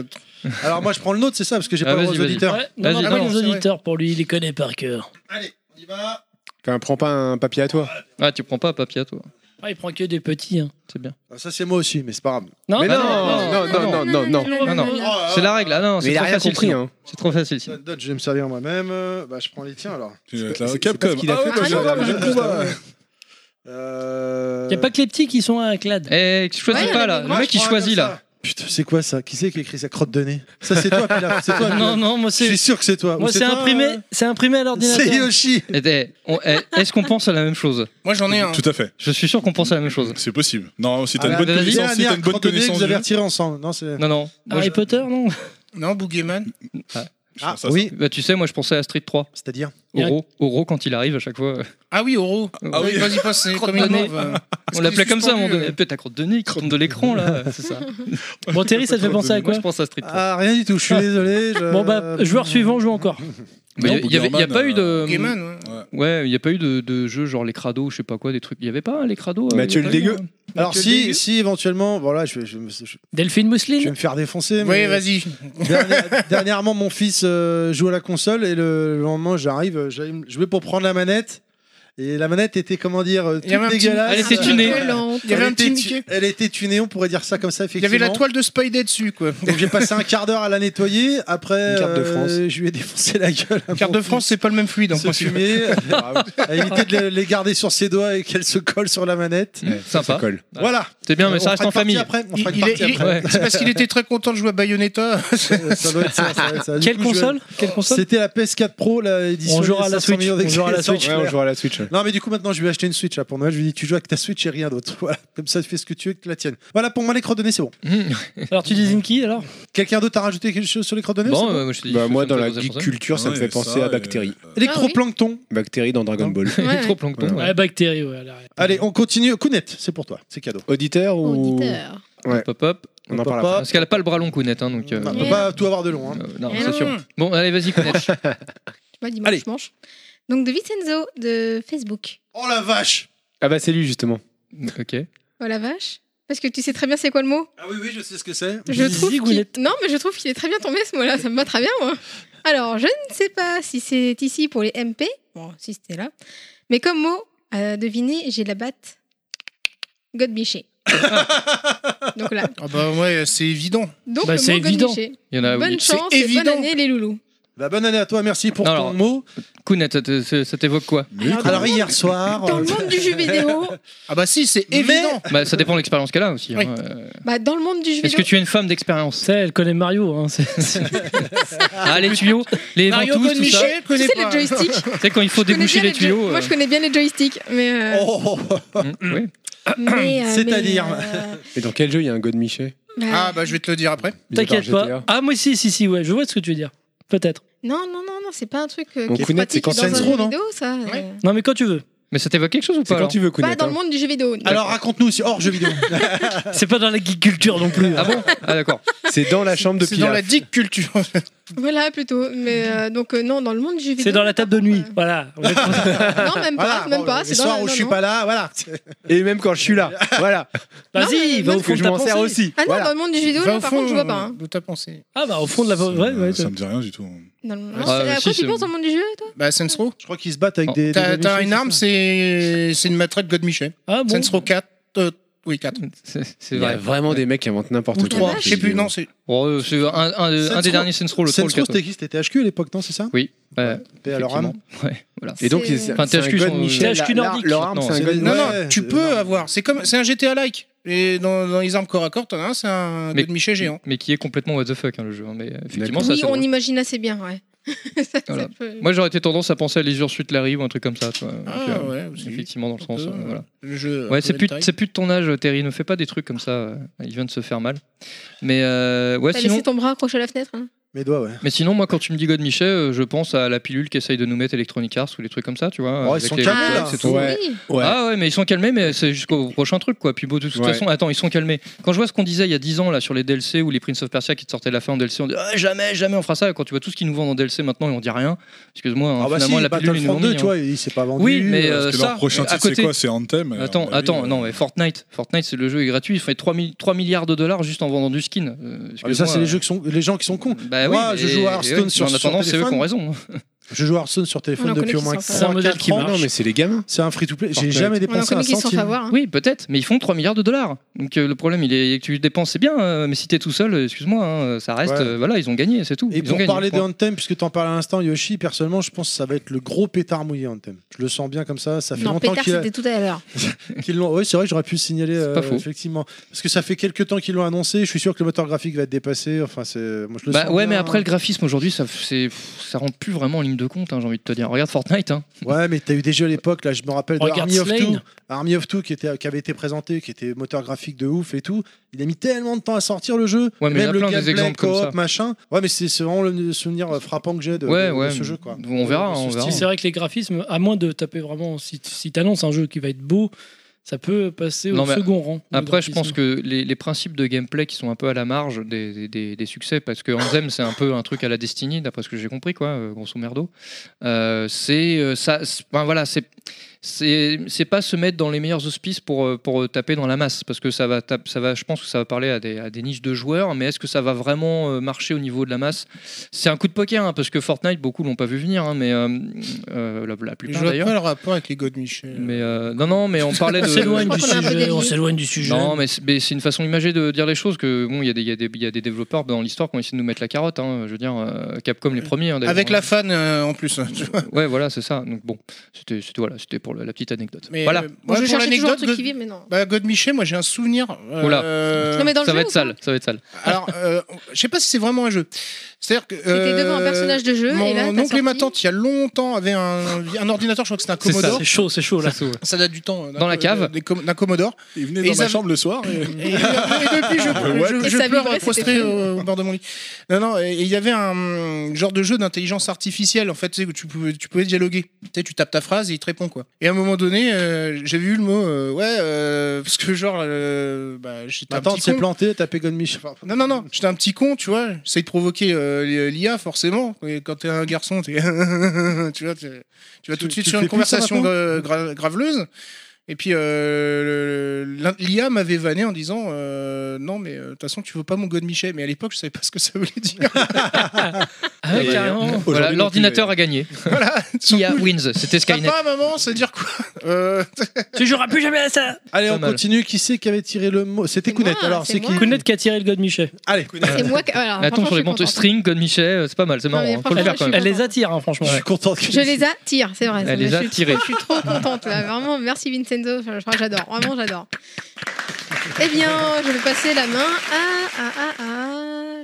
F: Alors, moi, je prends le nôtre, c'est ça, parce que j'ai
J: Ah,
F: pas le droit
J: vas-y,
F: aux
J: vas-y.
F: auditeurs.
E: Ouais, non,
J: Vas-y,
E: non, pas
B: balance,
E: les auditeurs pour lui, il les connaît par cœur.
B: Allez, on y va.
K: Enfin, prends pas un papier à toi.
J: Ah, tu prends pas à papier, toi.
F: Oh.
E: Ah, il prend que des petits. hein.
J: C'est bien.
F: Ah, Ça, c'est moi aussi, mais c'est pas grave.
E: Non,
K: Mais
E: bah
K: non, non, non, non, non, non.
J: Non, non.
B: Oh, euh,
J: C'est la règle. Ah non,
K: Mais
J: c'est
K: il a
J: trop
K: rien
J: facile.
K: compris.
J: sinon.
K: hein.
J: C'est trop facile. sinon.
F: D'autres, je vais me servir moi-même. Euh, Bah, je prends les tiens alors.
A: Tu vas être
K: c'est-
A: là,
K: c'est
A: Capcom.
K: pas ce qu'il a fait,
A: Ah,
K: toi,
A: ouais,
K: j'ai regardé
A: ouais,
K: juste
A: ouais,
K: avant.
A: ouais.
F: Euh...
E: Il n'y a pas que les petits qui sont à Clad.
J: Eh, tu choisis
D: Ouais,
J: pas
D: mais
J: là.
D: moi,
J: Le mec, il
F: Prends un
J: choisit
F: comme
J: là.
F: ça. Putain, c'est quoi ça Qui c'est qui a écrit sa crotte de nez Ça, c'est toi, Pilaf. C'est toi.
E: Non,
F: Pilaf.
E: non, moi
F: Je
E: c'est.
F: suis sûr que Eh. c'est toi.
E: Moi
F: Ou
E: c'est
F: toi,
E: imprimé,
F: euh
E: c'est imprimé à
F: C'est
E: l'ordinateur.
F: Yoshi.
J: Eh, eh, on- eh, Est-ce qu'on pense à la même chose
B: Moi, j'en ai un.
A: Tout à fait.
J: Je suis sûr qu'on pense à la même chose.
A: C'est possible. Non, si
F: Ah,
A: t'as
F: la
A: une bonne
J: dernière
A: connaissance, si
F: dernière
A: t'as une bonne
F: crotte de nez que
A: connaissance.
F: Vous
A: du
F: avez
A: jeu.
F: retiré ensemble. Non, c'est.
J: Non, non. Moi,
E: Harry
J: je-
E: Potter, non
B: Non, Boogeyman.
F: Ah,
A: Ça, ça,
F: oui.
J: Bah, tu sais, moi, je pensais à Street 3.
F: C'est-à-dire.
J: Oro, Oro quand il arrive à chaque fois. euh,
B: Ah oui, Oro.
J: Ah oui.
B: Vas-y, passe, c'est comme une
J: Crotte de nez.
B: morve. euh.
J: On l'appelait comme ça,
B: suspendu,
J: on
B: euh.
J: donnait Eh, peut-être ta crotte de nez qui tombe de l'écran là. C'est ça.
E: Bon, Terry, ça te fait penser à
J: Moi,
E: quoi
J: je pense à Street 3.
F: Ah, rien du tout. Je suis désolé. je-
E: Bon, bah, joueur suivant, joue encore.
J: Mais
A: Non,
J: il y, avait- il y a
A: Boogeyman,
J: pas eu de.
B: Boogeyman, ouais.
J: Ouais, il n'y a pas eu de, de jeu genre les crados, je sais pas quoi, des trucs. Il n'y avait pas hein, les crados. euh,
K: Mathieu
J: y a
K: le
J: pas eu,
K: dégueu.
J: hein.
F: Alors,
J: Mathieu le
F: si,
J: dégueu.
F: si éventuellement. Voilà, je vais, je, vais me- je- je
E: Delphine
F: vais
E: Mousseline
F: me faire défoncer.
B: Oui,
F: mais-
B: vas-y.
F: Dernière- Dernièrement, mon fils euh, joue à la console et le, le lendemain, j'arrive, euh, j'allais me- je vais pour prendre la manette. Et la manette était, comment dire, euh,
B: Il y avait un
F: toute
B: petit-
F: dégueulasse.
J: Elle était
F: Euh,
J: tunée.
B: Il y avait un
F: Elle
B: petit
F: était, tu-
B: Mickey.
F: elle était tunée, on pourrait dire ça comme ça,
B: Il y
F: effectivement.
B: avait la toile de Spidey dessus, quoi.
F: Donc j'ai passé un quart d'heure à la nettoyer. Après,
K: Une carte de
F: euh,
K: France.
F: je lui ai défoncé la gueule. à
B: Carte
F: mon
B: de France, c'est pas le même fluide. en
F: fils, se
B: principe.
F: fumer, à éviter de les- les garder sur ses doigts et qu'elle se colle sur la manette.
J: Mmh, Sympa.
K: colle.
F: Voilà.
J: C'est bien, mais ça
F: On
J: reste
F: fera
J: en
F: une partie
J: famille.
F: Après. On
B: Il-
F: fera une
B: il
F: partie
B: est- il-
F: après.
B: C'est parce qu'il était très content de jouer à Bayonetta.
F: Ça doit être ça, ça doit être ça. Du
E: Quelle
F: coup, je vais-
E: console Quelle console
F: C'était la PS4 Pro, la édition.
E: On jouera à la
F: 500
E: Switch,
F: millions
E: on jouera à la
F: d'exemplaires.
E: Switch.
K: Ouais, on jouera à la Switch. ouais.
F: Non, mais du coup, maintenant, je vais acheter une Switch là, pour Noël. Je lui dis, tu joues avec ta Switch et rien d'autre. Voilà, comme ça, tu fais ce que tu veux avec la tienne. Voilà, pour moi, les coordonnées, c'est bon.
J: Mmh.
E: Alors, tu désignes qui alors
F: Quelqu'un d'autre a rajouté quelque chose sur les coordonnées
J: Bon, euh, moi, je te dis.
K: Bah,
J: ça
K: moi,
J: me
K: dans
J: fait
K: la
J: penser à
K: geek
J: ça.
K: culture, ça euh, me
A: Ouais,
K: fait penser
A: ça,
K: à
A: et-
K: Bactéries.
F: Electroplancton.
K: Bactéries dans Dragon
F: Non.
K: Ball.
J: Électroplancton, ouais.
E: Ouais, Bactérie, Ah, ouais. alors, ouais.
F: Allez, on continue. Kounet, c'est pour toi. C'est cadeau.
K: Auditeur ou.
D: Auditeur.
K: Ouais.
J: Pop, pop.
K: On en parle
F: Papa.
K: après.
J: Parce qu'elle a pas le bras long, Kounet. Hein, donc, euh,
F: Non, on
J: euh,
F: peut pas tout avoir de long. hein.
K: Euh.
J: non,
D: Eh
J: c'est
D: non.
J: sûr. Bon, allez, vas-y, Kounet.
D: Tu vois,
F: Allez.
D: dimanche, dimanche. Donc de Vincenzo de Facebook.
F: Oh la vache
K: Ah bah, c'est lui justement.
J: ok.
D: Oh la vache. Parce que tu sais très bien c'est quoi le mot.
F: Ah oui, oui, je sais ce que c'est.
D: Je
E: Zizi
D: trouve qu'il-
E: Goulette.
D: Non, mais je trouve qu'il est très bien tombé ce mot-là. Ça me va très bien, moi. Alors, je ne sais pas si c'est ici pour les MP. Bon, si c'était là. Mais comme mot, à deviner, j'ai la batte. God biché. Donc là.
B: Ah bah ouais, c'est évident.
D: Donc
E: Bah,
D: le
E: c'est
D: mot God
E: évident.
D: biché.
J: Il y en a.
D: bonne
J: oui.
D: chance
B: C'est
D: et bonne
B: évident.
D: année, les loulous.
F: Bah, bonne année à toi, merci pour
J: Alors,
F: ton mot.
J: Kounet, ça te- ça ça t'évoque quoi
F: Alors hier
B: Oh
F: soir,
D: Dans le
F: euh,
D: monde du jeu vidéo,
B: Ah bah si, c'est
F: Mais-
B: évident.
J: Bah, Ça dépend de l'expérience qu'elle a aussi. hein.
B: Oui.
J: Euh,
D: bah, dans le monde du jeu
J: Est-ce que
D: vidéo,
J: tu es une femme d'expérience
E: Ça, elle connaît Mario. hein, c'est- c'est-
J: Ah, les tuyaux, les
B: Mario
J: ventouses, tout ça.
B: Michel
D: tu
B: connaît
D: sais
B: pas.
D: les joysticks.
J: Tu sais, quand il faut
D: Je connais
J: déboucher
D: bien joy-
J: les tuyaux.
D: Moi,
J: euh,
D: je connais bien les joysticks, mais. euh,
F: oh, oh, oh,
J: mm, oui.
D: mais, euh, mais,
F: C'est-à-dire
D: euh,
K: Mais dans quel jeu il y a un God Michel
D: bah,
B: Ah bah je vais te le dire après.
K: Mis à part
E: T'inquiète pas.
K: GTA.
E: Ah, moi, si, si, si, ouais, je vois ce que tu veux dire. Peut-être.
D: Non, non, non, non, c'est pas un truc euh,
K: Mon
D: qui est
K: Kounet, c'est
D: pratique
K: quand
D: dans un
F: Saints
D: jeu
F: Row, non
D: vidéo, ça. euh,
B: Ouais.
E: Non, mais quand tu veux.
J: Mais ça t'évoque quelque chose ou
K: C'est
J: pas
K: quand
J: alors
K: tu veux,
D: Pas
K: Kounet.
D: dans le
K: hein.
D: monde du jeu vidéo. non.
F: Alors raconte-nous aussi, hors jeu vidéo.
E: C'est pas dans la geek culture non plus. hein.
J: Ah bon Ah, d'accord.
K: C'est dans la chambre de
B: C'est dans
K: Pilaf.
B: la dick culture.
D: Voilà, plutôt. Mais euh, donc, euh, non, dans le monde du jeu vidéo.
E: C'est dans la table de nuit. Voilà.
D: euh, Non, même
F: Voilà,
D: pas, même
F: bon,
D: pas.
F: Les
D: c'est dans
F: soirs
D: la-
F: où je
D: non,
F: suis
D: non.
F: pas là, voilà.
K: Et même quand je suis là. Voilà.
E: Vas-y,
D: mais-
E: va au
D: parce
E: fond
K: Que
E: de
K: je
E: ta
K: m'en sers
E: pensée.
K: aussi.
D: Ah non,
K: Voilà.
D: dans le monde du jeu vidéo,
B: Va
D: là,
B: au
D: par
B: fond,
D: contre, je vois
B: euh,
D: pas. hein.
B: De ta pensée.
E: Ah, bah, au fond de la. Ouais, ouais,
A: ça
E: ouais.
A: me dit rien du tout.
D: Dans le-
A: Ah,
D: c'est-
J: euh,
D: à
J: si,
D: quoi tu
J: c'est-
D: penses dans le monde du jeu, toi
B: Bah Saints Row.
F: Je crois qu'ils se battent avec
J: Oh.
F: des.
B: T'as
F: des
B: t'as
F: messieurs,
B: une
F: c'est
B: arme,
F: ça
B: c'est c'est une matraque God Michel.
E: Ah, bon.
B: Saints Row 4. euh, oui, 4.
J: C'est c'est
K: Il y a
J: vrai.
K: vraiment des mecs qui inventent n'importe
B: Ou
K: quoi.
B: 3.
K: dans
B: Je
K: les
B: sais plus,
K: vidéos.
B: non, c'est.
J: Bon, euh, c'est un, un- un
F: Saints
J: des
F: Row-
J: derniers Saints Row, le
F: Saints
J: troll.
F: Row,
J: quatre,
F: c'était qui C'était HQ à l'époque, non, c'est ça
J: ouais. Ouais,
F: Paix à leur âme.
J: effectivement. Ouais, voilà.
K: Et donc,
D: C'est-
K: c'est
J: Enfin,
K: c'est un
J: THQ
K: God
J: sont-
K: Michel.
E: THQ
K: Leur-
E: nordique,
K: Leur arme,
J: maintenant.
K: c'est un
F: C'est- non,
K: God
B: Non,
K: Michel.
F: Ouais,
B: non, tu
F: c'est
B: peux
F: énorme.
B: avoir. C'est comme c'est un GTA like. Et dans, dans les armes corps à corps, t'en as un, c'est un
J: Mais-
B: God Michel géant.
J: Mais qui est complètement what the fuck, hein, le jeu. hein. Mais euh, effectivement,
K: D'accord.
J: ça,
D: Oui,
J: c'est
D: on
J: drôle.
D: imagine assez bien, ouais. Ça, ça
J: Voilà.
D: peut-
J: Moi, j'aurais été tendance à penser à Les Ursuites Larry ou un truc comme ça. tu vois. Donc,
B: Ah
J: euh,
B: ouais, aussi.
J: Effectivement, dans le sens.
B: Euh,
J: euh, voilà.
B: Le jeu.
J: Ouais, c'est plus,
B: Taille.
J: c'est plus de ton âge, Terry. Ne fais pas des trucs comme ça. euh, Il vient de se faire mal. Mais euh, ouais,
D: T'as
J: sinon.
D: laissé ton bras accroché à la fenêtre. hein.
F: Mes doigts, ouais.
J: Mais sinon, moi, quand tu me dis God Michel, euh, je pense à la pilule qu'essaye de nous mettre Electronic Arts ou les trucs comme ça, tu vois.
F: Oh, ils
J: avec
F: sont
J: les-
F: calmés,
J: les-
D: Ah,
F: là.
J: c'est tout.
K: Ouais.
D: Oui.
K: Ouais.
J: Ah ouais, mais ils sont calmés, mais c'est jusqu'au prochain truc, quoi. Puis bon, de toute
K: Ouais.
J: façon, attends, ils sont calmés. Quand je vois ce qu'on disait il y a 10 ans là sur les DLC ou les Prince of Persia qui te sortaient de la fin en DLC, on dit Ah, jamais, jamais on fera ça. Quand tu vois tout ce qu'ils nous vendent en DLC maintenant, et on dit rien. Excuse-moi, hein,
F: Ah bah si,
J: finalement la pilule ils
F: Battlefront
J: nous l'ont
F: 2,
J: mis,
F: tu
J: hein.
F: vois, il s'est pas vendu.
J: Oui, mais euh,
A: Parce que
J: ça,
A: leur prochain
J: à
A: titre, c'est
J: côté.
A: quoi C'est Anthem. euh,
J: hein.
F: Ah
J: Attends,
A: bah oui,
J: attends,
A: euh,
J: non mais Fortnite, Fortnite c'est le jeu est gratuit, il fait 3, 000 3 milliards de dollars juste en vendant du skin. Euh,
F: Ah, mais ça,
J: excuse-moi.
F: c'est les, jeux qui sont... les gens qui sont cons.
J: Bah oui,
F: Moi, je
J: mais-
F: joue à Hearthstone
J: et oui,
F: sur-
J: mais En attendant,
F: sur
J: c'est eux qui ont
F: téléphone.
J: raison. hein.
F: Je joue à Hearthstone sur
D: On
F: téléphone
D: en connaît
F: depuis au
D: qui
F: moins
D: s'en font.
F: 3,
E: C'est un modèle
F: 4
E: qui
F: ans.
E: marche.
K: Non, mais c'est les gamins.
F: C'est un free-to-play. J'ai
K: Fortnite.
F: jamais
D: On en
F: dépensé
D: connaît
F: un
D: qui s'en fait
F: centime.
D: avoir. hein.
J: Oui, peut-être, mais ils font 3 milliards de dollars. Donc euh, le problème, il est que tu dépenses, c'est bien, euh, mais si t'es tout seul, euh, excuse-moi, hein, ça reste.
F: Ouais.
J: euh, voilà, ils ont gagné, c'est tout.
F: Et
J: ils ont
F: pour
J: gagné,
F: parler de
J: point.
F: Anthem, puisque t'en parles à l'instant, Yoshi, personnellement, je pense que ça va être le gros pétard mouillé Anthem. Je le sens bien comme ça. Ça fait
D: Non,
F: longtemps
D: pétard,
F: qu'il a-
D: c'était tout à l'heure.
F: qu'ils l'ont. Oui, c'est vrai, que j'aurais pu le signaler.
J: C'est pas
F: euh,
J: faux.
F: effectivement, parce que ça fait quelques temps qu'ils l'ont annoncé. Je suis sûr que le moteur graphique va être dépassé. Enfin, c'est. Moi, je le
J: Bah
F: sens
J: ouais,
F: bien,
J: mais après
F: hein.
J: le graphisme aujourd'hui, ça, f- c'est, pff, ça rend plus vraiment en ligne de compte, hein, j'ai envie de te dire. Regarde Fortnite, hein.
F: Ouais, mais t'as eu des jeux à l'époque, là, je me rappelle de
E: Regarde
F: Army of
E: Slane.
F: Two. Army of Two qui, était, qui avait été présenté, qui était moteur graphique de ouf et tout. Il a mis tellement de temps à sortir le jeu.
J: Ouais, mais il y
F: Même
J: a
F: le
J: plein des
F: gameplay,
J: exemples comme
F: coop,
J: ça.
F: machin. Ouais, mais c'est c'est vraiment le souvenir euh, frappant que j'ai de, de-
J: Ouais,
F: de
J: ouais,
F: ce jeu, quoi.
J: on verra,
F: De ce
J: on verra.
F: style.
E: Si c'est vrai que les graphismes, à moins de taper vraiment, si, si t'annonces un jeu qui va être beau, ça peut passer
J: Non,
E: au
J: mais
E: second rang. le
J: Après, je
E: graphisme.
J: pense que les, les principes de gameplay qui sont un peu à la marge des, des- des- des succès, parce que Anthem, c'est un peu un truc à la destinée, d'après ce que j'ai compris, quoi, euh, grosso merdo. Euh, c'est euh, ça, c'est- ben voilà, c'est c'est c'est pas se mettre dans les meilleurs auspices pour euh, pour euh, taper dans la masse, parce que ça va tap- ça va, je pense que ça va parler à des, à des niches de joueurs, mais est-ce que ça va vraiment euh, marcher au niveau de la masse C'est un coup de poker, hein, parce que Fortnite, beaucoup l'ont pas vu venir, hein, mais euh, euh, la, la
B: Je
J: plupart
B: vois
J: d'ailleurs.
B: pas le rapport avec les God Michel.
J: Mais euh, non, non, mais on parlait
E: On
J: de.
E: s'éloigne
D: Je
E: du
D: crois qu'on a un peu
E: sujet. On
D: dévié.
E: s'éloigne du sujet.
J: Non, mais c'est mais c'est une façon imagée de dire les choses. Que bon, il y, a des- il y a des- il y a des développeurs dans l'histoire qui ont essayé de nous mettre la carotte. hein, je veux dire, euh, Capcom les premiers. hein, d'ailleurs,
B: Avec
J: hein.
B: la fan euh, en plus. tu vois.
J: Ouais, voilà, c'est ça. Donc bon, c'était c'était- voilà, c'était pour la, la petite anecdote.
B: Mais,
J: voilà.
B: euh,
D: Moi,
B: moi,
D: je
B: pour
D: cherchais toujours un
B: l'anecdote,
D: truc qui
B: God...
D: vit, mais non.
B: bah, God Michel, moi j'ai un souvenir. euh,
D: Non, mais dans le
J: ça
D: jeu,
J: va
D: ou
J: être
D: pas
J: sale, ça va être sale.
B: Alors, euh, je sais pas si c'est vraiment un jeu. C'est-à-dire que.
D: T'étais
B: euh,
D: devant un personnage de jeu,
B: Mon
D: et là. t'as
B: oncle et ma
D: sorti-
B: tante, il y a longtemps, avait un, un ordinateur, je crois que c'était un
J: C'est ça,
B: Commodore.
E: C'est chaud, c'est chaud là.
J: Ça, ouais.
B: Ça date du temps. euh, d'un
J: Dans la
B: co-
J: cave.
B: euh, des com- D'un Commodore.
A: Ils venaient
B: Et
A: dans
B: ils
A: ma
B: avaient-
A: chambre le soir. et-
B: Et, et depuis, je, je-
D: Et
B: je
D: ça
B: pleure
D: vibrait,
B: prostré
D: c'était
B: au, au bord de mon lit. Non, non, et et il y avait un hum, genre de jeu d'intelligence artificielle, en fait, tu sais, où tu pouvais, tu pouvais dialoguer. Tu sais, tu tapes ta phrase et il te répond, quoi. Et à un moment donné, euh, j'avais eu le mot, euh, ouais, euh, parce que genre, euh, bah, j'étais un
F: Ma tante
B: petit
F: s'est
B: con.
F: plantée, t'as pégone Michel. Enfin,
B: Non, non, non, j'étais un petit con, tu vois. J'essaie de provoquer euh, l'IA, forcément. Et quand t'es un garçon, t'es. tu vois, t'es- tu vas
F: Tu-
B: tout de suite
F: tu
B: sur
F: fais
B: une
F: plus ça
B: conversation gra- gra- graveleuse. Et puis, euh, le- l'in- l'IA m'avait vanné en disant euh, Non, mais euh, de toute façon, tu veux pas mon God Michel. Mais à l'époque, je savais pas ce que ça voulait dire.
J: Ah ouais,
K: Et
J: carrément.
K: aujourd'hui
J: Voilà,
K: non plus,
J: l'ordinateur a gagné.
B: Voilà.
J: Kia wins, c'était Skynet.
B: Papa, maman, ça veut dire quoi Euh,
E: Tu joueras plus jamais à ça
F: Allez,
J: Pas
F: on
J: mal.
F: continue. Qui c'est qui avait tiré le mot C'était
D: C'est moi,
F: Kounet. Alors,
D: c'est
F: c'est qui
D: moi.
E: Kounet qui a tiré le God Michel.
F: Allez,
D: C'est moi qui. alors,
J: Elle
D: franchement,
J: tombe sur les
D: je suis
J: bons
D: contente.
J: string, God Michet, euh, c'est pas mal, c'est marrant.
D: mais
J: hein, Faut le
D: franchement,
J: faire quand même.
E: Elle les attire, hein, franchement.
F: Je suis content. que-
D: Je les attire, c'est vrai. ça
J: Elle
D: me-
J: les a
D: je suis-
J: tirés.
D: Je suis trop contente là, vraiment. Merci Vincenzo, je- je- j'adore, vraiment j'adore. Eh bien, je vais passer la main à. à, à, à-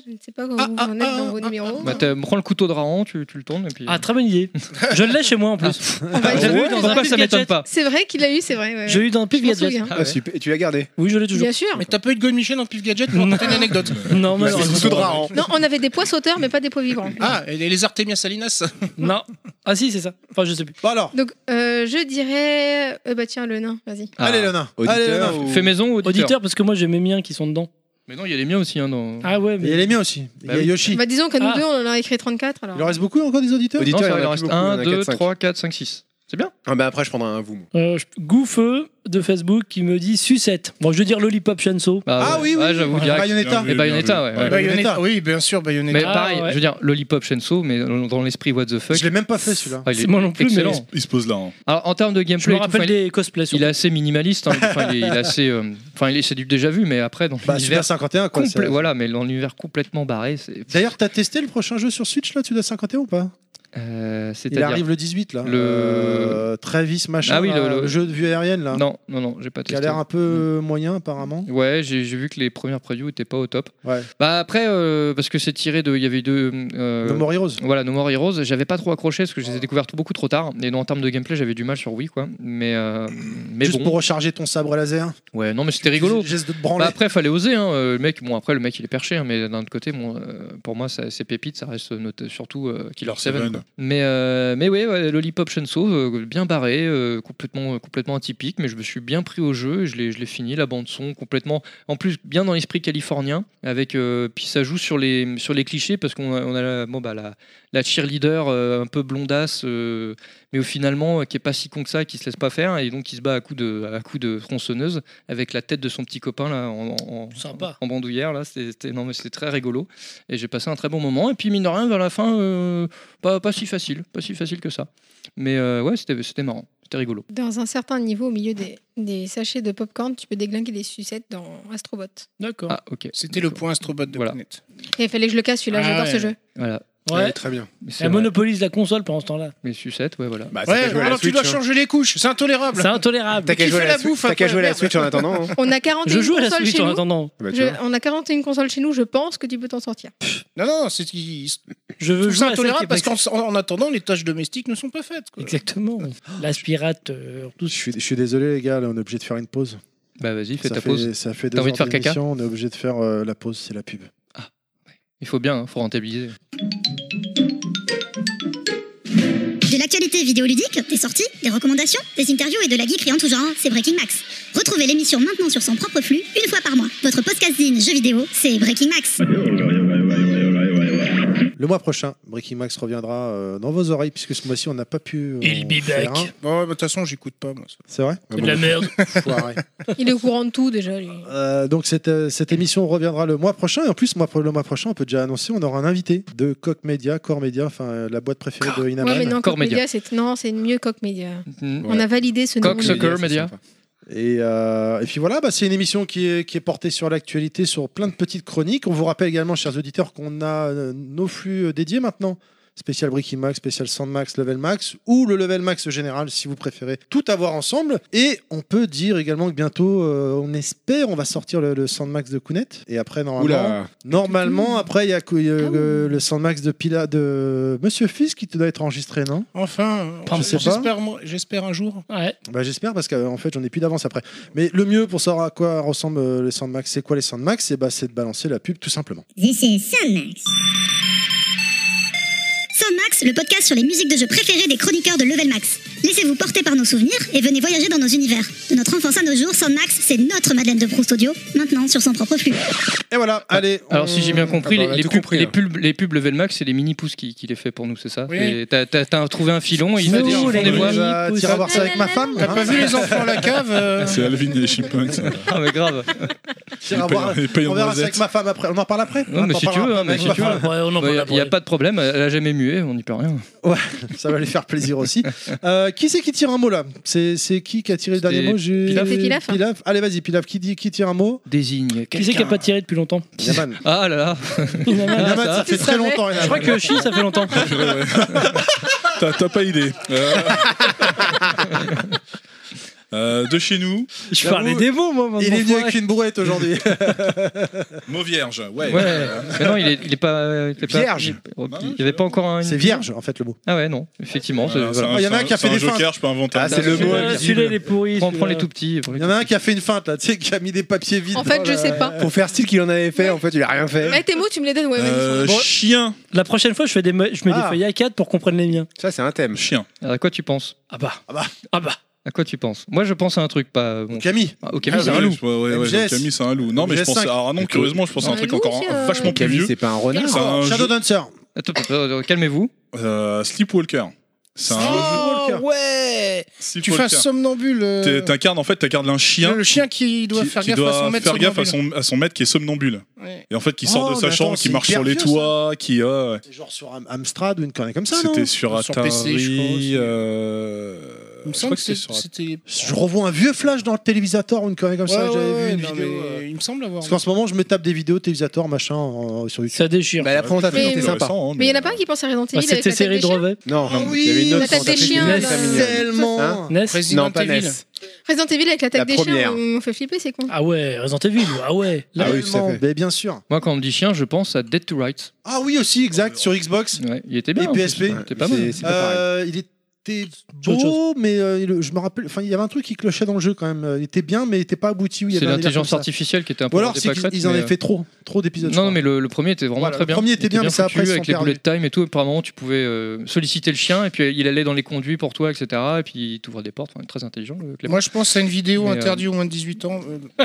D: Je ne sais pas où vous
B: Ah,
D: en êtes dans vos numéros.
J: Bah, t'as- prends le couteau de Raon, tu, tu le tournes et puis.
E: Ah, très bonne idée. Je l'ai chez moi en plus.
D: On va-
J: J'ai
E: j'avais
J: vu
E: eu dans
J: pourquoi
E: un
J: ça m'étonne
E: gadget.
J: pas
D: C'est vrai qu'il l'a eu, c'est vrai. ouais, ouais.
E: Je l'ai eu dans Pif
D: Je m'en
E: Gadget.
D: souviens.
K: Ah, super. Et tu l'as gardé
E: Oui, je l'ai toujours.
D: Bien sûr.
B: mais t'as pas eu de God Michel dans Pif Gadget pour raconter une anecdote
E: Non,
B: Bah,
E: mais
D: Non, on avait des pois sauteurs, mais pas des pois vivants.
B: Ah, et les Artemia Salinas
E: Non. Ah si, c'est ça. Enfin, je sais plus.
F: Bon, alors,
D: Donc, euh, je dirais. euh, bah, tiens, le nain, vas-y.
J: Ah.
F: allez, Lana. Allez, Lana.
K: Auditeur ou-
J: Fais maison ou auditeur,
E: Auditeur, parce que moi j'ai mes miens qui sont dedans.
J: Mais non, il y a les miens aussi. Hein, dans...
E: Ah ouais,
F: Il y a
E: mais.
F: les miens aussi. Il y
J: Bah
F: a
J: oui.
F: Yoshi.
D: Bah, disons que nous
E: Ah.
D: deux, on en a écrit 34. Alors.
F: Il en reste beaucoup encore des auditeurs
K: Auditeur,
J: non,
K: il y
J: ça,
K: en a
J: il en
K: plus
J: reste
K: beaucoup, il y en a
J: 1, 2,
K: quatre, cinq.
J: 3, 4, 5, 6. C'est bien.
K: Ah, bah après, je prendrai un vous. moi.
E: Euh, je- Gouffeux de Facebook qui me dit sucette. Bon, je veux dire Lollipop Chanso.
F: Ah oui, oui.
J: Bah, Ouais, j'avoue, direct.
A: Ah
F: Bayonetta.
J: Et Bayonetta, ouais. ouais.
F: Ouais. Bayonetta.
B: Oui, bien sûr,
J: Mais
B: Bayonetta.
E: Ah,
J: pareil,
E: ouais.
J: je veux dire, Lollipop Shenso, mais dans l'esprit What the fuck.
F: Je l'ai même pas fait celui-là.
J: Ah, il
E: C'est
J: est
E: moi non plus, mais-
J: excellent.
A: Il se pose là. hein.
J: Alors, en termes de
E: Je
J: gameplay,
E: me
J: et tout, enfin,
E: rappelle
J: il, est,
E: des cosplays.
J: il
E: surtout.
J: est assez minimaliste. hein. Enfin, il est, il est assez. euh, Enfin, il est- c'est du déjà vu, mais après, dans
F: Bah,
J: l'univers.
F: Super 51, quoi.
J: complet-
F: c'est-
J: voilà, mais dans l'univers complètement barré, c'est.
F: D'ailleurs, t'as testé le prochain jeu sur Switch là, Suda 51 ou pas
J: euh,
F: Il
J: C'est-à-dire.
F: arrive le 18 là.
J: Le-
F: Euh, Travis machin.
J: Ah oui, le-
F: là,
J: le-
F: jeu de vue aérienne là.
J: Non, non, non, j'ai pas
F: Qui a
J: testé. Mm.
F: l'air un peu moyen apparemment.
J: Ouais, j'ai j'ai vu que les premières previews étaient pas au top.
F: Ouais.
J: Bah après, euh, parce que c'est tiré de, il y avait deux. euh,
F: No More Heroes.
J: Voilà, No More Heroes, j'avais pas trop accroché parce que je les ai découverts tout- beaucoup trop tard. Et donc, en termes de gameplay, j'avais du mal sur Wii, quoi. Mais, euh, mais
F: Juste
J: bon.
F: pour recharger ton sabre laser.
J: Ouais, non, mais c'était rigolo.
F: Geste de te
J: Bah
F: branler.
J: après, fallait oser. Hein. euh, Le mec, bon, après, le mec, il est perché, hein, mais d'un autre côté, bon, euh, pour moi, ça- c'est pépite, ça reste note- surtout euh, Killer
A: Killer
J: 7.
A: Seven.
J: Mais, euh, mais ouais, ouais, Lollipop Chainsaw, euh, bien barré, euh, complètement, complètement atypique, mais je me suis bien pris au jeu, et je l'ai je l'ai fini, la bande-son, complètement, en plus, bien dans l'esprit californien, avec, euh, puis ça joue sur les, sur les clichés, parce qu'on a, on a la, bon, bah, la, la cheerleader euh, un peu blondasse, euh, mais au finalement, euh, qui est pas si con que ça, qui se laisse pas faire, et donc qui se bat à coups de, à coups de tronçonneuse, avec la tête de son petit copain, là, en, en- en-
E: Sympa.
J: en bandoulière, là, c'était c'était- non, mais c'était très rigolo, et j'ai passé un très bon moment, et puis, mine de rien, vers la fin, euh, pas, pas si facile, pas si facile que ça. Mais euh, ouais, c'était c'était marrant, c'était rigolo.
D: Dans un certain niveau, au milieu des, des sachets de popcorn, tu peux déglinguer des sucettes dans Astrobot.
E: D'accord.
J: Ah, ok.
B: C'était le point Astrobot de
J: Voilà.
B: Kounet.
D: Et il fallait que je le casse, celui-là,
B: Ah
D: j'adore ce
B: ouais.
D: jeu.
J: Voilà.
E: ouais.
F: Ouais, très bien.
J: Mais c'est
E: Elle
J: vrai.
E: monopolise la console pendant ce temps-là.
J: Les sucettes, ouais, voilà.
K: Bah, t'as qu'à
B: Ouais,
K: jouer à la
B: alors tu
K: Switch,
B: dois
K: hein.
B: changer les couches, c'est intolérable.
E: C'est intolérable.
K: T'as qu'à
B: Qui
K: jouer à
B: fait
K: la
B: la
K: Switch-
B: bouffe,
K: t'as qu'à
B: après,
K: jouer à la
B: merde.
K: Switch en attendant. hein.
D: On a 41
E: Je joue à la
D: consoles
E: Switch
D: chez
E: en
D: nous.
E: attendant.
K: Bah, tu
D: Je-
K: vois.
D: on a 41 consoles chez nous, je pense que tu peux t'en sortir.
B: Non, non, non, c'est il-
E: Je
B: je
E: veux
B: trouve ça
E: jouer à celle qui
B: intolérable
E: est
B: parce
E: pas-
B: qu'en en attendant, les tâches domestiques ne sont pas faites. quoi.
E: Exactement. L'aspirateur, tout
F: Je
E: ça.
F: suis, je suis désolé les gars, là, on est obligé de faire une pause.
J: Bah, vas-y, fais
F: ça
J: ta
F: fait,
J: pause.
F: Ça fait deux
J: T'as envie
F: heures
J: de faire caca
F: d'émission, On est obligé de faire euh, la pause, c'est la pub.
J: Il faut bien, hein, faut rentabiliser.
C: De l'actualité vidéoludique, des sorties, des recommandations, des interviews et de la geekerie en tout genre, c'est Breaking Max. Retrouvez l'émission maintenant sur son propre flux, une fois par mois. Votre podcasting jeux vidéo, c'est Breaking Max.
F: Le mois prochain, Breaking Max reviendra euh, dans vos oreilles puisque ce mois-ci on n'a pas pu. euh,
E: Il
F: en
E: be
F: faire
E: back.
F: un.
B: Bon, ouais, bah, de toute façon, j'écoute pas. Moi, ça.
F: C'est vrai
E: C'est de la merde.
F: Foiré.
D: Il est au courant de tout déjà. lui.
F: Euh, donc cette, euh, cette émission reviendra le mois prochain et en plus moi, le mois prochain on peut déjà annoncer on aura un invité de Coq Media, Core Media, enfin euh, la boîte préférée de Inaman.
D: Ouais, mais non,
J: Core
D: Coq
J: Media.
D: Media, c'est non, c'est mieux Coq Media.
J: Mhm.
D: On a validé ce nom.
J: Coq Soccer Media.
F: Et, euh, et puis voilà, bah, c'est une émission qui est, qui est portée sur l'actualité, sur plein de petites chroniques. On vous rappelle également, chers auditeurs, qu'on a euh, nos flux euh, dédiés maintenant. Spécial Bricky Max, spécial Sandmax, Level Max ou le Level Max général si vous préférez tout avoir ensemble. Et on peut dire également que bientôt, euh, on espère, on va sortir le, le Sandmax de Kounet. Et après, normalement,
K: Oula.
F: normalement après, il y a cou- euh,
D: Ah
F: le, le Sandmax de, Pila, de Monsieur Fils qui doit être enregistré, non
B: Enfin,
E: Pardon,
B: je-
F: je sais pas.
B: j'espère moi- j'espère un jour.
E: Ouais.
F: Bah, J'espère parce qu'en fait j'en ai plus d'avance après. Mais le mieux pour savoir à quoi ressemblent euh, les Sandmax, c'est quoi les Sandmax C'est bah, c'est de balancer la pub tout simplement.
C: This is Soundmax. Soundmax, le podcast sur les musiques de jeux préférées des chroniqueurs de Level Max. Laissez-vous porter par nos souvenirs et venez voyager dans nos univers. De notre enfance à nos jours, Soundmax, c'est notre Madeleine de Proust Audio, maintenant sur son propre flux.
F: Et voilà, allez.
J: Ah, Alors,
F: on-
J: si j'ai bien compris,
M: Ah bah, on
J: les,
M: a
J: les
M: tout
J: pubs,
M: compris,
F: hein.
J: les,
M: là.
J: pubs, les pubs level max, c'est les mini pouces qui, qui les fait pour nous, c'est ça
B: Oui.
J: Et t'as- T'as t'as trouvé un filon et il fait des, ils font des
E: les
J: voix.
E: petits
F: Bah,
E: pouces.
F: t'iras voir ça avec ma femme.
B: T'as
F: hein.
B: pas vu les enfants à la cave euh,
A: C'est Alvin et les chimpanzés.
J: Ah, mais grave.
F: T'iras
A: Il paye-
F: voir-
A: il paye en
F: On verra ça
A: noisettes.
F: avec ma femme après. On en parle après. hein,
J: Non,
F: On
J: mais
F: en
J: si tu
F: parlera
J: veux, hein,
F: après.
J: mais si tu veux.
E: Ouais, on en
J: Il
E: parle
J: n'y a
E: après.
J: pas de problème, elle a jamais mué, on n'y peut rien.
F: Ça va lui faire plaisir aussi. Euh, qui c'est qui tire un mot là C'est c'est qui qui a tiré le dernier
J: C'est
F: mot J'ai-
J: Pilaf.
D: C'est Pilaf. hein.
F: Allez, vas-y, Pilaf. Qui dit qui tire un mot
J: Désigne.
E: Qui c'est qui a pas tiré depuis longtemps
F: Yaman.
J: Ah là là
E: Inaman.
F: Yaman,
J: ça
F: ça,
J: va.
F: fait
D: Tu
F: très
D: savais.
F: longtemps.
E: Je crois que Chi, ça fait longtemps.
A: T'as t'as pas idée. Euh, euh, de chez nous,
E: Je parlais des mots, moi, maintenant.
F: Il est venu avec une brouette aujourd'hui.
A: Mauvierge. Ouais.
J: Ouais, mais non, il est, il est pas. il est pas-
F: Vierge.
J: Oh, Il n'y avait pas encore un.
F: C'est vierge en fait le mot.
J: Ah ouais, non, effectivement. c'est-
A: Euh, c'est
J: voilà.
F: Ah, y en a
A: c'est
F: un qui a fait
A: c'est
F: des
A: joker,
F: feintes.
A: je peux inventer. Euh,
F: Ah, c'est le mot.
E: Celui-là,
F: invisible.
E: celui-là, il est pourri.
J: Prends, prends les
E: celui-là.
J: tout petits. prends les
F: Il y en a un qui a fait une feinte là, tu sais, qui a mis des papiers vides.
D: En fait,
F: dans
D: je
F: le-
D: sais pas.
K: Pour faire style qu'il en avait fait, en fait, il a rien fait.
D: Ouais, Ah, tes mots, tu me les donnes. Ouais, vas-y.
A: Euh,
E: Bon.
A: chien.
E: La prochaine fois, je, fais des me- je mets
F: Ah.
E: des feuilles A4 pour qu'on prenne les miens.
K: Ça, c'est un thème.
A: Chien.
J: À quoi tu penses
E: Ah bah.
F: Ah bah.
E: Ah bah.
J: À quoi tu penses Moi, je pense à un truc pas. Bon,
F: Camille.
J: ah, au Camille,
A: Ah,
J: c'est un
A: ouais,
J: loup.
A: je- Ouais, ouais, ouais,
F: MGS.
A: Camille, c'est un loup. Non, mais je
F: MGS5.
A: pensais. Alors, non, curieusement, je pensais à un
D: Un
A: truc
D: loup,
A: encore
D: c'est
A: un-
D: un-
A: vachement plus
K: Camille,
A: vieux.
K: c'est pas un renard.
A: C'est un
F: Shadow
A: jeu-
F: Dancer.
J: Attends, attends, attends, calmez-vous.
A: euh, Sleepwalker. C'est un.
F: Walker.
B: ouais Ah, Tu
A: Sleepwalker.
B: fasses somnambule. euh,
A: T'es- T'incarnes, en fait, t'incarnes un chien.
B: Le chien qui doit
A: qui-
B: faire
A: qui
B: gaffe à
A: doit
B: son maître.
A: faire gaffe à
B: somnambule.
A: son, à son maître qui est somnambule.
B: Ouais.
A: Et en fait, qui sort
F: Oh,
A: de sa
F: mais attends,
A: chambre, qui
F: c'est
A: marche
F: hyper
A: sur les
F: vieux, ça.
A: toits, qui. euh, ouais.
F: C'est genre sur Am- Amstrad ou une connerie comme ça, non
A: C'était sur
B: Sur PC, je crois,
A: Atari.
B: aussi.
A: euh,
B: Il me
A: je
B: semble
A: crois
B: que
A: que c'était
B: c'est-
A: sur
B: c'était.
F: Je revois un vieux flash dans le télévisateur ou une connerie comme ça.
B: Ouais,
F: J'avais
B: ouais,
F: vu une
B: non,
F: vidéo.
B: mais
F: euh,
B: Il me semble avoir.
F: Parce qu'en ce moment, je me tape des vidéos télévisateur machin en- sur YouTube.
E: Ça déchire.
K: Bah, la présentation
D: Mais-
K: était sympa.
A: Intéressant, hein,
D: Mais il y en a pas un qui pense à Resident Evil.
E: Bah,
D: avec
E: C'était
D: la tête
E: série
D: des
E: de
D: chiens
E: revets.
K: Non,
F: Ah
K: non,
F: oui,
K: il y avait une
D: la
K: autre
D: tête des
K: présentation
D: chiens,
K: qui était
D: là.
K: très mignonne.
F: hein, Tellement.
K: Hein
E: Ness
K: Non,
B: Resident
K: pas
B: Evil.
K: Ness.
D: Resident Evil avec
K: La
D: l'attaque des chiens,
K: première.
D: on fait flipper, c'est con.
E: Ah ouais, Resident Evil. Ah ouais.
K: Ah oui,
F: Tellement.
K: tout à fait.
F: Mais bien sûr.
J: Moi, quand on me dit chien, je pense à Dead to Rights.
F: Ah oui, aussi, exact, sur Xbox.
J: Ouais, il était bien.
F: Et
J: en plus.
F: PSP.
J: Il était pas
K: C'est-
J: mal.
K: c'est pas pareil.
F: Euh, il était
E: autre
F: beau, mais euh, il- je me rappelle. Enfin, il y avait un truc qui clochait dans le jeu quand même. Euh, Il était bien, mais il était pas abouti. oui, il y avait
J: C'est
F: un délire
J: l'intelligence
F: comme ça.
J: artificielle qui était un peu
F: Ou alors,
J: des
F: c'est qu'ils
J: pâquerettes,
F: ils en
J: mais,
F: avaient
J: euh,
F: fait trop. Trop d'épisodes. je
J: Non, non,
F: crois.
J: mais le, le premier était vraiment
F: Voilà,
J: très
F: le
J: bien.
F: premier était
J: Il
F: bien, mais c'est
J: foutu
F: après, ils
J: avec
F: sont
J: les bullet time et tout. Apparemment, tu pouvais euh, solliciter le chien et puis il allait dans les conduits pour toi, etc. Et puis il t'ouvrait des portes. Enfin, très intelligent. Le
F: Ah,
J: Clément.
B: Moi, je pense à une vidéo
J: Mais, euh,
B: interdite aux moins de 18 ans. euh.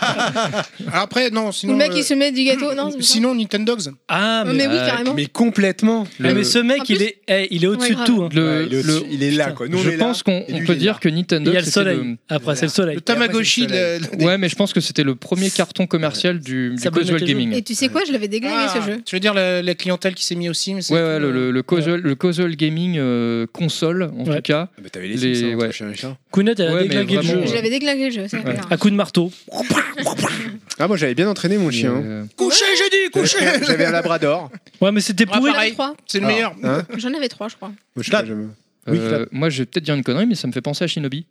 B: Alors Après, non,
D: Ou le
B: sinon.
D: mec,
B: euh,
D: il se met du gâteau. Non, c'est pas ça.
B: Sinon, Nintendogs.
E: Ah,
D: Non,
E: mais.
D: mais oui, carrément.
K: Mais complètement.
E: Ah, mais ce mec,
D: En
E: il
D: plus-
E: est, eh, il est au-dessus
D: Ouais,
E: de
D: grave.
E: tout. hein.
J: Le-
K: Ouais, il, est aussi-
J: le-
K: il est là,
E: Putain.
K: quoi. Nous, on
J: je
K: est là.
J: pense qu'on
K: Et lui,
J: on
K: il
J: peut
K: est
J: dire
K: là.
J: que Nintendo.
E: Il y a le
J: c'était
E: soleil.
J: le-
E: Après, c'est le soleil.
B: Le Tamagotchi.
E: Après,
B: le-
J: Ouais, mais je pense que c'était le premier carton commercial du, du
E: Ça
J: casual
E: bonnait tes
J: gaming.
D: Et tu sais quoi, je l'avais déglingué
B: Ah,
D: ce jeu.
B: Tu veux dire la, la clientèle qui s'est mise aussi mais c'est-
J: Ouais, ouais, le, le, le casual, le casual gaming euh, console, en
E: Ouais.
J: tout cas.
K: Ah, mais t'avais les,
J: Les-
K: Simpsons, entre
J: ouais.
K: chien et chat.
E: Kounet, elle a
J: Ouais, mais
E: déglingué le
J: vraiment,
E: jeu.
D: Je l'avais déglingué le jeu, ça
J: Ouais.
D: clair.
E: À coup de marteau.
K: Ah, moi, j'avais bien entraîné mon chien.
J: Et, euh,
F: Couché, j'ai dit, couché
K: J'avais un labrador.
E: Ouais, mais c'était
B: Ah,
E: pourri.
D: J'en
B: pareil.
D: avais trois.
B: C'est le
K: Alors,
J: Ah,
B: meilleur.
K: hein
D: J'en avais trois, je crois.
K: Moi, je sais
F: Là-
K: pas, j'aime-
F: Oui,
J: euh, moi, je vais peut-être dire une connerie, mais ça me fait penser à Shinobi.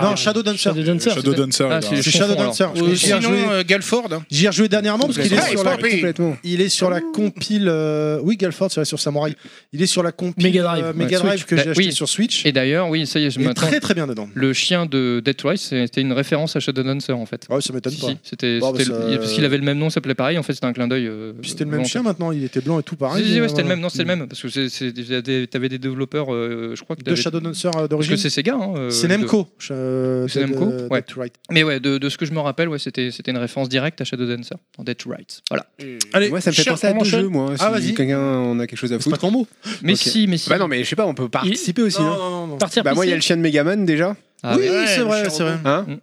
F: Non, Shadow Dancer.
E: Shadow Dancer.
A: Shadow Dancer.
J: Ah,
A: il a-
J: c'est-
F: C'est
J: Je
F: Shadow
J: confonds,
F: Dancer.
B: Ou
F: J'y ai
B: sinon,
F: rejoué-
B: euh, Galford.
F: J'y ai rejoué dernièrement parce qu'il est
B: Hey,
F: sur la
B: Poppy.
K: Complètement.
F: Il est sur la compile. euh, oui, Galford, c'est sur Samurai. Il est sur la compile
E: Mega Drive.
F: euh, Mega
J: Ouais,
F: Drive
J: Switch.
F: que j'ai
J: Bah,
F: acheté
J: oui.
F: sur Switch.
J: Et d'ailleurs, oui, ça y est, je
F: Il est
J: m'attends.
F: très très bien dedans.
J: Le chien de Dead to Rise, c'était une référence à Shadow Dancer, en fait.
F: Ah ouais, ça m'étonne
J: Si,
F: pas.
J: si, c'était
F: Bon,
J: c'était
F: bah,
J: le-
F: ça-
J: parce qu'il avait le même nom, ça s'appelait pareil. En fait, c'était un clin d'œil. euh,
F: Puis c'était le même
J: volontaire.
F: chien maintenant, il était blanc et tout pareil.
J: Si, si, ouais,
F: euh,
J: c'était le même, non,
F: voilà.
J: c'était le même. Parce que c'est- c'est- il y a des- t'avais des développeurs, euh, je crois que
F: De
J: t'avais-
F: Shadow Dancer euh,
J: Parce que
F: d'origine.
J: c'est Sega. Hein, euh,
F: C'est
J: les deux.
F: Nemco. euh,
J: C'est
F: de-
J: Nemco,
F: de-
J: ouais.
F: de Right.
J: Mais ouais, de, de ce que je me rappelle, ouais, c'était c'était une référence directe à Shadow Dancer, en Dead to Rights. Voilà.
F: Allez,
K: Moi, ça me fait
F: cher,
K: penser à
F: on
K: deux
F: enchaîne.
K: jeux, moi.
F: Ah,
K: Si
F: vas-y.
K: quelqu'un on a quelque chose à
F: C'est pas
K: foutre.
F: ton mot.
J: Mais
K: Ok.
J: si, mais si.
K: Bah non, mais je sais pas, on peut participer aussi.
F: Non,
K: non
F: non, non.
E: Partir
K: Bah moi, il y a
E: pisser.
K: le chien de Megaman déjà.
J: Ah
F: oui,
B: ouais,
F: c'est
B: le
F: vrai,
B: cher
F: c'est vrai.
K: Hein
J: Mm.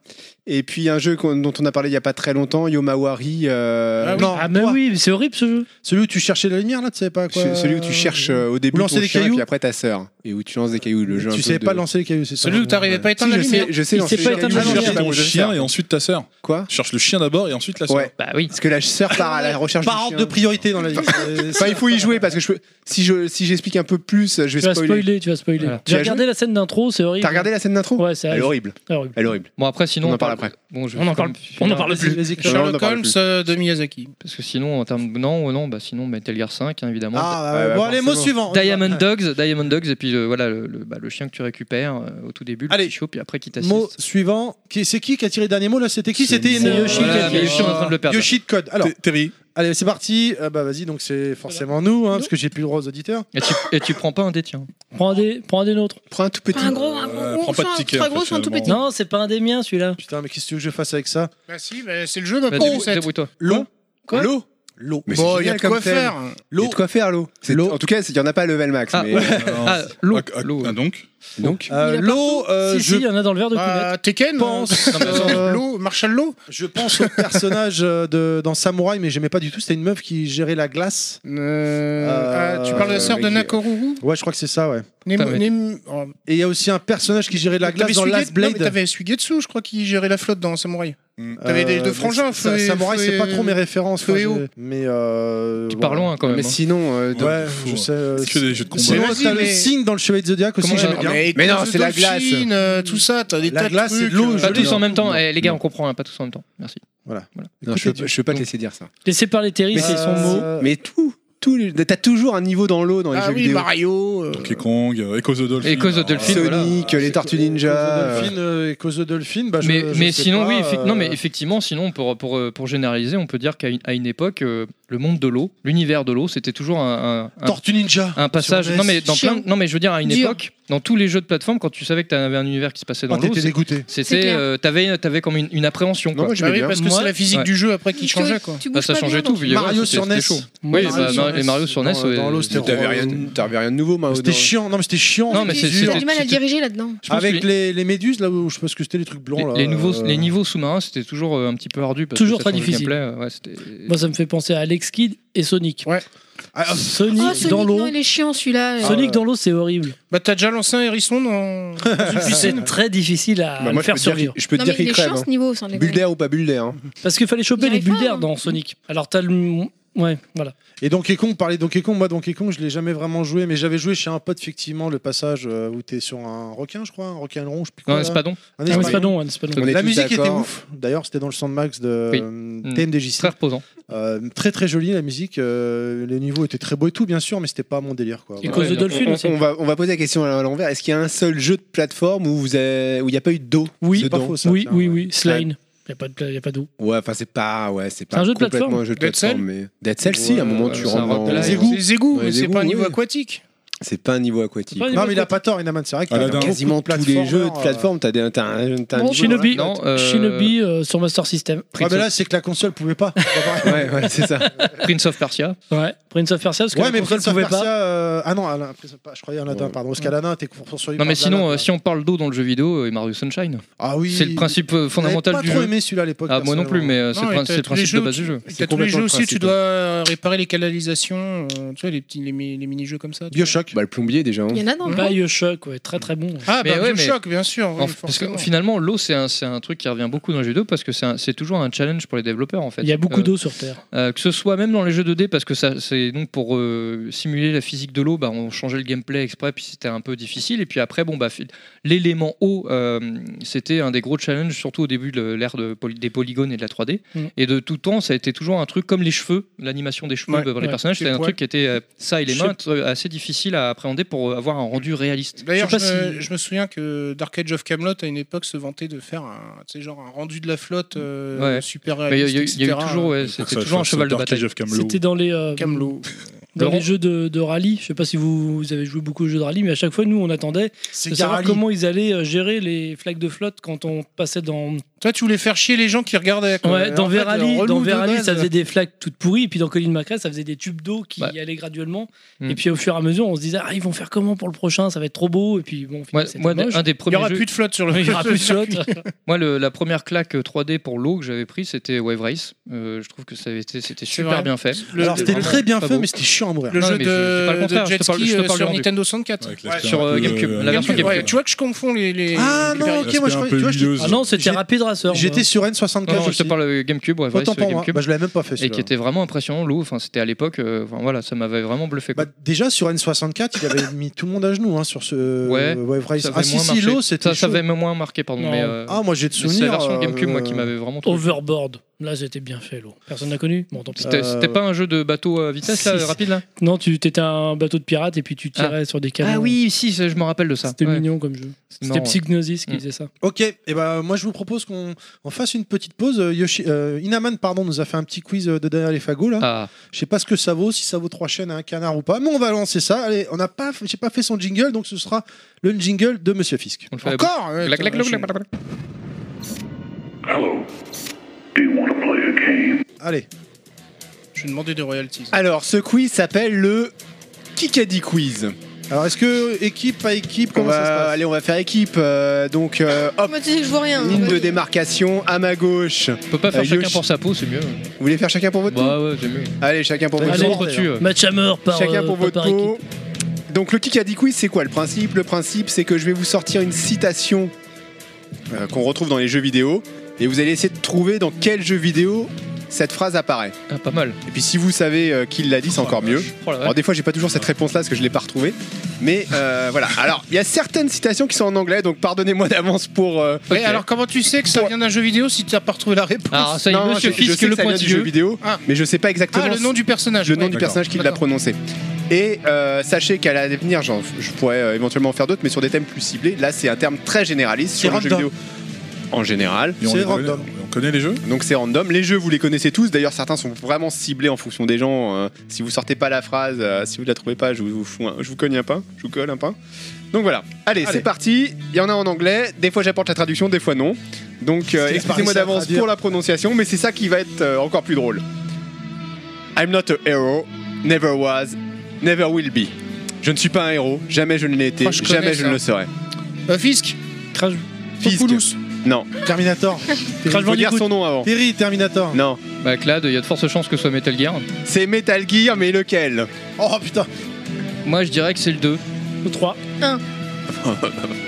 K: Et puis un jeu qu'on- dont on a parlé il y a pas très longtemps, Yomawari. euh,
B: Ah oui.
F: Non,
E: Ah, mais
F: toi,
E: oui, mais c'est horrible ce jeu.
F: celui où tu cherchais la lumière, là, tu savais pas à quoi.
K: ce- Celui où tu cherches euh, au début
F: lancer
K: ton
F: des
K: chien et
F: cailloux.
K: puis après ta sœur. Et où tu lances des cailloux. Le jeu un
F: Tu
K: peu
F: savais
K: de-
F: pas lancer les cailloux, c'est ça
B: Celui où t'arrivais pas à éteindre
K: Si,
B: la
K: je
B: lumière.
K: sais, je sais
E: Il
K: lancer
E: sait pas
K: les
E: éteindre
K: cailloux,
E: la
K: je
A: Tu
E: lumière.
K: cherche
A: cherches
K: la
A: ton
K: grosse
A: chien
K: sœur.
A: et ensuite ta sœur.
K: Quoi
A: Tu cherches le chien d'abord et ensuite la sœur.
K: Ouais.
J: Bah oui.
K: Parce que la sœur part à la recherche du
F: Par ordre de
K: chien.
F: priorité dans la
K: Ah, bah
F: vie. C'est-
K: Enfin, il faut y jouer parce que je peux- si je si j'explique un peu plus, je
E: Tu
K: vais
E: vas
K: spoiler.
E: spoiler, tu vas spoiler.
J: Voilà.
K: Tu
E: J'ai
K: as
E: regardé la scène d'intro, c'est horrible.
K: T'as regardé la scène d'intro
E: Ouais, c'est
K: Elle est
E: horrible.
K: horrible.
E: C'est horrible.
K: Elle est horrible.
J: Bon, après, sinon.
K: On en parle
J: parle- Bon, je-
E: On en parle-
J: comme-
E: on en parle plus.
F: Vas-y,
K: Non, on en
B: Sherlock
K: parle
B: Holmes
K: plus.
B: euh, de Miyazaki.
J: Parce que sinon, en termes de. Non, non, bah sinon, Metal Gear 5, hein, évidemment.
F: Ah,
K: Ouais,
F: ouais,
K: ouais,
F: bon, allez, mot
K: bah forcément.
F: suivant.
J: Diamond Dogs, Diamond Dogs, et puis euh, voilà le, le- bah, le chien que tu récupères euh, au tout début, le
F: Allez.
J: petit chiot, puis après qui t'assiste.
F: Mot suivant. Qui- C'est qui qui a tiré le dernier mot là C'était qui C'était
E: C'est
F: une-
E: Yoshi qui a
F: Voilà,
E: tiré.
F: Yoshi,
J: on est en train de le perdre.
F: Yoshi de code. Alors,
A: T- Terry.
F: Allez, c'est parti. Ah bah vas-y, donc c'est forcément nous, hein, parce que j'ai plus le droit aux auditeurs.
J: Et tu, et tu prends pas un détien.
E: Prends un des, prends un des nôtres.
K: Prends un tout petit.
D: Un gros, un gros,
A: Euh, prends pas de
D: soit un-
A: ticket,
D: soit
A: en
D: gros,
A: fait,
D: soit un tout petit.
A: finalement.
E: Non, c'est pas un des miens celui-là.
F: Putain, mais qu'est-ce que tu veux que je fasse avec ça
B: Bah si, bah, c'est le jeu maintenant.
J: Vas-y,
B: vous êtes.
J: débrouille-toi.
K: L'eau
E: Quoi
K: L'eau
F: L'eau.
K: Mais
B: Bon,
K: c'est
B: il y a
K: génial
B: de quoi
K: comme thème.
B: faire. hein.
K: Il y a de quoi faire, l'eau. C'est-
F: L'eau. Euh,
K: En tout cas, il n'y en a pas à level max.
J: Ah,
K: mais-
J: ouais. Ah, l'eau.
A: Ah, ah,
J: l'eau.
A: ah, donc
K: Donc,
F: Euh,
D: Il y en a
F: l'eau, euh,
E: si,
F: je,
E: si, il y en a dans le verre de Kounet.
B: Bah, Tekken
F: pense,
B: euh,
F: euh,
B: L'eau, Marshall Law
F: je pense au personnage euh, de, dans Samouraï, mais j'aimais pas du tout. C'était une meuf qui gérait la glace. Euh,
B: Ah, Tu parles de la sœur de
K: avec-
B: Nakoruru
F: Ouais, je crois que c'est ça, ouais.
B: Nemo,
J: mais-
B: Nemo- oh,
F: Et il y a aussi un personnage qui gérait la
B: t'avais
F: glace dans
B: Suigetsu-
F: Last
B: non, mais
F: Blade.
B: T'avais Suigetsu, je crois, qui gérait la flotte dans Samouraï. t'avais les deux
F: Euh, mais
B: frangins,
F: ça-
B: Feu et-
F: Samouraï,
B: Feu
F: c'est
B: et-
F: pas trop mes références.
B: Feu
F: moi,
B: et
F: j'ai-
B: Eau.
F: Mais. euh,
J: Tu
F: voilà.
J: pars loin quand même.
K: mais
J: hein.
K: sinon, euh, dans-
F: Ouais,
A: Fou,
F: je
A: ouais.
F: sais. euh,
A: C'est que des jeux de combat.
F: Sinon,
B: Mais vas-y,
F: t'as le
B: mais-
F: signe dans le Chevalier du Zodiac aussi,
J: Comment
F: j'aimais
J: ça-
F: bien.
K: Mais non, c'est la glace.
B: Dolphin, euh, tout ça, t'as des
F: La
B: tas
F: glace,
B: de
F: c'est
B: trucs.
F: de l'eau,
B: euh,
J: Pas
F: je-
J: tous en même temps.
F: Non,
J: Eh, les gars, on comprend, hein, pas tous en même temps. Merci.
K: non, je ne peux pas te laisser dire ça.
E: Laissez parler Terry,
K: Mais
E: c'est son mot.
F: Euh,
K: Mais tout, tout les- t'as toujours un niveau dans l'eau dans les
B: Ah
K: jeux
B: oui,
K: vidéo.
B: Mario. euh,
A: Donkey Kong, euh, Echo the Dolphin.
J: Echo the
A: alors,
J: Dolphin.
A: euh,
K: Sonic, les Tortues Ninja.
F: Cause
K: euh,
F: Dolphin, euh, et Cause Dolphin, bah, je-
J: mais
F: je
J: mais
F: sais
J: sinon,
F: pas,
J: oui,
F: euh,
J: effe- non, mais effectivement, sinon, pour, pour, euh, pour généraliser, on peut dire qu'à une, à une époque, euh, le monde de l'eau, l'univers de l'eau, c'était toujours un, un- un-
F: Tortue Ninja.
J: un passage.
F: Sur Ah, NES.
J: Non mais, dans
D: Chiant.
J: plein, non, mais je veux dire, à une
D: Dur.
J: époque, dans tous les jeux de plateforme, quand tu savais que tu avais un univers qui se passait dans
F: Ah,
J: l'eau,
F: t'étais dégoûté.
D: C'est
J: c'était.
D: clair.
J: euh, t'avais, t'avais comme une, une appréhension.
K: Non,
J: quoi.
K: moi
B: bah
K: j'aimais
B: oui,
K: bien.
B: parce que
E: Moi-
B: c'est la physique
J: Ouais.
B: du jeu après qui
D: Tu-
B: changeait, quoi.
D: tu
J: Bah,
D: bouges
J: ça
D: pas bien,
J: changeait
D: donc-
J: tout. puis, ouais,
F: Mario
J: c'était-
F: sur
J: c'était
F: NES.
J: chaud. Oui,
F: Mario
J: bah,
F: sur
J: Mar-
F: NES.
J: les Mario sur NES.
F: Dans- dans
J: ouais,
F: l'eau,
K: Tu
F: c'était
K: T'avais rien, t'avais rien de nouveau, Mao.
F: C'était
K: dans-
F: chiant. Non, mais c'était chiant.
J: Non, mais
D: Tu
J: c'est-
D: as
J: c'était-
D: du mal à le
J: c'était-
D: diriger là-dedans.
J: je pense
F: Avec
J: que
F: les, les méduses, là où je sais pas ce que c'était, les trucs blancs.
J: les,
F: là,
J: les nouveaux,
F: euh,
J: les niveaux sous-marins, c'était toujours euh, un petit peu ardu. Parce
E: Toujours
J: que ça
E: très
J: change le
E: difficile.
J: gameplay, euh, ouais, c'était-
E: Moi, ça me fait penser à Alex Kidd et Sonic.
F: Ah, ah,
E: Sonic,
D: Oh, Sonic,
E: dans l'eau.
D: non, il est chiant celui-là.
E: Sonic
F: ouais.
E: dans l'eau, c'est horrible.
B: Bah, t'as déjà lancé un hérisson dans.
E: Puis c'est très difficile à
K: Bah,
E: le
K: moi, je peux
E: faire
K: te dire
E: survivre.
K: qu'il- je peux te
D: non, mais
K: dire
D: il
K: qu'il
D: est
K: crève.
D: chiant
K: hein.
D: ce niveau, sans déconner.
K: Buldaire ou pas buldaire. hein.
E: Parce qu'il fallait
D: Il
E: choper
D: y
E: les
D: arrive pas,
E: bulles d'air
D: hein.
E: dans Sonic. Alors t'as le. Ouais, voilà.
F: Et Donkey Kong, parler Donkey Kong, moi Donkey Kong, je l'ai jamais vraiment joué, mais j'avais joué chez un pote effectivement le passage euh, où t'es sur un requin, je crois, un requin rond, je sais plus quoi.
J: Non,
F: là.
J: c'est pas
F: Un
J: donc.
E: Ah,
F: espadon.
E: mais c'est pas non, c'est pas non.
K: On est
F: La
K: tous
F: musique était
K: d'accord.
F: ouf. D'ailleurs, c'était dans le Sandmax de
J: Oui.
F: euh,
J: Mm.
F: TMDJC.
J: Très reposant.
F: Euh, très très jolie la musique, euh, les niveaux étaient très beaux et tout, bien sûr, mais c'était pas mon délire quoi.
E: Et
J: Ouais,
E: cause de
J: non,
E: Dolphin
K: On,
E: aussi.
K: on va, on va poser la question à l'envers. Est-ce qu'il y a un seul jeu de plateforme où vous avez- où il n'y a pas eu d'eau
E: Oui,
K: dedans
F: pas faux, ça,
E: oui,
F: tiens,
E: oui,
F: ouais.
E: oui. Slane. Il n'y a pas d'eau.
K: Ouais, enfin c'est pas, ouais, c'est pas
E: un jeu de
K: complètement
E: plateforme.
K: un jeu de
B: Dead Cell
K: plateforme, mais Dead Cell, si, à un moment
J: Ouais,
K: tu
J: c'est un
K: rentres dans
J: roguelike.
K: les
B: C'est
K: égouts.
B: les égouts,
K: Ouais,
B: mais
K: les
B: c'est pas un
K: égouts,
B: niveau
K: oui.
B: aquatique.
K: C'est pas un niveau aquatique.
E: Pas des
F: Non, mais il a
E: aquatiques.
F: pas tort, Inaman, c'est vrai que
A: Ah,
F: t'as
A: là, dans-
K: Quasiment tous les jeux de plateforme, t'as des- t'as un, t'as
E: Bon,
K: un niveau dans la-
E: Shinobi,
J: Non, euh,
E: Shinobi euh, sur Master System.
F: Ah,
J: Prince,
F: mais
J: of,
F: là, c'est que la console pouvait pas. C'est pas pareil.
K: Ouais, ouais, c'est ça.
J: Prince of Persia.
E: Ouais, Prince of Persia, parce que
F: ouais,
E: la
F: mais
E: console
F: Prince of
E: pouvait
F: Persia,
E: pas.
F: euh, Ah non, Alain, Prince of Persia, je croyais Aladdin,
K: Ouais.
F: pardon. Parce qu'Aladdin était poursuivi.
J: Non, mais
F: par Aladdin,
J: sinon, euh,
F: quoi.
J: si on parle d'eau dans le jeu vidéo, euh, et Mario Sunshine,
F: Ah oui.
J: c'est le principe euh,
F: J'avais
J: fondamental
F: pas
J: du
F: trop
J: jeu.
F: aimé celui-là à l'époque.
J: Ah, moi non plus, mais euh, c'est
B: Non,
J: le
B: et
J: prin-
B: t'as
J: c'est le
B: tous les
J: principe
B: jeux
J: de
B: où
J: base
B: tu-
J: du jeu.
B: T'as tous les jeux aussi où tu
K: principe.
B: dois euh, réparer les canalisations, euh, tu vois, les, petits, les, mi- les mini-jeux comme ça. tu vois.
F: Bioshock.
K: Bah, le plombier déjà. hein.
D: Il y en a dans le monde.
E: Bioshock, ouais, très très bon.
B: Ah,
J: Mais
B: bah,
J: ouais, mais-
B: Bioshock, bien sûr. oui,
J: En- parce que
B: forcément.
J: finalement, l'eau, c'est un, c'est un truc qui revient beaucoup dans les jeux vidéo parce que c'est un- c'est toujours un challenge pour les développeurs en fait.
E: Il y a beaucoup
J: Euh,
E: d'eau sur Terre.
J: Euh, que ce soit même dans les jeux 2D, parce que ça, c'est donc pour euh, simuler la physique de l'eau, bah, on changeait le gameplay exprès, puis c'était un peu difficile. Et puis après, bon, bah, fi- l'élément eau, euh, c'était un des gros challenges, surtout au début de l'ère de poly- des polygones et de la 3D.
E: Mm.
J: Et de tout temps, ça a été toujours un truc comme les cheveux, l'animation des cheveux
E: Ouais,
J: dans les
E: ouais,
J: personnages,
B: les
J: c'était un
B: poils.
J: truc qui était euh, ça et les
E: Je
J: mains, euh, assez difficile à appréhender pour avoir un rendu réaliste.
B: D'ailleurs, je,
E: Je sais pas
B: me-
E: si-
B: je me souviens que Dark Age of Camelot à une époque se vantait de faire un, tu sais, genre un rendu de la flotte euh,
J: Ouais.
B: super
J: Mais Il y a-
B: réaliste,
J: il y, a eu- il y a eu
B: etc..
J: toujours,
A: faut
J: ouais,
A: que
J: c'était
A: ça
J: toujours un
A: fasse
J: cheval de
A: Dark Age
J: bataille.
A: of Camelot.
E: C'était dans les, euh,
B: Camelot.
E: dans les
J: Laurent
E: jeux de, de rallye. Je sais pas si vous, vous avez joué beaucoup aux jeux de rallye, mais à chaque fois, nous, on attendait
F: C'est
E: de savoir
F: Garali.
E: comment ils allaient euh, gérer les flaques de flotte quand on passait dans.
B: Toi, tu voulais faire chier les gens qui regardaient. quoi.
J: Euh,
E: Ouais,
B: Et
E: dans
B: en fait,
E: Verali,
B: relou
E: dans
B: de
E: Verali
B: base.
E: ça faisait des flaques toutes pourries, et puis dans Colline Macré, ça faisait des tubes d'eau qui
J: Ouais.
E: allaient graduellement.
J: Mm.
E: Et puis au fur et à mesure, on se disait, ah, ils vont faire comment pour le prochain Ça va être trop beau. Et puis bon,
J: Moi,
E: finalement, c'était
J: moi,
E: moche.
J: un des
B: Il n'y
J: premiers
B: aura
J: jeux-
B: plus de flotte sur le
E: il y aura plus de shot.
J: Moi, le- la première claque euh, 3D pour l'eau que j'avais pris, c'était Wave Race. Euh, je trouve que ça avait été, c'était super
B: vrai.
J: bien fait.
B: Le-
F: Alors, c'était
J: le-
F: très bien
J: pas
F: fait,
J: beau.
F: mais c'était chiant à mourir.
B: Le
J: Non,
B: jeu
J: mais je- je dis pas le
B: de, de
J: contraire, je
B: jet
J: te parle-
B: ski
J: je te
B: euh,
J: parle du
B: sur
J: rendu.
B: Nintendo 64.
A: Avec
B: Ouais,
A: l'aspect
J: sur,
A: un
J: euh,
A: peu,
J: GameCube, la version
A: un peu-
B: Ouais,
J: GameCube.
B: tu vois que je confonds les. les
F: Ah
B: les
F: non,
B: périodes.
F: ok, moi je
A: un
F: croyais-
A: peu
F: tu vois, je-
A: huileuse.
E: Ah non, c'était
F: J'ai-
E: rapide racer.
F: J'étais sur
J: Non,
F: N64.
J: non, je te
F: aussi.
J: parle euh, GameCube, Wave Race,
F: Autant pour moi.
J: GameCube.
F: Bah, je l'avais même pas fait.
J: et
F: celui-là.
J: qui était vraiment impressionnant l'eau. Enfin, c'était à l'époque. euh, enfin, voilà, ça m'avait vraiment bluffé.
F: Bah,
J: quoi.
F: déjà sur N64, il avait mis tout le monde à genoux hein, sur ce
J: Ouais,
F: Wave Race.
J: ça avait
F: Ah si,
J: moins
F: si,
J: marché.
F: l'eau, c'était
J: ça, ça
F: chaud.
J: avait moins marqué, pardon.
E: Non.
J: Mais euh,
F: Ah, moi j'ai de
J: mais c'est la
F: souvenirs.
J: version
F: euh,
J: GameCube moi qui m'avait vraiment. troublé.
E: Overboard. Là, c'était bien fait, l'eau. Personne n'a connu Bon, tant pis.
J: C'était
F: Euh,
J: c'était pas un jeu de bateau à vitesse là,
E: si, si.
J: rapide là
E: Non, tu étais un bateau de pirate et puis tu tirais sur des canons.
J: Ah oui, si, je me rappelle de ça.
E: C'était
J: Ouais.
E: mignon comme jeu. C'était
J: Non,
E: Psygnosis qui
J: Mm.
E: faisait ça.
F: Ok, et ben moi je vous propose qu'on on fasse une petite pause. Euh, Yoshi- euh, Inaman pardon, nous a fait un petit quiz euh, de derrière les fagots là.
J: Ah,
F: Je sais pas ce que ça vaut, si ça vaut trois chaînes à un canard ou pas, mais on va lancer ça. Allez, on n'a pas, fait- j'ai pas fait son jingle, donc ce sera le jingle de Monsieur Fisk.
J: on le fait à la
B: Encore ouais,
J: Clac, clac,
B: attends,
J: clac, clac, clac.
N: Hello. Do you want to play a game?
F: Allez,
B: Je vais demander des royalties.
K: Alors, ce quiz s'appelle le Kikadi Quiz.
F: alors est-ce que équipe à équipe,
K: On
F: comment ça se
K: va,
F: passe Hum.
K: allez, on va faire équipe. euh, donc, euh, hop,
D: Moi, tu sais que je vois rien.
K: ligne de
D: Vas-y.
K: démarcation à ma gauche.
J: On
F: Ah,
J: peut pas faire
K: Euh,
J: chacun
K: Yoshi.
J: pour sa peau, c'est mieux.
K: Vous voulez faire chacun pour votre
J: Bah ouais, c'est mieux.
K: tour Allez, chacun pour votre
E: Allez,
K: tour.
J: Entre tu.
E: Match à mort par,
K: Chacun
E: euh,
K: pour
E: pas
K: votre
E: par équipe.
K: peau. Donc le Kikadi Quiz, c'est quoi le principe Le principe, c'est que je vais vous sortir une citation euh, qu'on retrouve dans les jeux vidéo et vous allez essayer de trouver dans quel jeu vidéo cette phrase apparaît.
J: Ah, pas mal.
K: Et puis si vous savez euh, qui l'a dit, c'est encore mieux.
J: Oh la vache.
K: Alors des fois, j'ai pas toujours cette réponse-là parce que je l'ai pas retrouvée. Mais euh, voilà. Alors, il y a certaines citations qui sont en anglais, donc pardonnez-moi d'avance pour. euh,
B: Ouais, alors comment tu sais que ça vient d'un jeu vidéo si tu n'as pas retrouvé la réponse
J: Alors Ah, ça y est,
K: non,
J: monsieur
K: je, je
J: Fisk,
K: sais que
J: le
K: ça vient du jeu
J: pointilleux.
K: vidéo,
B: Ah.
K: mais je sais pas exactement.
B: Ah, le nom du personnage.
K: le nom
B: ouais.
K: du personnage qui l'a
B: D'accord.
K: prononcé. Et euh, sachez qu'à l'avenir, j'en- je pourrais euh, éventuellement en faire d'autres, mais sur des thèmes plus ciblés. Là, c'est un terme très généraliste sur
F: C'est
K: le jeu
F: random.
K: vidéo en général.
A: Et on
F: C'est
A: les connaît-
F: random.
A: On connaît les jeux
K: Donc c'est random. Les jeux, vous les connaissez tous. D'ailleurs, certains sont vraiment ciblés en fonction des gens. Euh, si vous sortez pas la phrase, euh, si vous la trouvez pas, je vous, fous un- je vous cogne un pain. Je vous colle un pain. Donc voilà. Allez,
F: Allez.
K: c'est parti. Il y en a en anglais. Des fois, j'apporte la traduction, des fois non. Donc euh,
F: C'est
K: excusez-moi
F: pareil, ça,
K: d'avance
F: traduire.
K: pour la prononciation, mais c'est ça qui va être euh, encore plus drôle. I'm not a hero, never was, never will be. Je ne suis pas un héros, jamais je ne l'ai été,
B: Oh, je connais
K: jamais je
B: ça.
K: ne le serai.
B: Euh, Fisk
E: Crash,
K: Fisk. Non,
F: Terminator.
E: Crash
K: faut dire
E: Bandicoot.
K: son nom avant.
F: Terry, Terminator.
K: Non.
J: Bah Clad, il y a de fortes chances que ce soit Metal Gear.
K: C'est Metal Gear, mais lequel
F: Oh putain.
J: Moi je dirais que c'est le 2.
E: Ou 3.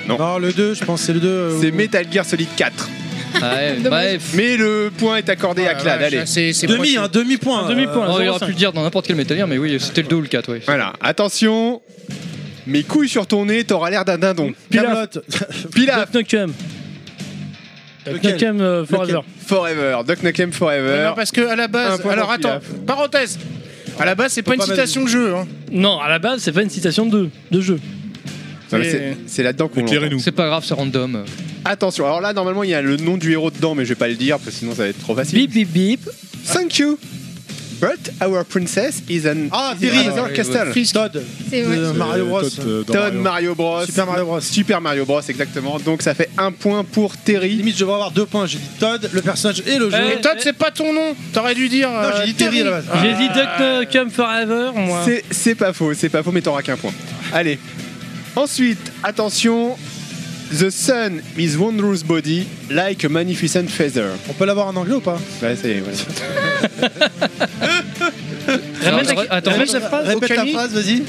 F: Non, le 2, je pense, c'est le euh, 2.
K: C'est Metal Gear Solid 4.
J: Ah ouais,
D: Dommage.
J: bref.
K: Mais le point est accordé
F: Ah,
K: à
B: Ouais,
K: Clad,
B: ouais,
K: allez.
B: ça, c'est- c'est
F: Demi, euh,
B: pointu.
F: un demi-point.
E: Un demi-point.
J: Oh, il aurait
E: 0,5.
J: pu le dire dans n'importe quel Metal Gear, mais oui, c'était le 2 ou le 4, ouais.
K: Voilà, attention. Mes couilles sur ton nez, t'auras l'air d'un dindon.
F: Camelot.
K: Pilaf,
E: Duck Nukem. Duck
F: Lequel
E: Nukem euh, Forever.
K: Forever, Duck Nukem
B: Mais
K: Forever.
B: Non, parce que à la base.
K: Un point
B: Alors
K: pour
B: attends, parenthèse À la base, c'est pas une
F: pas mal
B: citation de jeu. Hein.
E: Non, à la base, c'est pas une citation de, deux- de jeu.
K: Non, mais c'est- C'est là-dedans qu'on l'entend.
A: Éclairez-nous.
J: C'est pas grave, c'est random.
K: Attention, alors là, normalement, il y a le nom du héros dedans, mais je vais pas le dire, parce que sinon ça va être trop facile.
E: Bip, bip, bip.
K: Thank you. But our princess is an...
F: Ah,
K: is
F: Terry.
K: in another castle.
F: Todd.
D: C'est
F: de
D: ouais.
F: Mario Bros.
A: Todd, euh, dans
K: Todd,
A: Mario.
K: Mario Bros.
F: Super Mario Bros.
K: Super Mario Bros, exactement. Donc ça fait un point pour Terry.
F: Limite, je devrais avoir deux points. J'ai dit Todd, le personnage et le jeu.
E: Euh,
B: Et Todd, c'est pas ton nom T'aurais dû dire.
F: non,
B: euh,
F: j'ai dit Terry à la base.
E: J'ai dit Duck Nukem Forever, moi.
K: C'est- C'est pas faux, c'est pas faux, mais t'auras qu'un point. Allez. Ensuite, attention. The sun is wondrous body like a magnificent feather.
F: Ah, On peut l'avoir en anglais ou pas
K: Ouais, ça y est, voilà.
J: Alors,
E: la-
J: attends,
E: répète la phrase.
F: Répète la
B: Okami
F: phrase, vas-y.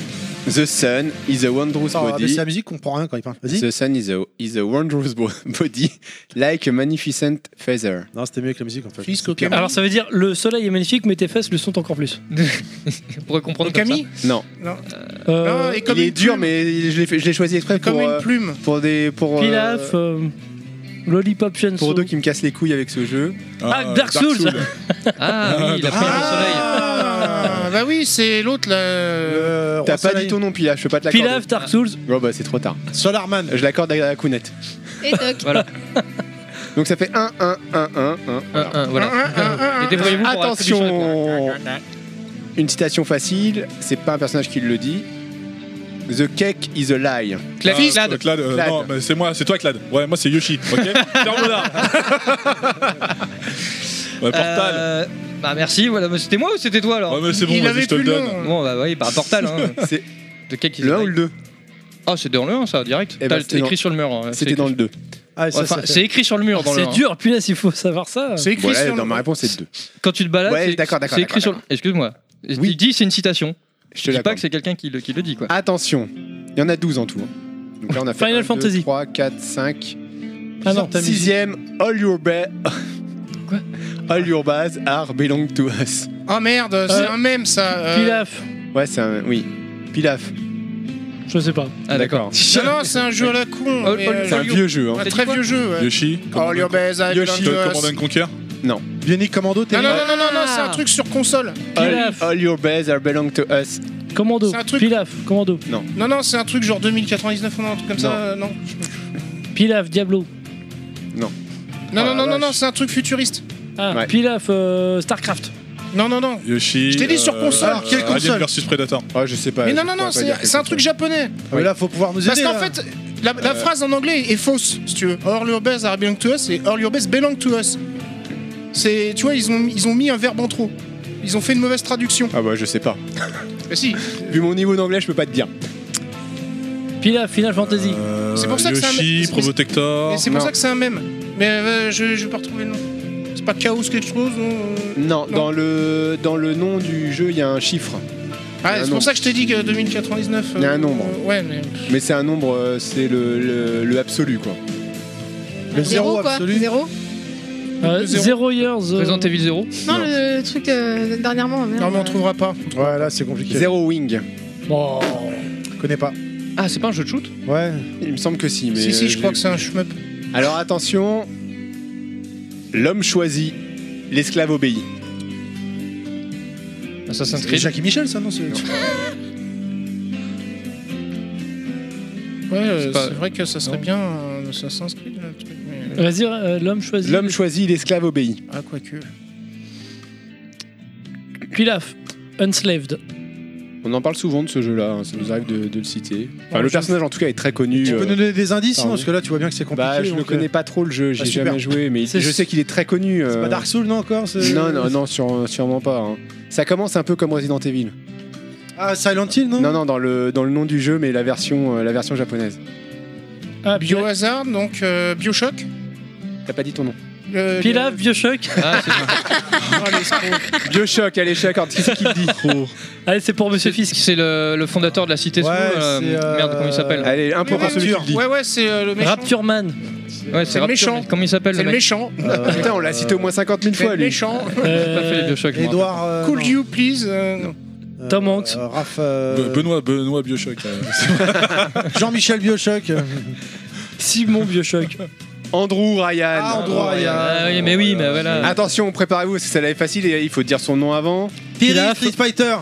K: The sun is a wondrous
E: Oh,
F: Attends, mais
K: body.
F: c'est la musique, on comprend rien quand il parle. Vas-y.
K: The sun is a, is a wondrous bo- body like a magnificent feather.
F: Non, c'était mieux avec la musique en fait.
B: Fisk, ok.
E: Alors, ça veut dire le soleil est magnifique, mais tes fesses le sont encore plus.
J: on pourrait comprendre comme
B: Okami
K: Non,
E: Euh,
B: Non, et comme
K: il est
B: une
K: dur,
B: plume.
K: mais je l'ai fait- je l'ai choisi exprès pour,
B: Comme une
K: euh,
B: plume.
K: pour des pour euh,
E: Pilaf, euh, Lollipop Chainsaw.
K: pour deux qui me cassent les couilles avec ce jeu.
E: Ah, Dark Souls.
J: ça. Ah oui, la première au soleil.
B: Ah, bah oui, c'est l'autre là.
F: Euh,
K: T'as
F: Roi
K: pas
F: Soleil.
K: dit ton nom, Pilaf, je peux pas te l'accorder.
E: Pilaf, Dark Souls.
K: Oh bah c'est trop tard.
F: Solarman.
K: Je l'accorde à Kounette.
D: Et Doc.
J: Voilà,
K: Donc ça fait 1 1 1 1 1.
J: un, un, voilà. Et débrouillez-vous pour la solution.
K: Attention Une citation facile, c'est pas un personnage qui le dit. The cake is a lie.
J: Clad,
B: Ah,
J: Clad.
A: Clad, euh,
K: Clad.
A: non, mais c'est moi, c'est toi Clad. Ouais, moi c'est Yoshi. Ok. Ferme là. Ouais, Portal.
J: Euh, Bah merci, voilà, mais c'était moi ou c'était toi alors
A: Ouais, mais c'est bon,
B: Il
A: vas-y,
B: avait
A: je te
B: plus
A: le
B: le
A: donne.
B: nom.
J: Bon, bah oui, bah Portal, hein.
K: Ah C'est
J: De quel qu'ils
K: le 1 ou le 2
J: Ah, c'est dans le 1, ça, direct.
K: Eh ben,
J: T'as
K: c'était dans-
J: écrit sur le mur. hein.
K: C'était
J: C'est
K: dans
J: écrit-
K: le 2.
F: Ah, ça,
J: Ouais, enfin,
F: ça fait-
J: c'est écrit sur le mur dans le
E: C'est
J: 1.
E: dur, punaise, il faut savoir ça.
B: C'est écrit
K: Voilà,
B: sur
K: dans
B: le-
K: ma réponse c'est le 2.
J: Quand tu te balades,
K: Ouais,
J: c'est-
K: d'accord, d'accord,
J: c'est écrit sur
K: d'accord,
J: le. Excuse-moi.
K: Oui.
J: Il dit c'est une citation.
K: Je te
J: Je dis pas
K: l'accorde.
J: que c'est quelqu'un qui le, qui le dit quoi.
K: Attention, il y en a 12 en tout. hein. Donc là on a fait
E: Final
K: 1, 2,
E: Fantasy.
K: 3, 4, 5.
E: Ah non, ta musique.
K: Sixième, all your ba...
J: Quoi
K: All your bars are belong to us.
B: Ah merde, c'est un même ça. euh.
E: Pilaf,
K: Ouais, c'est un... Oui. Pilaf.
E: je sais pas.
J: Ah d'accord.
B: Non, non, c'est un jeu à la con.
J: Oh,
B: mais,
J: oh,
B: euh,
K: C'est un vieux jeu. hein.
B: un très vieux jeu. ouais. Oh,
A: Yoshi.
B: All your base, I belong
A: Yoshi.
B: to us.
A: Command and Conquer.
K: Non.
F: Bionic Commando, t'es
B: Non, non,
F: là
B: non, non, non, non, c'est un truc sur console.
K: All,
E: Pilaf.
K: all your beds are belong to us.
E: Commando.
B: C'est un truc-
E: Pilaf, Commando.
B: Non, non, c'est un truc genre 2099 ou non, un truc comme
K: Non.
B: ça. euh, Non,
E: Pilaf, Diablo.
B: non, non,
F: Ah,
B: non, non,
F: vache.
B: non, c'est un truc futuriste.
E: Ah,
K: Ouais.
E: Pilaf, euh, Starcraft.
B: Non, non, non.
A: Yoshi. euh,
B: Je t'ai dit sur console.
F: Alors, quelle console
A: Alien versus Predator.
K: Ah, je sais pas.
B: Mais non, non, non, c'est c'est un truc japonais.
F: Ah, mais là, faut pouvoir nous
B: Parce
F: aider.
B: qu'en
F: là.
B: fait, la, la phrase en anglais est fausse, si tu veux. All your base are belong to us et all your base belong to us. C'est, tu vois, ils ont, ils ont mis un verbe en trop. Ils ont fait une mauvaise traduction.
K: Ah bah je sais pas.
B: Mais si,
K: Vu mon niveau d'anglais, je peux pas te dire.
E: Pilaf, Final Fantasy.
A: Euh,
B: C'est pour ça que c'est un-
A: Yoshi,
B: c'est-
A: Probotector.
B: mais c'est pour
K: non.
B: ça que c'est un même. Mais euh, je, je vais pas retrouver le nom. C'est pas Chaos quelque chose non, euh, Non.
K: Non, Dans, le, dans le nom du jeu, il y a un chiffre.
B: Ah,
K: Il y a un
B: c'est
K: nombre.
B: pour ça que je t'ai dit que 2099.
K: Il y a un nombre.
B: euh, ouais, mais.
K: Mais c'est un nombre, euh, c'est le, le, le absolu quoi.
F: le zéro
D: quoi.
F: absolu.
D: Zéro
E: Euh, Zero Years. euh,
J: Resident Evil 0.
D: Non,
K: Non.
D: le truc de- dernièrement. merde.
B: Non, mais on trouvera pas.
F: Ouais, là, c'est compliqué.
K: Zero Wing.
E: oh.
F: Je connais pas.
J: Ah, c'est pas un jeu de shoot
F: Ouais.
K: Il me semble que si. Mais
B: si, si,
K: euh,
B: je crois que c'est un shmup.
K: Alors attention, l'homme choisi, l'esclave obéit.
J: Assassin's
F: C'est
J: Creed.
F: Jackie Michel, ça, non c'est-
B: Ouais, euh,
J: C'est
B: c'est
J: pas-
B: vrai que ça serait
J: Non.
B: bien un Assassin's Creed, là, le truc. Mais...
E: Vas-y, euh, l'homme choisi.
K: L'homme choisi, l'esclave obéit.
B: Ah, quoique.
E: Pilaf, Unslaved.
K: On en parle souvent de ce jeu-là, hein, ça nous arrive de, de le citer. Enfin,
F: Ouais,
K: le
F: je-
K: personnage en tout cas est très connu.
F: Tu peux
K: euh,
F: nous donner des indices, sinon
K: pardon.
F: Parce que là, tu vois bien que c'est compliqué.
K: Bah, je ne
F: donc,
K: connais
F: euh,
K: pas trop le jeu, j'ai
F: ah, super.
K: jamais joué, mais
E: C'est-
K: je sais qu'il est très connu.
F: C'est
K: euh,
F: pas Dark Souls, non, encore c'est-
K: Non, non, non, sûre- sûrement pas. hein. Ça commence un peu comme Resident Evil.
F: Ah, Silent Hill, non
K: Non, non, dans le, dans le nom du jeu, mais la version, euh, la version japonaise.
E: Ah, Pilaf,
B: Biohazard, donc euh, Bioshock. Euh,
K: T'as pas dit ton nom.
B: Le-
E: Pilaf, Bioshock.
J: Ah, c'est bien.
B: Oh, l'escroc.
K: Bioshock, allez, chacun, qu'est-ce qu'il dit
B: Oh.
E: Allez, c'est pour Monsieur
J: C'est-
E: Fisk.
J: C'est le, le fondateur de la cité
F: Ouais,
J: Soul, euh,
F: c'est, euh,
J: Merde, comment il s'appelle
K: Allez, un point
B: Ouais,
K: pour celui qui le dit.
B: Ouais, ouais, c'est euh, le méchant.
E: Rapture Man.
J: Ouais,
B: c'est
J: c'est
B: le
J: Rapture,
B: méchant.
J: mais Comment il s'appelle
B: C'est
J: le
B: le
J: mec
B: méchant.
F: Euh,
K: Putain, on l'a cité au moins 50 000
B: C'est
K: fois,
B: le
K: lui.
B: méchant.
J: J'ai pas fait les Bioshock. moi.
F: Edouard. euh,
B: Cool
F: non.
B: you, please. euh, non.
F: Euh,
E: Tom Hanks.
F: euh, Raph, euh,
A: Be- Benoît, Benoît Bioshock. euh,
F: Jean-Michel Bioshock.
E: Euh, Simon Bioshock.
K: Andrew Ryan.
F: Ah, Andrew Ryan.
J: Ah oui, mais oui, mais voilà.
K: Attention, préparez-vous, parce que celle-là est facile et il faut dire son nom avant.
F: Terry
E: Pilaf.
F: Street Fighter.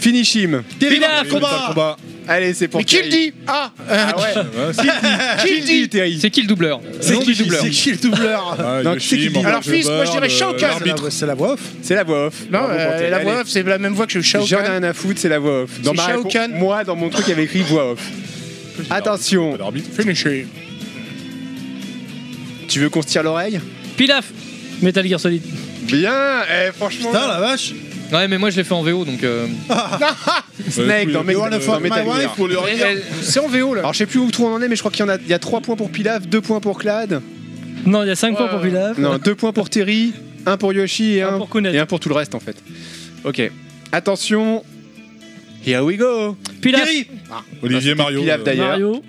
K: Finish him.
F: Terry
E: Pilaf,
F: Street
A: Putain,
F: Combat.
A: combat.
K: Allez, c'est pour
B: Mais qui le
K: Terry.
B: dit Ah
K: Ah ouais,
A: Ouais, c'est-
K: qui le dit, Terry
J: C'est qui le doubleur
K: C'est qui le doubleur
F: C'est qui le doubleur
A: Ah,
K: Donc,
A: Yoshi,
K: c'est qui dit
A: Morgan
B: Alors, fils, moi, je
A: Goebbels,
B: dirais
A: euh,
B: Shao-Kahn.
F: C'est la
A: l'arbitre.
F: voix- C'est la voix off.
K: C'est la voix off.
B: Non,
K: Bravo pour
B: euh,
K: Terry.
B: la
K: Allez,
B: voix off, c'est la même voix que le Shao
K: J'en ai
B: Kahn.
K: rien à foutre, c'est la voix off. Dans
B: C'est
K: ma
B: Shao
K: réponse-
B: Kahn.
K: Moi, dans mon truc, il y avait écrit voix off. Attention,
A: L'arbitre.
B: Finisher.
K: tu veux qu'on se tire l'oreille
E: Pilaf, Metal Gear Solid.
K: Bien, eh, franchement.
F: Putain, la vache.
J: Ouais, mais moi je l'ai fait en VO donc. euh,
K: Snake dans,
A: Euh,
K: Mec-
A: You
F: wanna
K: dans
F: fuck my
K: Metal Gear.
F: wife
A: Pour le
B: Elle- C'est en VO, là.
K: Alors, je sais plus où tout on en est, mais je crois qu'il y en a. Il y a 3 points pour Pilaf, 2 points pour Clad.
E: Non, il y a 5 points
B: Ouais.
E: pour Pilaf.
K: Non, 2 points pour Terry, 1 pour Yoshi et
E: Un
K: 1
E: pour Kounet.
K: Et un pour tout le reste en fait. Ok. Attention. Here we go.
E: Pilaf,
F: Terry.
A: Olivier Mario.
K: Pilaf
A: euh,
K: d'ailleurs.
E: Mario.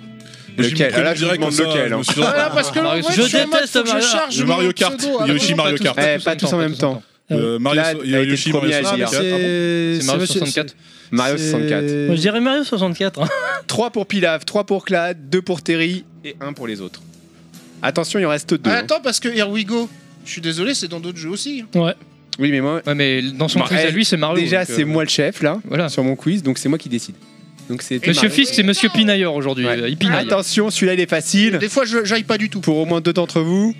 A: j'ai mis
K: Lequel
A: le
K: Là, je vous
A: prénom direct
K: demande
A: comme ça,
K: lequel,
A: je me
K: hein.
A: suis-
B: Voilà, parce que
J: Mario,
B: là, moi,
J: je
B: je suis en mode,
E: déteste
B: faut que
E: Mario.
B: je charge
A: Le
B: mon
A: Mario Kart.
B: pseudo. Ah, bah,
A: Yoshi
B: non, pas
A: Mario
B: tous.
A: Kart.
K: Eh,
J: tous
K: pas
J: en
K: tous
J: temps,
K: en
J: pas
K: même
J: tous en
K: temps.
A: Euh, Mario,
K: Là,
A: il y a
K: a été
A: Yoshi,
K: le premier
A: Mario
K: à
A: Solid.
K: le
F: Ah,
K: dire.
A: Ah, bon
F: C'est
J: C'est Mario
F: monsieur-
J: 64.
K: Mario
F: c'est-
K: 64.
E: Moi, je dirais Mario hein. 64.
K: 3 pour Pilaf, 3 pour Clad, 2 pour Terry et 1 pour les autres. Attention, il en reste hein. 2.
B: Ah, attends, parce que Here We Go, je suis désolé, c'est dans d'autres jeux aussi.
K: Oui, mais moi,
J: Ouais, mais dans son
K: Bah,
J: quiz
K: eh,
J: à lui, c'est Mario.
K: déjà,
J: donc, euh,
K: c'est moi le chef là,
J: Voilà.
K: sur mon quiz, donc c'est moi qui décide. Donc c'est
J: Monsieur
K: Mario.
J: Fisk, c'est Monsieur Pinailleur aujourd'hui.
K: Ouais.
J: euh, Il pinaille.
K: Attention, celui-là il est facile.
B: Des fois, je- j'aille pas du tout.
K: Pour au moins deux d'entre vous,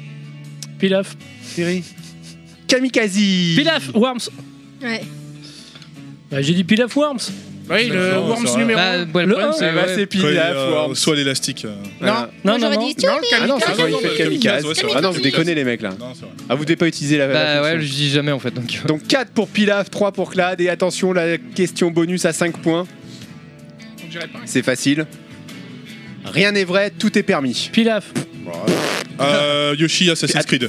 E: Pilaf.
F: Terry.
K: Kamikaze.
E: Pilaf, Worms.
D: Ouais.
E: Bah, J'ai dit Pilaf, Worms.
B: Oui, le
A: Non,
B: Worms
A: c'est vrai.
B: numéro
J: Bah,
B: un.
J: ouais, le
E: Le
J: problème,
E: un.
K: Eh
J: c'est.
K: ben,
J: ouais.
K: c'est
A: Quoi,
K: Pilaf,
A: euh,
K: Worms.
A: Soit l'élastique. euh.
B: Non,
E: Non,
D: Moi,
E: non,
D: j'aurais
E: non.
D: dit
B: non, le
K: Ah non,
B: Kamikaze.
K: c'est vrai, il fait
A: Kamikaze,
K: kamikaze.
A: ouais, c'est
K: Ah non,
A: vrai.
K: vous déconnez les mecs là.
A: Non, c'est vrai.
K: Ah, vous devez pas utiliser la. la
J: Bah ouais,
K: fonction.
J: je dis jamais en fait. Donc,
K: Donc 4 pour Pilaf, 3 pour Clad, et attention, la question bonus à 5 points.
B: On dirait pas.
K: C'est facile. Rien n'est vrai, tout est permis.
E: Pilaf.
A: Euh, Yoshi, Assassin's Creed.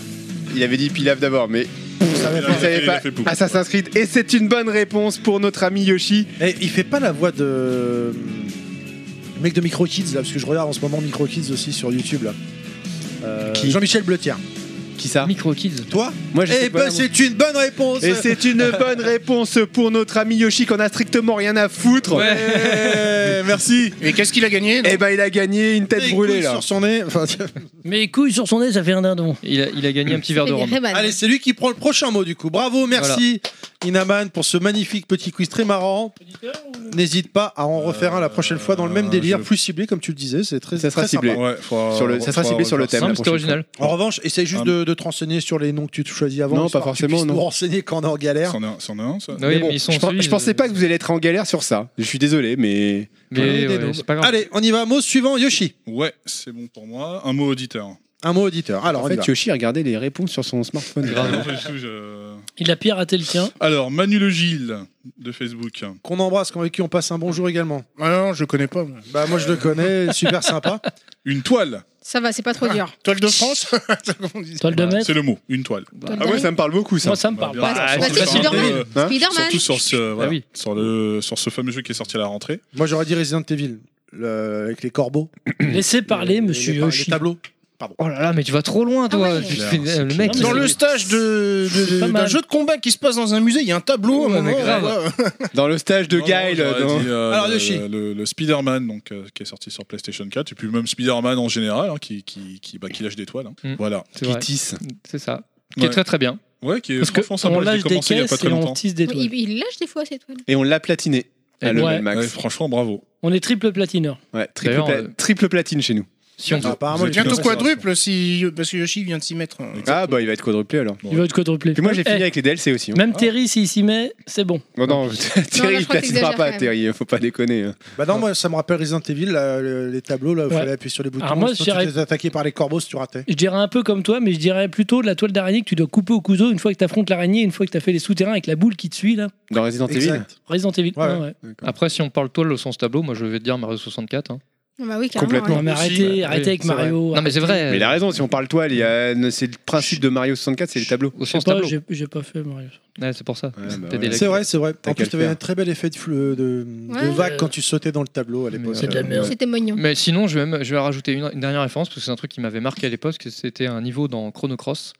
K: Il avait dit Pilaf d'abord, mais
F: Je savais
A: Il
K: il
A: a
F: pas.
A: fait- Ah,
K: savait
A: il
K: pas.
A: a fait pou.
K: Assassin's Creed, et c'est une bonne réponse pour notre ami Yoshi.
F: Eh, il fait pas la voix de. Le mec de Micro Kids là, parce que je regarde en ce moment Micro Kids aussi sur YouTube là. Euh,
K: Qui
F: Jean-Michel Bleutière.
K: Qui ça
J: Micro Kids.
F: Toi
K: Moi, je sais
F: Eh
K: pas,
F: ben,
K: moi.
F: c'est une bonne réponse
K: Et c'est une bonne réponse pour notre ami Yoshi qu'on a strictement rien à foutre.
F: Eh, Merci
B: Mais qu'est-ce qu'il a gagné non
K: Et ben il a gagné une tête
F: Des
K: brûlée
F: couilles
K: là.
F: sur son nez. Enfin,
E: Mes couilles sur son nez, ça fait un dindon.
J: Il a, il a gagné un petit verre de
D: Il y a
J: rhum.
D: Reban.
F: Allez, c'est lui qui prend le prochain mot du coup. Bravo, merci Inaman pour ce magnifique petit quiz très marrant. N'hésite pas à en refaire un la prochaine fois dans le même
A: Euh,
F: délire,
A: je-
F: plus ciblé comme tu le disais, c'est très,
K: Ça sera
F: très
K: ciblé.
F: sympa.
A: Ouais, faudra-
K: Sur le- ça sera
A: faudra
K: ciblé sur le
A: refaire
K: thème.
A: ça.
K: la
J: Simple, c'était
K: prochaine
J: original.
F: En revanche, essaye juste
A: Ah,
F: de, de te renseigner sur les noms que tu te choisis avant.
K: Non,
F: histoire
K: pas
F: que tu puisses
K: forcément, non.
F: nous renseigner quand on est en galère.
A: C'en est un- c'en est un, ça
J: Bah Ah Oui,
K: Mais bon,
J: mais ils sont
K: je, pen-
J: suivis,
K: je pensais
J: euh,
K: pas que vous allez être en galère sur ça. Je suis désolé, mais
J: Mais
F: Des
J: ouais,
F: noms.
J: c'est pas grave.
F: Allez, on y va. Mot suivant, Yoshi.
A: Ouais, c'est bon pour moi. Un mot auditeur.
F: Un mot auditeur. Alors,
K: en
F: on y
K: fait,
F: va.
K: Yoshi a regardé les réponses sur son smartphone.
A: Non, pas du tout, je-
E: Il a piraté le tien.
A: Alors, Manu Le Gilles de Facebook.
F: qu'on embrasse, avec qui on passe un bonjour également.
B: Ah non, je connais pas. moi.
F: Bah, moi, je le connais, super sympa.
A: Une toile,
D: Ça va, c'est pas trop dur.
B: Toile de France Comment on dit ça
E: Toile de maître.
A: c'est le mot. Une toile.
K: Ah ouais, ça me parle beaucoup ça.
E: Moi, ça me parle.
A: Bah,
D: Bah,
A: surtout
D: bah,
A: sur
D: c'est
A: un
D: Spider-Man.
A: jeu, euh,
K: Hein
D: Spider-Man.
A: Surtout sur ce, voilà,
J: oui.
A: sur, le, sur ce fameux jeu qui est sorti à la rentrée.
F: Moi, j'aurais dit Resident Evil, le- avec les corbeaux.
E: Laissez parler,
F: Les-
E: monsieur
F: les, par-
E: Yoshi.
F: Les tableaux.
J: Oh là là, mais tu vas trop loin, toi.
D: Ah ouais.
J: Tu
A: Clair,
J: fais- euh,
A: c'est
J: le
A: clair.
J: mec.
B: Dans
J: il-
B: le stage de, de-
E: C'est pas
B: d'un
E: mal.
B: jeu de combat qui se passe dans un musée, il y a un tableau. à un
J: Ouais, mais
B: moment,
J: grave.
B: voilà.
K: Dans le stage de
A: Non, non,
K: Gaël.
A: j'aurais
K: dans-
A: dit, euh,
F: Alors,
A: le-
F: Yoshi.
A: Le, le Spider-Man donc, euh, qui est sorti sur PlayStation 4, et puis même Spider-Man en général, hein, qui, qui, qui, bah, qui lâche des toiles. hein.
J: Mm.
A: Voilà.
J: C'est vrai,
K: Kittis.
J: c'est ça. Qui est
A: Ouais.
J: très très bien.
A: Ouais, qui est
E: Parce que
A: franchement
E: on
A: sympa. Je l'ai
E: lâche des
A: commencé il n'y a pas
E: caisses
A: très
E: et on
A: longtemps.
E: tisse des
D: Oui,
E: toiles.
D: Il, il lâche des fois ces toiles.
K: Et on l'a platiné à
J: Et
K: level
E: ouais.
A: Ouais,
K: max.
A: franchement, bravo.
E: On est triple platineur.
K: Ouais, triple,
J: D'ailleurs,
K: pla-
J: euh,
K: triple platine chez nous.
J: Si on peut.
F: apparemment,
A: Vous
F: il
A: êtes
F: est
B: Bientôt
A: bien.
B: quadruple, si, parce que Yoshi vient de s'y mettre. hein.
K: Ah bah il va être quadruplé alors.
E: Il va être quadruplé.
K: Puis moi j'ai fini
E: Eh,
K: avec les DLC aussi. hein.
A: Ah.
E: Même Terry, s'il s'y met, c'est bon.
K: Non, non, Terry,
D: là, je
K: il
D: crois que
K: platine
D: t'exagères quand
K: pas,
D: même.
K: Terry, faut pas déconner. hein.
F: Bah non, moi, ça me rappelle Resident Evil, là, le- les tableaux, là, il
E: Ouais.
F: fallait appuyer sur les boutons.
E: Alors moi,
F: sinon,
E: j'irais-
F: tu t'es attaqué par les corbeaux si tu ratais.
E: Je dirais un peu comme toi, mais je dirais plutôt de la toile d'araignée que tu dois couper au couteau une fois que tu affrontes l'araignée, une fois que tu as fait les souterrains avec la boule qui te suit, là.
K: Dans Resident Evil.
F: Exact.
E: Resident Evil.
F: Ouais,
E: Ah,
F: ouais.
E: ouais.
J: Après, si on parle toile au sens tableau, moi je vais te dire Mario 64. hein.
D: Ah Bah oui, carrément.
K: Complètement.
E: Non, mais arrêtez,
J: Oui,
E: arrêtez avec
K: c'est vrai.
E: Mario.
J: Non, mais c'est vrai.
K: Mais il a raison, si on parle toile, il y a- euh, c'est le principe de Mario 64, c'est les tableaux.
E: Je
J: Au
E: sais
J: sens
E: pas,
J: tableau.
E: j'ai j'ai pas fait Mario.
J: Ouais, c'est pour ça.
K: Ouais, bah
J: T'as des
K: ouais.
J: lacunes.
F: C'est vrai, c'est vrai.
K: T'as
F: En
K: qu'à
F: plus,
K: le
F: t'avais
K: faire.
F: un très bel effet de, flou- de, de
D: Ouais.
F: vague quand tu sautais dans le tableau à l'époque.
J: C'est de
E: la merde.
D: C'était mignon.
J: Mais sinon, je vais, même- je vais rajouter une, une dernière référence parce que c'est un truc qui m'avait marqué à l'époque. que C'était un niveau dans Chrono Cross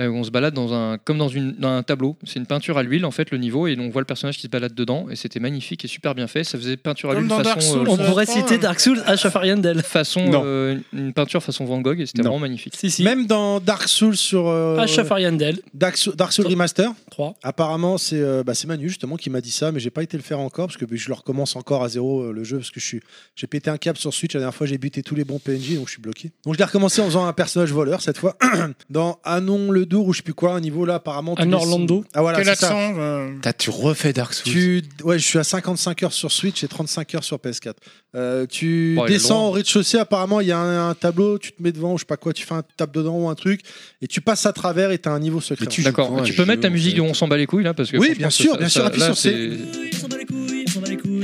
J: euh, où on se balade dans un, comme dans, une, dans un tableau. C'est une peinture à l'huile en fait, le niveau, et on voit le personnage qui se balade dedans. Et c'était magnifique et super bien fait. Ça faisait peinture à
B: Comme
J: l'huile
B: dans Dark
J: façon, euh,
B: Souls.
E: On
B: Ça
E: pourrait
B: prend,
E: citer
B: hein.
E: Dark Souls à Schaffariandel.
J: façon
K: Non.
J: euh, une peinture façon Van Gogh et c'était
K: Non.
J: vraiment magnifique.
E: Si, si.
F: Même dans Dark Souls sur. euh,
E: À Schaffariandel,
F: Dark, Sou- Dark Souls Remaster,
E: 3.
F: apparemment c'est euh, bah, c'est Manu justement qui m'a dit ça, mais j'ai pas été le faire encore parce que bah, je le recommence encore à zéro euh, le jeu parce que je suis j'ai pété un câble sur Switch la dernière fois j'ai buté tous les bons PNJ donc je suis bloqué. Donc je l'ai recommencé en faisant un personnage voleur cette fois dans Anon le Dour ou je sais plus quoi un niveau là apparemment. tous
E: Un
F: les-
E: Orlando.
F: Ah voilà
B: Quel
F: c'est ça.
B: accent euh,
K: T'as- tu refais Dark Souls.
F: Tu ouais je suis à 55 heures sur Switch et 35 heures sur PS4. Euh, tu
J: Bon, il est
F: descends
J: loin.
F: au rez-de-chaussée apparemment il y a un, un tableau tu te mets devant ou je sais pas quoi tu fais un tape dedans ou un truc et tu passes à travers et t'as un niveau secret.
K: Mais tu-
J: D'accord.
K: Ouais,
J: Tu peux
K: je-
J: mettre ta musique
K: je-
J: de On s'en bat les couilles là parce que
F: Oui,
J: franchement,
F: bien
J: ça-
F: sûr,
J: ça-
F: bien sûr,
J: ça-
F: appuie sur
J: là,
F: C.
J: c'est-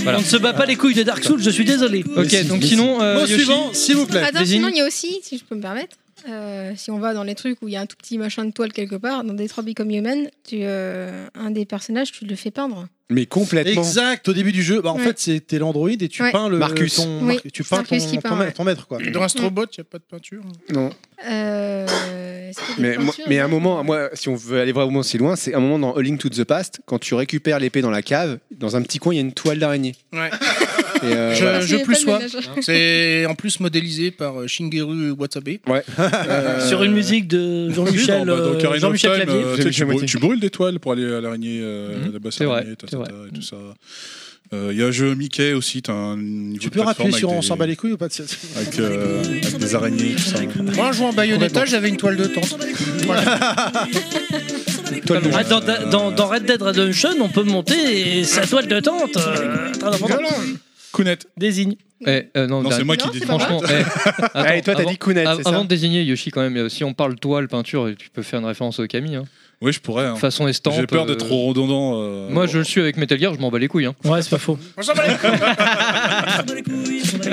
E: On ne se bat pas les couilles de Dark Souls, je suis désolé.
J: Ok, donc sinon, euh,
F: Mot
J: Yoshi,
F: suivant s'il vous plaît.
D: Attends,
J: Désigne.
D: sinon, il y a aussi, si je peux me permettre, euh, si on va dans les trucs où il y a un tout petit machin de toile quelque part, dans Detroit Become Human, tu, euh, un des personnages, tu le fais peindre.
K: Mais complètement.
F: Exact, au début du jeu, bah, en
D: Ouais.
F: fait, c'était l'android et tu
D: Ouais.
F: peins le
K: Marcus.
F: ton,
D: Oui,
F: tu peins ton,
D: Marcus qui
F: ton
D: peint,
F: ma-
D: ouais.
F: ton maître quoi.
B: Dans Astrobot, il n'y a pas de peinture. hein.
K: Non.
D: Euh, est-ce qu'il y a des
K: Mais, moi-
D: peintures,
K: mais à un
D: là
K: moment, moi, si on veut aller vraiment aussi loin, c'est un moment dans A Link to the Past, quand tu récupères l'épée dans la cave, dans un petit coin, il y a une toile d'araignée.
B: Ouais.
K: Et, euh,
B: Je,
K: voilà.
D: Ah,
B: je
D: c'est
B: plus
D: pas
B: sois.
D: le ménage.
B: C'est en plus modélisé par euh, Shigeru Watabe.
K: Ouais.
B: Euh,
E: Sur une musique de Jean-Michel
A: Oui, dans- bah, dans
E: euh,
A: Ocarina of
E: Jean-Michel
A: Time,
E: Clavier.
A: euh,
K: J'ai
A: tu, sais,
K: vu la
A: tu brûles,
K: moitié.
A: tu brûles des toiles pour aller à l'araignée, euh,
J: Mhm.
A: la basse
J: C'est vrai,
A: araignée, ta,
J: c'est
A: ta, ta, et tout ça. Euh, Il y a un jeu Mickey aussi, t'as un niveau
F: Tu
A: de
F: peux
A: plateforme
F: rappeler sur
A: avec
F: on
A: des-
F: s'en bat les couilles ou pas de ça
A: avec, euh, avec des araignées, tout ça.
B: Moi, en jouant en Bayonetta, j'avais une toile de tente.
J: Toile de-
E: Ah, dans, dans- dans Red Dead Redemption, on peut monter et sa toile de tente. euh, très important.
A: Kounet.
E: Désigne.
J: Eh, euh,
A: Non,
J: non,
A: c'est
J: dernier-
A: moi
D: Non,
A: qui dis.
D: c'est pas
J: Franchement, eh, attends,
K: Allez, toi, t'as
J: avant-
K: dit Kounet,
J: av-
K: c'est
J: Avant
K: ça
J: de désigner Yoshi, quand même, euh, si on parle toile, peinture, tu peux faire une référence au Camille. hein.
A: Oui, je pourrais. hein.
J: Façon estampe.
A: J'ai peur
J: euh,
A: d'être trop redondant. euh,
J: Moi, je le suis avec Metal Gear, je m'en bats les couilles. hein.
E: Ouais, c'est pas faux.
B: On s'en bat les couilles.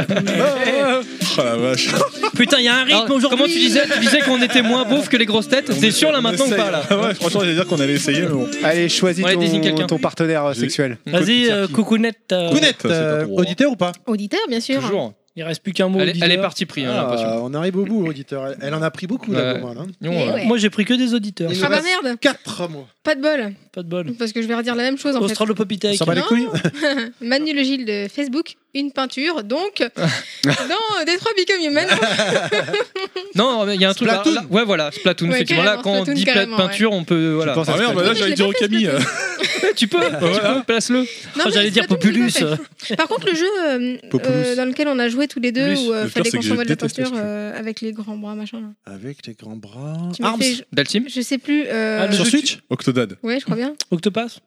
A: Oh la vache.
E: Putain, il y a un rythme
J: Alors,
E: aujourd'hui.
J: comment tu disais Tu disais qu'on était moins beauf que les grosses têtes T'es sûr là maintenant ou pas là
A: ouais, franchement, j'allais dire qu'on allait essayer, mais bon.
K: Allez, choisis
J: On les désigne
K: ton,
J: quelqu'un.
K: ton partenaire euh,
A: J'ai-
K: sexuel.
E: Vas-y, euh, coucounette. euh,
A: Ça,
F: Gounette,
A: c'est pas
F: euh,
A: pour moi.
F: auditeur ou pas
D: Auditeur, bien sûr.
J: Toujours.
E: Il reste plus qu'un mot.
J: Elle est-
E: auditeur.
J: elle est partie pris, hein, j'ai
F: Ah,
J: l'impression.
F: on arrive au bout, auditeur. Elle, elle en a pris beaucoup, là,
J: Ouais.
F: pour moi.
J: Non,
D: Et
J: euh,
D: Eh ouais.
E: Moi, j'ai pris que des auditeurs.
D: Ah bah
F: reste
D: merde,
F: 4 mois.
D: pas de bol,
E: Pas de bol.
D: parce que je vais redire la même chose en fait.
F: On
E: Australopithèque.
F: s'en bat les
D: Non.
F: couilles
D: Manu Le Gilles de Facebook, une peinture, donc dans Détroit Become Human.
J: Non, mais il y a un truc. là-
F: Splatoon.
J: là- ouais, voilà, Splatoon.
D: Ouais,
J: effectivement, là,
D: carrément,
J: quand on
D: Splatoon,
J: dit plat de
D: carrément, ouais.
J: peinture, on peut. Voilà.
F: penses-
A: Ah merde, bah là
D: Je l'ai
A: j'allais dire
D: pas
A: au
D: fait,
A: Camille.
D: Splatoon.
J: Ouais, tu peux, tu peux, place-le.
D: Non, mais
E: J'allais dire
D: Splatoon, je l'ai
E: Populus.
D: pas fait. Par contre, le jeu euh,
F: Populus.
D: euh, dans lequel on a joué tous les deux,
J: Populus.
D: où euh,
A: Le pire,
D: fallait
A: c'est
D: qu'on
A: que je
D: s'envoie de la
A: déteste ce
D: peinture
A: jeu.
D: euh, avec les grands bras, machin. là.
F: Avec les grands bras.
D: Tu m'as
F: Arms
D: fait- je,
J: Dalsim
D: je sais plus. euh,
E: Ah, le
F: Sur
E: jeu,
F: Switch
A: Octodad.
D: Ouais, je crois bien.
E: Octopass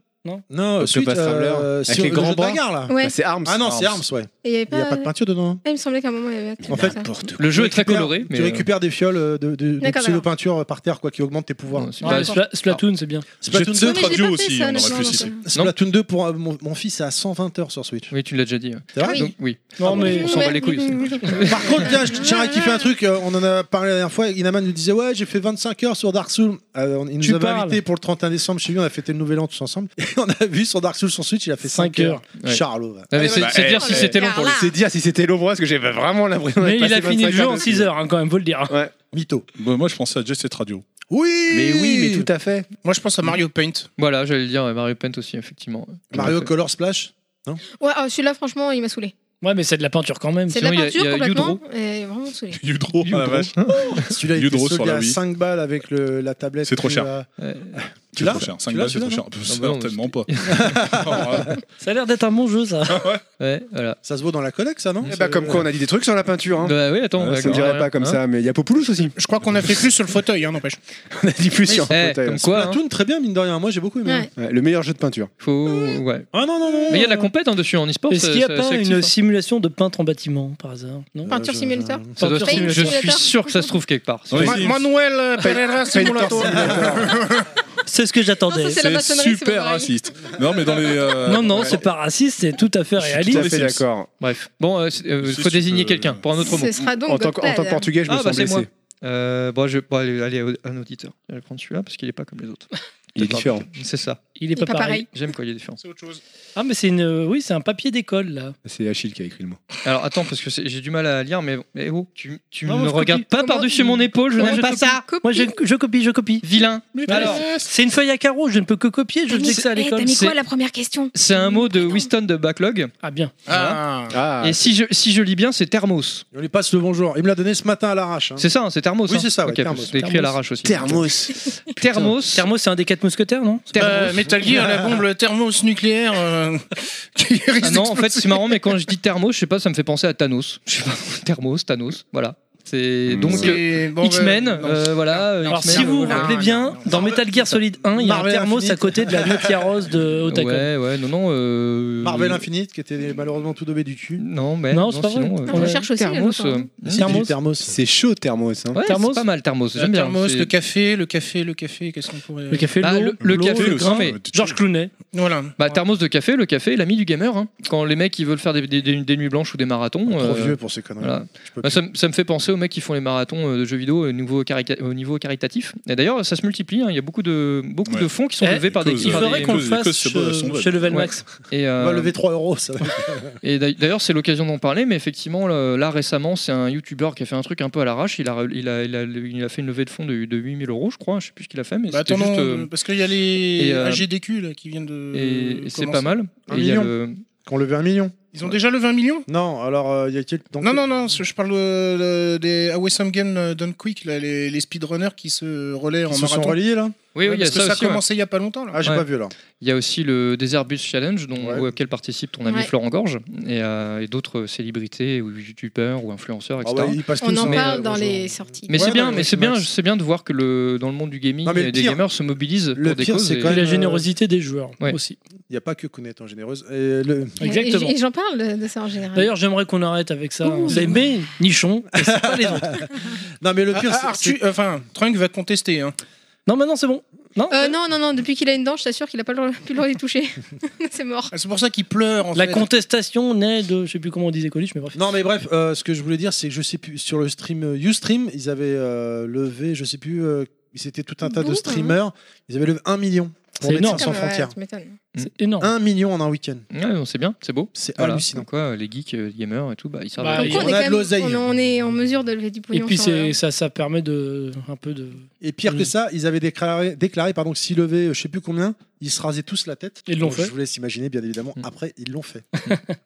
F: Non,
K: Octopus Traveler. Avec
F: si-
K: les
F: le
K: grands
F: jeu de
K: bras.
F: la gare, là.
D: Ouais.
K: Bah, c'est Arms.
F: Ah non, c'est Arms, ouais.
D: Et il y avait
F: Il n'y a
D: pas.
F: pas de peinture dedans. hein.
D: Ah, il me semblait qu'à un moment il y avait. un truc
F: En
D: comme
F: fait,
D: ça.
J: Le jeu est très
F: récupères-
J: coloré. mais,
F: Tu
J: euh,
F: récupères des fioles euh, de, de, de
D: D'accord,
F: pseudo-peinture par terre, quoi, qui augmente tes pouvoirs.
J: non, c'est
E: Bah,
J: pas-
E: Spla- Splatoon, c'est bien.
A: Splatoon
D: Ouais, mais je
A: Radio
D: l'ai pas fait,
A: aussi,
D: ça,
A: on aurait
D: honnêtement,
A: pu
D: donc,
A: citer.
D: euh,
F: Splatoon 2 pour euh, mon, mon fils est à 120 heures sur Switch.
J: Oui, tu l'as déjà dit. ouais.
F: C'est vrai
D: Oui.
J: Donc, oui.
E: Non, mais.
J: On s'en bat les couilles.
F: Par contre, tiens, je tiens à kiffer un truc. euh, On en a parlé la dernière fois. Inaman nous disait Ouais, j'ai fait 25 heures sur Dark Souls. Euh, on- il nous
E: Tu
F: avait
E: parles.
F: invité pour le 31 décembre chez lui. On a fêté le nouvel an tous ensemble. Et on a vu sur Dark Souls sur Switch, il a fait 5,
E: Cinq
F: heures.
J: Ouais.
F: Charlot. va.
J: Ah, mais c'est
A: bah,
J: c'est
A: eh,
J: dire si
D: eh,
J: c'était long pour lui.
D: Carla.
K: C'est dire ah, si c'était long parce que j'avais vraiment l'impression
E: Mais
K: d'être
E: il a
K: passé
E: fini le
K: 25
E: jeu en
K: dessus.
E: 6 heures, hein, quand même, faut le dire.
F: Mytho.
A: Bah, moi je pensais à Jet Set Radio.
F: Oui
K: Mais oui, mais tout à fait.
B: Moi, je pense à Mario Paint.
J: Voilà, j'allais le dire ouais, Mario Paint aussi, effectivement.
F: Mario
J: Tout à fait.
F: Color Splash.
D: Ouais, ah, celui-là, franchement, il m'a saoulé.
E: Ouais, mais c'est de la peinture quand même.
D: C'est de la
J: Sinon, il y a-
D: peinture
J: il y a
D: complètement. Et vraiment saoulé.
A: Udro, ah la
J: Udro.
A: vache.
F: Celui-là, il était
A: Yudro sur
F: soldé
A: la
F: à
A: Wii.
F: 5 balles avec le- la tablette.
A: C'est trop
F: qui euh,
A: cher.
F: va-
J: Ouais.
F: Tu
A: C'est
F: l'as
A: trop cher. 5
F: Tu l'as,
A: balles, c'est trop
F: celui-là,
A: cher.
J: Ah bah non,
A: Certainement pas.
E: Ça a l'air d'être un bon jeu, ça.
J: Ouais, voilà.
F: Ça se vaut dans la collecte, ça, non Euh,
K: Eh bah, comme quoi, on a dit des trucs sur la peinture. Hein.
J: Bah, oui, attends.
A: Ouais,
J: bah,
A: ça
K: On dirait
J: hein,
K: pas comme
J: hein.
K: ça, mais il y a Popoulouse aussi.
B: Je crois qu'on a fait plus sur le fauteuil, hein, n'empêche.
K: On a dit plus sur
J: Eh,
K: un fauteuil,
J: comme
K: hein.
J: quoi, hein,
F: Platoon, très bien, mine de rien. Moi, j'ai beaucoup aimé.
D: Ouais.
K: Ouais, Le meilleur jeu de peinture.
J: faut... ouais.
F: Ah non, non, non.
J: Mais il y a de la compète hein, dessus en e-sport.
E: Mmh. Est-ce qu'il n'y a
J: ça-
E: pas
J: c'est actif,
E: une
J: hein.
E: simulation de peintre en bâtiment, par hasard Non
D: Peinture
F: je-
D: simulator.
J: Ça doit se
E: Peinture
J: trouver- Je
D: simulator.
J: suis sûr que ça se trouve quelque part.
A: Ouais,
B: Ma-
A: si.
B: Manuel euh, Pereira Simulator.
E: C'est ce que j'attendais.
D: Non, ça, c'est la maçonnerie, c'est pas
A: super
D: pareil.
A: raciste. Non, mais dans les. euh,
E: Non, non,
A: ouais.
E: c'est pas raciste, c'est tout à fait
A: suis
K: Tout à
E: réaliste.
A: les
K: fait
A: Sims.
K: d'accord.
J: Bref. Bon, euh, c'est- euh,
A: Si,
J: faut
A: si,
J: désigner
A: tu peux-
J: quelqu'un pour un autre mot.
D: Ce sera donc.
K: En tant que en
D: Godblad.
K: tant que portugais, je me
J: Ah, bah,
K: sens
J: c'est moi.
K: blessé.
J: Euh, bon, je vais bon, allez, allez, un auditeur. Je vais prendre celui-là parce qu'il est pas comme les autres.
K: Il est différent.
J: C'est ça.
E: Il est pas,
D: pas
E: pareil.
D: pareil.
J: J'aime quand il y a des différences.
B: C'est autre chose.
E: Ah, mais c'est une. Oui, c'est un papier d'école, là.
K: C'est Achille qui a écrit le mot.
J: Alors attends, parce que c'est- j'ai du mal à lire, mais, mais oh, tu, tu
E: Non,
J: ne
E: moi, je
J: regardes
E: copie.
J: pas
D: Comment-
J: par-dessus mon épaule, je
D: Comment
J: n'aime
D: tu
J: pas
D: peux-
J: ça.
D: Copie.
E: Moi, je, je copie, je copie.
J: Vilain. Alors,
E: C'est une feuille à carreaux, je ne peux que copier, je faisais que ça à
D: Eh, T'as
E: l'école.
D: mis quoi
J: C'est-
D: la première question
J: c'est un mot de Winston de Backlog.
E: Ah, bien.
B: Ah.
K: Ah,
J: Et si je, si je lis bien, c'est Thermos.
F: On lui passe le bonjour. Il me l'a donné ce matin à l'arrache. hein.
J: C'est ça, hein, c'est Thermos.
F: Oui,
J: hein.
F: c'est ça, ouais,
J: Ok, parce
F: Thermos.
J: que c'est écrit à
E: Thermos.
J: l'arrache aussi.
K: Thermos.
J: Thermos.
E: Thermos, c'est un des quatre mousquetaires, non
J: Thermos.
B: Euh, Metal Gear, la bombe thermos nucléaire. euh, qui risque
J: Ah non, en fait,
B: d'exploser.
J: c'est marrant, mais quand je dis Thermos, je sais pas, ça me fait penser à Thermos. Je sais pas, Thermos, Thanos, voilà. C'est
F: Hmm.
K: Mm.
J: donc
K: C'est-
J: euh,
B: Et bon,
J: X-Men,
B: bah, non.
J: euh,
F: Ah,
J: voilà. euh,
E: Alors,
J: X-Men.
E: si vous vous
B: Non,
E: rappelez
B: non,
E: bien,
B: non, non.
E: dans Metal Gear Solid 1, il y a un
F: Marvel
E: thermos
F: Infinite.
E: à côté de la notière rose de Otakon.
J: Ouais, ouais, non, non. euh,
F: Marvel Infinite, qui était malheureusement tout daubé du cul.
J: Non, mais.
E: Non, c'est pas
J: sinon,
E: vrai. Ah,
J: euh,
E: On
D: On cherche aussi. là,
J: Thermos.
D: je
E: hein.
D: crois.
J: euh,
F: C'est
E: Thermos.
F: du thermos.
K: C'est chaud, Thermos. hein.
J: ouais,
E: Thermos.
J: c'est pas mal, Thermos.
B: Le
J: J'aime bien.
B: thermos,
J: c'est-
B: le café, le café, le café, qu'est-ce qu'on pourrait.
E: Le café,
J: Bah,
E: l'eau,
J: le- le
E: l'eau,
J: café, le
E: grain,
J: sang,
E: mais-
A: euh, tu-
E: Georges Clooney.
B: Voilà.
J: Bah, Thermos de café, le café est l'ami du gamer. hein. Quand les mecs ils veulent faire des, des- des- des nuits blanches ou des marathons.
F: Trop
J: euh,
F: vieux pour ces conneries.
J: voilà.
F: Je peux
J: Bah,
F: plus.
J: ça, me- ça me fait penser aux mecs qui font les marathons euh, de jeux vidéo au niveau, carica- au niveau caritatif. Et d'ailleurs, ça se multiplie. hein. Il y a beaucoup de, beaucoup
A: Ouais.
J: de fonds qui sont
E: Eh,
J: levés par des
A: causes,
E: Il
A: euh,
J: par
E: faudrait
J: des-
E: qu'on le
A: causes- les
E: fasse
A: causes se bo- sont
E: chez,
A: bonnes.
E: chez Level
J: Ouais.
E: Max.
J: Et, euh,
F: On va lever 3 euros, ça va.
J: et d'ail- d'ailleurs, c'est l'occasion d'en parler, mais effectivement, le- là récemment, c'est un youtubeur qui a fait un truc un peu à l'arrache. Il a, il, a, il, a, il a fait une levée de fonds de, de 8000 euros, je crois. hein, Je sais plus ce qu'il a fait, mais
B: Bah,
J: c'était
B: attendons,
J: juste. euh,
B: euh, parce qu'il y a les
J: et, euh,
B: AGDQ là, qui viennent de.
J: et c'est
B: commencer.
J: pas mal.
F: Un
J: Et il y a
F: million.
J: le-
F: Qu'on levait un million.
B: Ils ont déjà le 20 millions
F: Non, alors euh, il y a quel. dans
B: Non,
F: quel-
B: non, non, ce- je parle euh, le- des Awesome Game euh, Done Quick, là, les, les speedrunners qui se relaient en
F: Ils se sont
B: marathon.
F: reliés là
J: Oui, oui,
B: Ouais,
J: il y a
B: parce que
J: ça,
B: ça a
J: aussi, ouais.
B: commencé il y a pas longtemps. Là.
F: Ah, j'ai
J: Ouais.
F: pas vu alors.
J: Il y a aussi le Desert Bus Challenge dont,
F: Ouais.
J: auquel participe ton ami
D: Ouais.
J: Florent Gorge et, euh, et d'autres célébrités ou youtubeurs ou influenceurs,
F: Ah
J: etc.
F: ouais, ils passent
D: On
F: tous,
D: en
F: hein.
D: parle
F: Ouais,
D: dans
F: bonjour.
D: les sorties.
J: Mais
F: Ouais,
J: c'est bien,
F: ouais,
J: mais c'est
F: Max.
J: bien, c'est bien de voir que le, dans le monde du gaming,
F: Non, mais le
J: des
F: pire-
J: gamers se mobilisent
F: le
J: pour des
F: pire,
J: causes.
F: c'est
J: et-
E: Et
F: quand même-
E: la
F: Euh,
E: générosité des joueurs
J: Ouais.
E: aussi.
F: Il n'y a pas que Kounet en généreux. Et le-
D: Et- et-
E: Exactement.
D: Et j'en parle de de ça en général.
E: D'ailleurs, j'aimerais qu'on arrête avec ça.
D: Ouh.
E: C'est mais nichon, et c'est pas les autres.
F: Non, mais le pire,
B: Ah,
F: c'est-
B: Arthur, euh, enfin, Trunk va contester. hein.
E: Non, maintenant c'est bon. Non,
D: Euh, non, non, non, depuis qu'il a une dent, je t'assure qu'il a pas le- plus le droit d'y toucher. c'est mort.
B: Ah, C'est pour ça qu'il pleure en
E: la
B: fait.
E: contestation naît de, je sais plus comment on disait Coluche, mais bref.
F: Non mais bref, euh, ce que je voulais dire, c'est que je sais plus sur le stream euh, Ustream, ils avaient euh, levé, je sais plus, euh, c'était tout un tas de
D: Beaucoup,
F: streamers, ils avaient levé 1 million. Pour
E: C'est
F: Médecins
E: énorme.
F: sans frontières.
D: euh, tu m'étonnes.
E: C'est énorme.
F: Un million en un week-end.
J: Ouais, c'est bien, c'est beau.
F: C'est
J: Voilà.
F: Ah, hallucinant.
J: Donc, quoi, euh, les geeks, euh, les gamers et tout, bah, ils servent
E: Bah,
J: à
E: et
D: Donc, on,
F: on
D: est
F: a
D: quand
F: de
D: même-
F: l'oseille.
D: on, on est en mesure de lever du
E: Et
D: pognon.
E: puis
D: sans,
E: c'est-
D: euh,
E: ça, ça permet de un peu de
F: Et pire que
E: Mm.
F: ça, ils avaient déclaré, déclaré pardon, que s'ils levaient euh, je sais plus combien, ils se rasaient tous la tête.
E: Ils l'ont
F: Donc,
E: fait.
F: Je vous laisse imaginer, bien évidemment.
J: Mm.
F: Après, ils l'ont fait.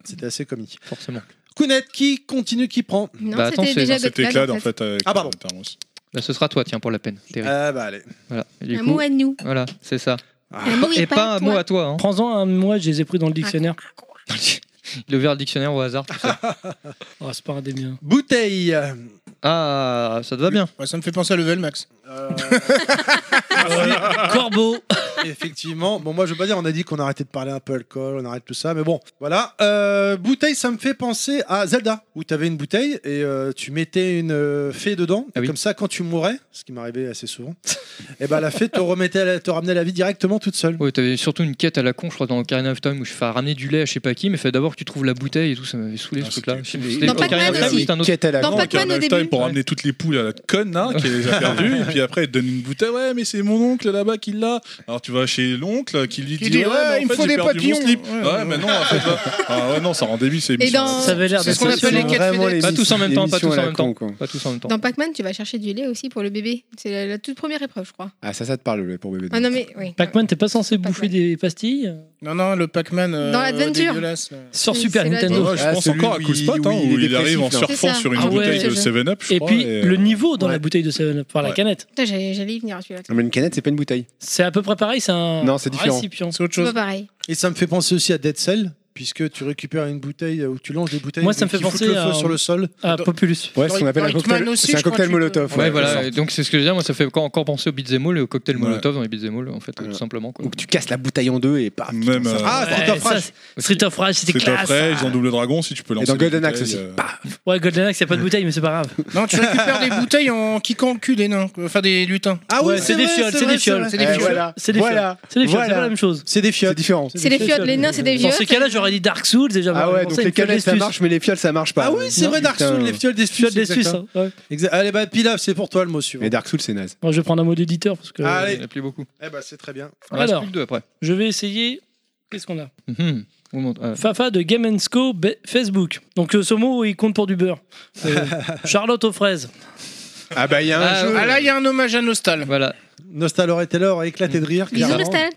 F: C'était assez comique.
J: forcément.
F: Kounet qui continue, qui prend.
D: Non,
J: Bah, attends,
D: c'était
J: c'est-
D: déjà
A: C'était
D: Godclad,
A: Clad en fait. avec,
F: Ah, pardon.
A: euh, Termos.
J: Là, Bah, ce sera toi, tiens, pour la peine. Terry.
F: Ah bah allez.
J: Voilà. Et du
D: Un
J: coup,
D: mot à nous.
J: Voilà, c'est ça.
D: Un mot
J: Et pas un mot
D: toi.
J: à toi. hein.
E: Prends-en un, moi je les ai pris dans le dictionnaire.
J: Il a ouvert le dictionnaire au hasard. tu sais.
D: Ah,
E: Oh, c'est pas un des miens.
F: Bouteille. Euh,
J: Ah, ça te va bien.
B: Ouais, ça me fait penser à Level Max.
F: Euh,
D: ah.
E: Corbeau
F: Effectivement. Bon, moi, je veux pas dire, on a dit qu'on arrêtait de parler un peu alcool, on arrête tout ça, mais bon, voilà. Euh, bouteille, ça me fait penser à Zelda, où tu avais une bouteille et euh, tu mettais une euh, fée dedans.
J: Ah
F: et
J: oui.
F: Comme ça, quand tu mourais, ce qui m'arrivait assez souvent, et ben la fée te, remettait à la- te ramenait la vie directement toute seule.
J: Ouais, t'avais surtout une quête à la con, je crois, dans Ocarina of Time où je fais ramener du lait à je sais pas qui, mais fait d'abord que tu trouves la bouteille et tout, ça m'avait saoulé
A: Ah,
J: ce truc-là.
A: c'était-
J: C'était
D: Dans
J: Ocarina
D: Pac-Man
J: of Time ou
F: ah
D: aussi.
J: c'était Ah un autre
K: Quête à la
D: Dans
K: con.
A: Dans
D: Pac-Man,
A: Ocarina
D: au
A: of Time,
D: début.
A: euh, pour
J: Ouais.
A: ramener toutes les poules à la conne là, qui les a perdues, et puis après elle te donne une bouteille, ouais mais c'est mon oncle là-bas qui l'a. Alors tu vas chez l'oncle qui lui dit,
B: Qui dit,
A: ouais,
B: Ouais,
A: mais en
B: il me
A: fait,
B: faut
A: j'ai
B: des
A: perdu mon
B: papillons.
A: slip.
B: Ouais,
A: Ouais,
B: ouais.
A: mais non, en fait, là- ah ouais, non, ça rend débile ces
D: Et
A: émissions.
D: dans,
E: Ça avait l'air
B: C'est
E: d'être
B: ce qu'on
E: ça.
B: appelle les quêtes
K: Vraiment,
B: FedEx.
K: les
J: Pas tous en même temps, pas
K: émissions
J: tous
K: à
J: en
K: la
J: même
K: con,
J: temps.
K: quoi.
J: Pas tous en même temps.
D: dans Pac-Man, tu vas chercher du lait aussi pour le bébé. C'est la, la toute première épreuve, je crois.
K: Ah, ça, ça te parle, le pour bébé.
D: Ah non, mais oui.
E: Pac-Man, t'es pas censé
D: Pac-Man.
E: bouffer des pastilles
B: Non, non, le Pac-Man. euh,
D: Dans l'Adventure.
B: dégueulasse, euh, là.
E: Sur
D: C'est-
E: Super
D: c'est la
E: Nintendo.
A: Ouais, ouais, je
K: Ah,
A: pense
K: celui
A: encore à
K: où
A: Cool
K: il-
A: Spot,
K: où
A: hein,
K: il est
A: où il
K: dépressif,
A: arrive en
K: là.
A: surfant
D: C'est ça.
A: sur une
E: Ah ouais,
A: bouteille
E: c'est
A: de
D: ça.
A: 7-Up, je
E: Et
A: crois.
E: puis
A: et,
E: le
A: euh,
E: niveau dans la
F: ouais.
E: bouteille de 7 par la
A: Ouais.
E: canette.
D: Putain, J'allais j'allais y venir celui-là.
K: Non, mais une canette, c'est pas une bouteille.
E: C'est à peu près pareil, c'est un
K: Non, c'est différent.
E: récipient.
B: C'est autre
D: C'est
B: chose.
D: pas pareil.
F: Et ça me fait penser aussi à Dead Cell, puisque tu récupères une bouteille euh, où tu lances des bouteilles.
E: Moi, ça me
F: qui
E: fait
F: foutent
E: penser
F: le feu
E: à-
F: sur le sol.
E: Ah, Populus.
K: Ouais, c'est ce qu'on
B: Dans
K: appelle un
B: Hitman
K: cocktail.
B: aussi,
K: C'est un
B: je crois
K: cocktail
B: que tu peux.
K: molotov.
J: Ouais,
K: ouais,
J: voilà.
K: c'est
J: et
K: ça.
J: Donc c'est ce que je veux dire, moi ça fait encore- encore penser au beat'em all et au cocktail
A: Ouais.
J: molotov dans les beat'em all en fait, tout
K: Ouais.
J: simplement quoi.
K: Ou que tu casses la bouteille en deux et paf.
A: Même,
K: putain,
A: euh,
K: ça-
F: Ah,
E: Ouais,
F: Street of
E: ça,
F: Rage.
E: c'est- Street of Rage, c'était
A: C'est
E: classe.
A: après, dans Double Dragon, si tu peux
K: Et
A: lancer.
K: dans
A: des
K: Golden Axe aussi.
A: bouteilles, euh,
K: Paf.
E: Ouais, Golden Axe, y a pas de bouteille, mais c'est pas grave.
B: Non, tu récupères des bouteilles en kiquant le cul des nains. quoi. Enfin, des lutins.
F: Ah
E: Ouais, c'est des
F: vrai,
E: fioles, c'est
F: vrai,
E: des fioles.
F: vrai.
B: C'est
K: Eh,
B: des fioles.
K: voilà.
E: C'est des fioles.
K: Voilà.
E: C'est des fioles, c'est
K: Voilà.
E: pas la même chose.
F: C'est des
K: C'est
F: fioles.
K: différent.
D: C'est les fiottes, les nains, c'est des
E: Dans
D: vieux.
E: ces cas-là, j'aurais dit Dark Souls déjà.
K: Ah
E: voilà,
K: ouais,
E: bon,
K: donc
E: c'est
K: les
E: une fiole
K: canettes,
E: des
K: ça
E: Suisses.
K: marche, mais les fioles, ça marche pas.
F: Ah oui, c'est
K: Non,
F: vrai, Dark
K: putain.
F: Souls, les fioles des Suisses.
E: Fiole des
F: exact-
E: Suisses. hein, ouais.
F: exact- Allez, bah, Pilaf, c'est pour toi le mot suivant.
K: Mais Dark Souls, c'est naze.
E: Bon, je vais prendre un mot d'éditeur parce que.
F: Allez.
J: Il y en a plus beaucoup.
F: Eh bah, c'est très bien.
J: Il en reste
E: Alors.
J: plus que deux après.
E: Je vais essayer. Qu'est-ce qu'on a
J: Mhm. On monte, euh,
E: Fafa de Game Co Be- Facebook. Donc euh, ce mot, il compte pour du beurre. Euh, Charlotte aux fraises.
K: Ah bah, il y a
J: Ah,
K: un jeu.
B: Ah là, il y a un hommage à Nostal.
J: Voilà.
F: Nostal et Taylor a éclaté de rire.
D: Bisous,
F: clairement.
D: Nostal.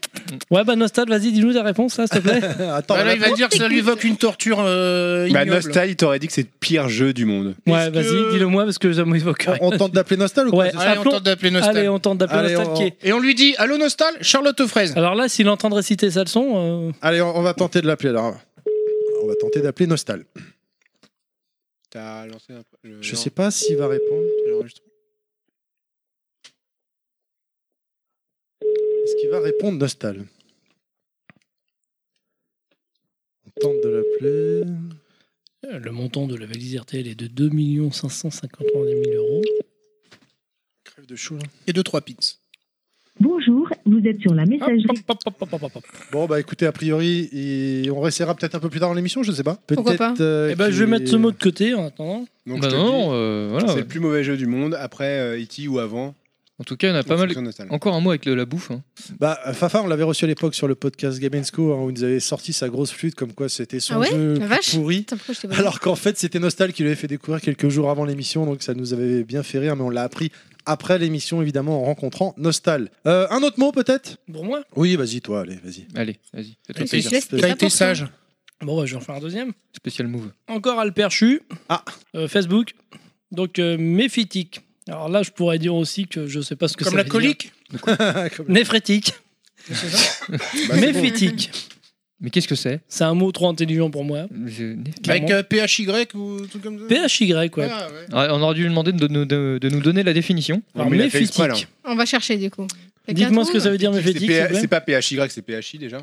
E: Ouais, bah Nostal, vas-y, dis-nous ta réponse là, s'il te plaît.
F: Attends,
B: Ah là, il va dire que ça lui évoque une torture euh,
K: Bah,
B: ignoble.
K: Nostal, il t'aurait dit que c'est le pire jeu du monde.
E: ouais,
B: Est-ce
E: vas-y,
B: que-
E: dis-le moi parce que ça m'évoque.
F: on,
E: rien.
F: on tente d'appeler Nostal ou quoi
E: Ouais.
F: c'est ça
B: Allez, on
E: Appelons-
B: tente d'appeler Nostal.
E: Allez, on tente d'appeler
F: Allez,
E: Nostal
F: on-
E: qui est.
B: Et on lui dit Allô Nostal, Charlotte aux fraises.
E: Alors là, s'il entend réciter sa leçon. euh,
F: Allez, on, on va tenter de l'appeler alors. On va tenter d'appeler Nostal.
M: T'as lancé un.
F: Je sais pas s'il va répondre. Est-ce qu'il va répondre Nostal On tente de l'appeler.
E: Euh, Le montant de la valise RTL est de 2 553 000 euros.
F: Crève de chou là.
B: Et deux, trois pins.
O: Bonjour, vous êtes sur la
E: Hop,
O: messagerie.
E: hop, hop, hop, hop, hop, hop, hop.
F: Bon bah écoutez, a priori, il- on restera peut-être un peu plus tard dans l'émission, je sais pas. Peut-être.
D: Pourquoi pas
F: euh,
E: Eh ben, je vais
F: qu'il-
E: mettre ce mot de côté en attendant.
K: Donc, je
J: Bah
K: te le dis,
J: non, euh, voilà.
K: C'est le plus mauvais jeu du monde après euh, E.T. ou avant.
J: En tout cas, il y en a pas
K: En
J: mal.
K: fonction de Nostal.
J: Encore un mot avec le- la bouffe. hein.
F: Bah, euh, Fafa, on l'avait reçu à l'époque sur le podcast Gamensco, hein, où il nous avait sorti sa grosse flûte, comme quoi c'était son
D: Ah ouais
F: jeu
D: La vache
F: pourri.
D: Attends, pourquoi je t'ai pas dit
F: Alors qu'en fait, c'était Nostal qui l'avait fait découvrir quelques jours avant l'émission, donc ça nous avait bien fait rire, mais on l'a appris après l'émission, évidemment, en rencontrant Nostal. Euh, un autre mot, peut-être
E: Pour moi
F: Oui, vas-y, toi, allez, vas-y.
J: Allez, vas-y. Fais-toi
D: Je te
J: plaisir.
D: laisse, t'es
B: T'as
D: là
B: été
D: pour ça.
B: sage.
E: Bon, bah, je vais en faire un deuxième.
J: Spécial move.
E: Encore Alperchu.
F: Ah.
E: Euh, Facebook. Donc euh, méphitique. Alors là, je pourrais dire aussi que je sais pas ce que
B: Comme
E: ça
B: la
E: veut
B: colique
E: dire. Néphrétique.
K: Bah,
E: méphitique.
J: Mais qu'est-ce que c'est
E: C'est un mot trop intelligent pour
K: Bah,
E: moi.
J: Je-
B: Avec
E: Clairement.
B: euh, PHY ou tout comme ça
E: PHY, ouais.
B: Ah, ouais.
J: Ah, On aurait dû lui demander de nous, de- de nous donner la définition.
E: Alors,
K: mais il a fait exprès,
E: méphitique.
D: On va chercher du coup. Quelqu'un
E: Dites-moi ce que
D: trouve
E: ça veut dire
K: C'est
E: méphitique. s'il
K: P-
E: vous plaît.
K: C'est pas PHY, c'est PHI déjà.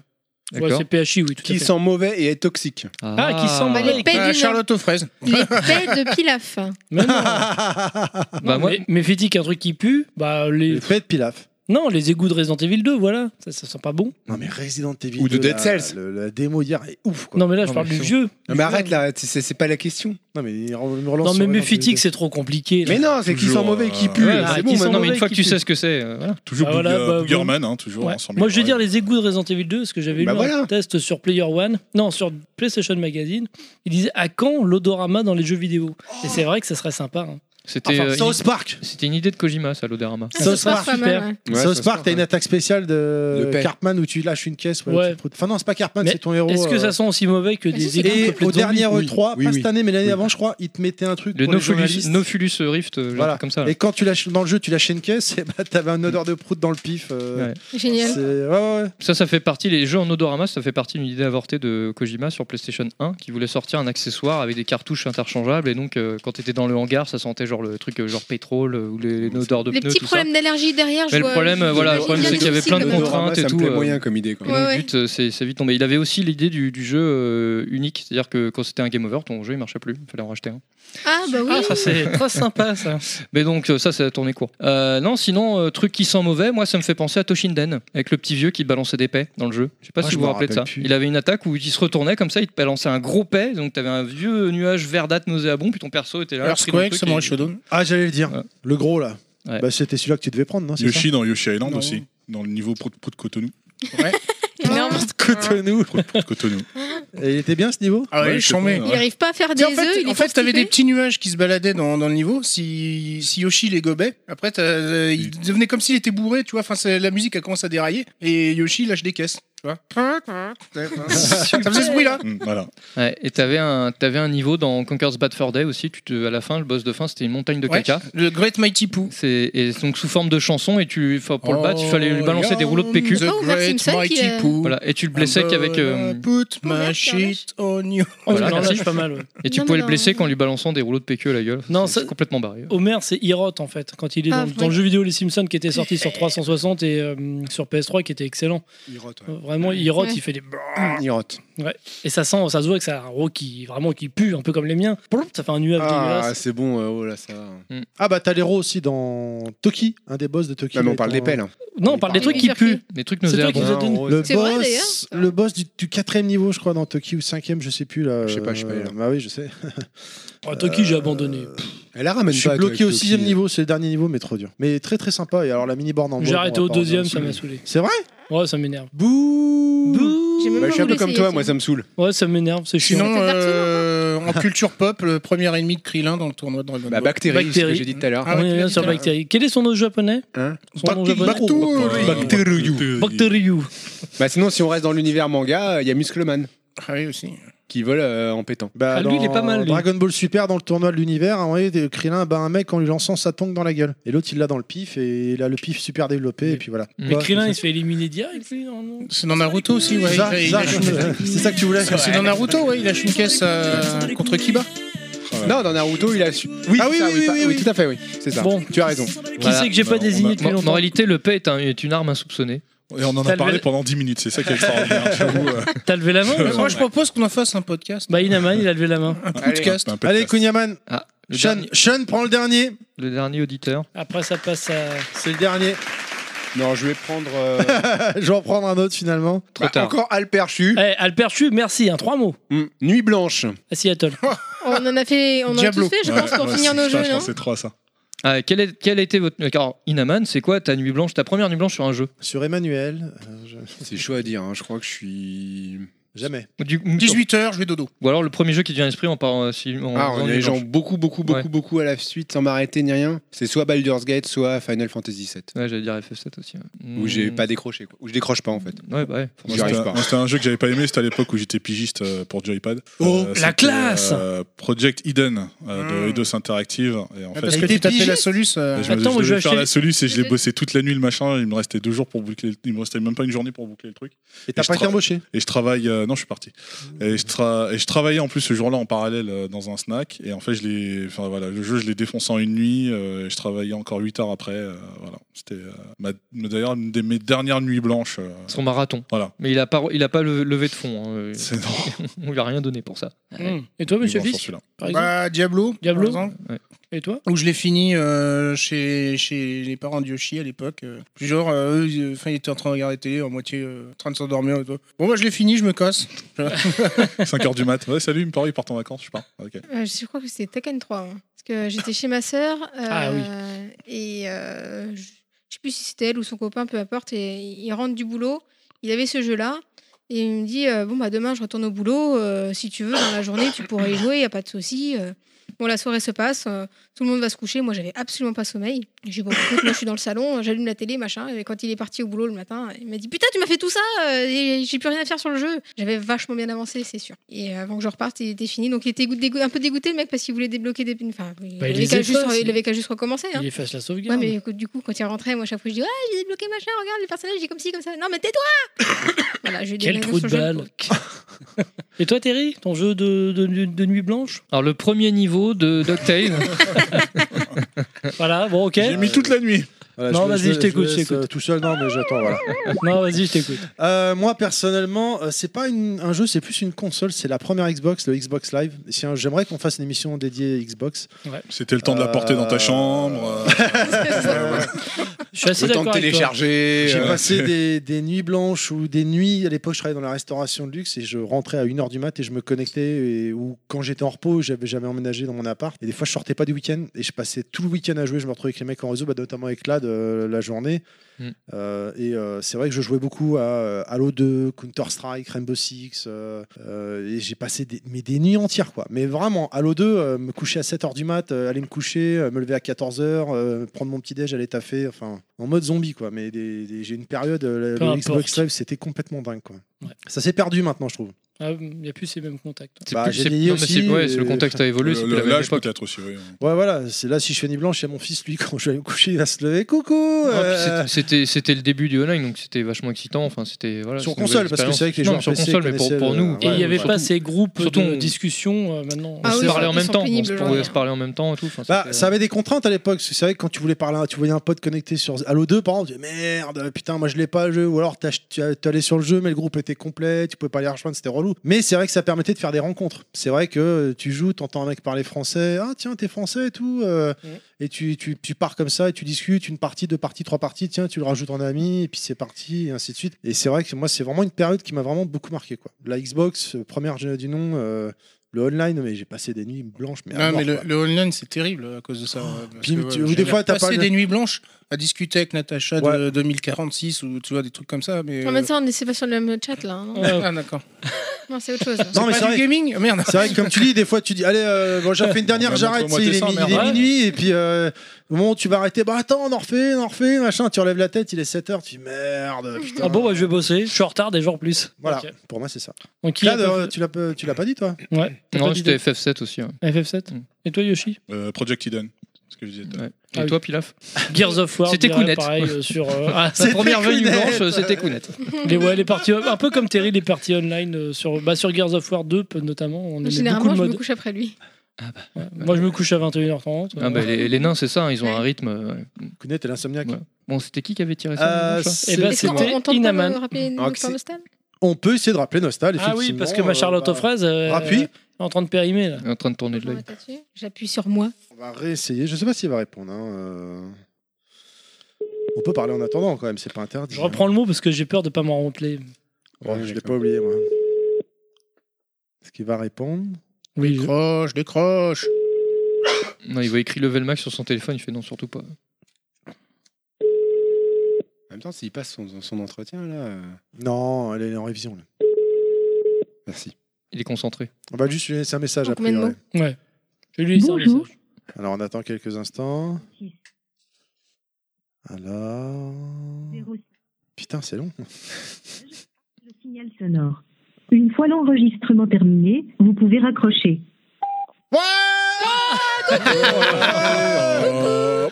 E: Ouais,
J: D'accord.
E: c'est PHI, oui, tout à
K: Qui
E: fait.
K: sent mauvais et est toxique.
E: Ah, qui sent
D: Bah,
E: mauvais.
D: les pets
B: Bah,
D: du Nord.
B: Charlotte aux fraises.
D: Les pets de Pilaf.
E: Mais non.
J: Bah,
E: Non,
J: moi-
E: mais- méphitique, un truc qui pue. Bah, les...
F: Faites pilaf.
E: Non, les égouts de Resident Evil 2, voilà. Ça, ça sent pas bon.
F: Non, mais Resident Evil
K: Ou
F: 2,
K: de Dead
F: la-
K: Cells.
F: le- La, démo hier est ouf. Quoi.
E: Non, mais là, je
F: Non,
E: parle
F: mais
E: du
F: c'est
E: vieux.
K: Non, mais arrête là, c'est- c'est c'est pas la question.
F: Non, mais il re- me relance.
E: Non,
F: sur
E: mais
F: Resident Evil
E: Mephitic,
F: 2.
E: c'est trop compliqué. là.
F: Mais non, c'est qu'ils
A: Toujours,
F: sont mauvais et qu'ils
A: euh,
F: puent.
E: ouais,
F: c'est
E: qui
F: bon,
E: sont
F: maintenant.
J: non, mais une fois que tu
E: qui
J: sais ce que c'est, euh, voilà.
A: Toujours
E: Ah, voilà,
A: Booger-
E: bah,
A: Boogerman, hein, toujours.
E: Ouais.
A: hein, sans
E: Moi, je vais
A: Boogerman.
E: dire les égouts de Resident Evil 2, parce que j'avais
F: Bah
E: lu
F: voilà.
E: un test sur Player One, non, sur PlayStation Magazine. Il disait à quand l'odorama dans les jeux vidéo Et c'est vrai que ça serait sympa. hein.
J: C'était
F: Enfin,
J: euh,
F: South Park.
J: une... c'était une idée de Kojima, ça, l'odorama.
D: Ah,
F: South
D: ça passe
F: Park,
D: pas
E: super.
D: mal. ouais.
K: Ouais,
F: South
K: ça-
F: Park, t'as une attaque spéciale de
K: De paix.
F: Cartman où tu lâches une caisse.
E: Ouais.
F: tu te prou- Enfin, non, c'est pas Cartman,
E: Mais
F: c'est ton héros.
E: Est-ce que
F: euh,
E: ça sent aussi mauvais que
D: Mais Bah, si,
E: des
D: c'est
E: égouts
F: Et
E: peuplés
F: au
E: de zombies
F: dernier
K: Oui,
F: E3,
K: oui,
F: pas
K: oui.
F: cette année, mais l'année
K: Oui.
F: d'avant, je crois, ils te mettaient un truc.
J: Le
F: pour les
J: Nofulus,
F: journalistes.
J: Nofulus Rift, euh,
F: Voilà.
J: comme ça. là.
F: Et quand tu lâches dans le jeu, tu lâches une caisse, et bah, t'avais un odeur de prout dans le pif. euh,
J: Ouais.
F: c'est-
D: Génial.
F: ouais, ouais, ouais.
J: Ça, ça fait partie, les jeux en odorama, ça fait partie d'une idée avortée de Kojima sur PlayStation 1 qui voulait sortir un accessoire avec des cartouches interchangeables et donc euh, quand t'étais dans le hangar, ça sentait genre le truc euh, genre pétrole euh, ou les, les odeurs de
D: Les
J: pneus,
D: petits
J: tout
D: problèmes d'allergie derrière, je
J: Mais le
D: vois.
J: problème,
D: je-
J: voilà, le
D: j'imagine
J: problème,
D: bien
J: c'est
D: des
J: qu'il y avait
D: soucis
J: plein de
D: comme
K: Odorama,
D: ça.
J: contraintes et
K: hein, ça
J: tout,
K: me plaît
J: euh.
K: moyen comme idée. quoi.
J: ça. Et donc,
D: Ouais, ouais.
J: but, euh, c'est c'est vite tombé. Il avait aussi l'idée du, du jeu euh, unique, c'est-à-dire que quand c'était un game over, ton jeu il marchait plus, il fallait en racheter un.
D: Ah, bah oui.
E: Ah, ça c'est très sympa ça.
J: Mais donc euh, ça, ça a tourné court. Euh, non, sinon, euh, truc qui sent mauvais, moi ça me fait penser à Toshinden, avec le petit vieux qui te balançait des paix dans le jeu. Je sais pas
F: Ah,
J: si
F: je
J: vous vous
F: m'en
J: rappelez de ça.
F: rappelle plus.
J: Il avait une attaque où il se retournait comme ça, il te balançait un gros paix, donc t'avais un vieux nuage verdâtre nauséabond, puis ton perso était là. pris dans le
B: Earthquake,
J: Ah, truc
B: c'est moi,
J: et-
B: Shodown.
F: Ah, j'allais le dire.
J: Ouais.
F: Le gros, là.
J: Ouais.
F: Bah, c'était celui-là que tu devais prendre, non c'est
A: Yoshi dans Yoshi Island
E: Ah
B: Non.
A: aussi, dans le niveau prout prout Cotonou.
D: Énorme.
F: ça Cotonou.
A: Prout prout Cotonou.
F: Et il était bien ce niveau
B: Ah ouais,
A: Ouais,
B: je
A: je
B: suis en mets.
A: sais pas,
D: Il n'arrive pas à faire
B: Tu
D: des
B: sais, en
D: œufs.
B: fait,
D: il est
B: en fait, t'avais des
D: constipé.
B: petits nuages qui se baladaient dans, dans le niveau. Si, si Yoshi les gobait, après, t'as- euh, il devenait comme s'il était bourré, tu vois. Enfin, c'est- la musique a commencé à dérailler et Yoshi lâche des caisses, tu vois. ça faisait ce bruit-là.
A: Mm, Voilà.
J: Ouais, et t'avais un, t'avais un niveau dans Conker's Bad Fur Day aussi, tu te, à la fin, le boss de fin, c'était une montagne de
B: Ouais.
J: caca.
B: Le Great Mighty Pooh.
J: C'est et donc sous forme de chanson et tu enfin,
F: Oh,
J: pour le battre, il fallait lui balancer des rouleaux de PQ.
D: Oh, Homer Simpson qui, euh,
J: Voilà, et tu le
F: Ah,
J: blessais
F: bah,
J: qu'avec euh,
B: I Put
D: Homer
B: my
D: qui
B: shit on you.
J: Voilà,
E: non, là,
J: merci.
E: Oh, je suis pas mal. ouais.
J: et tu
D: Non,
J: pouvais
D: mais
J: le
D: non.
J: blesser qu'en lui balançant des rouleaux de PQ à la gueule.
E: Non,
J: Non,
E: ça-
J: c'est complètement barré.
E: Homer, c'est Hirot en fait, quand il est
D: Ah,
E: dans,
D: ouais.
E: dans le jeu vidéo Les Simpsons qui était sorti sur 360 et euh, sur PS3 qui était excellent.
F: Il rote, ouais. Mm,
E: Euh, Vraiment, Hirot,
D: Ouais.
E: il fait des.
F: Il rote.
E: Et ça sent, ça se voit que ça a un rot qui, vraiment, qui pue, un peu comme les miens. Ploup, Ça fait un nuage
K: Ah,
E: dégueulasse.
K: c'est bon, euh, oh là, ça va.
F: Ah, bah, t'as l'héros aussi dans Toki, un des boss de Toki.
K: Non, mais on
F: là,
K: parle
F: dans-
K: des pelles. hein.
E: Non, on parle des
D: Et
E: trucs qui
D: Burger King.
E: puent.
J: Des trucs
E: C'est toi
J: nauséabonds.
E: qui nous as donné.
K: Non,
F: Le
D: C'est vrai,
F: boss, le boss du, du quatrième niveau, je crois, dans Toki ou cinquième, je sais plus là.
K: Je sais pas, je suis pas allé là.
F: Bah oui, je sais.
E: Oh, Toki, j'ai abandonné.
F: Euh,
K: Elle la ramène
F: Je suis
K: pas, toi,
F: bloqué au
K: Toki.
F: sixième niveau, c'est le dernier niveau, mais trop dur. Mais très très sympa. Et alors la mini borne en bois,
E: J'ai arrêté
F: on
E: au
F: va pas en
E: deuxième,
F: dire
E: ça m'a
F: aussi.
E: saoulé.
F: C'est vrai
E: Ouais, ça m'énerve.
D: J'ai même
K: Bah,
D: pas
K: je suis un peu
D: voulu
K: comme
D: essayer,
K: toi, moi ça me saoule.
E: Ouais, ça m'énerve, c'est chiant.
B: Sinon,
D: Dark Souls,
B: euh, en culture pop, le premier ennemi de Krillin dans le tournoi de Dragon
K: Bah,
B: Ball.
K: bactéries, ce que
E: Bactéries.
K: j'ai dit tout à l'heure.
B: Ah
E: on
B: ouais, tu
E: est
B: l'as
E: bien
B: dit
E: sur
B: tout à
E: Bactéry. Quel est son nom japonais
K: Hein
E: Son nom
B: Bactéries.
E: japonais
A: Euh,
B: Bactéries.
A: Bactériou.
E: Bactéryu.
K: Bah, sinon, si on reste dans l'univers manga, euh, il y a Muscleman
B: Ah oui, aussi.
K: qui vole euh, en pétant.
F: Bah,
E: Ah, lui, il est
F: dans
E: pas mal, lui.
F: Dragon Ball Super dans le tournoi de l'univers, hein, ouais, des- Krillin bat un mec en lui lançant sa tongue dans la gueule. Et l'autre il l'a dans le pif et il a le pif super développé et puis voilà.
E: Mais
F: Ouais,
E: Krillin, il se fait éliminer direct, lui, normalement.
B: C'est dans Naruto aussi, ouais.
F: Zar-
B: Il- il
F: Zar-
B: lâche-
F: c'est ça que tu voulais
B: C'est dans Naruto, ouais. Il lâche une caisse euh, contre Kiba.
K: Non, dans Naruto, il a su. Oui,
F: Ah oui,
K: ça,
F: oui, oui,
K: pas-
F: oui, oui.
K: tout à fait, oui. C'est ça.
E: Bon.
K: tu as raison.
E: Qui
J: Voilà.
E: c'est que j'ai
A: Bah,
E: pas
A: on
E: désigné
A: a-
E: depuis
J: Mo-
E: longtemps
J: Moralité, le paix est, un- est une arme insoupçonnée.
A: Et on en
E: T'as
A: a
E: le-
A: parlé pendant 10 minutes, c'est ça qui est extraordinaire. j'avoue, euh.
E: T'as levé la main
A: Euh,
E: non
B: Moi, je propose qu'on en fasse un podcast.
E: Bah, Inaman, il a levé la main.
B: Un
K: Allez.
B: podcast.
A: Un peu de
F: Allez
A: classe.
F: Kunyaman,
J: Ah, le,
F: Sean,
J: dernier,
F: Sean prend le dernier.
J: le dernier auditeur.
E: Après, ça passe à.
F: C'est le dernier.
K: Non, je vais prendre. euh,
F: je vais en prendre un autre finalement.
J: Trop
K: bah,
J: tard.
K: Encore Alperchu.
E: Eh, Alperchu, merci, hein, trois mots.
K: Mm. Nuit blanche.
E: À Seattle.
D: On en a fait, on en a
B: Diablo.
D: tous fait, je pense,
A: Ouais,
D: pour
A: ouais,
D: finir
A: c'est
D: nos
A: ça,
D: jeux,
A: je
D: non
A: pense que C'est 3 ça.
J: Ah, quel, est, quel a été votre. Alors, Inaman, c'est quoi ta nuit blanche, ta première nuit blanche sur un jeu
F: Sur Emmanuel, euh, je-
K: C'est chaud à dire, hein. je crois que je suis.
F: jamais.
J: Du-
B: 18h, je vais dodo.
J: Ou alors le premier jeu qui te vient à l'esprit en parlant. Si, en
K: Ah, on
J: faisant
K: a
J: nuit
K: les gens
J: blanche.
K: beaucoup, beaucoup, beaucoup,
J: Ouais.
K: beaucoup à la suite sans m'arrêter ni rien. C'est soit Baldur's Gate, soit Final Fantasy VII.
J: Ouais, j'allais dire FF7 aussi. ouais.
K: Où j'ai
J: Mm.
K: pas décroché, quoi. Où je décroche pas en fait.
J: Ouais, bah ouais.
K: J'y
A: Moi,
K: arrive
A: c'était-
K: Hmm. pas.
A: moi, C'était un jeu que j'avais pas aimé, c'était à l'époque où j'étais pigiste euh, pour Joypad.
E: Oh, la
A: c'était,
E: classe
A: euh, Project Eden euh, de
B: Mm.
A: Eidos Interactive. Et en fait,
B: Ah, Parce
A: je-
B: que tu t'appelles la Solus.
A: Bah, je,
B: euh,
A: me-
E: Attends, moi,
A: je
E: je
A: devais
E: vais
A: faire
E: acheter-
A: la soluce et je l'ai bossé toute la nuit le machin. Il me restait deux jours pour boucler. le- Il me restait même pas une journée pour boucler le truc.
F: Et t'as
A: je
F: pas été
A: tra-
F: embauché
A: Et je travaille. euh, non, je suis parti. Et je, tra- et je travaillais en plus ce jour-là en parallèle euh, dans un snack. Et en fait, je l'ai. Enfin voilà, le jeu, je l'ai défoncé en une nuit. euh, et je travaillais encore 8 heures après. euh, voilà. C'était euh, ma- d'ailleurs une de mes dernières nuits blanches. euh,
J: Son marathon.
A: Voilà.
J: Mais il a pas, il a pas le- levé de fond. hein, euh,
A: C'est- non.
J: On lui a rien donné pour ça.
E: Hum. Et toi, monsieur
A: Vivant sur
E: Fils
A: celui-là.
E: par exemple
B: Bah, Diablo.
E: Diablo
B: par exemple,
D: Bah.
E: Et toi
B: Où je l'ai fini euh, chez, chez les parents de Yoshi à l'époque. euh. Puis genre, euh, eux, ils, enfin, ils étaient en train de regarder la télé, en moitié euh, en train de s'endormir et tout. Bon, bah, je l'ai fini, je me casse.
A: 5h du mat. Ouais, salut, il me paraît, ils partent en vacances, je sais pas. Ok.
D: Euh, je crois que c'était Tekken 3. hein. Parce que j'étais chez ma sœur. euh,
E: Ah oui.
D: Et euh, je je sais plus si c'était elle ou son copain, peu importe. Et il rentre du boulot. Il avait ce jeu-là. Et il me dit euh, Bon, bah demain, je retourne au boulot. euh, si tu veux, dans la journée, tu pourras y jouer. Il n'y a pas de souci. euh. Bon, la soirée se passe. euh, tout le monde va se coucher. Moi, j'avais absolument pas sommeil. J'ai dit Bon, écoute, moi, je suis dans le salon. euh, J'allume la télé, machin. Et quand il est parti au boulot le matin, il m'a dit Putain, tu m'as fait tout ça. euh, et J'ai plus rien à faire sur le jeu. J'avais vachement bien avancé, c'est sûr. Et euh, avant que je reparte, il était fini. Donc, il était goût- dégoût- un peu dégoûté, le mec, parce qu'il voulait débloquer des. Enfin, il
E: Bah, il
D: avait
E: les
D: qu'à
E: efface,
D: juste,
E: il-
D: il avait qu'à juste recommencer. hein.
E: Il efface la
D: Ouais,
E: sauvegarde.
D: mais écoute, du coup, quand il rentrait, moi, chaque fois, je dis Ouais, j'ai débloqué machin, regarde, les personnages, j'ai comme ci, comme ça. Non, mais tais-toi Voilà, je lui ai
E: Quel
D: donné
E: trou de
D: sur le jeu.
E: balle Et toi, Terry, ton jeu de, de- de- de nuit blanche
J: Alors, le premier niveau de DuckTales.
E: Voilà, bon, ok.
A: J'ai mis toute la nuit.
F: Voilà,
E: Non,
F: vous-
E: vas-y,
F: vous-
E: je t'écoute,
F: vous
E: je
F: laisse,
E: t'écoute.
F: euh, Tout seul, non, mais j'attends, voilà.
E: Non, vas-y, je t'écoute.
F: Euh, moi personnellement, euh, c'est pas une- un jeu, c'est plus une console. C'est la première Xbox, le Xbox Live. Si, hein, J'aimerais qu'on fasse une émission dédiée Xbox.
A: C'était le temps de la porter dans ta
F: Euh,
A: chambre. euh,
D: Ah
E: Je suis assez
K: Le temps
E: d'accord
K: de
E: avec toi.
K: télécharger.
F: J'ai
K: euh,
F: passé des, des nuits blanches ou des nuits. À l'époque, je travaillais dans la restauration de luxe et je rentrais à 1h du mat et je me connectais. et- ou quand j'étais en repos, j'avais jamais emménagé dans mon appart. Et des fois, je sortais pas du week-end et je passais tout le week-end à jouer. Je me retrouvais avec les mecs en réseau, bah, notamment avec Lad euh, la journée.
J: Mm.
F: Euh, et euh, c'est vrai que je jouais beaucoup à euh, Halo 2, Counter-Strike, Rainbow Six. euh, euh, et j'ai passé des, mais des nuits entières, quoi. Mais vraiment, Halo 2, euh, me coucher à 7h du mat, euh, aller me coucher, euh, me lever à 14h, euh, prendre mon petit déj, aller taffer. Enfin, en mode zombie, quoi. Mais des- des- j'ai une période, euh,
E: Peu
F: la- le
E: importe.
F: Xbox Live, c'était complètement dingue, quoi.
E: Ouais.
F: Ça s'est perdu maintenant, je trouve.
E: Ah, Il n'y a plus ces mêmes contacts.
J: C'est
F: Bah,
J: plus-
F: j'ai
J: c'est-
F: vieilli
J: non, mais c'est-
F: aussi,
J: ouais, c'est le
F: et-
J: contexte a évolué. c'est
A: le-
J: plus la
A: le-
J: même
A: L'âge
J: époque.
A: peut-être aussi, oui. ouais.
F: Ouais, voilà. C'est là, si je fais nuit blanche, il y a mon fils, lui, quand je vais aller me coucher, il va se lever. Coucou
J: Ah, puis
F: euh,
J: c'était- C'était c'était le début du online, donc c'était vachement excitant. Enfin, c'était voilà.
F: Sur
J: c'était une nouvelle
F: console, parce que c'est vrai que les
J: expérience.
F: joueurs
J: Non,
F: PC
J: sur console, mais pour,
F: connaissaient
J: pour
F: le- Ah
J: nous.
E: Et il
F: Ouais,
E: n'y avait
F: ouais.
E: pas ces groupes
J: Surtout,
E: de
J: on-
E: discussion euh, maintenant.
D: Ah
J: on
D: oui,
J: se
D: ils
J: parlait
D: sont-
J: en
D: ils
J: même
D: sont
J: temps, on
D: pénibles,
J: se
D: genre.
J: pouvait se parler en même temps et tout. Enfin,
F: Bah,
J: c'était-
F: ça avait des contraintes à l'époque. parce que C'est vrai que quand tu voulais parler, à- tu voyais un pote connecté sur Halo 2, par exemple, tu disais merde, putain, moi je l'ai pas le jeu. Ou alors t'as- tu allais sur le jeu, mais le groupe était complet, tu pouvais pas les rejoindre, c'était relou. Mais c'est vrai que ça permettait de faire des rencontres. C'est vrai que euh, tu joues, t'entends un mec parler français, ah tiens, t'es français et tout. euh,
E: Ouais.
F: Et tu, tu, tu pars comme ça et tu discutes une partie, deux parties, trois parties, tiens, tu le rajoutes en ami, et puis c'est parti, et ainsi de suite. Et c'est vrai que moi, c'est vraiment une période qui m'a vraiment beaucoup marqué. Quoi. La Xbox, euh, première générée du nom. euh, le online, mais j'ai passé des nuits blanches. Mais, à
B: Non,
F: euh, mort,
B: mais le,
F: quoi. Oh,
B: le online, c'est terrible à cause de ça. euh, parce
F: Puis,
B: que,
F: tu-
B: ouais,
F: ou
B: j'ai
F: des fois, t'as pas
B: passé
F: le-
B: des nuits blanches à discuter avec Natacha de
F: Ouais.
B: 2046 ou tu vois des trucs comme ça. Mais,
E: Ah,
D: Non, mais
B: euh,
D: ça, on n'est c'est pas sur le même chat là. Non,
E: Ouais.
B: Ah, d'accord.
D: Non, c'est autre chose.
F: Non, mais
B: Pas
F: c'est
B: du
F: vrai. Euh,
B: gaming Ah, Merde.
F: C'est vrai que comme tu dis, des fois tu dis allez, euh, bon, j'en fais une dernière,
A: Ouais,
F: j'arrête,
A: Bah, montre-moi
F: tu sais, il
A: tes
F: est,
A: seins, merde.
F: mi- il est
A: Ouais.
F: minuit, et puis euh, au moment où tu vas arrêter, bah attends, on en refait, on en refait, machin, tu relèves la tête, il est 7h, tu dis merde, putain.
E: Ah bon, bah, je vais bosser. Je suis en retard déjà en plus.
F: Voilà,
E: Ok.
F: pour moi c'est ça.
E: Donc, il
F: Clad,
E: a-
F: euh, tu l'as pas- tu l'as pas dit toi
E: Ouais. T'as pas
J: Non,
E: d'idée
J: c'était FF7 aussi. ouais.
E: FF7.
J: Mm.
E: Et toi, Yoshi
A: Euh, Project Eden. Ce que je disais. tout à l'heure.
J: Ouais.
E: Ah
J: Et
E: oui.
J: toi, Pilaf
E: Gears of War.
J: C'était
E: je dirais
J: Kounet.
E: Pareil euh, sur. euh, ah,
J: Sa
F: C'était
J: première veille
F: Kounet.
J: blanche, euh, c'était Kounet.
E: les, ouais, les parties, un peu comme Terry, les parties online euh, sur, bah, sur Gears of War 2 peu- notamment. On aimait beaucoup
D: Généralement,
E: le
D: je me
E: mode.
D: couche après lui.
E: Ouais. Moi, je me couche à 21h30.
J: Ah, bah, les, les nains, c'est ça, ils ont un rythme. euh,
F: Kounet et l'insomniaque.
J: Ouais. Bon, c'était qui qui avait tiré ça
F: Euh,
J: le dimanche, là
F: c'est-
E: Eh ben,
D: Est-ce qu'on
E: c'était
D: on tente pas euh,
E: Inaman.
D: de rappeler
F: Ah,
D: notre
F: que c'est-
D: fameux stade
F: On peut essayer de rappeler Nostal,
E: Ah
F: effectivement.
E: oui, parce que ma Charlotte
F: euh,
E: aux fraises euh,
F: Rappuie.
E: est en train de périmer là.
J: Il est En train de tourner de
D: Je
J: l'œil.
D: m'arrête là-dessus. J'appuie sur moi.
F: On va réessayer, je sais pas s'il va répondre. hein, euh. On peut parler en attendant quand même, c'est pas interdit.
E: Je reprends le mot parce que j'ai peur de pas m'en rappeler.
F: Bon, je l'ai pas oublié moi. Est-ce qu'il va répondre
E: Oui, je-
B: Décroche, décroche.
J: Non, il voit écrit level max sur son téléphone, il fait non, surtout pas.
K: En même temps, s'il passe son, son entretien, là. euh,
F: Non, elle est en révision là.
K: Merci.
J: Il est concentré.
F: On va juste lui laisser un message
D: En
F: après.
D: combien de mots
E: je lui ai laissé un
O: Bonjour.
E: message.
F: Alors on attend quelques instants. Alors.
O: Zéro-
F: Putain, c'est long.
O: Le signal sonore. Une fois l'enregistrement terminé, vous pouvez raccrocher.
F: Ouais
A: Euh,
E: Ouais,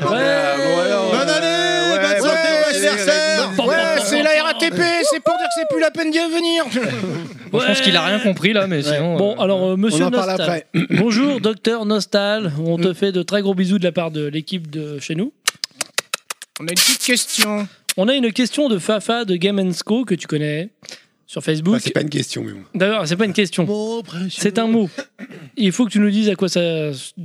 F: Bonne année Bonne santé, bon anniversaire
B: Ouais, c'est la RATP, c'est pour dire que c'est plus la peine d'y venir.
J: Bon, je pense qu'il a rien compris là, mais sinon.
E: Bon,
J: euh,
E: alors, euh,
M: On
E: monsieur
M: en parle
E: Nostal.
M: après.
E: Bonjour, docteur Nostal. On te fait de très gros bisous de la part de l'équipe de chez nous.
B: On a une petite question.
E: On a une question de Fafa de Game Co que tu connais sur Facebook.
K: Bah, c'est pas une question, mais bon.
E: D'ailleurs, c'est pas une question. C'est un mot. Il faut que tu nous dises à quoi ça.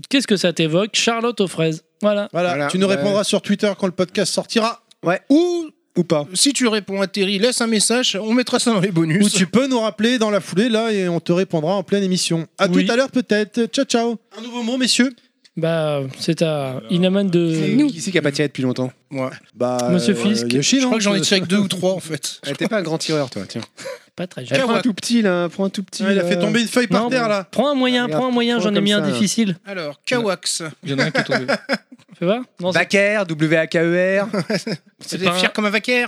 E: Qu'est-ce que ça t'évoque Charlotte aux fraises. Voilà.
F: Voilà, tu nous répondras sur Twitter quand le podcast sortira.
K: Ouais.
F: Ou, ou pas.
B: Si tu réponds à Terry, laisse un message, on mettra ça dans les bonus.
F: Ou tu peux nous rappeler dans la foulée, là, et on te répondra en pleine émission. À
E: Oui.
F: tout à l'heure, peut-être. Ciao, ciao. Un nouveau mot, messieurs
E: Bah, c'est à Inaman
K: C'est-
E: de.
K: Euh, Qui c'est qui a pas tiré depuis longtemps
B: Moi,
F: Bah,
E: Monsieur Fisk.
F: Yoshi,
B: je
F: non
B: crois que j'en ai tiré que deux ou trois en fait.
K: Ah, T'es pas un grand tireur, toi, tiens.
E: Pas très
K: Prends
E: jeune.
K: un tout petit, là. Prends un tout petit. euh,
F: Ouais, Il a
K: là.
F: fait tomber une feuille par
E: Non,
F: terre, là.
E: Prends un moyen,
K: Regarde,
E: prends un moyen,
K: prends
E: j'en ai
K: comme
E: mis un
K: ça, là.
E: difficile.
B: Alors, Kawax.
J: Il y en a un qui est tombé.
E: Fais voir Non, c'est-
K: Baker, W-A-K-E-R.
B: C'est
E: pas un-
B: fier comme un vaquer.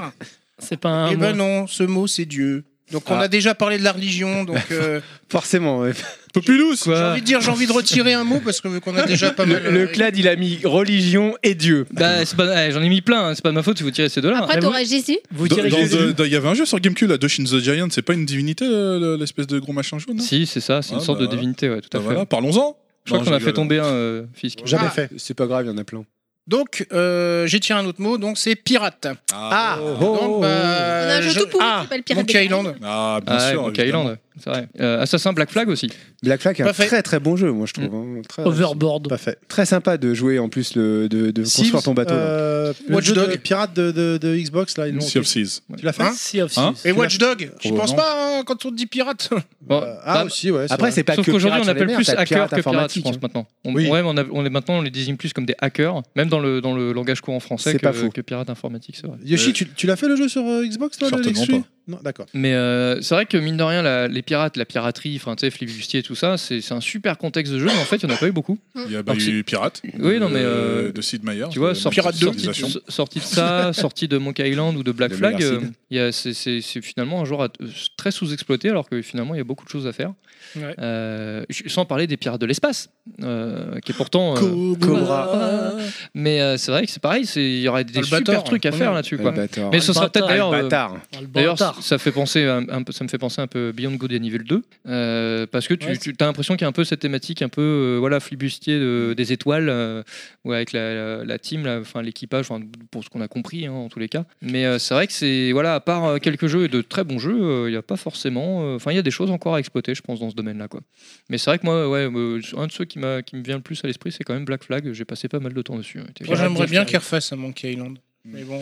E: c'est pas un.
B: eh ben
E: mot.
B: non, ce mot c'est Dieu. Donc on
K: Ah.
B: a déjà parlé de la religion, donc euh,
K: Forcément, ouais.
A: Populous
B: j'ai envie de dire j'ai envie de retirer un mot parce que vu qu'on a déjà pas mal. euh,
K: Le, le clad, il a mis religion et Dieu.
J: Bah, c'est pas- eh, j'en ai mis plein, hein, c'est pas de ma faute si vous tirez ces deux-là.
D: Après, t'auras Jésus.
E: Vous
A: Dans-
E: tirez
A: dans
E: Jésus.
A: The- dans- Il y avait un jeu sur Gamecube, là, Doshin the Giant, c'est pas une divinité, euh, le- l'espèce de gros machin jaune là
J: Si, c'est ça, c'est une
A: Ah,
J: sorte
A: bah
J: de
A: voilà.
J: divinité, ouais, tout
A: Ah,
J: à fait.
A: voilà, Parlons-en
J: Je crois
A: Non,
J: qu'on
A: je
J: a fait
A: rigole.
J: tomber un euh, fisc.
F: Jamais
B: Ah.
F: fait.
K: C'est pas grave, il y en a plein.
B: Donc euh, j'ai tiré un autre mot, donc c'est pirate.
A: Ah,
B: donc, bah,
D: On a un jeu
B: je-
D: tout pourri qui
B: Ah,
D: s'appelle Pirate
B: Monkey
D: des
B: Island.
A: Ah, bien
J: Ah ouais,
A: sûr.
J: Monkey
A: évidemment.
J: Island, c'est vrai. Euh, Assassin Black Flag aussi.
K: Black Flag est un
B: Pas fait.
K: très très bon jeu, moi je trouve. hein. Très,
E: Overboard.
F: Pas fait.
K: très sympa de jouer en plus, le, de, de construire ton bateau. là.
F: Euh, le
B: Watch
F: jeu de
B: Dog.
F: pirate de, de- de Xbox, là, ils l'ont.
A: Sea of Seas.
F: Tu l'as fait
B: Hein
E: Sea of
A: Hein
E: Thieves.
B: Et Watch Dog, j'y pense
A: Probablement.
B: pas hein, quand on te dit pirate.
J: Bon,
F: Euh, Ah,
J: bah,
F: aussi, ouais.
K: Après, c'est pas
J: Sauf
K: que
J: qu'aujourd'hui,
K: pirate
J: on
K: sur les
J: appelle
K: mers,
J: plus
K: t'as
J: hackers
K: pirate
J: que pirates, je
K: informatique,
J: pense,
K: hein.
J: maintenant. On,
F: Oui.
J: ouais, mais on, a- on est maintenant, on les désigne plus comme des hackers, même dans le, dans le langage courant français
K: C'est
J: que,
K: pas faux.
J: que pirates informatiques, c'est vrai.
F: Yoshi, tu, tu l'as fait le jeu sur euh, Xbox, là, le
A: Certainement
F: Lexus
A: pas.
F: Non, d'accord.
J: Mais euh, c'est vrai que, mine de rien, la- les pirates, la piraterie, enfin, tu sais, flibustier, tout ça, c'est c'est un super contexte de jeu, mais en fait, il n'y en a pas eu beaucoup.
A: Il y a bah,
J: Donc,
A: il y a eu Pirate.
J: Oui, non, mais,
A: euh,
J: euh,
A: de Sid Meier.
J: Tu vois,
A: de
J: sorti,
A: Pirate 2.
J: sorti- so- sorti de ça, sorti de Monkey Island ou de Black
K: De
J: Flag,
K: Mega
J: euh,
K: Seed.
J: il y a- c'est- c'est c'est finalement un genre à- euh, très sous-exploité alors que finalement il y a beaucoup de choses à faire.
E: Ouais.
J: Euh, je- sans parler des pirates de l'espace, euh, qui est pourtant. euh,
K: Cobra.
J: Mais euh, c'est vrai que c'est pareil, c'est- il y aurait des super
B: Albator,
J: trucs à
B: quand
J: faire
B: même.
J: là-dessus.
K: hein. Le
J: quoi.
K: bâtard.
J: Mais ce sera peut-être
E: Albator.
J: d'ailleurs. euh,
K: Bâtard.
E: Dans le
J: D'ailleurs, ça
E: bâtard.
J: ça fait penser un, un peu- ça me fait penser un peu à Beyond Good et Evil 2, euh, parce que tu,
E: Ouais,
J: tu as l'impression qu'il y a un peu cette thématique un peu euh, voilà flibustier de- des étoiles, euh, ou avec la, la- la team, la- enfin l'équipage, enfin, pour ce qu'on a compris hein, en tous les cas. Mais euh, c'est vrai que c'est voilà, à part euh, quelques jeux et de très bons jeux, euh, il n'y a pas forcément, euh, enfin il y a des choses encore à exploiter, je pense dans ce domaine-là quoi. Mais c'est vrai que moi, ouais, euh, un de ceux qui m'a qui me vient le plus à l'esprit, c'est quand même Black Flag. J'ai passé pas mal de temps dessus. hein,
B: Moi j'aimerais bien qu'il refasse un Monkey Island. Mais bon.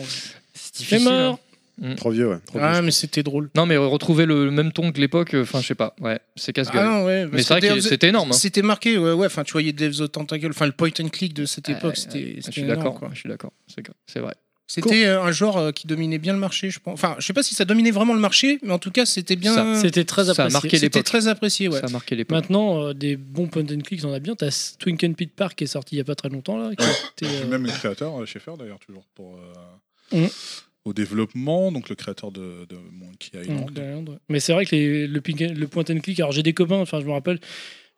J: C'est
E: C'est mort.
F: Trop vieux, ouais. Trop
B: Ah mais c'était drôle.
J: Non mais retrouver le même ton que l'époque, euh, enfin je sais pas, ouais, c'est casse-gueule.
B: Ah non ouais. parce
J: Mais c'est vrai
B: que
J: que
B: Devs-
J: c'était énorme. hein.
B: C'était marqué, ouais, ouais. Enfin, tu voyais Devs of Tentacle, enfin le point and click de cette
J: Ouais,
B: époque,
J: ouais,
B: c'était.
J: Je
B: c'était
J: suis
B: énorme,
J: d'accord.
B: quoi.
J: Je suis d'accord. C'est c'est vrai.
B: C'était euh, un genre euh, qui dominait bien le marché, je pense. Enfin, je sais pas si ça dominait vraiment le marché, mais en tout cas, c'était bien.
E: hein. C'était très
J: Ça a
E: apprécié.
J: marqué les-
B: C'était
J: l'époque.
B: très apprécié, ouais.
J: Ça a marqué l'époque.
E: Maintenant, euh, des bons point and click, on a bien. T'as Twinkle Pit Park qui est sorti il y a pas très longtemps là. qui était, euh,
A: Même le créateur, euh, Schaeffer d'ailleurs, toujours pour. euh,
E: Mm.
A: Au développement, donc le créateur de, de Monkey
E: Donc,
A: Island.
E: Island, ouais. Mais c'est vrai que les- le, ping- le point and click, alors j'ai des copains, enfin je me rappelle,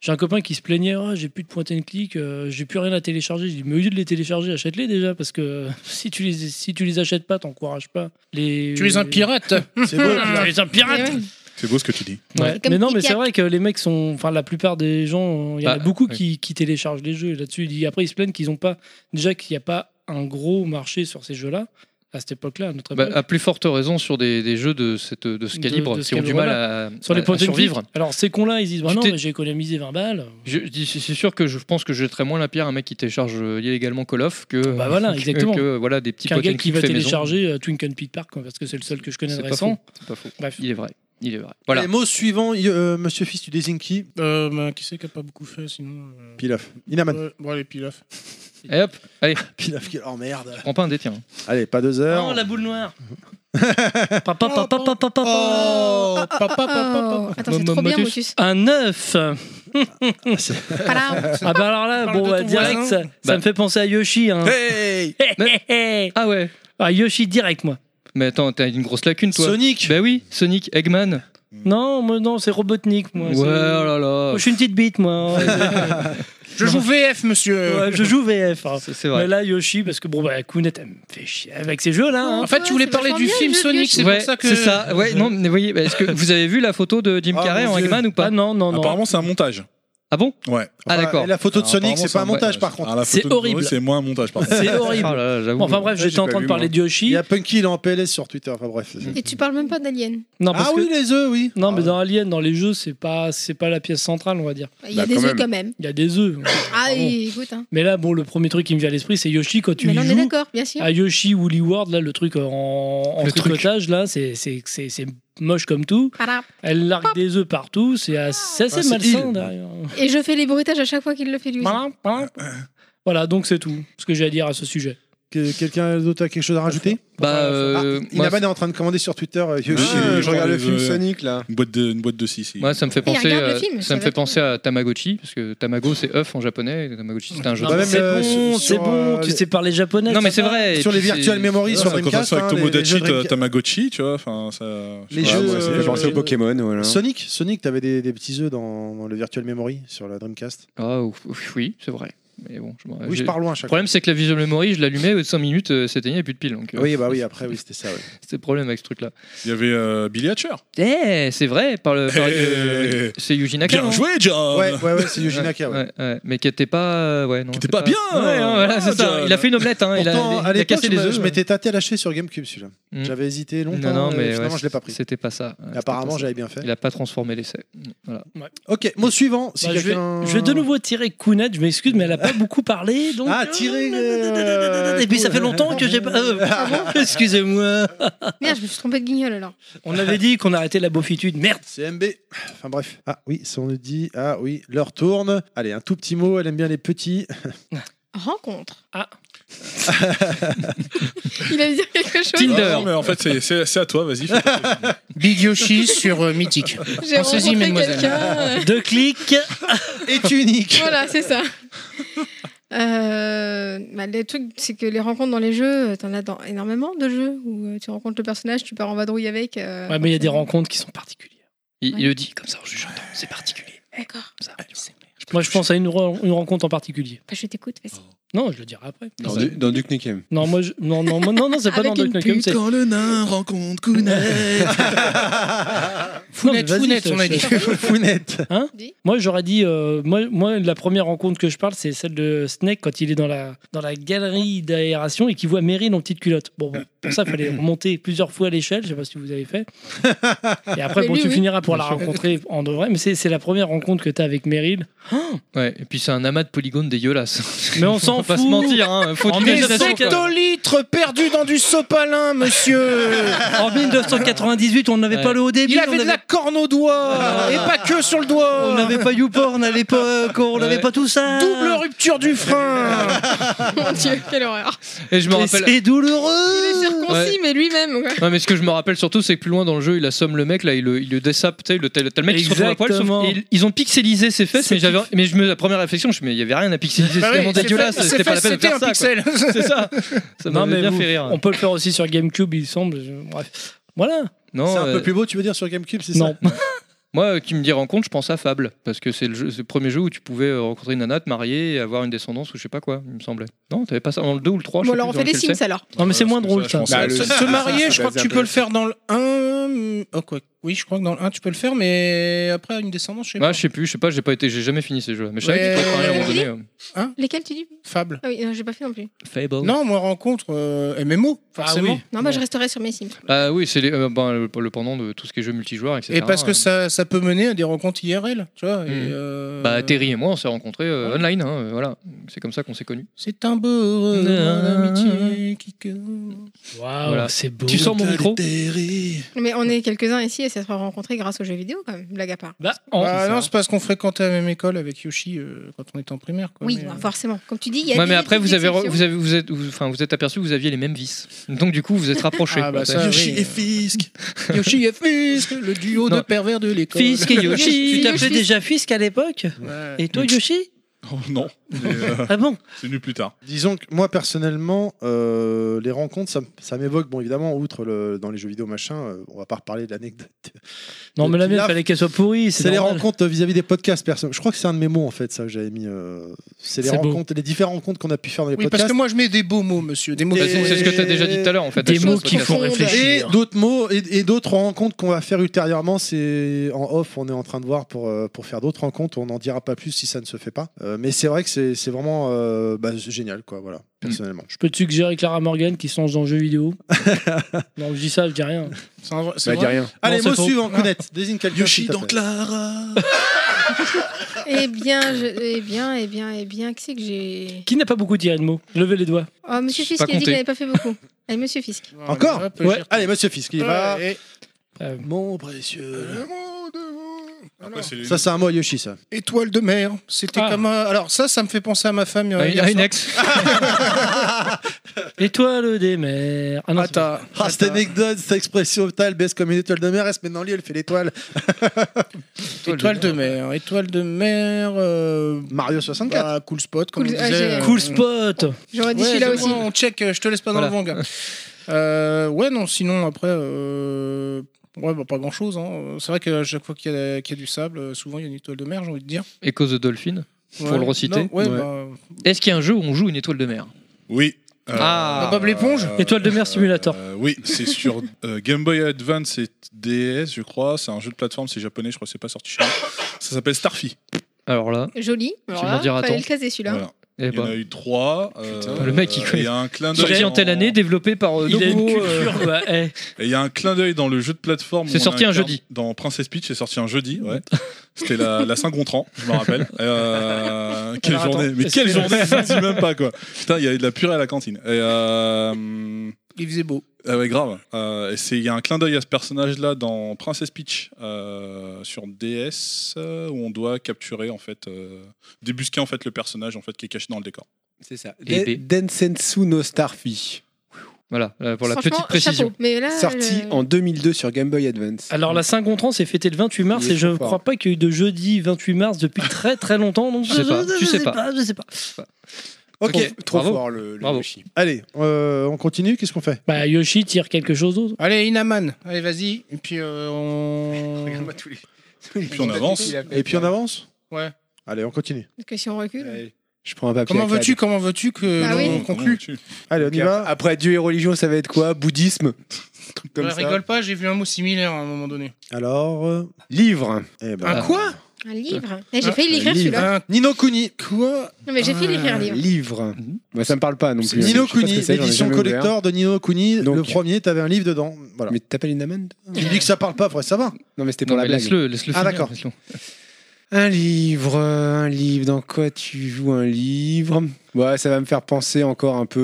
E: j'ai un copain qui se plaignait, Ah, j'ai plus de point and click, euh, j'ai plus rien à télécharger. J'ai dit, mais au lieu de les télécharger, achète-les déjà, parce que euh, si tu les, si tu les achètes pas, t'encourages pas. Les,
B: Tu es un pirate.
F: C'est beau,
E: Tu es un
D: Eh
E: pirate
D: Ouais, ouais.
A: C'est beau ce que tu dis.
E: Ouais.
D: C'est comme
E: Mais non, mais
D: Kit Kat.
E: c'est vrai que les mecs sont. Enfin, la plupart des gens, il y en a
J: Bah,
E: beaucoup
J: oui.
E: qui, qui téléchargent les jeux. Et Là-dessus, ils- après, ils se plaignent qu'ils n'ont pas. Déjà, qu'il n'y a pas un gros marché sur ces jeux-là, à cette époque-là, à notre
J: Bah,
E: époque.
J: à plus forte raison sur des, des jeux de, cette, de ce
E: De-
J: calibre
E: de ce
J: qui ont du mal à,
E: sur les
J: à- à
E: point and click.
J: survivre.
E: Alors, ces cons-là, ils disent bah,
J: Tu
E: non,
J: t'es-
E: mais j'ai économisé 20 balles.
J: Je, je dis, c'est c'est sûr que je pense que je jetterais moins la pierre à un mec qui télécharge euh, illégalement Call of que,
E: Bah voilà,
J: que-
E: exactement.
J: que, voilà, des petits
E: Qu'un
J: potes
E: gars qui va télécharger euh, Twinkle Peak Park, quoi, parce que c'est le seul que je connais de
J: C'est pas
E: récent.
J: C'est pas faux.
E: Bref.
J: Il est vrai. Il est vrai.
F: Les
J: Voilà.
F: mots suivants, y- euh, monsieur Fils, tu désignes qui
B: Euh, bah, qui c'est qui a pas beaucoup fait sinon euh,
F: Pilaf. Inaman.
B: ouais, Bon, allez, Pilaf.
J: Et hop,
F: Pilaf, qui... oh merde.
J: prends pas un détien.
F: Allez, pas deux heures.
E: Oh, la boule noire Papa, papa, papa, papa,
B: Oh, pa, pa, pa, pa,
D: Oh,
B: pa.
D: Attends, c'est trop bien, Motus.
E: Un œuf
D: Voilà.
E: Ah bah alors là,
B: Parle
E: bon,
B: de
E: bah,
B: ton
E: direct,
B: voisin.
E: ça, ça
J: Bah.
E: me fait penser à Yoshi. Hein.
F: Hey
E: Hey, hey.
J: Ah ouais.
E: Ah, Yoshi direct, moi.
J: Mais attends, t'as une grosse lacune toi.
F: Sonic
J: Bah oui, Sonic, Eggman.
E: Non, moi, non, c'est Robotnik, moi.
J: ouais,
E: c'est-
J: oh là là.
E: Je suis une petite bite, moi. Ouais,
B: Je joue VF, monsieur.
E: ouais, je joue VF. hein.
J: C'est c'est
E: Mais
J: vrai.
E: là, Yoshi, parce que bon, bah, Kounet, elle me fait chier avec ces jeux-là. hein.
B: En fait, tu voulais
D: Ouais,
B: parler
D: c'est
B: du
D: vachement
B: film
D: bien, le
B: Sonic,
D: vieux
B: c'est
J: ouais,
B: pour ça que.
J: C'est ça. Ouais, non, mais voyez, bah, est-ce que vous avez vu la photo de Jim
F: Ah,
J: Carrey
F: mon
J: en
F: Dieu.
J: Eggman ou pas
E: Ah non, non, non.
A: Apparemment, c'est un montage.
J: Ah bon
A: Ouais.
J: Ah d'accord.
F: La photo de
A: Alors,
F: Sonic,
A: apparemment,
F: c'est pas un
A: ouais.
F: montage par
A: Ah, la
F: contre.
A: photo de Maurice, C'est moins un montage par contre.
E: C'est horrible.
J: Ah là là, j'avoue.
E: Bon, enfin bref,
F: Ouais, j'ai
E: j'étais en
F: pas
E: train de
F: vu,
E: parler de
F: Il
E: Yoshi.
F: y a Punky, il est en PLS sur Twitter. Enfin bref.
D: Et tu parles même pas d'Alien.
E: Non, parce
F: Ah
E: que-
F: oui, les œufs, oui.
E: non, mais
F: Ah,
E: dans Alien, dans les jeux, c'est pas, c'est pas la pièce centrale, on va dire.
D: Il y a
K: Bah,
D: des
K: quand
D: œufs
K: même.
D: quand même.
E: Il y a des œufs.
D: Ah,
E: bon.
D: et- écoute, hein.
E: Mais là, bon, le premier truc qui me vient à l'esprit, c'est Yoshi quand tu
D: Mais
E: y
D: là, on est
E: joues. Ah.
D: d'accord, bien sûr.
E: À Yoshi Woolly World, là, le truc en, en
J: Le truc.
E: tricotage, là, c'est, c'est, c'est, c'est moche comme tout.
D: Voilà.
E: Elle largue des œufs partout, c'est assez, assez
F: Ah, c'est
E: malsain
F: il.
E: derrière.
D: Et je fais les bruitages à chaque fois qu'il le fait lui. aussi.
E: Voilà, voilà. Voilà, donc c'est tout ce que j'ai à dire à ce sujet.
F: que- Quelqu'un d'autre a quelque chose à rajouter
J: Bah,
F: Ah,
J: euh, moi,
F: Inaban est en train de commander sur Twitter. euh, Yoshi.
A: Ah,
K: je regarde le
A: les
K: film
A: œufs.
K: Sonic là.
A: Une boîte de, une boîte de six.
J: Moi, ça me fait
D: Mais
J: penser,
D: regarde le
J: à,
D: film, ça
J: ça me
D: va
J: fait
D: te
J: penser à Tamagotchi, parce que Tamago c'est œuf en japonais, et Tamagotchi c'est un jeu.
E: Non,
F: bah,
E: mais
F: même,
E: c'est
F: euh,
E: bon,
F: sur-
E: c'est
F: sur,
E: bon,
F: euh,
E: tu
F: les-
E: sais parler japonais.
J: Non, mais c'est
E: ça va.
J: vrai
F: Sur les virtual
J: virtuels
F: memory, sur
A: ça commence
F: Dreamcast.
A: avec
F: hein, les- les jeux
A: Tomodachi, euh,
F: Dreamcast.
A: Tamagotchi, tu vois. Enfin, ça. je sais
F: Les
A: pas,
F: jeux,
A: moi,
F: euh,
A: c'est-
K: Ça fait penser au Pokémon, voilà.
F: Sonic, Sonic, t'avais des, des petits œufs dans, dans le virtual memory sur la Dreamcast.
J: Ah, ouf, ouf, oui, c'est vrai. Mais bon, je m'en-
E: Euh,
F: Oui, je
J: j'ai-
F: pars loin à
J: Le
F: chaque fois.
J: problème, c'est que la visual memory, je l'allumais, au bout de 5 minutes, euh, s'éteignait, il n'y a plus de pile. Donc, euh,
F: Oui, bah oui, après, oui, c'était ça. ouais.
J: c'est le problème avec ce truc-là.
A: Il y avait euh, Billy Hatcher.
E: Ah,
J: Eh, c'est vrai, par le. par le- euh,
A: Eh.
J: c'est Yuji Naka.
A: Bien
J: Oh, non
A: joué, John
F: Ouais, ouais, ouais, c'est Yoshi Naka. ouais.
J: Ouais, ouais, mais qui était pas. euh, Ouais, non,
A: était
J: c'est
A: pas bien,
J: Ouais, ouais, voilà,
A: hein,
J: c'est ça.
A: John.
J: Il a fait une omelette, hein, il a-
F: Pourtant,
J: il a,
F: à l'époque,
J: cassé
F: je,
J: les
F: me-
J: œufs.
F: je m'étais tâté à lâcher sur GameCube celui-là.
J: Mm.
F: J'avais hésité longtemps,
J: Non, non, mais.
F: mais finalement,
J: ouais,
F: je l'ai pas pris.
J: C'était pas ça. ouais,
F: Et
J: c'était pas
F: Apparemment,
J: ça.
F: j'avais bien fait.
J: Il a pas transformé l'essai. Voilà.
F: Ok, mot suivant. Si
E: Bah, je, vais,
F: quelqu'un-
E: je vais de nouveau tirer Kounet, je m'excuse, mais elle a pas beaucoup parlé. Donc,
F: Ah, tirer, euh,
E: Et puis ça fait longtemps que j'ai pas. euh, ah bon Excusez-moi.
D: Merde, je me suis trompé de guignol alors.
E: On avait dit qu'on arrêtait la beaufitude. Merde.
F: CMB. Enfin bref. Ah oui, ça on nous dit. Ah oui, l'heure tourne. Allez, un tout petit mot. Elle aime bien les petits.
D: Rencontre.
E: Ah.
D: Il allait dire quelque chose.
J: Tinder.
A: Non, mais en fait, c'est- c'est c'est à toi, vas-y. fais ta plaisir.
B: Big Yoshi sur euh, Mythique.
D: J'ai
B: Pensez-y,
D: rencontré
B: mesdemoiselles.
D: quelqu'un. euh,
E: Deux clics.
F: Est unique.
D: voilà, c'est ça. Euh, bah, le truc, c'est que les rencontres dans les jeux, euh, t'en as dans énormément de jeux où euh, tu rencontres le personnage, tu pars en vadrouille avec. euh,
E: Ouais, mais il y a des rencontres qui sont particulières.
J: Il,
D: Ouais.
J: il le dit comme ça, je- j'entends, c'est particulier.
D: D'accord,
J: Comme ça, tu vois.
E: Moi, je pense à une, re- une rencontre en particulier.
D: Bah, je t'écoute. vas-y.
E: Non, je le dirai après.
K: Dans, du, dans Duke Nukem.
E: Non, moi, je- non, non, moi- non, non, c'est pas
D: Avec
E: dans Duck
D: une
E: Nukem.
D: pute.
E: C'est... Non,
B: Quand le nain rencontre Kounet.
E: mais
B: Founette,
E: vas-y,
B: Founette,
E: je-
B: on a dit.
F: Founette.
E: Moi, j'aurais dit. euh, moi, moi, la première rencontre que je parle, c'est celle de Snake quand il est dans la, dans la galerie d'aération et qu'il voit Meryl en petite culotte. Bon, bon, pour ça, il fallait remonter plusieurs fois à l'échelle. Je sais pas si vous avez fait. Et après,
D: Mais
E: bon,
D: lui,
E: tu
D: oui.
E: finiras pour la rencontrer en de vrai. Mais c'est, c'est la première rencontre que tu as avec Meryl.
J: Ouais, et puis c'est un amas de polygones dégueulasse.
E: Mais on s'en
J: Faut pas se
E: fout.
J: mentir, hein. faut de
E: En
J: l'imagination,
E: 1900,
J: quoi.
B: Hectolitres perdus dans du sopalin, monsieur.
E: En 1998, on n'avait
J: Ouais.
E: pas le haut débit.
B: Il avait
E: on
B: de la corne au doigt. Et pas que sur le
E: On
B: doigt.
E: n'avait pas YouPorn à l'époque, on n'avait
J: Ouais.
E: pas tout ça.
B: Double rupture du frein.
D: Mon dieu, quelle horreur.
J: Et je me
E: Et
J: rappelle.
E: C'est douloureux.
D: Il est circoncis, mais lui-même. quoi.
J: Ouais, mais ce que Oh, je me rappelle surtout, c'est que plus loin dans le jeu, il assomme le mec, là, il le, il le dessape, tu sais, le, t'as le- t'as le mec qui se retrouve à poil.
E: Exactement.
J: Sauf, et ils, ils ont pixelisé ses fesses,
E: C'est
J: mais, j'avais, mais je me, la première réflexion, je me il n'y avait rien à pixeliser,
B: Bah
J: c'était
B: oui,
J: vraiment
B: c'est
J: dégueulasse,
B: fait-
J: c'était
B: c'est
J: pas la
B: fait,
J: peine de
B: C'était
J: faire
B: un
J: ça. quoi.
B: pixel.
J: C'est ça, Ah, ça
E: Non,
J: m'a
E: mais
J: bien
E: vous-
J: fait rire.
E: On peut le faire aussi sur GameCube, il semble. je- Bref. Voilà.
J: Non,
F: c'est un
J: euh,
F: peu plus beau, tu veux dire, sur GameCube, c'est
E: Non.
F: ça
J: Moi, euh, qui me dit rencontre, je pense à Fable, parce que c'est le, jeu- c'est le premier jeu où tu pouvais euh, rencontrer une nana, te marier et avoir une descendance ou je sais pas quoi, il me semblait. Non, t'avais pas ça dans le 2 ou le 3
D: Bon, alors on fait les Sims alors.
E: Non, mais c'est moins drôle,
A: je
E: ça.
A: pensais à
K: Bah,
A: ça.
K: le-
B: Se marier, je crois que tu peux le
K: faire.
B: faire dans le 1. Oh, quoi. Oui, je crois que dans le 1, tu peux le faire, mais après, une descendance, je sais
J: Ah,
B: pas.
J: je sais plus, je sais pas, j'ai pas été, j'ai jamais fini ces jeux-là, mais je savais
B: Ouais.
J: que tu pouvais te marier à un moment donné. euh.
D: Lesquels tu dis
B: Fable.
D: Ah oui, non, j'ai pas fait non plus.
J: Fable.
B: Non, moi, rencontre euh, MMO, forcément.
D: Non, bah je resterai sur mes Sims.
J: Ah oui, c'est les- euh, ben, le, le pendant de tout ce qui est jeux multijoueurs, etc.
B: Et parce que
J: Euh,
B: ça, ça peut mener à des rencontres IRL, tu vois. et,
J: Hmm.
B: euh,
J: Bah, Terry et moi, on s'est rencontrés euh, online, hein, euh, voilà. C'est comme ça qu'on s'est connus.
B: C'est un beau roman d'amitié qui
E: Waouh,
J: Voilà.
E: c'est beau.
J: Tu sors mon micro
D: Mais on est quelques-uns ici et ça sera rencontré grâce aux jeux vidéo quand même, blague à part.
E: Bah, en-
B: Ah non,
E: c'est
B: c'est parce qu'on fréquentait la même école avec Yoshi euh, quand on était en primaire. Quoi,
D: Oui,
B: mais,
D: bah,
B: euh,
D: forcément. Comme tu dis, il y a
J: Ouais,
D: des
J: mais après,
D: petites
J: vous avez, re-
D: exceptions.
J: vous avez, vous êtes, vous- enfin, vous êtes aperçu que vous aviez les mêmes vices. Donc, du coup, vous êtes rapprochés.
B: Ah, bah, ça,
F: Yoshi
B: oui.
F: et Fisk.
B: Yoshi et Fisk, le duo
J: Non.
B: de pervers de l'école.
E: Fisk et Yoshi.
D: Yoshi,
E: Tu t'appelais
D: Yoshi.
E: déjà Fisk à l'époque
B: Ouais.
E: Et toi, Yoshi
A: non. mais, euh,
E: Ah bon
A: C'est venu plus tard.
F: Disons que moi personnellement, euh, les rencontres, ça, m- ça m'évoque, bon évidemment, outre le, dans les jeux vidéo machin, euh, on va pas reparler de l'anecdote.
E: Non, mais la mienne,
F: Pilaf,
E: fallait qu'elle soit pourrie.
F: C'est les
E: normal.
F: rencontres vis-à-vis des podcasts perso. Je crois que c'est un de mes mots en fait, ça que j'avais mis. euh, c'est les
E: C'est beau.
F: rencontres, les différentes rencontres qu'on a pu faire dans les
B: Oui, parce
F: podcasts.
B: que moi je mets des beaux mots, monsieur. Des mots
J: Bah, c'est-
B: qui-
J: c'est ce que t'as déjà dit tout à l'heure en fait.
E: Des
J: je
E: mots
J: pense,
E: qui
J: parce
E: font
J: que-
E: réfléchir.
F: Et d'autres mots et, et d'autres rencontres qu'on va faire ultérieurement. C'est en off, on est en train de voir pour, euh, pour faire d'autres rencontres. On n'en dira pas plus si ça ne se fait pas. Euh, mais c'est vrai que c'est c'est vraiment euh, bah, c'est génial, quoi. Voilà, personnellement.
E: Je peux te suggérer Clara Morgan qui se lance dans le jeu vidéo. non, je dis ça, je dis rien.
B: C'est un vrai- c'est
K: Bah, dis
B: vrai.
K: rien.
F: Allez,
E: c'est
F: mot
E: faux.
F: suivant, Counette. Désigne quelqu'un.
A: Yoshi
F: s'il te
A: dans
F: plaît.
A: Clara
D: Eh bien, je... eh bien, eh bien, eh bien, qui c'est que j'ai.
E: Qui n'a pas beaucoup tiré de mots Levez les doigts.
D: Oh, monsieur Fisk, il a
J: Pas
D: dit
J: compté.
D: qu'il n'avait pas fait beaucoup. Allez, monsieur Fisk.
B: Ouais,
F: Encore
B: mais hop,
E: Ouais.
B: j'ai-
F: Allez, monsieur Fisk, il y va.
B: Ouais, et-
E: Euh,
F: Mon précieux.
B: Alors,
A: Après, c'est les-
F: Ça, c'est un mot à Yoshi, ça.
B: Étoile de mer, c'était
E: Ah.
B: comme un- Alors ça, ça me fait penser à ma femme. euh,
J: Ah,
B: hier
J: une- une
B: soir.
J: ex.
E: Étoile des mers.
J: hein,
E: Ah non, c'est
B: Attends.
F: Ah, cette anecdote, cette expression, putain, elle baisse comme une étoile de mer, elle se met dans le lit, elle fait l'étoile.
B: Étoile de mer, étoile de mer. euh,
F: Mario 64.
B: bah, cool spot, comme
D: Cool-
B: on
D: ah,
B: disait,
D: j'ai-
B: euh,
E: pas- Cool spot
D: J'aurais dit
B: Ouais,
D: celui-là
B: c'est
D: aussi.
B: bon, on check, euh, je te laisse pas dans
J: Voilà.
B: le vent, gars. Euh, ouais, non, sinon, après, euh, ouais, bah, pas grand-chose. hein. Euh, C'est vrai qu'à chaque fois qu'il y, a- qu'il y a du sable, euh, souvent, il y a une étoile de mer, j'ai envie de dire.
J: Et cause de Dolphin. Pour
B: Ouais.
J: le reciter.
B: Non, ouais,
J: Ouais.
B: bah,
J: Est-ce qu'il y a un jeu où on joue une étoile de mer
A: Oui.
J: Ah.
B: Bob l'éponge
A: euh,
E: Étoile de mer simulator.
A: euh, oui, c'est sur euh, Game Boy Advance et DS, je crois. C'est un jeu de plateforme, c'est japonais, je crois que c'est pas sorti chez nous. Ça s'appelle Starfy.
J: Alors là,
D: Joli. Alors
J: m'en
D: là,
J: diras
D: fallait
J: tant.
D: le caser celui-là.
A: Voilà.
J: eh
A: Il y en
J: bah.
A: a eu trois. euh,
J: Putain, le mec, il
A: et
J: connaît.
A: y a un client d'œil
J: Sorti en telle
A: dans-
J: année, développé par euh,
E: Il a une
J: Nobuo, euh,
E: culture, quoi. Eh,
A: Et il y a un clin d'œil dans le jeu de plateforme.
J: C'est
A: où on
J: sorti un
A: incarne-
J: jeudi.
A: Dans Princess Peach, c'est sorti un jeudi, ouais. C'était la, la Saint-Gontran, je me rappelle. Euh, quelle
E: Alors, attends,
A: journée Mais
E: est-ce
A: quelle
E: que-
A: journée Je ne sais même pas, quoi. Putain, il y avait de la purée à la cantine. Et euh,
B: il faisait beau.
A: ah ouais, grave. Euh, et c'est- Il y a un clin d'œil à ce personnage-là dans Princess Peach euh, sur DS euh, où on doit capturer en fait, euh, débusquer en fait le personnage en fait qui est caché dans le décor.
K: C'est ça.
J: Et B.
K: Densensu no Starfy.
J: Voilà, euh, pour la
D: Franchement,
J: petite précision.
D: chapeau. Mais là,
K: Sorti
D: Ah, le-
K: en 2002 sur Game Boy Advance.
E: Alors la Saint-Gontran s'est fêtée le 28 mars
K: Il est
E: et je
K: trop
E: ne
K: fort.
E: crois pas qu'il y ait eu de jeudi 28 mars depuis très très longtemps. Donc
J: Je sais pas, tu sais pas.
E: je sais pas.
F: Ok,
K: Trop
J: Bravo.
K: fort le, le
J: Bravo.
K: Yoshi.
F: Allez, euh, on continue, qu'est-ce qu'on fait
E: Bah Yoshi tire quelque chose d'autre.
B: Allez, Inaman, allez, vas-y. Et puis, euh, on...
K: Regarde-moi tous les.
A: puis on avance.
K: Eh
F: Et puis on avance
B: Ouais.
F: Allez, on continue.
D: Parce que si on recule.
K: Allez, Je prends un papier.
B: Comment
K: à clade.
B: veux-tu, comment veux-tu que
D: Bah
B: l'on
D: oui.
A: Comment- comment
B: conclue
A: tu-
F: Allez, on y
K: Ok,
F: va.
K: Après Dieu et religion, ça va être quoi Bouddhisme Truc comme
B: Ouais,
K: ça.
B: Rigole pas, j'ai vu un mot similaire à un moment donné.
F: Alors. euh,
K: Livre.
F: eh ben,
B: Un quoi
D: Un livre. Eh, j'ai
B: Ah,
D: failli l'écrire celui-là.
B: Un
F: Nino Kuni. Quoi
D: Non, mais j'ai failli l'écrire un livre.
K: Livre. Bah, ça me parle pas non plus.
F: Nino
K: Je sais pas ce
F: Kuni,
K: que c'est, j'en ai
F: l'édition
K: jamais ouvert.
F: collector de Nino Kuni.
K: Donc-
F: Le premier, t'avais un livre dedans. Voilà.
K: Mais t'appelles une amende
F: Il dit que ça parle pas, après ça va.
K: Non, mais c'était pour
J: Non,
K: la
J: mais
K: blague.
J: laisse-le, laisse-le.
F: Ah,
J: finir,
F: d'accord.
J: laisse-le.
K: Un livre, euh, un livre, dans quoi tu joues un livre Ouais, ça va me faire penser encore un peu,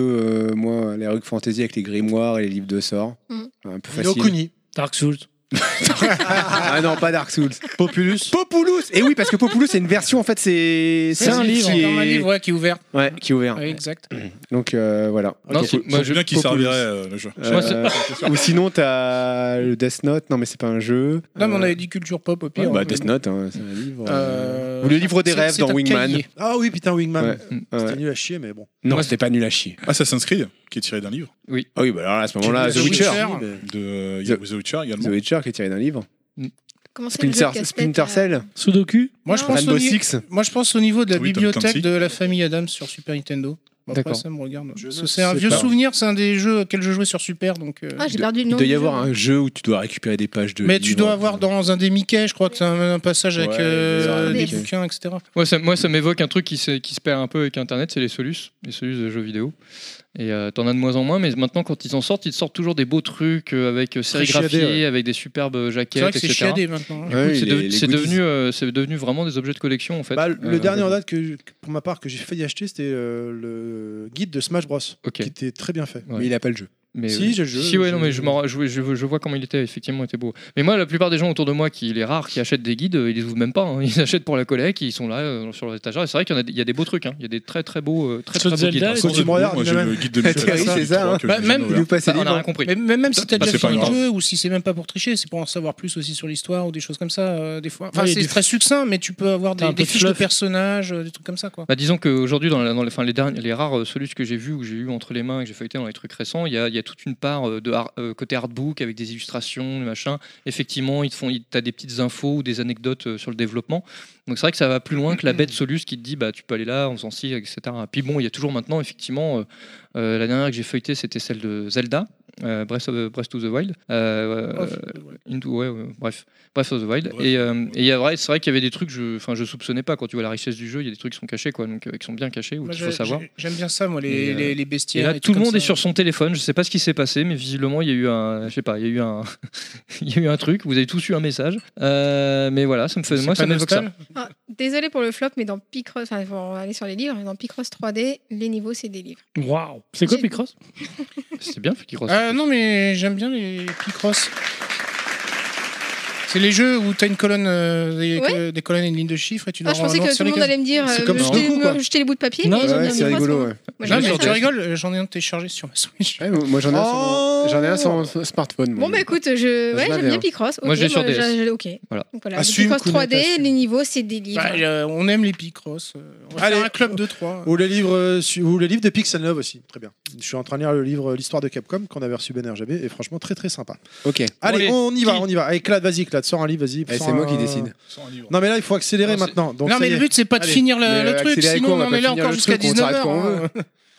K: euh, moi, à la rue fantasy avec les grimoires et les livres de sorts.
D: Mm.
K: Un peu
F: Nino
K: facile.
F: Kuni.
E: Dark Souls.
K: ah non, pas Dark Souls.
F: Populus.
K: Populous Et oui, parce que Populous, c'est une version, en fait, c'est c'est
B: C'est
K: un livre qui
B: C'est comme un
K: est...
B: livre ouais, qui est ouvert.
K: Ouais, qui est ouvert.
B: Ouais, exact.
K: Donc euh, voilà.
J: Non,
K: Ok.
J: c'est- moi,
A: Moi,
J: je-
A: bien qui
K: Populous.
A: servirait euh, le jeu.
J: Moi, c'est-
K: Euh, ou sinon, t'as le Death Note. Non, mais c'est pas un jeu.
B: Là, mais on
K: Euh,
B: avait dit culture pop au pire.
K: ouais, bah,
B: hein,
K: Death
B: mais bon.
K: Note, hein, c'est un livre. euh,
B: Euh,
K: Ou le livre des
B: c'est-
K: rêves
B: c'est
K: dans
B: un
K: Wingman.
B: cahier.
F: Ah oui, putain, Wingman.
K: Ouais.
F: C'était
K: ouais.
F: nul à chier, mais bon.
K: Non,
J: Moi,
K: c'était pas nul à chier.
A: Assassin's Creed qui est tiré d'un livre.
K: Ah oui, bah alors là, à ce moment-là,
B: The
K: The Witcher.
B: Witcher.
A: De euh, il y a
K: The-
A: The Witcher
K: The
A: également.
K: Witcher qui est tiré d'un livre.
D: Comment c'est le jeu
K: Splinter,
D: de casse-tête, euh
K: Splinter
D: là
K: Cell,
E: Sudoku.
B: Moi, je
D: Non.
B: pense au
K: Rainbow
B: ni-
K: Six.
B: moi, je pense au niveau de la
A: Oui, Tom
B: bibliothèque
A: Clancy.
B: de la famille Adams sur Super Nintendo. Bon, Après,
J: D'accord.
B: ça me regarde.
F: Je
B: Parce
F: ne
B: que C'est un
F: sais
B: vieux
F: pas.
B: souvenir, c'est un des jeux auxquels je jouais sur Super. Donc, euh,
D: Ah, j'ai perdu le
K: Il
D: nom. du
K: doit y
D: jeu.
K: avoir un jeu où tu dois récupérer des pages de.
B: Mais tu
K: livres.
B: dois avoir dans un des Mickey, je crois que c'est un, un passage avec
K: Ouais,
B: euh,
D: des
B: des
D: Mickey.
B: bouquins, etc.
J: Moi, ça, moi, ça m'évoque un truc qui se, qui se perd un peu avec Internet, c'est les solus, les solus de jeux vidéo. Et euh, t'en as de moins en moins, mais maintenant, quand ils en sortent, ils te sortent toujours des beaux trucs euh, avec euh, sérigraphiés,
K: chiadé, ouais.
J: avec des superbes euh,
B: C'est vrai
J: jaquettes,
B: que c'est
J: etc.
B: chiadé maintenant. hein.
J: Du coup,
K: Ouais,
J: c'est
K: les-
J: devenu-
K: les
J: c'est
K: goodies.
J: devenu, euh, c'est devenu vraiment des objets de collection en fait.
F: Bah, le
J: Euh,
F: dernier en date, que, que- pour ma part, que j'ai failli acheter, c'était euh, le guide de Smash Bros.
J: Ok.
F: Qui était très bien fait.
K: Mais il a pas le jeu.
J: Mais
F: Si,
J: oui.
F: j'ai le jeu,
J: Si, ouais,
F: j'ai
J: non,
F: le
J: mais
F: jeu.
J: je, m'en- je, je- je vois comment il était, effectivement, il était beau. Mais moi, la plupart des gens autour de moi, qui, les rares qui achètent des guides, euh, ils les ouvrent même pas. hein. Ils achètent pour la collecte, ils sont là euh, sur leur étagère. Et C'est vrai qu'il y en a, il y a des beaux trucs. hein. Il y a des très très beaux, euh, très, très
E: Sur
J: beaux guides.
E: Zelda,
J: hein.
E: Quand tu me regardes,
A: Moi, j'ai le guide de Michel
K: Thierry,
A: Lassalle,
K: Ah, c'est ça,
A: je crois
K: hein.
A: que
B: Bah,
A: j'ai
B: même-
A: ouvert.
K: nous passez
J: Ça,
K: les
J: Ah, on n'a
K: mains.
J: rien compris.
B: Mais même, si t'as
A: Bah, c'est
B: déjà
A: pas
B: fini le
A: grave.
B: jeu ou si c'est même pas pour tricher, c'est pour en savoir plus aussi sur l'histoire ou des choses comme ça euh, des fois. Enfin,
E: Ouais, il y a
B: c'est
E: du-
B: très succinct, mais tu peux avoir
E: T'as
B: des,
E: un peu
B: des
E: de
B: fiches de
E: fluff.
B: personnages, euh, des trucs comme ça quoi.
J: Bah, disons qu'aujourd'hui, dans, la- dans les, enfin, les, derniers, les rares euh, solus que j'ai vus ou que j'ai eu entre les mains et que j'ai feuilleté dans les trucs récents, il y a, il y a toute une part euh, de har- euh, côté artbook avec des illustrations, des machins. Effectivement, ils te font, ils- t'as des petites infos ou des anecdotes euh, sur le développement. Donc c'est vrai que ça va plus loin que la bête solus qui te dit bah tu peux aller là en faisant ci, etc. Puis bon, il y a toujours maintenant effectivement euh, euh, la dernière que j'ai feuilletée, c'était celle de Zelda. euh, Breath, of, Breath of the Wild, euh,
B: Off,
J: euh,
B: ouais.
J: Into- ouais, ouais, bref, Breath of the Wild.
A: Bref,
J: et euh, et il y a vrai, c'est vrai qu'il y avait des trucs, je, enfin, je soupçonnais pas quand tu vois la richesse du jeu, il y a des trucs qui sont cachés, quoi, donc euh, qui sont bien cachés ou
B: Moi,
J: qu'il
B: j'ai-
J: faut savoir.
B: j'ai- J'aime bien ça moi
J: Et,
B: les,
J: euh,
B: les, les
J: Et
B: bestiaires.
J: là,
B: et
J: tout le
B: comme
J: monde
B: ça.
J: est sur son téléphone. Je sais pas ce qui s'est passé, mais visiblement, il y a eu un, je sais pas, il y a eu un, il y a eu un truc. Vous avez tous eu un message, Euh, mais voilà, ça me fait,
B: C'est
J: moi,
B: pas
J: ça m'évoque ça.
B: nostal
D: Ah, désolé pour le flop, mais dans Picross, enfin, on va aller sur les livres, mais dans Picross 3D, les niveaux, c'est des livres.
E: Waouh. C'est quoi Picross
J: C'était bien, fait qu'il reçoit.
B: Ah non, mais j'aime bien les Picross. C'est les jeux où t'as une colonne, euh, des,
D: Ouais.
B: des colonnes et une ligne de chiffres et tu dois
D: Ah, je pensais
B: relancer
D: que tout
B: les
D: le monde
B: cases.
D: allait me dire
F: C'est
D: euh,
F: comme
D: jeter,
F: Sudoku, quoi.
D: me- jeter les bouts de papier.
E: Non,
D: mais
E: Ouais,
D: j'aime
K: Ouais,
D: bien
K: c'est
D: Picross,
K: rigolo.
D: moi.
K: ouais.
D: Moi,
B: Non,
D: j'aime bien
B: mais
D: ça.
B: tu rigoles, euh, j'en ai un téléchargé sur ma Switch.
K: Ouais, moi j'en ai un sur mon- j'en ai un sur mon
F: Oh.
K: smartphone.
D: Bon, bah écoute, je...
K: Je
D: ouais,
K: l'avais,
D: j'aime bien
K: hein.
D: Picross.
J: Moi,
D: ok,
J: j'ai sur
D: bah,
J: DS.
D: j'ai- Ok.
J: Voilà.
D: Donc voilà,
F: Assume,
D: Picross
F: Kounet,
D: 3D,
F: assume.
D: les niveaux, c'est des livres.
B: Bah, euh, on aime les Picross. euh, On va
F: Allez.
B: faire un club de 3.
F: Ou les livres, euh, su- ou les livres de Pixel 9 aussi, très bien. Je suis en train de lire le livre euh, L'histoire de Capcom qu'on avait reçu Ben RGB et franchement très très sympa.
K: Ok.
F: Allez,
J: allez,
F: on y va,
J: qui
F: on y va. Allez, Clad, vas-y, Clad, sors un livre, vas-y.
K: Eh,
F: sors
K: C'est moi
F: un-
K: qui décide.
F: Non mais là il faut accélérer
J: Non, c'est-
F: maintenant. Donc
B: non, mais le but, c'est pas de
F: Allez.
B: finir le,
K: Mais,
B: le
K: euh,
B: truc,
K: accélérer
B: sinon
K: quoi, on va
B: on en
K: pas
B: est là
K: finir
B: encore
K: le
B: jusqu'à
K: truc, on s'arrête
B: 19h.
K: quand on veut.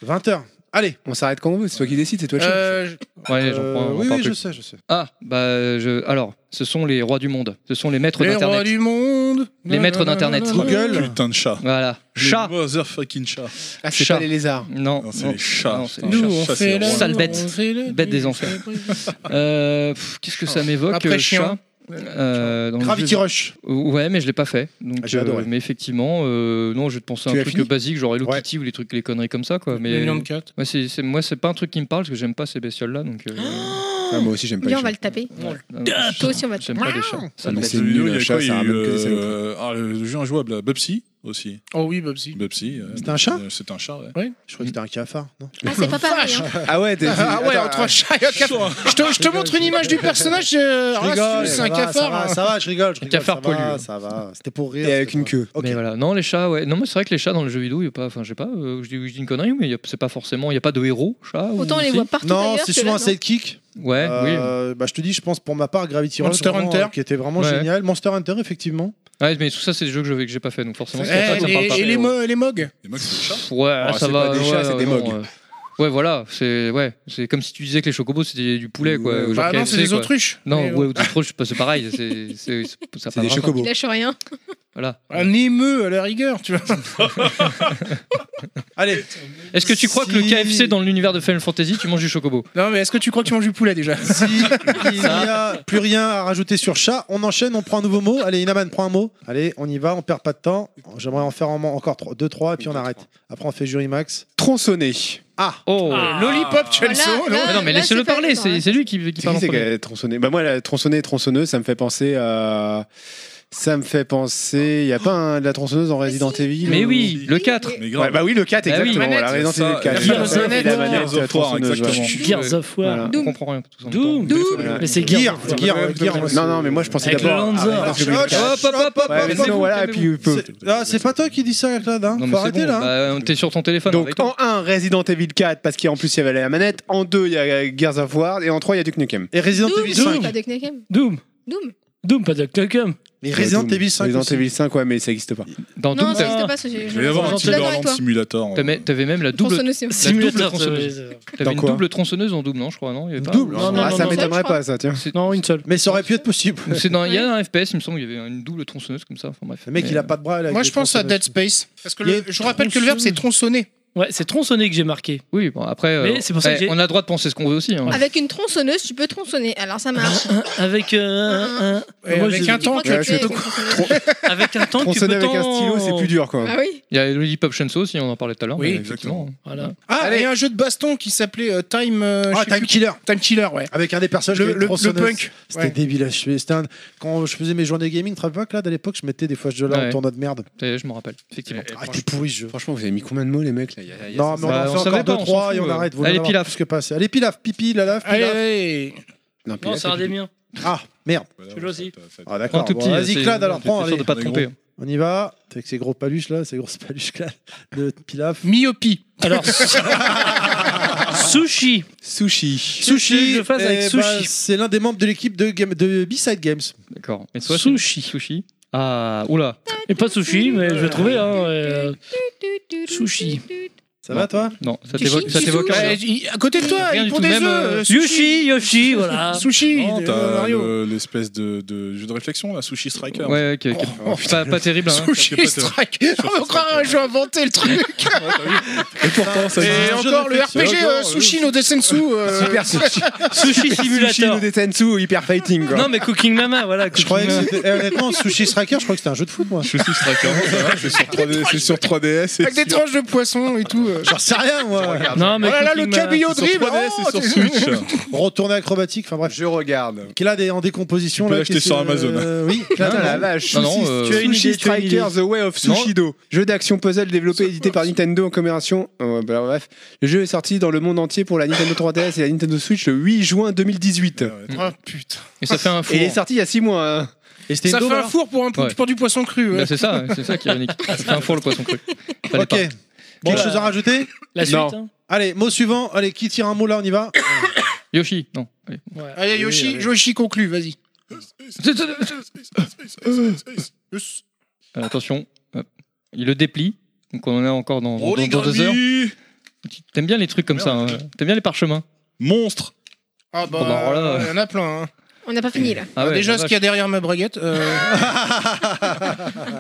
F: 20h. Allez.
K: On s'arrête quand on veut, c'est toi qui décides, c'est toi le chef.
B: Euh,
J: Ouais, Eh, j'en
F: Euh,
J: prends- on
F: oui,
J: parle
F: oui,
J: plus.
F: je sais, je sais.
J: Ah, bah, je... alors, ce sont les rois du monde. Ce sont les maîtres
B: les rois
J: d'Internet.
B: du monde.
J: Les maîtres d'Internet.
F: Google.
A: Putain de chat.
J: Voilà. Chat
A: Les motherfucking chat.
K: Ah, c'est
J: chat.
K: pas les lézards.
J: Non,
A: Non, c'est
J: non.
A: les chats.
J: Non, c'est
A: Putain,
J: les
B: Nous,
A: chat,
B: on
A: ça,
B: fait
A: c'est
B: la
A: horrible.
J: Sale bête.
B: on fait la-
J: Bête des enfers. Euh, pff, Qu'est-ce que ça m'évoque
B: Après
J: euh,
B: chien.
J: chat Euh, dans le
F: Gravity
J: jeu-
F: Rush.
J: Ouais, mais je l'ai pas fait. Donc,
F: Ah, j'ai
J: euh,
F: adoré.
J: mais effectivement, euh, non, je vais te penser à
F: Tu
J: un
F: l'as
J: truc
F: fini
J: basique, genre Hello
F: Ouais.
J: Kitty ou les trucs, les conneries comme ça, quoi.
B: Les
J: Mais
B: noms de quatre.
J: moi, c'est c'est- moi, c'est pas un truc qui me parle parce que j'aime pas ces bestioles-là. Donc, euh,
K: Ah, moi aussi j'aime pas
D: Lui,
K: les
D: on va
K: chats.
D: le taper.
J: euh,
D: Toi aussi, on va te
J: j'aime pas les chats. Sale
K: mais
J: bête.
K: c'est
A: Le
K: nul,
A: vidéo, il y
K: un
A: a
K: chat,
A: quoi, il y
K: ça
A: a eu,
K: ramène que des saloperies.
A: euh, ah, le jeu injouable, là, Bubsy aussi.
B: Oh oui, Bubsy.
A: Bubsy. euh,
F: C'était un chat
A: euh, C'est un chat, ouais.
F: Je croyais que c'était un cafard. Non.
D: Ah, c'est pas pareil. hein.
K: Ah ouais, t'es-
B: Ah ouais,
K: attends,
B: entre un chat et un cafard. Je te, je te montre une image du personnage. euh, alors là, si tu veux, c'est
F: ça
B: un
F: va, Ça
B: cafard.
F: va,
B: hein.
F: ça va, je rigole. Je rigole ça
J: cafard
F: va,
J: pollu.
F: Ça va, c'était pour rire.
K: Et avec
F: c'était
K: une
F: pour-
K: queue.
F: Ok.
J: Mais voilà. Non, les chats, ouais. Non, mais c'est vrai que les chats dans le jeu vidéo, il y a pas. Enfin, je sais pas. euh, je, dis, je dis une connerie, mais il y a- c'est pas forcément. Il y a pas de héros chat. ou-
D: Autant on les
J: si
D: voit partout.
F: Non,
D: ailleurs
F: c'est
D: que là,
F: souvent un
D: non.
F: sidekick.
J: Ouais. Oui.
F: Euh, bah, je te dis, je pense pour ma part, Gravity Rush,
B: Monster
F: vraiment,
B: Hunter.
F: euh, qui était vraiment
J: Ouais.
F: génial. Monster Hunter, effectivement.
J: Ouais, mais tout ça, c'est des jeux que je vais- que j'ai pas fait, donc forcément.
B: Eh,
J: c'est pour ça que ça me
B: les-
J: parle pas.
B: et les, mo- et les mogs
A: Les mecs, c'est des chats.
J: Pff, Ouais,
K: Ah,
J: ça
K: c'est
J: va.
K: pas des chats,
J: ouais,
K: c'est des
J: non,
K: mogs.
J: euh, Ouais, voilà, c'est ouais, c'est comme si tu disais que les chocobos c'était du poulet quoi.
K: Ouais,
J: ou genre
B: Bah non,
J: KFC,
B: c'est des
J: quoi.
B: autruches.
J: Non,
B: Mais, euh.
J: ouais, ou des autruches, c'est pareil, c'est c'est- c'est- ça a
K: C'est
J: pas
K: des
J: de rapport.
K: chocobos.
D: Il lâche rien.
J: Voilà.
B: Un émeu à la rigueur, tu vois.
F: Allez,
J: Est-ce que tu crois que le
F: Si-
J: KFC dans l'univers de Final Fantasy, tu manges du chocobo
B: Non, mais est-ce que tu crois que tu manges du poulet déjà
F: si il n'y a plus rien à rajouter sur chat, on enchaîne, on prend un nouveau mot. Allez, Inaman, prends un mot. Allez, on y va, on perd pas de temps. J'aimerais en faire en- encore 2 trois et puis on arrête. Après, on fait jury max.
K: Tronçonné.
F: Ah,
J: Oh
B: Lollipop Chelso,
D: Voilà,
J: Ah
D: là-
J: Non, mais
D: là,
J: laissez-le
D: c'est pas
J: parler,
D: évident,
J: c'est
D: hein.
J: c'est lui qui, qui
K: C'est
J: parle
K: qui
J: en
K: c'est
J: premier.
K: qu'elle est tronçonnée Bah moi, la tronçonnée et tronçonneuse, ça me fait penser à. Ça me fait penser. Il y a pas un- de la tronçonneuse dans Resident
D: si.
K: Evil
J: Mais
K: ou-
J: oui, le 4
A: Mais
K: Ouais,
A: grave.
K: bah oui, le 4,
J: Ah oui.
K: exactement. voilà, Resident
A: Ça,
K: Evil 4.
A: la
K: Tout à fait,
A: manette,
K: et la manette,
A: Gears of War,
K: tronçonneuse, ouais.
A: exactement.
E: Gears of War.
K: Voilà.
J: on comprend rien tous en même temps.
E: Doom.
D: Doom.
K: Voilà.
E: Mais c'est
F: Gear,
E: Gears. of War.
F: Gear, Gear.
K: Non, non, mais moi je pensais
E: Avec le
K: d'abord. à
E: Lanza.
F: Ah,
K: Resident Evil 4.
J: Hop, hop, hop, hop,
K: Ouais, mais
J: hop,
K: sinon,
J: hop,
K: voilà, et
J: hop,
K: puis. euh,
F: C'est- ah, c'est pas toi qui dis ça, Claude. Hein.
J: Non, mais
F: Faut
J: c'est
F: arrêter
J: bon,
F: là. hein.
J: bah, t'es sur ton téléphone.
K: Donc
J: avec
K: en
J: toi.
K: 1, Resident Evil 4, parce qu'en plus il y avait la manette. En 2, il y a Gears of War. Et en 3, il y a Duke Nukem.
F: Et Resident
D: Doom,
F: Evil
D: c'est
F: 5.
D: pas Duck Nukem.
E: Doom.
D: Doom.
E: Doom, pas Doctor Cum.
F: Mais Resident
K: Doom.
F: Evil 5.
K: Resident
F: aussi.
K: Evil 5, ouais, mais ça n'existe pas.
J: dans
D: Non,
J: Doom,
D: ça
J: t'avais-
D: n'existe pas ce jeu.
A: Il va y avoir un
D: Je
A: petit
D: suis d'accord avec
A: Borderlands
D: toi.
A: Simulator. hein.
J: t'avais- t'avais même la double.
D: Tronçonneuse, c'est vrai.
J: La double
E: Simulateur,
J: tronçonneuse.
E: ça- ça-
J: T'avais une
K: quoi
J: double tronçonneuse en Doom, non, je crois, non Il y avait pas
F: Double
J: ou-
F: Non, non,
K: Ah,
F: non,
K: ça
F: non.
K: m'étonnerait
D: je crois.
K: pas, ça, tiens.
E: Non, une seule.
F: Mais ça aurait pu être possible.
J: Ou c'est dans- Il y a un FPS, il me semble, il y avait une double tronçonneuse comme ça. Enfin bref.
F: Le mec,
J: Mais,
F: il a pas de bras. là,
B: Moi,
F: avec
B: je
F: des
B: pense à
F: tronçonneuses.
B: Dead Space. Parce que
F: Il y
B: le-
F: a
B: je vous rappelle que le verbe, c'est tronçonner.
E: Ouais, c'est tronçonné que j'ai marqué.
J: Oui, bon, après, euh,
E: Mais c'est pour ça que
J: eh,
E: j'ai-
J: on a le droit de penser ce qu'on veut aussi. hein.
D: Avec une tronçonneuse, tu peux tronçonner. Alors ça marche.
E: Avec euh, un- un-
B: Et
E: Moi,
B: avec
E: j'ai-
B: un
D: Tu crois
B: tank.
D: que
K: Ouais,
D: tu
K: je
D: es-
K: suis
D: tronçonneuse.
E: avec un temps, tu
K: Tronçonner
E: peux
K: avec un
E: t'en-
K: stylo, c'est plus dur, quoi.
D: Ah oui.
J: Il y a Lollipop Chainsaw aussi, on en parlait tout à l'heure.
B: Oui,
J: mais effectivement. Voilà.
B: Ah, il y a un jeu de baston qui s'appelait euh, Time. euh, je sais
F: Time
B: plus-
F: Killer.
B: Time Killer, ouais.
F: Avec un des personnages
B: Le-
F: qui avait
B: le-
F: une
B: le
F: tronçonneuse.
B: punk.
F: C'était
B: Ouais.
F: débile à chier. C'était un- Quand je faisais mes journées gaming, très pas là, à l'époque, je mettais des fois ce jeu-là
J: Ouais.
F: en tournoi de merde.
J: Et Je m'en rappelle, effectivement.
F: Ah, t'es pourri ce jeu.
K: Franchement, vous avez mis combien de mots, les mecs là Il y a- il y a-
F: Non, mais on
J: Bah,
F: en
J: on
F: fait
J: savait
F: encore
J: pas,
F: deux,
J: on s'en
F: trois et
J: fout,
F: on
J: euh.
F: arrête. vous
J: Allez,
F: allez
J: pilaf.
F: pilaf. Ce que passe. Allez, pilaf, pipi, la lave,
B: Allez,
F: pilaf.
B: allez.
K: Non, puis
E: Non,
K: là,
E: c'est un des miens.
F: Ah, merde.
E: Celui-là aussi.
F: Ah,
J: Prends
F: d'accord.
J: tout
F: Bon,
J: petit.
F: Vas-y,
J: c'est-
F: Clad, alors
J: t'es
F: prends.
J: sûr
F: allez.
J: de pas te
A: Allez,
J: tromper.
F: On y va. Avec ces gros paluches là, ces grosses paluches Clad, de pilaf.
B: Myopie.
E: Alors, sushi.
K: Sushi.
E: Sushi,
F: Sushi,
E: je le fasse avec
F: eh ben,
E: sushi.
F: c'est l'un des membres de l'équipe de, Game- de B-Side Games.
J: D'accord. Et toi, c'est-
E: Sushi.
J: Sushi. Ah, oula.
E: Et pas sushi, mais je vais trouver. Hein, euh, Sushi.
F: Ça va toi
J: Non, ça
D: Sushi,
J: t'évoque ça
D: sushi,
J: t'évoque
D: sushi.
J: rien.
B: Bah, il- à côté de toi,
J: Rien
B: il
J: du
B: prend
J: tout,
B: des
J: même,
B: jeux.
J: euh,
B: euh,
E: Yoshi, Yoshi, voilà.
B: Sushi,
A: Non,
B: de-
A: t'as
B: euh, Mario.
A: le- l'espèce de, de jeu de réflexion là, Sushi Striker.
J: Ouais, ouais, qui- qui- pas, pas terrible. Hein.
A: Sushi
B: Sushi Strike. On croirait un jeu inventé, le truc.
A: Et pourtant, ça
B: Et
A: existe.
B: encore le RPG euh, Sushi no Desensu. euh,
K: Super sushi.
E: Sushi
K: Sushi,
E: simulator.
K: le Detensu, hyper fighting quoi.
E: Non, mais Cooking Mama, voilà.
F: Je
E: Cooking
F: croyais que
E: Mama.
F: c'était. eh, honnêtement, Sushi Striker, je crois que c'était un jeu de foot, moi.
A: Sushi Striker, ça va, c'est sur 3D c'est sur 3DS.
B: Avec des
A: sur-
B: tranches de poisson et tout. euh.
F: J'en sais rien, moi.
E: Non, mais
B: Voilà là, le
E: Cooking Mama.
B: cabillaud
A: sur
B: dribble.
A: 3DS
B: oh,
A: et sur
B: t'es-
A: Switch.
F: Retourner acrobatique, enfin bref.
K: Je regarde.
F: Qui là des- en décomposition
A: Tu peux
F: là,
A: l'acheter
F: qu'est-ce
A: sur
F: que-
A: Amazon.
F: euh, oui,
K: Ah
F: Clad,
K: la
F: là, là.
K: vache.
J: Non, non,
K: Sushi-
J: euh,
E: tu as une
K: Sushi
E: idée, tu as une idée.
K: Striker, The Way of Sushido. Jeu d'action puzzle développé et édité par Nintendo en commémoration. euh, bah, bref, le jeu est sorti dans le monde entier pour la Nintendo 3DS et la Nintendo Switch le 8 juin 2018.
J: Mm.
B: Ah putain.
J: Et ça fait un
K: Et
J: four.
K: il est sorti il y a 6 mois. hein.
F: Et c'était
B: Ça
F: une
B: fait un
F: daube,
B: four pour, un,
J: Ouais.
B: pour du poisson cru. ouais.
J: Bah, c'est ça, c'est ça qui est ironique. Ça fait un four le poisson cru.
F: alors
J: Fallait
F: Ok. Quelque
E: Bon, bah,
F: chose à rajouter
E: La suite.
K: Non.
E: hein.
F: Allez, mot suivant. Allez, qui tire un mot là On y va.
J: pas. Yoshi, non. allez.
E: Ouais.
B: Allez, Yoshi, Yoshi conclut, vas-y.
J: Euh, attention. Hop. Il le déplie. Donc on en a encore dans,
F: Oh,
J: dans, dans deux heures.
A: Origami.
J: Tu- T'aimes bien les trucs comme ça. hein. T'aimes bien les parchemins.
A: Monstre.
B: Ah bah,
J: Oh bah, alors là,
B: il y en a plein. hein.
D: On n'a pas fini là.
J: Ah ouais,
B: Déjà,
J: la
B: ce
J: vache.
B: qu'il y a derrière ma braguette. euh,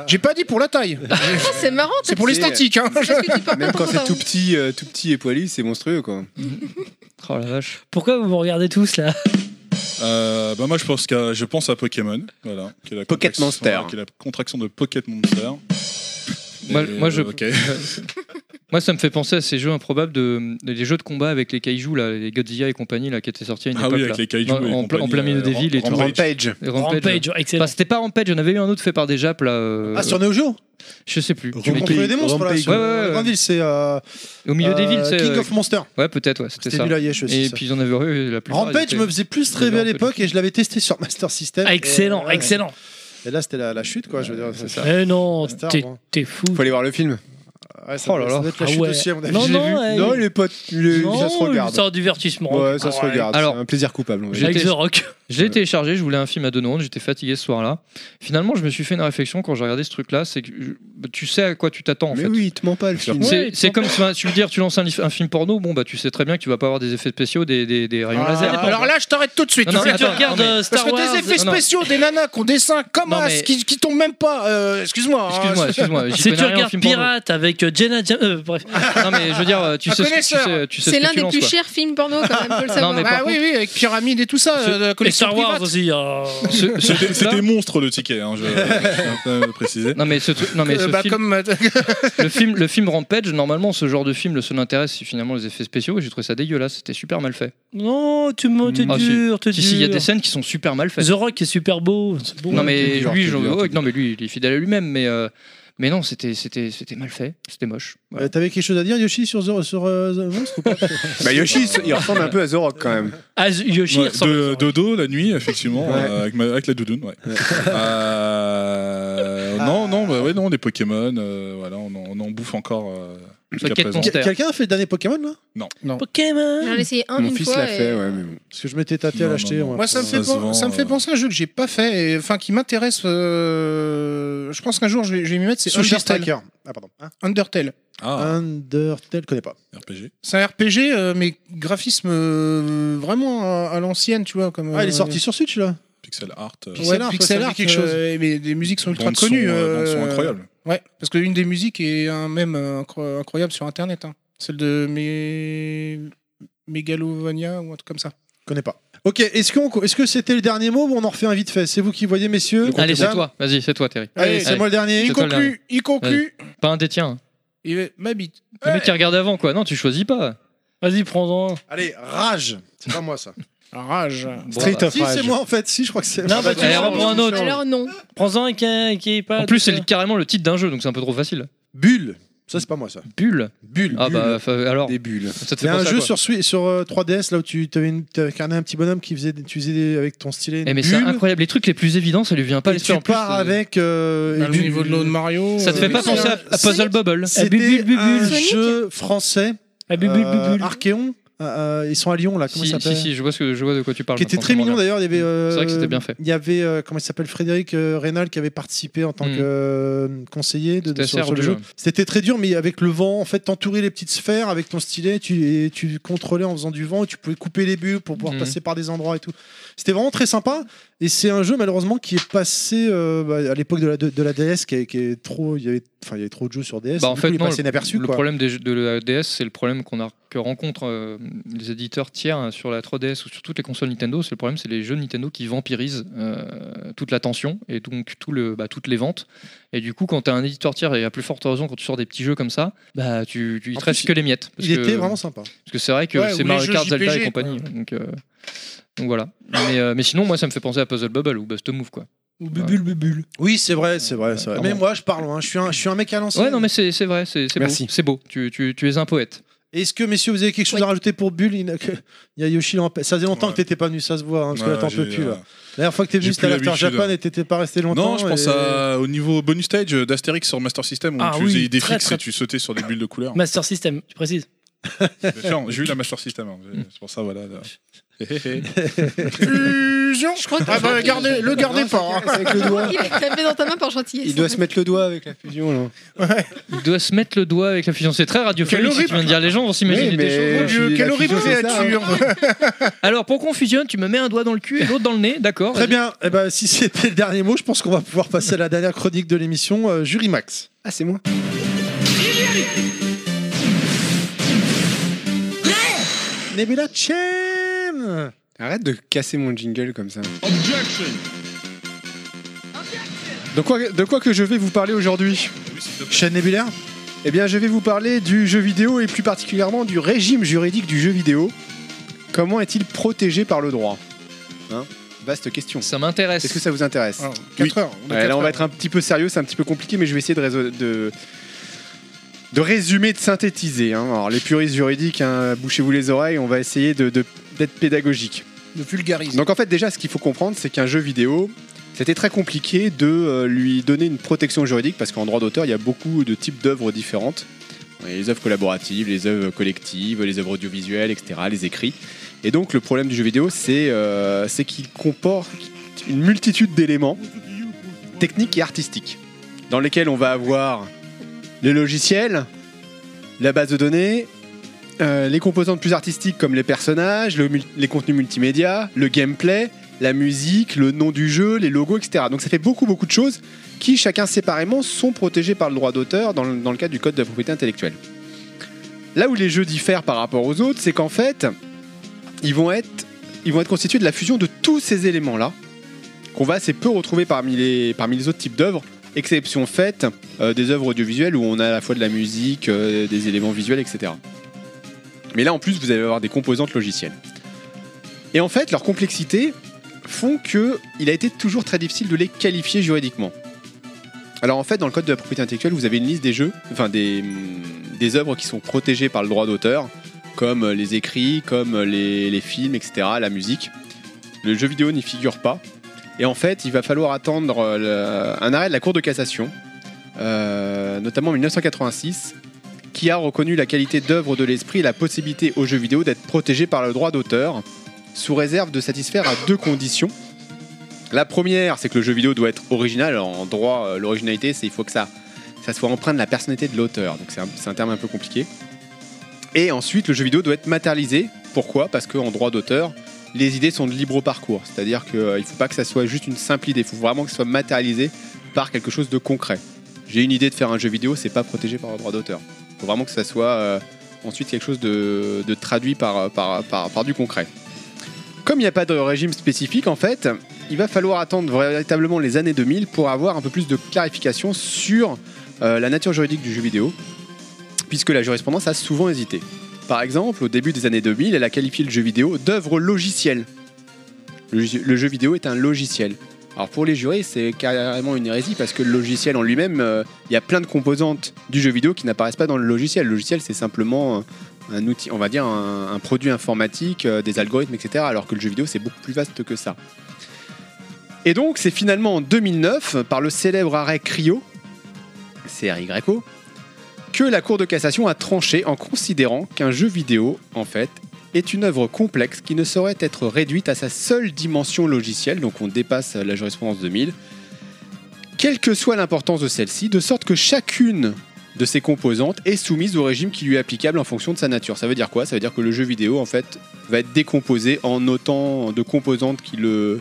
B: J'ai pas dit pour la taille.
D: Ah, c'est marrant.
B: C'est pour les
K: C'est-
B: statiques. hein.
D: Parce que tu portes
K: Même
D: pas ton
K: quand c'est tout
D: pantalon.
K: petit, euh, tout petit et poilu, c'est monstrueux quoi.
J: Oh la vache.
E: Pourquoi vous me regardez tous là
A: Euh, bah moi je pense, qu'à- je pense à Pokémon. Voilà, qui est la
K: Pocket
A: contraction-
K: Monster.
A: Qui est la contraction de Pocket Monster.
J: Moi-
A: Et, euh,
J: moi, je-
A: ok.
J: Moi, ça me fait penser à ces jeux improbables de, des jeux de combat avec les kaiju, là, les Godzilla et compagnie, là, qui étaient sortis à une
A: Ah
J: époque.
A: oui, avec
J: là.
A: les kaiju et
J: Non, en, pla- en
A: compagnie,
J: plein milieu
A: euh,
J: des villes et tout.
A: Rampage.
K: Rampage.
J: Et Rampage.
E: Rampage, excellent.
J: Enfin, c'était pas Rampage, j'en avais eu un autre fait par des Japs là. euh,
F: Ah, sur Neo Geo.
J: Je sais plus.
F: Tu
J: Mais
F: contrôles
J: qui-
F: des monstres là.
K: Rampage.
F: sur
J: Ouais, ouais, ouais.
F: la grande ville, c'est. euh,
J: Au milieu des
F: euh,
J: villes, c'est.
F: King
J: euh,
F: of Monster.
J: Ouais, peut-être, ouais, c'était
F: C'était
J: ça.
F: du Laïesh aussi.
J: Et
F: ça.
J: puis ils en avaient eu la plupart. ils
F: Rampage
J: étaient-
F: me faisait plus rêver à
J: Rampage.
F: l'époque et je l'avais testé sur Master System.
E: Ah, excellent,
F: Et, ouais.
E: excellent.
F: Et là, c'était la, la chute, quoi. Je veux dire, c'est ça.
E: Eh non,
F: Star,
E: t'es-
F: moi.
E: t'es fou.
K: Faut aller voir le film.
F: Ouais, ça
J: Oh là
F: doit- ça
J: là.
F: doit être la
E: Ah
F: chute
E: ouais.
F: aussi, à mon avis.
E: Non,
K: Je l'ai
E: non,
K: vu.
E: elle-
K: non, il est pas. il est- ça se regarde.
E: C'est un divertissement.
K: Ouais, ça se
E: Ah
K: regarde.
J: Alors-
K: c'est un plaisir coupable. on va dire.
E: Avec
J: J'étais-
E: The Rock.
J: Je l'ai téléchargé, je voulais un film à deux secondes, j'étais fatigué ce soir-là. Finalement, je me suis fait une réflexion quand j'ai regardé ce truc-là, c'est que je- bah, tu sais à quoi tu t'attends en
K: Mais
J: fait.
K: oui, il te ment pas le film.
J: C'est
E: Ouais,
J: c'est
E: ils
J: comme si, tu veux dire, tu lances un, lif- un film porno, bon bah tu sais très bien que tu vas pas avoir des effets spéciaux, des, des, des rayons
B: Ah,
J: laser.
B: alors là, je t'arrête tout de suite.
J: Non, non,
B: Tu
E: tu
J: attends,
E: regardes
J: non, mais-
E: euh,
B: Parce
E: Star
B: que
E: Wars.
B: des effets
J: non, non.
B: spéciaux, des nanas qu'on dessin comme
J: Non,
B: as,
J: mais-
B: qui, qui tombent même pas. euh, Excuse-moi. hein,
J: Excuse-moi,
B: c'est-
J: excuse-moi. j'y
E: Si tu
J: connais rien en
E: regardes
J: film porno.
E: Pirate avec euh, Jenna James. euh, bref.
J: Non mais je veux dire, euh, tu
B: Un
J: sais, ce que- tu
B: connaisseur.
J: sais, tu sais
D: C'est
J: ce que
D: l'un
J: tu
D: des
J: lances,
D: plus
J: quoi.
D: chers films porno quand même, faut le
J: Non,
D: savoir.
J: mais
B: Bah
J: par
B: oui, oui, avec pyramide et tout ça, euh, de la
E: Et
B: collection
E: Star Wars
B: private.
E: aussi. euh,
J: Ce- ce
A: C'était
J: truc-là-
A: c'était monstre le ticket, hein, je je tiens à préciser.
J: Non mais ce truc, non mais
B: Euh,
J: ce
B: bah,
J: film,
B: comme euh,
J: le film, le film Rampage. Normalement, ce genre de film, le seul intérêt, c'est finalement les effets spéciaux. Et j'ai trouvé ça dégueulasse. C'était super mal fait.
E: Non, tu me t'es
J: Ah, si.
E: dur, t'es
J: Si, si, il y a
E: dur.
J: des scènes qui sont super mal faites.
E: The Rock est super beau. c'est beau.
J: non mais
K: t'es dur,
J: lui,
K: t'es
J: je-
K: dur, t'es
J: ouais,
K: dur.
J: non mais lui, il est fidèle à lui-même. Mais euh, mais non, c'était c'était c'était mal fait. C'était moche. Voilà.
F: Euh, T'avais quelque chose à dire, Yoshi, sur The, sur, euh, The Monstre ou pas
K: Bah Yoshi, il ressemble un peu à The Rock quand même.
E: Ah, Yoshi
A: Ouais,
E: ressemble. à The
A: de,
E: Rock.
A: dodo la nuit, effectivement,
K: Ouais.
A: euh, avec, ma- avec la doudoune. Ouais. Euh, Non, non, bah ouais, non, les Pokémon, euh, voilà, on, en- on en bouffe encore. euh, jusqu'à
J: Pocket
A: présent.
J: Monster.
F: Quel- Quelqu'un a fait le dernier Pokémon là
D: J'en
E: Pokémon.
D: ai essayé un
K: Mon
D: une
K: fils
D: fois.
K: l'a
D: et-
K: fait, ouais, mais bon.
F: Parce que je m'étais tâté à
A: Non,
F: l'acheter.
A: non, non.
F: on va-
B: Moi, ça me, fait
A: Ouais,
B: pen-
A: souvent,
B: ça me fait
A: euh,
B: penser à un jeu que j'ai pas fait, et- enfin qui m'intéresse. euh, Je pense qu'un jour je vais, je vais m'y mettre. C'est
F: Sushi
B: Undertale.
F: Striker. Ah, pardon. Hein
B: Undertale.
A: Ah,
F: Undertale, connais pas.
A: RPG.
B: C'est un RPG, euh, mais graphisme euh, vraiment à, à l'ancienne, tu vois. Comme,
F: Ah, il est
B: euh,
F: sorti sur Switch là
A: Pixel art. euh,
B: Ouais,
F: Pixel art,
B: pixel
F: ça me dit
B: art,
F: quelque chose.
B: euh, mais les musiques sont ultra
A: bande son,
B: connues.
A: euh,
B: euh,
A: bande son incroyable.
B: Ouais, parce que l'une des musiques est un même euh, incroyable sur Internet. hein. Celle de Mé- Megalovania ou un truc comme ça.
F: Connais pas. Ok, est-ce qu'on- est-ce que c'était le dernier mot ou on en refait un vite fait C'est vous qui voyez, messieurs.
J: Allez, c'est
F: Mesdames
J: toi. Vas-y, c'est toi, Terry.
F: Allez, c'est moi le dernier.
J: c'est
F: Il
J: toi le
F: conclut,
J: dernier.
B: il conclut.
J: Vas-y. Pas un des tiens. hein.
B: Il m'habite.
J: Le mec qui regarde avant, quoi. Non, tu choisis pas.
E: Vas-y, prends-en.
F: Allez, rage. C'est pas moi ça.
B: Rage.
J: Street
F: Bon, bah,
J: of
F: Si,
J: Rage.
F: c'est moi en fait. Si, je crois que c'est.
E: Non, bah, tu
J: Allez,
E: prends-
J: reprends un autre.
D: Alors non.
E: Prends-en et qui qui est pas.
J: En plus, c'est le- carrément le titre d'un jeu, donc c'est un peu trop facile.
F: Bulle. Ça, c'est pas moi ça.
J: Bulle.
F: Bulle.
J: Ah
F: Bulle.
J: bah, fa- alors.
K: Des bulles.
J: Ça te
F: Il y
J: fait
F: a un
J: penser à
F: jeu
J: quoi
F: sur, Sui- sur euh, 3DS là où tu avais incarné un petit bonhomme qui faisait, des- tu faisais des- avec ton stylet. Une
J: Eh, mais c'est
F: bulle,
J: incroyable. Les trucs les plus évidents, ça lui vient pas à
F: Et
J: l'esprit
F: tu
J: en plus. euh,
F: pars avec.
B: Bah,
F: euh, une
B: le
F: bulle.
B: niveau de l'eau de Mario.
J: Ça te fait
B: euh,
J: pas
B: c'est-
J: penser à à Puzzle Bubble
F: C'était un
D: Sonic
F: jeu français.
E: Ah, bu- bu- bu-
F: euh,
E: bu-
F: Archeon. euh, euh, Ils sont à Lyon là. Comment
J: Si,
F: ça
J: si,
F: s'appelle
J: si, je vois, ce que, je vois de quoi tu parles.
F: qui était
J: maintenant,
F: très
J: je me
F: mignon
J: reviens.
F: d'ailleurs. Il y avait. euh,
J: C'est vrai que c'était bien fait.
F: Il y avait euh, comment il s'appelle Frédéric euh, Reynal qui avait participé en tant
J: Mm.
F: que euh, conseiller de, de-
J: C'était
F: sur,
J: assez
F: sur le
J: ardu,
F: jeu.
J: ouais.
F: C'était très dur, mais avec le vent, en fait, t'entourais les petites sphères avec ton stylet, tu, et tu contrôlais en faisant du vent, et tu pouvais couper les bulles pour pouvoir
J: Mm.
F: passer par des endroits et tout. C'était vraiment très sympa, et c'est un jeu malheureusement qui est passé euh, bah, à l'époque de la, de, de la DS, qui, est- qui est trop, il y avait, enfin, il y avait trop de jeux sur DS.
J: Bah,
F: et
J: en
F: du
J: fait,
F: coup, il est
J: non,
F: passé inaperçu.
J: Le
F: quoi.
J: problème des jeux- de la DS, c'est le problème qu'on a, que rencontrent euh, les éditeurs tiers euh, sur la 3DS ou sur toutes les consoles Nintendo. C'est le problème, c'est les jeux Nintendo qui vampirisent euh, toute l'attention et donc tout le, bah, toutes les ventes. Et du coup, quand tu as un éditeur tiers, et à plus forte raison quand tu sors des petits jeux comme ça, bah, tu, tu, il
F: En
J: te reste
F: plus,
J: que les miettes. Parce
F: Il
J: que-
F: était vraiment sympa.
J: Parce que c'est vrai que
B: Ouais, ou
J: c'est
B: les
J: Mario
B: jeux
J: Kart, Zelda et
B: JPG,
J: compagnie. Donc, euh, donc voilà. Mais, euh, mais sinon, moi, ça me fait penser à Puzzle Bubble ou Bust Move, quoi.
E: Ou bubule, bubule.
F: Oui, c'est vrai, c'est vrai, c'est vrai. Mais
J: Pardon.
F: moi, je parle, hein, je, suis un, je suis un mec à l'ancienne.
J: Ouais, non, mais c'est c'est vrai, c'est c'est beau.
K: Merci.
J: C'est beau. Tu, tu, tu es un poète.
F: Est-ce que, messieurs, vous avez quelque chose à rajouter pour Bulle Il n'a que- il y a Yoshi, il en- ça faisait longtemps
A: Ouais.
F: que t'étais pas venu, ça se voit, hein, parce que là,
A: Ouais,
F: t'en peux
A: j'ai-
F: plus.
A: euh,
F: Là. La dernière fois que t'es
A: J'ai
F: venu, c'était
A: plus
F: à l'After
A: l'habitude,
F: Japan
A: hein.
F: et t'étais pas resté longtemps.
A: Non, je pense
F: et-
A: à, au niveau bonus stage euh, d'Astérix sur Master System où
E: Ah
A: tu
E: oui,
A: faisais des
E: très,
A: fixes
E: très-
A: et tu sautais sur des bulles de couleur.
E: Master System, tu précises.
A: Bien sûr, J'ai eu la Master System, hein, c'est pour ça, voilà. là. Hé, hé, hé.
B: Fusion. Je crois
D: que-
B: Ah bah, gardez, le gardez
K: Non,
B: pas. hein.
K: Avec le doigt.
D: Il est tapé dans ta main par gentillesse.
K: Il doit se mettre le doigt avec la fusion là.
J: Il doit se mettre le doigt avec la fusion. C'est très radiophonique
B: Quel
J: si tu viens de dire. Les gens vont s'imaginer
K: Oui,
J: des
K: mais-
J: choses.
B: Mon Dieu,
K: je suis-
B: quelle
K: la
B: horrible
F: hein.
K: fusion, c'est ça,
B: créature.
J: Alors, pour qu'on fusionne, tu me mets un doigt dans le cul et l'autre dans le nez, d'accord
F: Très
J: vas-y.
F: bien, eh ben, si c'était le dernier mot, je pense qu'on va pouvoir passer à la dernière chronique de l'émission, euh, Jury Max.
K: Ah, c'est moi.
F: Nebula Chen
K: Arrête de casser mon jingle comme ça. De quoi, de quoi que je vais vous parler aujourd'hui
F: Chen Nebula
K: Eh bien, je vais vous parler du jeu vidéo et plus particulièrement du régime juridique du jeu vidéo. Comment est-il protégé par le droit Hein Vaste question.
J: Ça m'intéresse.
K: Est-ce que ça vous intéresse
B: 4 heures. on a
K: Ouais,
B: quatre
K: là, on
B: heures.
K: va être un petit peu sérieux, c'est un petit peu compliqué, mais je vais essayer de, réso- de, de résumer, de synthétiser. hein. Alors, les puristes juridiques, hein, bouchez-vous les oreilles, on va essayer de- de- d'être pédagogique.
B: De vulgariser.
K: Donc en fait déjà ce qu'il faut comprendre c'est qu'un jeu vidéo c'était très compliqué de euh, lui donner une protection juridique parce qu'en droit d'auteur il y a beaucoup de types d'œuvres différentes. Il y a Les œuvres collaboratives, les œuvres collectives, les œuvres audiovisuelles, etc., les écrits. Et donc le problème du jeu vidéo c'est euh, c'est qu'il comporte une multitude d'éléments techniques et artistiques dans lesquels on va avoir les logiciels, la base de données, euh, les composantes plus artistiques comme les personnages, le mul- les contenus multimédia, le gameplay, la musique, le nom du jeu, les logos, etc. Donc ça fait beaucoup beaucoup de choses qui, chacun séparément, sont protégées par le droit d'auteur dans, le- dans le cadre du code de la propriété intellectuelle. Là où les jeux diffèrent par rapport aux autres, c'est qu'en fait, ils vont, être, ils vont être constitués de la fusion de tous ces éléments-là, qu'on va assez peu retrouver parmi les, parmi les autres types d'œuvres, exception faite euh, des œuvres audiovisuelles où on a à la fois de la musique, euh, des éléments visuels, etc. Mais là, en plus, vous allez avoir des composantes logicielles. Et en fait, leur complexité font que il a été toujours très difficile de les qualifier juridiquement. Alors en fait, dans le code de la propriété intellectuelle, vous avez une liste des jeux, enfin des, hum, des œuvres qui sont protégées par le droit d'auteur, comme euh, les écrits, comme euh, les, les films, etc., la musique. Le jeu vidéo n'y figure pas. Et en fait, il va falloir attendre euh, le- un arrêt de la Cour de cassation, euh, notamment en 1986, qui a reconnu la qualité d'œuvre de l'esprit et la possibilité aux jeux vidéo d'être protégés par le droit d'auteur, sous réserve de satisfaire à deux conditions. La première, c'est que le jeu vidéo doit être original. Alors, en droit, euh, l'originalité, c'est il faut que ça, ça soit empreint de la personnalité de l'auteur. Donc c'est un, c'est un terme un peu compliqué. Et ensuite, le jeu vidéo doit être matérialisé. Pourquoi Parce qu'en droit d'auteur, les idées sont de libre parcours. C'est-à-dire qu'il ne faut pas que ça soit juste une simple idée. Il faut vraiment que ce soit matérialisé par quelque chose de concret. J'ai une idée de faire un jeu vidéo, c'est pas protégé par le droit d'auteur faut vraiment que ça euh, soit euh, ensuite quelque chose de, de traduit par, par, par, par du concret. Comme il n'y a pas de régime spécifique, en fait, il va falloir attendre véritablement les années 2000 pour avoir un peu plus de clarification sur euh, la nature juridique du jeu vidéo, puisque la jurisprudence a souvent hésité. Par exemple, au début des années 2000, elle a qualifié le jeu vidéo d'œuvre logicielle. Le, ju- le jeu vidéo est un logiciel. Alors pour les jurés, c'est carrément une hérésie parce que le logiciel en lui-même, euh, il y a plein de composantes du jeu vidéo qui n'apparaissent pas dans le logiciel. Le logiciel, c'est simplement euh, un outil, on va dire un, un produit informatique, euh, des algorithmes, etc. Alors que le jeu vidéo, c'est beaucoup plus vaste que ça. Et donc, c'est finalement en 2009, par le célèbre arrêt CRIO, CRYO, que la Cour de cassation a tranché en considérant qu'un jeu vidéo, en fait, est une œuvre complexe qui ne saurait être réduite à sa seule dimension logicielle, donc on dépasse la jurisprudence 2000, quelle que soit l'importance de celle-ci, de sorte que chacune de ses composantes est soumise au régime qui lui est applicable en fonction de sa nature. Ça veut dire quoi Ça veut dire que le jeu vidéo, en fait, va être décomposé en autant de composantes qui le,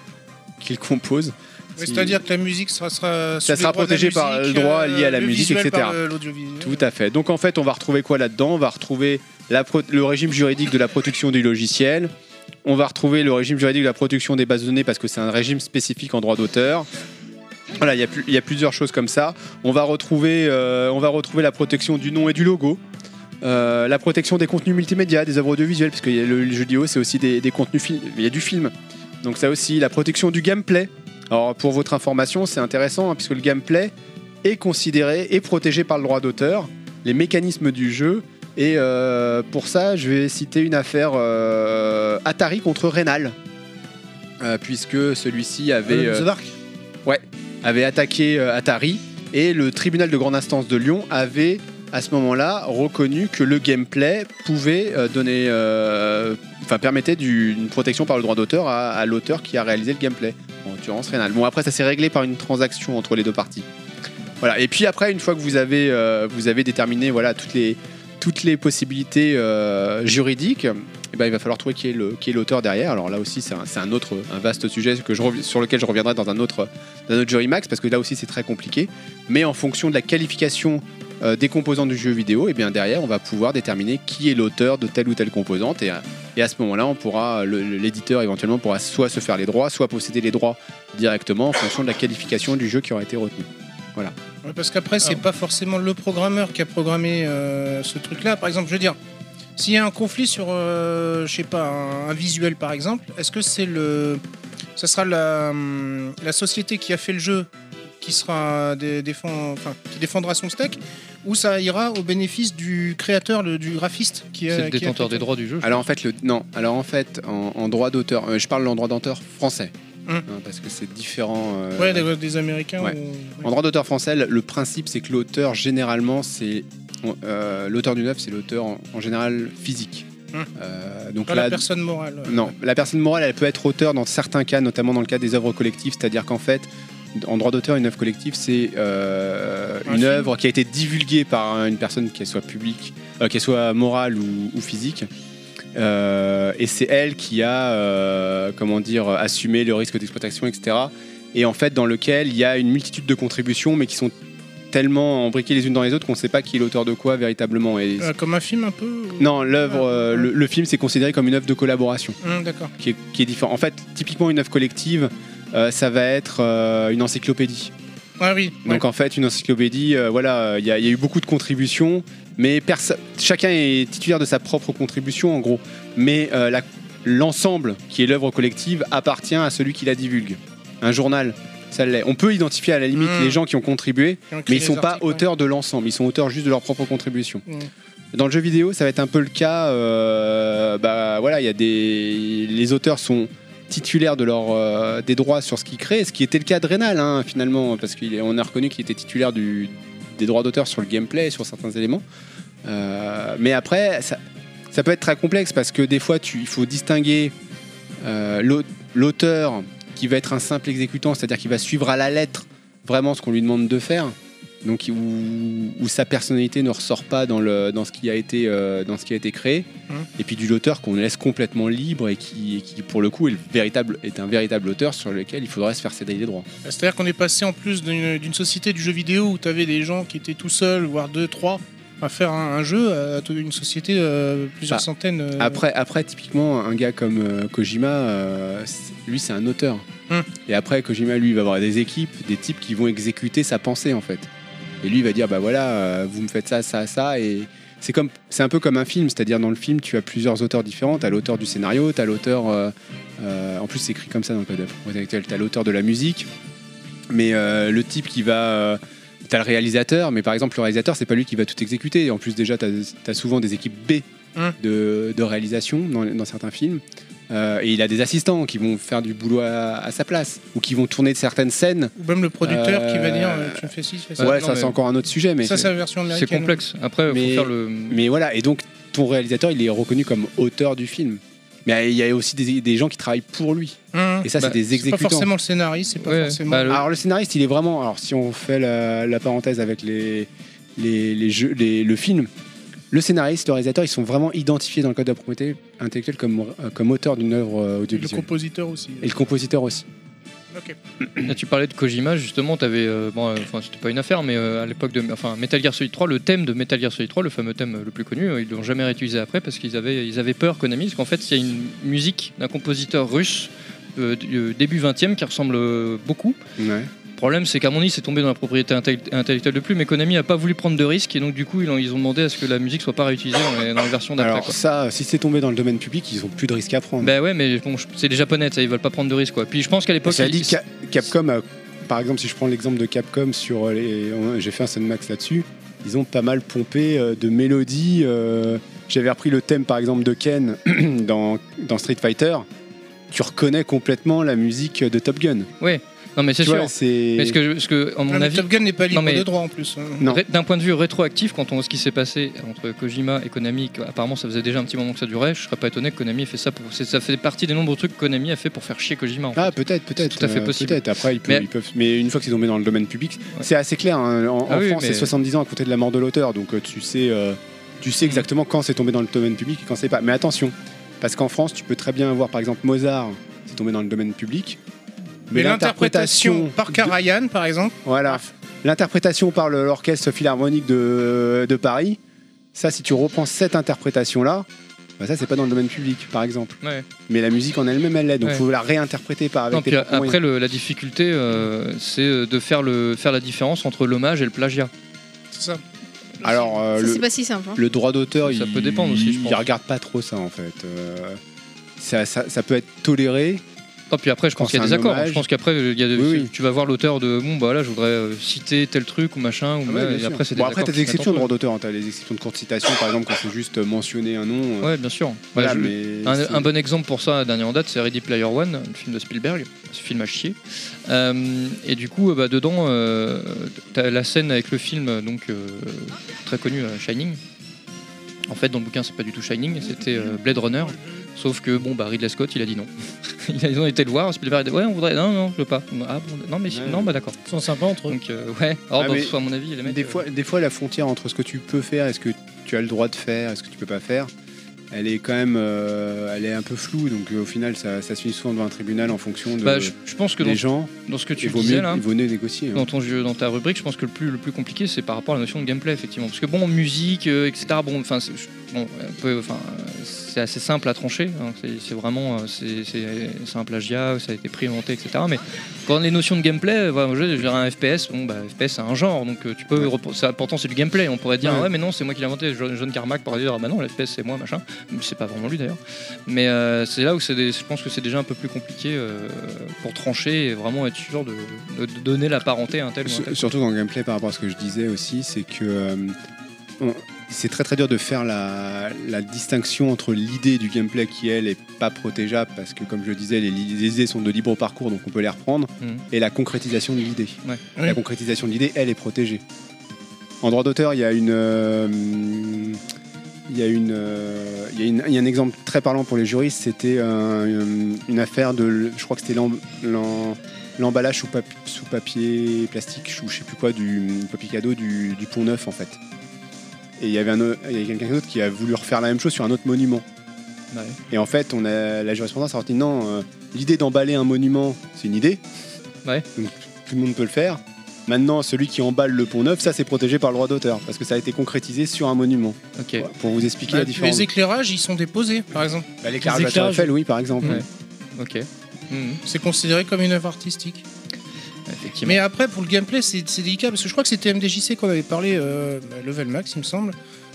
K: qui le composent.
B: Oui,
K: Si-
B: C'est-à-dire que la musique sera, sera sous
K: ça
B: les
K: sera
B: droits de la
K: protégé par le
B: musique,
K: droit
B: euh,
K: lié à la
B: le
K: musique,
B: visuel
K: etc.
B: par, euh, l'audiovisuel.
K: Tout à fait. Donc en fait, on va retrouver quoi là-dedans On va retrouver la pro- le régime juridique de la production du logiciel. On va retrouver le régime juridique de la production des bases de données parce que c'est un régime spécifique en droit d'auteur. Voilà, il y a plus- il y, a plusieurs choses comme ça. On va retrouver, euh, on va retrouver la protection du nom et du logo. Euh, la protection des contenus multimédia, des œuvres audiovisuelles, parce que y a le, le jeu vidéo, c'est aussi des, des contenus fil- Il y a du film. Donc ça aussi, la protection du gameplay. Alors pour votre information, c'est intéressant, hein, puisque le gameplay est considéré et protégé par le droit d'auteur, les mécanismes du jeu. Et euh, pour ça, je vais citer une affaire euh, Atari contre Rénal, Euh, puisque celui-ci avait...
F: Alone in the
K: euh,
F: Dark
K: Ouais, avait attaqué euh, Atari et le tribunal de grande instance de Lyon avait à ce moment-là reconnu que le gameplay pouvait euh, donner, euh, enfin permettait du- une protection par le droit d'auteur à, à l'auteur qui a réalisé le gameplay. En l'occurrence Rénal. Bon après ça s'est réglé par une transaction entre les deux parties. Voilà. Et puis après une fois que vous avez euh, vous avez déterminé voilà toutes les toutes les possibilités euh, juridiques, eh ben, il va falloir trouver qui est le- qui est l'auteur derrière. Alors là aussi, c'est un, c'est un autre un vaste sujet que je rev- sur lequel je reviendrai dans un autre, dans un autre jury max, parce que là aussi, c'est très compliqué. Mais en fonction de la qualification euh, des composants du jeu vidéo, et bien derrière, on va pouvoir déterminer qui est l'auteur de telle ou telle composante. Et, à- et à ce moment-là, on pourra le- le- l'éditeur éventuellement pourra soit se faire les droits, soit posséder les droits directement en fonction de la qualification du jeu qui aura été retenu. Voilà.
B: Ouais, parce qu'après, c'est pas forcément le programmeur qui a programmé euh, ce truc-là. Par exemple, je veux dire, s'il y a un conflit sur, euh, je sais pas, un, un visuel par exemple, est-ce que c'est le. Ça sera la, hum, la société qui a fait le jeu qui sera dé- défend, enfin, qui défendra son steak ou ça ira au bénéfice du créateur, le- du graphiste qui a, qui a fait le-
J: du
K: jeu. Alors en fait, le, non. Alors en fait, en, en droit d'auteur, euh, je parle en droit d'auteur français,
B: Hum.
K: hein, parce que c'est différent. euh,
B: Ouais, des, des Américains.
K: Ouais.
B: ou-
K: En droit d'auteur français, le- le principe c'est que l'auteur généralement c'est on- euh, l'auteur d'une œuvre, c'est l'auteur en, en général physique.
B: Hum.
K: Euh, donc
B: Pas
K: là,
B: la personne morale. ouais.
K: non, la personne morale, elle peut être auteur dans certains cas, notamment dans le cas des œuvres collectives, c'est-à-dire qu'en fait, en droit d'auteur, une œuvre collective, c'est euh,
B: Un
K: une
B: film.
K: œuvre qui a été divulguée par une personne, qu'elle soit publique, euh, qu'elle soit morale ou, ou physique. Euh, et c'est elle qui a, euh, comment dire, assumé le risque d'exploitation, etc. Et en fait, dans lequel il y a une multitude de contributions, mais qui sont tellement embriquées les unes dans les autres qu'on ne sait pas qui est l'auteur de quoi véritablement. Et
B: Euh, comme un film un peu ou-
K: non, l'œuvre, euh, le, le film, c'est considéré comme une œuvre de collaboration
B: Hum, D'accord.
K: qui est, qui est différent. En fait, typiquement une œuvre collective, euh, ça va être euh, une encyclopédie.
B: Ah oui. ouais.
K: Donc en fait, une encyclopédie, euh, voilà, euh, il y, a il y a eu beaucoup de contributions, mais perso- chacun est titulaire de sa propre contribution en gros. Mais euh, la- l'ensemble qui est l'œuvre collective appartient à celui qui la divulgue. Un journal, ça l'est. On peut identifier à la limite
B: Mmh.
K: les gens qui ont contribué,
B: Qui ont écrit
K: mais ils
B: les
K: sont pas
B: articles, ouais.
K: auteurs de l'ensemble. Ils sont auteurs juste de leur propre contribution.
B: Hum.
K: Dans le jeu vidéo, ça va être un peu le cas. euh, bah voilà, il y a des les auteurs sont titulaires de leur euh, des droits sur ce qu'ils créent, ce qui était le cas de Rénal hein, finalement, parce qu'on a reconnu qu'il était titulaire du, des droits d'auteur sur le gameplay, et sur certains éléments. Euh, mais après, ça, ça peut être très complexe parce que des fois, tu, il faut distinguer euh, l'au- l'auteur qui va être un simple exécutant, c'est-à-dire qui va suivre à la lettre vraiment ce qu'on lui demande de faire, donc où, où sa personnalité ne ressort pas dans, le, dans, ce, qui a été, euh, dans ce qui a été créé,
B: Mhm.
K: et puis du l'auteur qu'on laisse complètement libre et qui, et qui, pour le coup est, le véritable, est un véritable auteur sur lequel il faudrait se faire céder les droits.
B: C'est-à-dire qu'on est passé en plus d'une d'une société du jeu vidéo où tu avais des gens qui étaient tout seuls, voire deux, trois, à faire un, un jeu à toute une société, euh, plusieurs
K: Bah,
B: centaines. euh,
K: Après, après, typiquement, un gars comme euh, Kojima, euh, c'est- lui, c'est un auteur.
B: Hmm.
K: Et après, Kojima, lui, il va avoir des équipes, des types qui vont exécuter sa pensée, en fait. Et lui, il va dire, bah voilà, euh, vous me faites ça, ça, ça, et c'est comme, c'est un peu comme un film, c'est-à-dire dans le film, tu as plusieurs auteurs différents. T'as l'auteur du scénario, t'as l'auteur, euh, euh, en plus, c'est écrit comme ça dans le code de la propriété intellectuelle. T'as l'auteur de la musique, mais euh, le type qui va euh, T'as le réalisateur, mais par exemple, le réalisateur, c'est pas lui qui va tout exécuter. En plus, déjà, t'as as souvent des équipes B
B: Hum.
K: de, de réalisation dans, dans certains films. Euh, et il a des assistants qui vont faire du boulot à, à sa place ou qui vont tourner certaines scènes.
B: Ou même le producteur qui va
K: Euh,
B: dire euh, tu me fais ci, tu fais ça.
K: ouais,
B: Non,
K: ça,
B: mais-
K: c'est encore un autre sujet, mais
B: Ça, euh, c'est la version américaine.
J: Après, euh,
K: mais,
J: faire le-
K: mais voilà, et donc ton réalisateur, il est reconnu comme auteur du film. Mais euh, il y a aussi des, des gens qui travaillent pour lui.
B: Hum.
K: Et ça,
B: Bah,
K: c'est des
B: Pas
K: exécutants.
B: forcément le scénariste, c'est pas forcément.
J: bah,
B: Ah,
K: Alors le scénariste, il est vraiment. Alors si on fait la, la parenthèse avec les, les, les jeux, les- le film, le scénariste, le réalisateur, ils sont vraiment identifiés dans le code de la propriété intellectuelle comme, euh, comme auteur d'une œuvre euh,
B: le
K: audiovisuelle.
B: compositeur aussi.
K: Et le compositeur aussi.
J: Là, tu parlais de Kojima, justement, t'avais. euh, bon, euh, enfin, c'était pas une affaire, mais euh, à l'époque de. Enfin, Metal Gear Solid 3, le thème de Metal Gear Solid 3, le fameux thème euh, le plus connu, euh, ils l'ont jamais réutilisé après parce qu'ils avaient, ils avaient peur, Konami, parce qu'en fait, il y a une musique d'un compositeur russe euh, du euh, début 20 e qui ressemble euh, beaucoup. Le problème, c'est qu'à mon avis, c'est tombé dans la propriété intellect- intellectuelle de plus, mais Konami a pas voulu prendre de risques et donc, du coup, ils ont, ils ont demandé à ce que la musique soit pas réutilisée dans les, dans les versions d'après.
K: Alors
J: quoi.
K: ça, si c'est tombé dans le domaine public, ils ont plus de risque à prendre.
J: Ben ouais, mais bon, je- c'est les japonais, ça, ils veulent pas prendre de risques, quoi. Puis je pense qu'à l'époque.
K: Cela
J: ils-
K: dit, Ca- Capcom, a- par exemple, si je prends l'exemple de Capcom sur euh, les, on- j'ai fait un Sunmax là-dessus, ils ont pas mal pompé euh, de mélodies. euh, J'avais repris le thème, par exemple, de Ken dans, dans Street Fighter. Tu reconnais complètement la musique de Top Gun.
J: Ouais, non mais c'est
K: Tu
J: sûr.
K: vois, c'est-
J: Mais ce que, je- ce que à
B: Non,
J: mon
B: mais
J: avis,
B: Top Gun n'est pas libre
J: Non, mais-
B: de droit en plus. hein.
J: Ré- D'un point de vue rétroactif, quand on voit ce qui s'est passé entre Kojima et Konami, que apparemment ça faisait déjà un petit moment que ça durait, je serais pas étonné que Konami ait fait ça pour. c'est- Ça fait partie des nombreux trucs que Konami a fait pour faire chier Kojima. en fait.
K: Ah peut-être, peut-être.
J: tout à fait
K: euh,
J: possible.
K: Peut-être. Après, ils peuvent,
J: Mais-
K: ils peuvent- mais une fois que c'est tombé dans le domaine public, c'est assez clair. hein. En, en
J: Ah oui,
K: France,
J: mais-
K: c'est 70 ans à compter de la mort de l'auteur, donc euh, tu sais, euh, tu
J: Mm.
K: sais exactement quand c'est tombé dans le domaine public et quand c'est pas. Mais attention, parce qu'en France, tu peux très bien avoir, par exemple, Mozart, c'est tombé dans le domaine public,
B: Mais l'interprétation par Karajan, par exemple,
K: voilà. L'interprétation par le- l'orchestre philharmonique de, de Paris, ça, si tu reprends cette interprétation-là, bah ça, c'est pas dans le domaine public, par exemple.
J: Ouais.
K: Mais la musique en elle-même, elle l'est, donc
J: Ouais.
K: faut la réinterpréter par avec
J: Non,
K: tes
J: puis
K: propres moyens.
J: après, le- la difficulté, euh, c'est euh, de faire, le, faire la différence entre l'hommage et le plagiat.
B: c'est ça.
K: Alors, euh,
D: Ça,
K: le,
D: c'est pas si simple. hein.
K: le droit d'auteur,
J: Ça
K: il,
J: peut dépendre aussi, je
K: il
J: pense.
K: regarde pas trop ça en fait. Euh, ça, ça- ça peut être toléré.
J: Non, puis après, je pense qu'il y a des accords. hein. Je pense qu'après, il y a des-
K: Oui, oui.
J: tu vas voir l'auteur de bon, bah là, je voudrais euh, citer tel truc ou machin. Ou
K: Ah ouais,
J: mal,
K: bien
J: et
K: sûr.
J: après, c'est des
K: bon, après,
J: accords
K: t'as des
J: qui se
K: exceptions de
J: mettent en
K: droit d'auteur, hein. t'as des exceptions de courte citation, par exemple, quand c'est juste mentionner un nom. euh,
J: Ouais, bien sûr.
K: Voilà,
J: Ouais, je-
K: mais c'est-
J: un, un bon exemple pour ça, dernier en date, c'est Ready Player One, le film de Spielberg, ce film à chier. Euh, et du coup, euh, bah, dedans, euh, t'as la scène avec le film, donc euh, très connu, euh, Shining. En fait, dans le bouquin, c'est pas du tout Shining, c'était euh, Blade Runner. Sauf que bon, bah Ridley Scott, il a dit non. il a, ils ont été le voir, Spielberg a dit ouais, on voudrait, non, non, je veux pas. Ah bon, non, mais si- non, bah d'accord.
E: Ils sont sympas entre eux.
J: Donc euh, ouais,
K: Ah,
J: alors bah,
K: mais
J: pff, à mon avis, les mecs.
K: Des
J: euh,
K: fois, des fois, la frontière entre ce que tu peux faire et ce que tu as le droit de faire et ce que tu peux pas faire, elle est quand même, euh, elle est un peu floue. Donc euh, au final, ça, ça se finit souvent devant un tribunal en fonction de.
J: Bah, je, je pense que
K: euh, des
J: dans,
K: gens,
J: dans ce que tu
K: il vaut
J: disais
K: mieux-
J: là,
K: il vaut mieux négocier, hein.
J: Dans ton jeu, dans ta rubrique, je pense que le plus, le plus compliqué, c'est par rapport à la notion de gameplay, effectivement. Parce que bon, musique, euh, etc. Bon, enfin, c'est- je- bon, un peu, enfin, euh, c'est assez simple à trancher. hein. C'est- C'est vraiment, euh, c'est c'est- c'est un plagiat, ça a été pris, inventé, etc. Mais quand les notions de gameplay, euh, voilà, je veux dire, un FPS, bon, bah, FPS, c'est un genre, donc euh, tu peux, repos- ça, pourtant, c'est du gameplay. On pourrait dire, ah
K: Ouais.
J: ouais, mais non, c'est moi qui l'ai inventé. John John Carmack pourrait dire, ah bah non, le FPS, c'est moi, machin. Mais C'est pas vraiment lui d'ailleurs. Mais euh, c'est là où c'est des- je pense que c'est déjà un peu plus compliqué euh, pour trancher et vraiment être sûr de, de- de donner la parenté à un tel ou un tel.
K: S- Surtout dans le gameplay par rapport à ce que je disais aussi, c'est que euh, on- c'est très très dur de faire la, la distinction entre l'idée du gameplay qui elle est pas protégeable parce que comme je le disais les, li- les idées sont de libre parcours donc on peut les reprendre
J: Mhm.
K: et la concrétisation de l'idée.
J: Ouais.
K: La concrétisation de l'idée elle est protégée. En droit d'auteur il y a une euh, il y, a une, euh, il y a une- il y a un exemple très parlant pour les juristes, c'était euh, une affaire de, l- je crois que c'était l'em- l'em- l'emballage sous, papi- sous papier plastique, ou je sais plus quoi, du papier cadeau du, du Pont Neuf en fait. Et il y avait, un o- il y avait quelqu'un d'autre qui a voulu refaire la même chose sur un autre monument.
J: Ouais.
K: Et en fait, on a, la jurisprudence a sorti non, euh, l'idée d'emballer un monument, c'est une idée.
J: Ouais.
K: Donc, tout le monde peut le faire. Maintenant, celui qui emballe le pont neuf, ça c'est protégé par le droit d'auteur parce que ça a été concrétisé sur un monument. Voilà, Pour vous expliquer
B: Bah,
K: la différence.
B: les éclairages, ils sont déposés, par exemple.
K: Bah, L'éclairage de la Tour Eiffel, oui, par exemple.
B: Mmh.
J: Ok.
B: C'est considéré comme une œuvre artistique. Mais après, pour le gameplay, c'est c'est délicat parce que je crois que c'était MDJC qu'on avait parlé, euh, bah, Level Max, il me semble.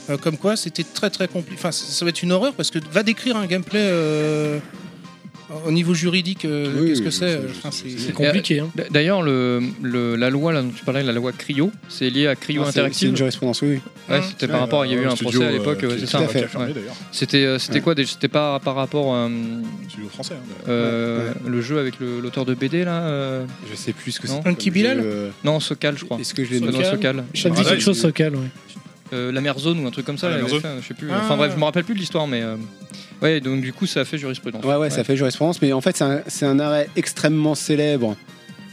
B: euh, comme quoi, c'était très très compliqué. Enfin, ça, ça va être une horreur parce que va décrire un gameplay euh, au niveau juridique, euh,
J: Oui,
B: qu'est-ce
J: oui,
B: que c'est
J: je sais,
B: Enfin, c'est-
J: Et, euh,
E: hein.
J: d- D'ailleurs, le, le- la loi là, dont tu parlais, la loi CRIO, c'est lié à CRIO
K: Ah, c'est-
J: Interactive.
K: c'est une jurisprudence, oui, oui.
J: Ouais, c'était
K: Ouais,
J: par rapport, il y a
K: euh,
J: eu un
K: studio,
J: procès à
K: euh,
J: l'époque,
K: qui-
J: ouais,
K: tout
J: c'est ça.
K: à fait.
J: ouais.
K: Fermé, d'ailleurs.
J: C'était euh, c'était
K: Ouais.
J: quoi déjà C'était pas par rapport. euh,
A: français.
J: euh, Le jeu avec le- l'auteur de BD là euh,
K: Je sais plus ce que
J: non
K: c'est comme Unky Bilal jeu, euh,
J: Non, Sokal, je crois.
F: Ah
K: Est-ce que je l'ai
J: Benoît
K: noté
J: Sokal.
K: Ça me dit quelque chose, Sokal,
E: oui.
J: Euh, la mer zone ou un truc comme ça,
K: Ah, la
J: il
K: mer
J: avait
K: zone.
J: fait, je sais plus.
K: Ah.
J: Enfin bref, je me rappelle plus de l'histoire, mais euh, ouais, donc du coup, ça a fait jurisprudence.
K: Ouais, ouais, ça fait jurisprudence, mais en fait, c'est un- c'est un, arrêt extrêmement célèbre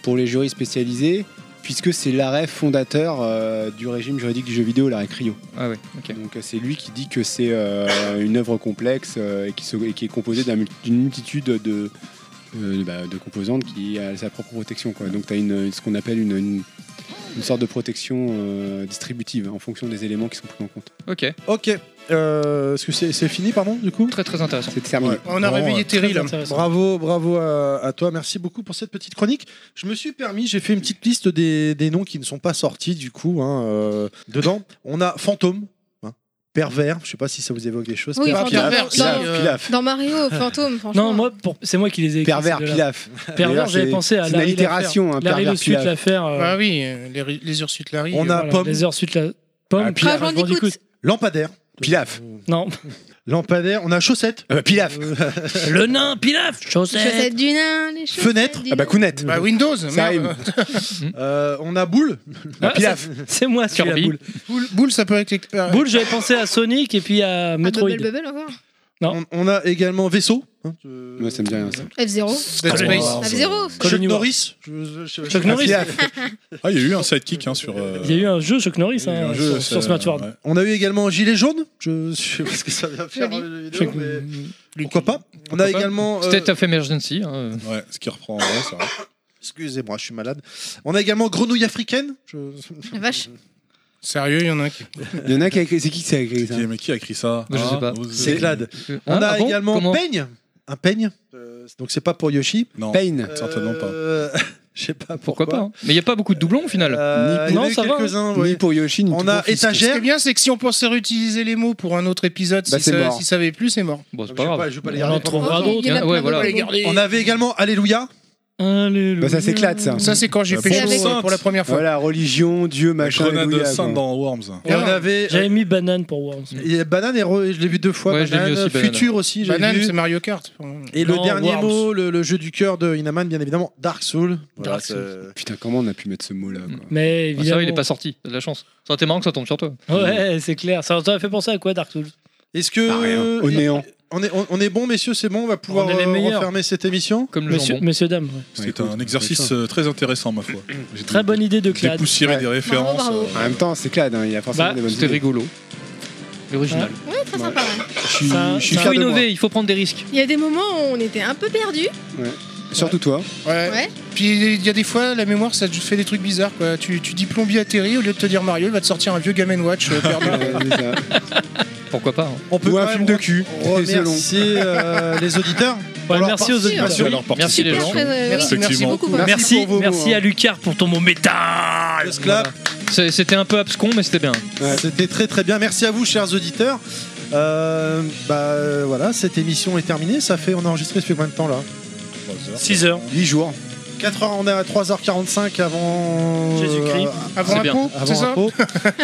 K: pour les jurys spécialisés, puisque c'est l'arrêt fondateur euh, du régime juridique du jeu vidéo, l'arrêt CRIO.
J: Ah ouais, ok.
K: Donc euh, c'est lui qui dit que c'est euh, une œuvre complexe euh, et, qui se- et qui est composée d'un mul- d'une multitude de, euh, bah, de composantes qui a sa propre protection. Quoi. Donc tu as une, ce qu'on appelle une, une- une sorte de protection euh, distributive en fonction des éléments qui sont pris en compte.
J: Ok.
F: Ok. Euh, Est-ce que c'est c'est fini, pardon, du coup
J: Très très intéressant.
K: C'est terminé.
B: On a réveillé Terry, là.
F: Bravo, bravo à, à toi. Merci beaucoup pour cette petite chronique. Je me suis permis, j'ai fait une petite liste des, des noms qui ne sont pas sortis, du coup, hein, euh, dedans. On a Fantôme, hein, Pervers. Je sais pas si ça vous évoque des choses.
D: Oui,
F: Pervers,
D: enfin, dans,
F: Pilaf,
D: dans-
F: Pilaf, Pilaf.
D: dans Mario, fantôme, franchement.
E: Non, moi, pour- c'est moi qui les ai écrits.
F: Pervers,
E: ces deux-là.
F: pilaf.
E: Pervers,
F: D'ailleurs,
E: j'avais
F: c'est-
E: pensé à
F: c'est
E: la
F: une allitération, hein,
E: Larry
F: pervers,
E: le suite
F: pilaf.
E: l'affaire. euh,
B: Ah oui, euh, les, ri- les Ursutes Larry.
F: On
B: euh,
F: a
B: voilà.
F: Pomme.
E: Les Ursutes la pomme.
F: Pilaf.
E: Crash Bandicoot.
F: Lampadaire. Pilaf.
E: Non.
F: Lampadaire. On a Chaussette. euh, pilaf.
E: Le nain, Pilaf.
D: Chaussettes
E: Chaussette.
D: du nain, les chaussettes
F: Fenêtre.
D: du
F: Ah bah
D: nain.
F: Counette.
B: Bah, Windows,
F: Ça
B: merde.
F: rime. Euh, on a Boule.
E: Ah,
F: pilaf.
E: c'est- C'est moi, celui-là,
F: Kirby.
E: boule.
B: Boule, boule, ça peut être. euh,
E: Boule, j'avais pensé à Sonic et puis à
D: Ah,
E: Metroid.
D: Bubble Bubble encore.
F: On, on a également Vaisseau. hein,
K: Moi, ça me dit rien. Ça.
D: F0.
B: Dead Space.
A: Colony
D: F0.
F: Chuck
A: War.
F: Norris. Je- je- je-
E: Chuck Norris.
A: Ah, il y a eu un sidekick hein, sur. euh,
E: Il y a eu un jeu Chuck Norris
A: il y a eu
E: hein,
A: un jeu,
E: sur, sur
A: ça-
E: Smartward.
A: ouais.
F: On a eu également Gilet jaune. Je sais pas ce que ça vient faire
D: Joli.
F: dans le jeu vidéo,
E: Chuck-
F: mais pourquoi pas. On a
J: Pourquoi pas
F: également. euh,
J: State of Emergency. hein.
A: Ouais, ce qui reprend en vrai, c'est vrai.
F: Excusez-moi, je suis malade. On a également Grenouille africaine. Je-
D: La vache.
B: Sérieux, il y en a un qui.
K: Il y en a qui a écrit. C'est qui qui a écrit ça
A: Qui- Mais qui a écrit ça
J: Je sais pas.
A: vous-
F: C'est Glad.
J: Euh,
F: On
J: hein,
F: a
J: ah bon
F: également
J: Comment
F: Peigne. Un peigne. Euh, donc c'est pas pour Yoshi.
A: Non,
K: Payne.
A: certainement pas.
F: Euh, Je sais pas pourquoi.
J: Pourquoi pas hein. Mais il n'y a pas beaucoup de doublons au final.
F: Euh, il y en a
E: Non,
F: eu
E: ça va,
F: quelques-uns,
K: hein. Ni
F: ouais.
K: pour Yoshi, ni
F: On
K: pour
F: a
K: Fils.
B: Ce qui est
F: étagère.
B: bien, c'est que si on pensait réutiliser les mots pour un autre épisode,
K: Bah,
B: si,
K: c'est
B: ça,
K: mort.
B: si ça avait plus, c'est mort. Bah,
J: Bon,
F: Je
J: c'est
F: vais
J: pas grave. Ah,
F: pas- je vais pas les
E: On en
F: garder.
E: trouvera
D: Oh, il y en
E: d'autres.
D: a
J: hein. Ouais,
D: plein
J: voilà.
D: d'autres.
F: On avait également Alléluia.
E: Alléluia.
K: Bah, ça s'éclate ça.
B: Ça, c'est quand j'ai
A: Bah,
B: fait
D: pour
B: pour,
A: Sainte.
B: pour la première fois.
K: Voilà, religion, Dieu, machin.
A: Grenade de
K: alléluia,
A: Sainte
K: quoi.
A: dans Worms.
F: Et on
B: Voilà.
F: avait.
E: J'avais mis banane pour Worms.
F: Il y a Banane et Re- je l'ai vu deux fois.
J: Ouais, je l'ai vu
F: Banane,
J: aussi, Banane.
F: Futur aussi, j'ai
B: Banane,
F: vu.
B: c'est Mario Kart.
F: Et
E: Non,
F: le dernier
E: Worms.
F: mot, le, le jeu du cœur de Inaman, bien évidemment, Dark Soul. Voilà,
E: Dark
F: c'est-
K: Putain, comment on a pu mettre ce mot là quoi.
E: Mais
J: Ah, ça,
E: évidemment.
J: va, il est pas sorti. T'as de la chance. Ça aurait été marrant que ça tombe sur toi.
E: Ouais, c'est clair. Ça t'aurait fait penser à quoi, Dark Souls
F: Est-ce que
K: Ah, rien.
F: euh,
K: Au néant.
F: on est on, on est bon, messieurs, c'est bon, on va pouvoir
E: On est les
F: euh,
E: meilleurs.
F: refermer cette émission.
J: Comme le
E: Monsieur,
J: jambon.
E: Messieurs, dames. ouais.
A: C'était
K: écoute,
A: un exercice
K: ça.
A: euh, très intéressant, ma foi. J'ai
E: Très bonne idée de Clad.
A: Dépoussiérer
K: Ouais.
A: des références.
D: Bravo,
A: euh,
D: bravo.
K: En même temps, c'est Clad, hein, il a forcément
E: Bah,
K: des bonnes
J: C'était
K: idées.
J: rigolo. L'original.
D: Ouais, très sympa. ouais.
K: Je suis,
E: Ça-
K: je suis
J: Il
K: fier
J: faut
K: de moi.
J: innover, il faut prendre des risques.
D: Il y a des moments où on était un peu perdus.
K: Surtout toi.
B: Ouais.
D: Ouais.
B: Puis il y a des fois, la mémoire, ça te fait des trucs bizarres. Quoi. Tu, tu dis plombier atterri, au lieu de te dire Mario, il va te sortir un vieux Game Watch. euh, perdu.
K: Euh, c'est ça.
J: Pourquoi pas hein.
F: On
K: Ou
F: quand
K: un
F: même
K: film de cul. C'est long.
F: remercier euh, les auditeurs.
E: Ouais, merci aux auditeurs.
A: Merci à leur
J: Merci les
A: participation.
D: Super,
J: gens.
D: très, euh, oui, merci
A: Effectivement.
D: beaucoup. ouais.
K: hein.
E: Merci,
K: Merci pour vos mots,
E: merci
K: hein.
E: à Lucard pour ton mot métal.
F: Just clap.
J: C'est- C'était un peu abscon, mais c'était bien.
K: Ouais.
F: C'était très très bien. Merci à vous, chers auditeurs. Euh, bah euh, voilà, cette émission est terminée. Ça fait, on a enregistré, ça fait combien de temps là
E: 6 heures.
K: 8 jours.
F: 4 heures, on est à 3h45 avant euh,
E: Jésus-Christ.
B: Avant
J: C'est
B: un
J: bien.
B: pot, c'est
F: Avant
B: ça
F: un pot.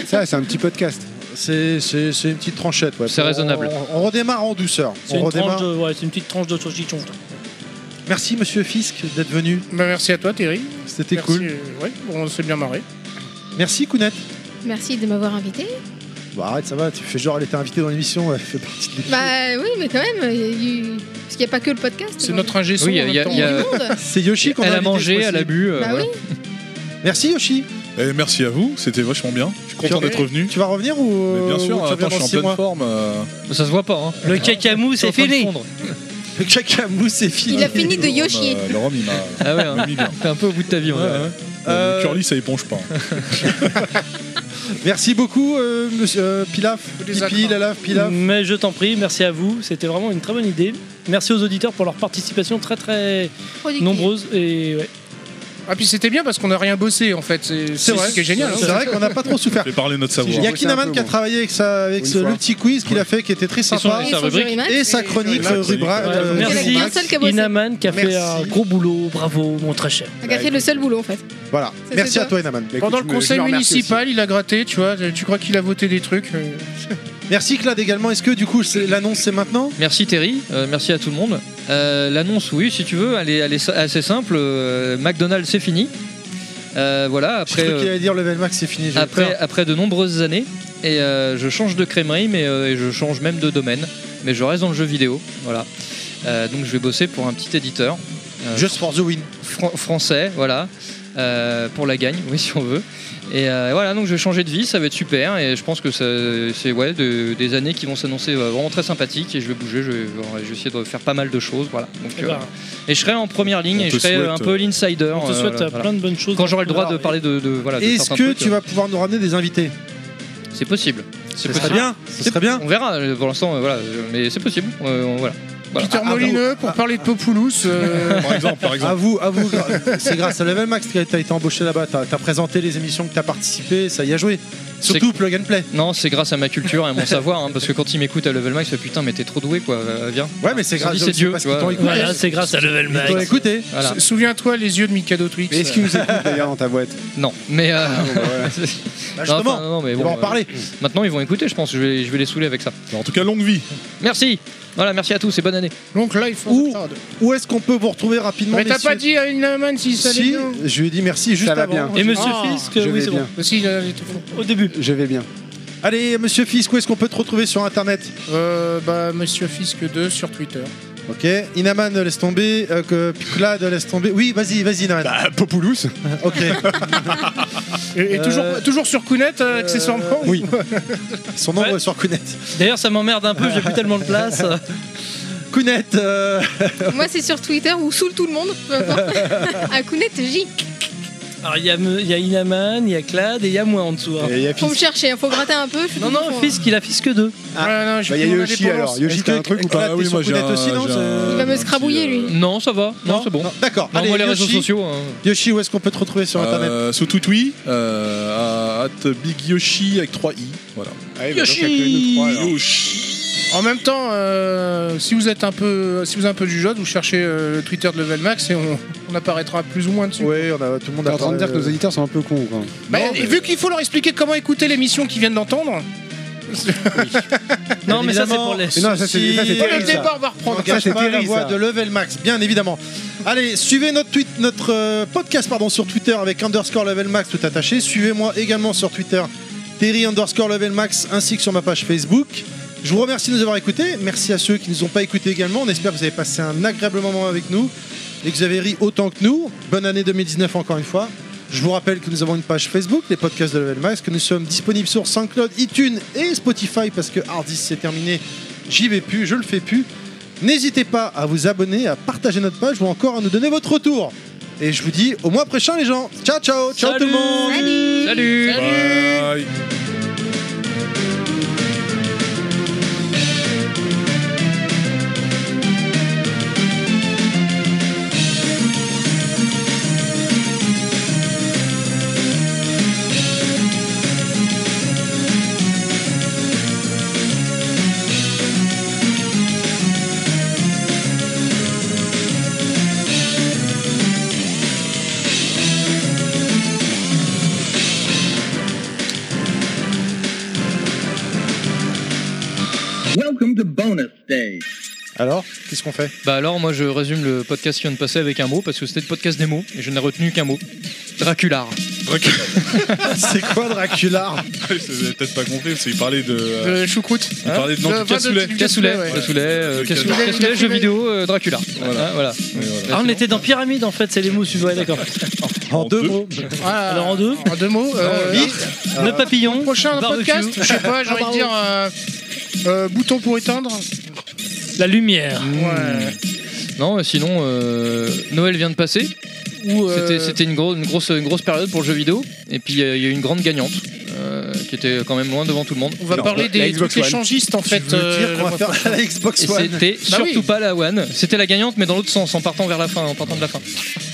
K: Ça, c'est un petit podcast.
F: C'est c'est- c'est une petite tranchette. Ouais.
J: C'est
F: On-
J: raisonnable.
F: On, on redémarre en douceur.
E: C'est
F: On
E: une,
F: redémarre.
E: tranche de- ouais, c'est une petite tranche de saucisson.
F: Merci Monsieur Fisk d'être venu.
B: Bah, merci à toi, Terry.
F: C'était
B: Merci,
F: cool.
B: euh, ouais, bon, on s'est bien marré.
F: Merci Kounet.
D: Merci de m'avoir invité.
F: Bah arrête, ça va. Tu fais genre, elle était invitée dans l'émission. Elle fait partie de l'équipe.
D: Bah oui, mais quand même, il y a eu- parce qu'il n'y a pas que le podcast.
B: C'est notre ingé son
J: Oui, il y
B: en
J: a-
B: même
J: il y a-
B: temps. hein.
J: il y a- Euh,
D: monde.
F: C'est Yoshi qu'on a
J: Elle a
F: invité
J: mangé,
F: ce
J: elle a
F: mois-ci.
J: bu. euh,
D: Bah
J: voilà.
D: oui.
F: Merci Yoshi.
A: Et merci à vous, c'était vachement bien. Je suis content
F: Tu-
A: d'être revenu.
F: Tu vas revenir ou
A: Mais bien sûr,
F: ou tu
A: attends,
F: reviens
A: je
F: dans
A: suis
F: six
A: en pleine
F: mois
A: forme. euh,
J: Ça se voit pas. Hein.
E: Le cacamou, c'est
J: Je suis en train de
E: fini.
J: fondre.
F: Le cacamou, c'est fini.
D: Il a fini de
A: le rhum,
D: Yoshi.
A: euh, Le rhum, il m'a.
J: Ah ouais,
A: il m'a
J: hein.
A: mis bien.
J: t'es un peu au bout de ta vie. hein. on dirait.
A: Le Curly, ça éponge pas.
F: Merci beaucoup, euh, monsieur euh, Pilaf. Pipi, Lalaf, Pilaf.
E: Mais je t'en prie, merci à vous. C'était vraiment une très bonne idée. Merci aux auditeurs pour leur participation très très
D: Productive.
E: nombreuse et ouais.
B: Ah, puis c'était bien parce qu'on n'a rien bossé en fait. C'est c'est
F: vrai.
B: ce qui est génial. hein.
F: C'est vrai qu'on n'a pas trop souffert.
A: Fait parler notre
F: Il
A: savoir.
F: y a Kinaman qui a travaillé avec, sa, avec
A: Une
F: ce,
A: fois.
F: le petit quiz qu'il a fait qui était très
E: son-
F: sympa.
E: et sa Et son rubrique. jury match.
F: Et sa chronique
E: Ouais,
F: rubra.
E: ouais,
F: euh,
E: merci
D: un seul qui a bossé.
E: Inaman qui a fait un gros boulot, bravo mon très cher.
D: Un café, le seul boulot en fait.
F: Voilà.
D: c'est
F: Merci à
D: toi.
F: toi, Inaman.
B: Pendant le conseil municipal, il a gratté, tu vois. Euh, Tu crois qu'il a voté des trucs euh,
F: Merci Claude également. Est-ce que du coup c'est- l'annonce c'est maintenant
J: Merci Terry, euh, merci à tout le monde. Euh, L'annonce, oui, si tu veux, elle est, elle est assez simple. Euh, McDonald's, c'est fini. Euh, voilà,
F: Je
J: après.
F: crois
J: euh,
F: qu'il allait dire level max c'est fini. j'ai eu
J: après,
F: peur.
J: après de nombreuses années et euh, je change de crémerie mais euh, et je change même de domaine mais je reste dans le jeu vidéo voilà Euh, donc je vais bosser pour un petit éditeur euh,
F: Just for the win.
J: fran- français voilà euh, pour la gagne oui si on veut et euh, voilà donc je vais changer de vie ça va être super et je pense que ça- c'est ouais de- des années qui vont s'annoncer euh, vraiment très sympathiques et je vais bouger je vais, je vais essayer de faire pas mal de choses voilà donc
E: Eh
J: euh,
E: ben,
J: et je serai en première ligne
A: on
J: et
A: te
J: je serai
A: souhaite,
J: un peu
A: euh,
J: l'insider
E: on te
J: euh,
E: souhaite euh,
J: voilà.
E: plein de bonnes choses.
J: quand j'aurai le droit de
E: Alors,
J: parler de, de- voilà de
F: Est-ce
J: certains
F: que
J: trucs,
F: tu
J: euh,
F: vas pouvoir nous ramener des invités
J: c'est possible
F: Ce
J: c'est
F: serait
J: possible.
F: bien. Ce serait bien.
J: On verra euh, pour l'instant, euh, voilà, euh, mais c'est possible. euh, on- voilà. Voilà.
B: Peter
F: ah,
B: Molineux Euh, pour parler de Popoulouse. euh,
A: Par exemple, par exemple.
F: À vous, à vous. gra- c'est grâce à Level Max que t'as été embauché là-bas. T'as as présenté les émissions que t'as participé, ça y a joué. Surtout Plug and Play.
J: Non, c'est grâce à ma culture et à mon savoir, hein, parce que quand ils m'écoutent à Level Max, ils font, putain, mais t'es trop doué quoi, euh, viens.
F: Ouais, mais c'est
J: Ils ont
F: grâce
J: dit, c'est Dieu,
F: parce
J: tu
F: qu'ils t'ont
J: vois.
F: écouté.
E: Voilà, c'est grâce à Level
F: Ils t'ont
E: Max.
F: écouté.
J: Voilà.
B: s- Souviens-toi les yeux de Mikado Twix.
M: Mais est-ce qu'ils nous écoutent d'ailleurs dans ta boîte
J: Non, mais. euh,
F: Ah, Bah,
J: non,
F: justement,
J: enfin, non, mais
F: on
J: bon,
F: va en
J: euh,
F: parler.
J: Maintenant, ils vont écouter, je pense. Je vais, je vais les saouler avec ça.
A: En tout cas, longue vie.
J: Merci. Voilà, merci à tous et bonne année.
B: Donc là, il faut.
F: Ouh. Où est-ce qu'on peut vous retrouver rapidement
B: Mais t'as
F: messieurs
B: pas dit à Inaman si ça allait
F: Si,
B: bien
F: je lui ai dit merci juste
M: va
F: avant.
M: bien.
E: Et Monsieur
B: Ah,
E: Fisk,
M: je
E: oui
M: vais
E: c'est bon.
M: bien.
B: Si, là, j'ai tout faux.
E: Au début.
M: Je vais bien.
F: Allez, monsieur Fisk, où est-ce qu'on peut te retrouver sur internet
B: Euh, bah, Monsieur Fisk 2 sur Twitter.
F: Ok, Inaman laisse tomber, euh, que Clad laisse tomber. Oui, vas-y, vas-y, Inaman.
A: Bah, Populous.
F: Ok.
B: Et, et toujours,
F: Euh,
B: toujours sur Kounet, euh, accessoirement
F: oui. Son nom
E: Ouais.
F: euh, sur Kounet.
E: D'ailleurs ça m'emmerde un peu, j'ai plus tellement de place.
F: Kounet, euh,
D: Moi, c'est sur Twitter ou sous le tout le monde, peu importe. à Kounet, J.
E: Alors il y, a me- il y a Inaman, il y a Clad et il y a moi en dessous. hein.
M: Et il y a
D: Faut me
M: Fils.
D: chercher, hein, faut gratter un peu. je suis
E: Non
D: toujours
E: non,
D: pour-
E: Fisk il a Fisk 2.
M: Ah,
B: Ouais, non, je
M: Bah, il y a
B: suis en
M: Yoshi alors.
B: indépendance.
M: Yoshi,
F: que
M: t'as un truc ou pas
F: Clad, t'es sur
A: j'ai
F: Kounet
A: un-
F: aussi, non
A: j'ai
F: c'est-
A: un-
D: Il va me
A: un
D: scrabouiller,
A: petit, euh,
D: lui.
J: Non, ça va. Non, c'est bon.
F: Non, D'accord.
J: Non,
F: Allez,
J: moi, les réseaux
F: Yoshi.
J: sociaux. hein.
F: Yoshi, où est-ce qu'on peut te retrouver sur internet
A: Euh, sous Tutwi, euh, at Big Yoshi avec 3 i. Voilà.
M: Ah oui, bah, donc, il y a que nous trois, alors.
B: En même temps, euh, si vous êtes un peu, si vous êtes un peu du jaune, vous cherchez euh, le Twitter de Level Max et on, on apparaîtra plus ou moins dessus.
F: Oui, on a tout le monde
M: T'es en
F: a
M: train de dire que nos auditeurs sont un peu cons. Quoi.
B: Bah,
A: Non, mais-
B: Vu qu'il faut leur expliquer comment écouter l'émission qu'ils viennent d'entendre,
E: Non mais ça c'est
F: évidemment.
E: pour les.
M: Mais non, ça c'est ça, c'est
F: Ceci-
B: le
M: terrible. Ça.
B: départ va reprendre.
M: Ça,
F: n'engage
M: c'est
F: pas la
M: terrible,
F: voix
M: ça.
F: de Level Max, bien évidemment. Allez, suivez notre tweet, notre euh, podcast pardon sur Twitter avec underscore Level Max tout attaché. Suivez-moi également sur Twitter Terry underscore Level Max ainsi que sur ma page Facebook. Je vous remercie de nous avoir écoutés. Merci à ceux qui ne nous ont pas écoutés également. On espère que vous avez passé un agréable moment avec nous et que vous avez ri autant que nous. Bonne année 2019 encore une fois. Je vous rappelle que nous avons une page Facebook, les podcasts de Level Max, que nous sommes disponibles sur SoundCloud, iTunes et Spotify parce que Hardis c'est terminé. J'y vais plus, je le fais plus. N'hésitez pas à vous abonner, à partager notre page ou encore à nous donner votre retour. Et je vous dis au mois prochain les gens. Ciao ciao, ciao tout le monde.
J: Salut.
A: Bye.
F: Alors, qu'est-ce qu'on fait
J: Bah alors, moi, je résume le podcast qui vient de passer avec un mot, parce que c'était le podcast des mots et je n'ai retenu qu'un mot. Dracular.
F: C'est quoi Dracula
A: Vous avez peut-être pas compris, parce qu'il parlait de. euh,
B: Euh, choucroute.
A: il
M: hein
A: parlait de. Non,
B: de-
A: du
B: enfin, de-
A: cassoulet.
B: du-
J: Cassoulet,
B: Ouais.
J: cassoulet, euh,
A: Ouais.
J: cassoulet,
B: Cassoulet.
J: cassoulet, jeux vidéo, euh, Dracula.
A: Voilà.
J: Hein, Voilà.
A: Et voilà.
E: Ah, on était dans pyramide en fait, c'est les mots, suivants, d'accord.
F: En,
A: En
F: deux,
A: deux.
F: mots.
B: Voilà.
E: Alors, en deux
B: En deux mots. euh,
F: Oui.
E: Le papillon,
B: prochain
E: barbecue,
B: podcast, je sais pas, j'ai envie de dire euh, euh, bouton pour éteindre.
E: la lumière.
B: Ouais.
J: Non, euh, sinon, euh, Noël vient de passer.
B: Ou, euh,
J: C'était- C'était une, gro- une grosse, une grosse période pour le jeu vidéo. Et puis euh, il y a eu une grande gagnante euh, qui était quand même loin devant tout le monde.
B: On va parler des trucs échangistes en fait.
F: veux dire
B: euh,
F: qu'on va
B: moi,
F: faire la Xbox
J: Et
F: One
J: c'était
B: Bah oui.
J: surtout pas la One. C'était la gagnante, mais dans l'autre sens, en partant vers la fin, en partant de la fin.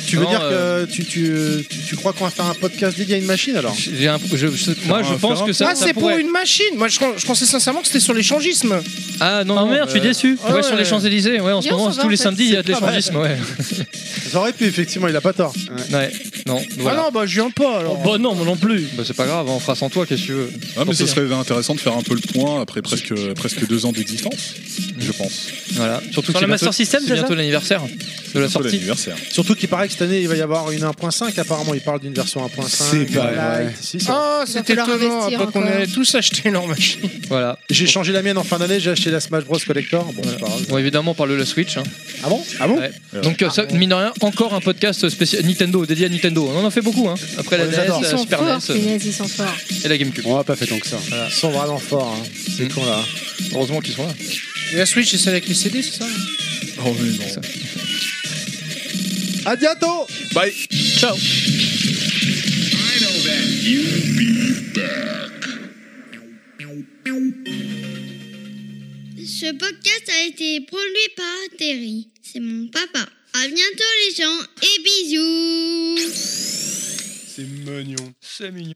F: Tu veux
J: Non,
F: dire
J: euh,
F: que tu, tu, tu, tu crois qu'on va faire un podcast dédié à une machine alors
J: j'ai un- je- je- moi, je
F: Faire un-
J: pense
F: faire
J: que ça,
B: ah,
J: ça
B: c'est pour
J: pourrait-
B: une machine Moi, je, je pensais sincèrement que c'était sur l'échangisme.
J: Ah non, non,
E: merde, je suis
J: euh,
E: déçu.
J: Ouais,
B: Ouais.
J: sur les Champs Élysées. Ouais, en ce
D: Bien, ça
J: moment,
D: va,
J: tous
D: en
J: les
D: fait,
J: samedis, il y a de
B: c'est pas mal.
E: Ah
J: l'échangisme. Ouais.
F: Ça aurait pu, effectivement, il a pas tort.
J: ouais. Non. Voilà.
B: Ah non, bah je viens pas
E: Oh,
B: alors.
E: bah non, moi non plus.
J: Bah, c'est pas grave, on fera sans toi, qu'est-ce que tu veux.
A: Ah, mais
J: Tant
A: ce
J: pis,
A: serait intéressant de faire un peu le point après presque, presque deux ans d'existence, je pense.
J: Voilà. Ah, Surtout que
E: Sur
J: c'est
E: la Master
J: bientôt-
E: System,
J: c'est
E: c'est
J: bientôt
E: ça
J: l'anniversaire de la
A: C'est un peu
J: sortie.
A: l'anniversaire.
F: Surtout qu'il paraît que cette année, il va y avoir une 1.5. Apparemment, il parle d'une version 1.5.
M: C'est pas
F: Lite.
M: vrai.
F: Si, ça-
B: Ah,
D: va
B: c'était
D: falloir
B: étonnant
D: investir
B: après qu'on
D: encore.
B: ait tous acheté leur machine.
J: Voilà.
F: J'ai changé la mienne en fin d'année, j'ai acheté la Smash Bros Collector. Bon, c'est pas grave.
J: Bon, évidemment, on parle de la Switch. hein.
F: Ah bon Ah bon
J: Ouais. Donc, euh, ça, mine de rien, encore un podcast spécial Nintendo, dédié à Nintendo. On en a fait beaucoup, hein. Après la
F: On les
J: NES,
F: adore.
D: Ils
J: la
D: sont
J: Super
D: forts,
J: NES
D: punaise, ils sont forts.
J: et la Gamecube.
M: On va pas fait tant que ça.
F: Ils sont vraiment forts. hein. C'est
J: Mm.
F: con là.
J: Heureusement qu'ils sont là.
B: Et la Switch, c'est celle avec les CD, c'est ça
A: Oh, mais non.
F: À bientôt
A: Bye!
E: Ciao.
C: Ce podcast a été produit par Terry. C'est mon papa. À bientôt les gens et bisous
F: C'est mignon.
J: C'est mignon.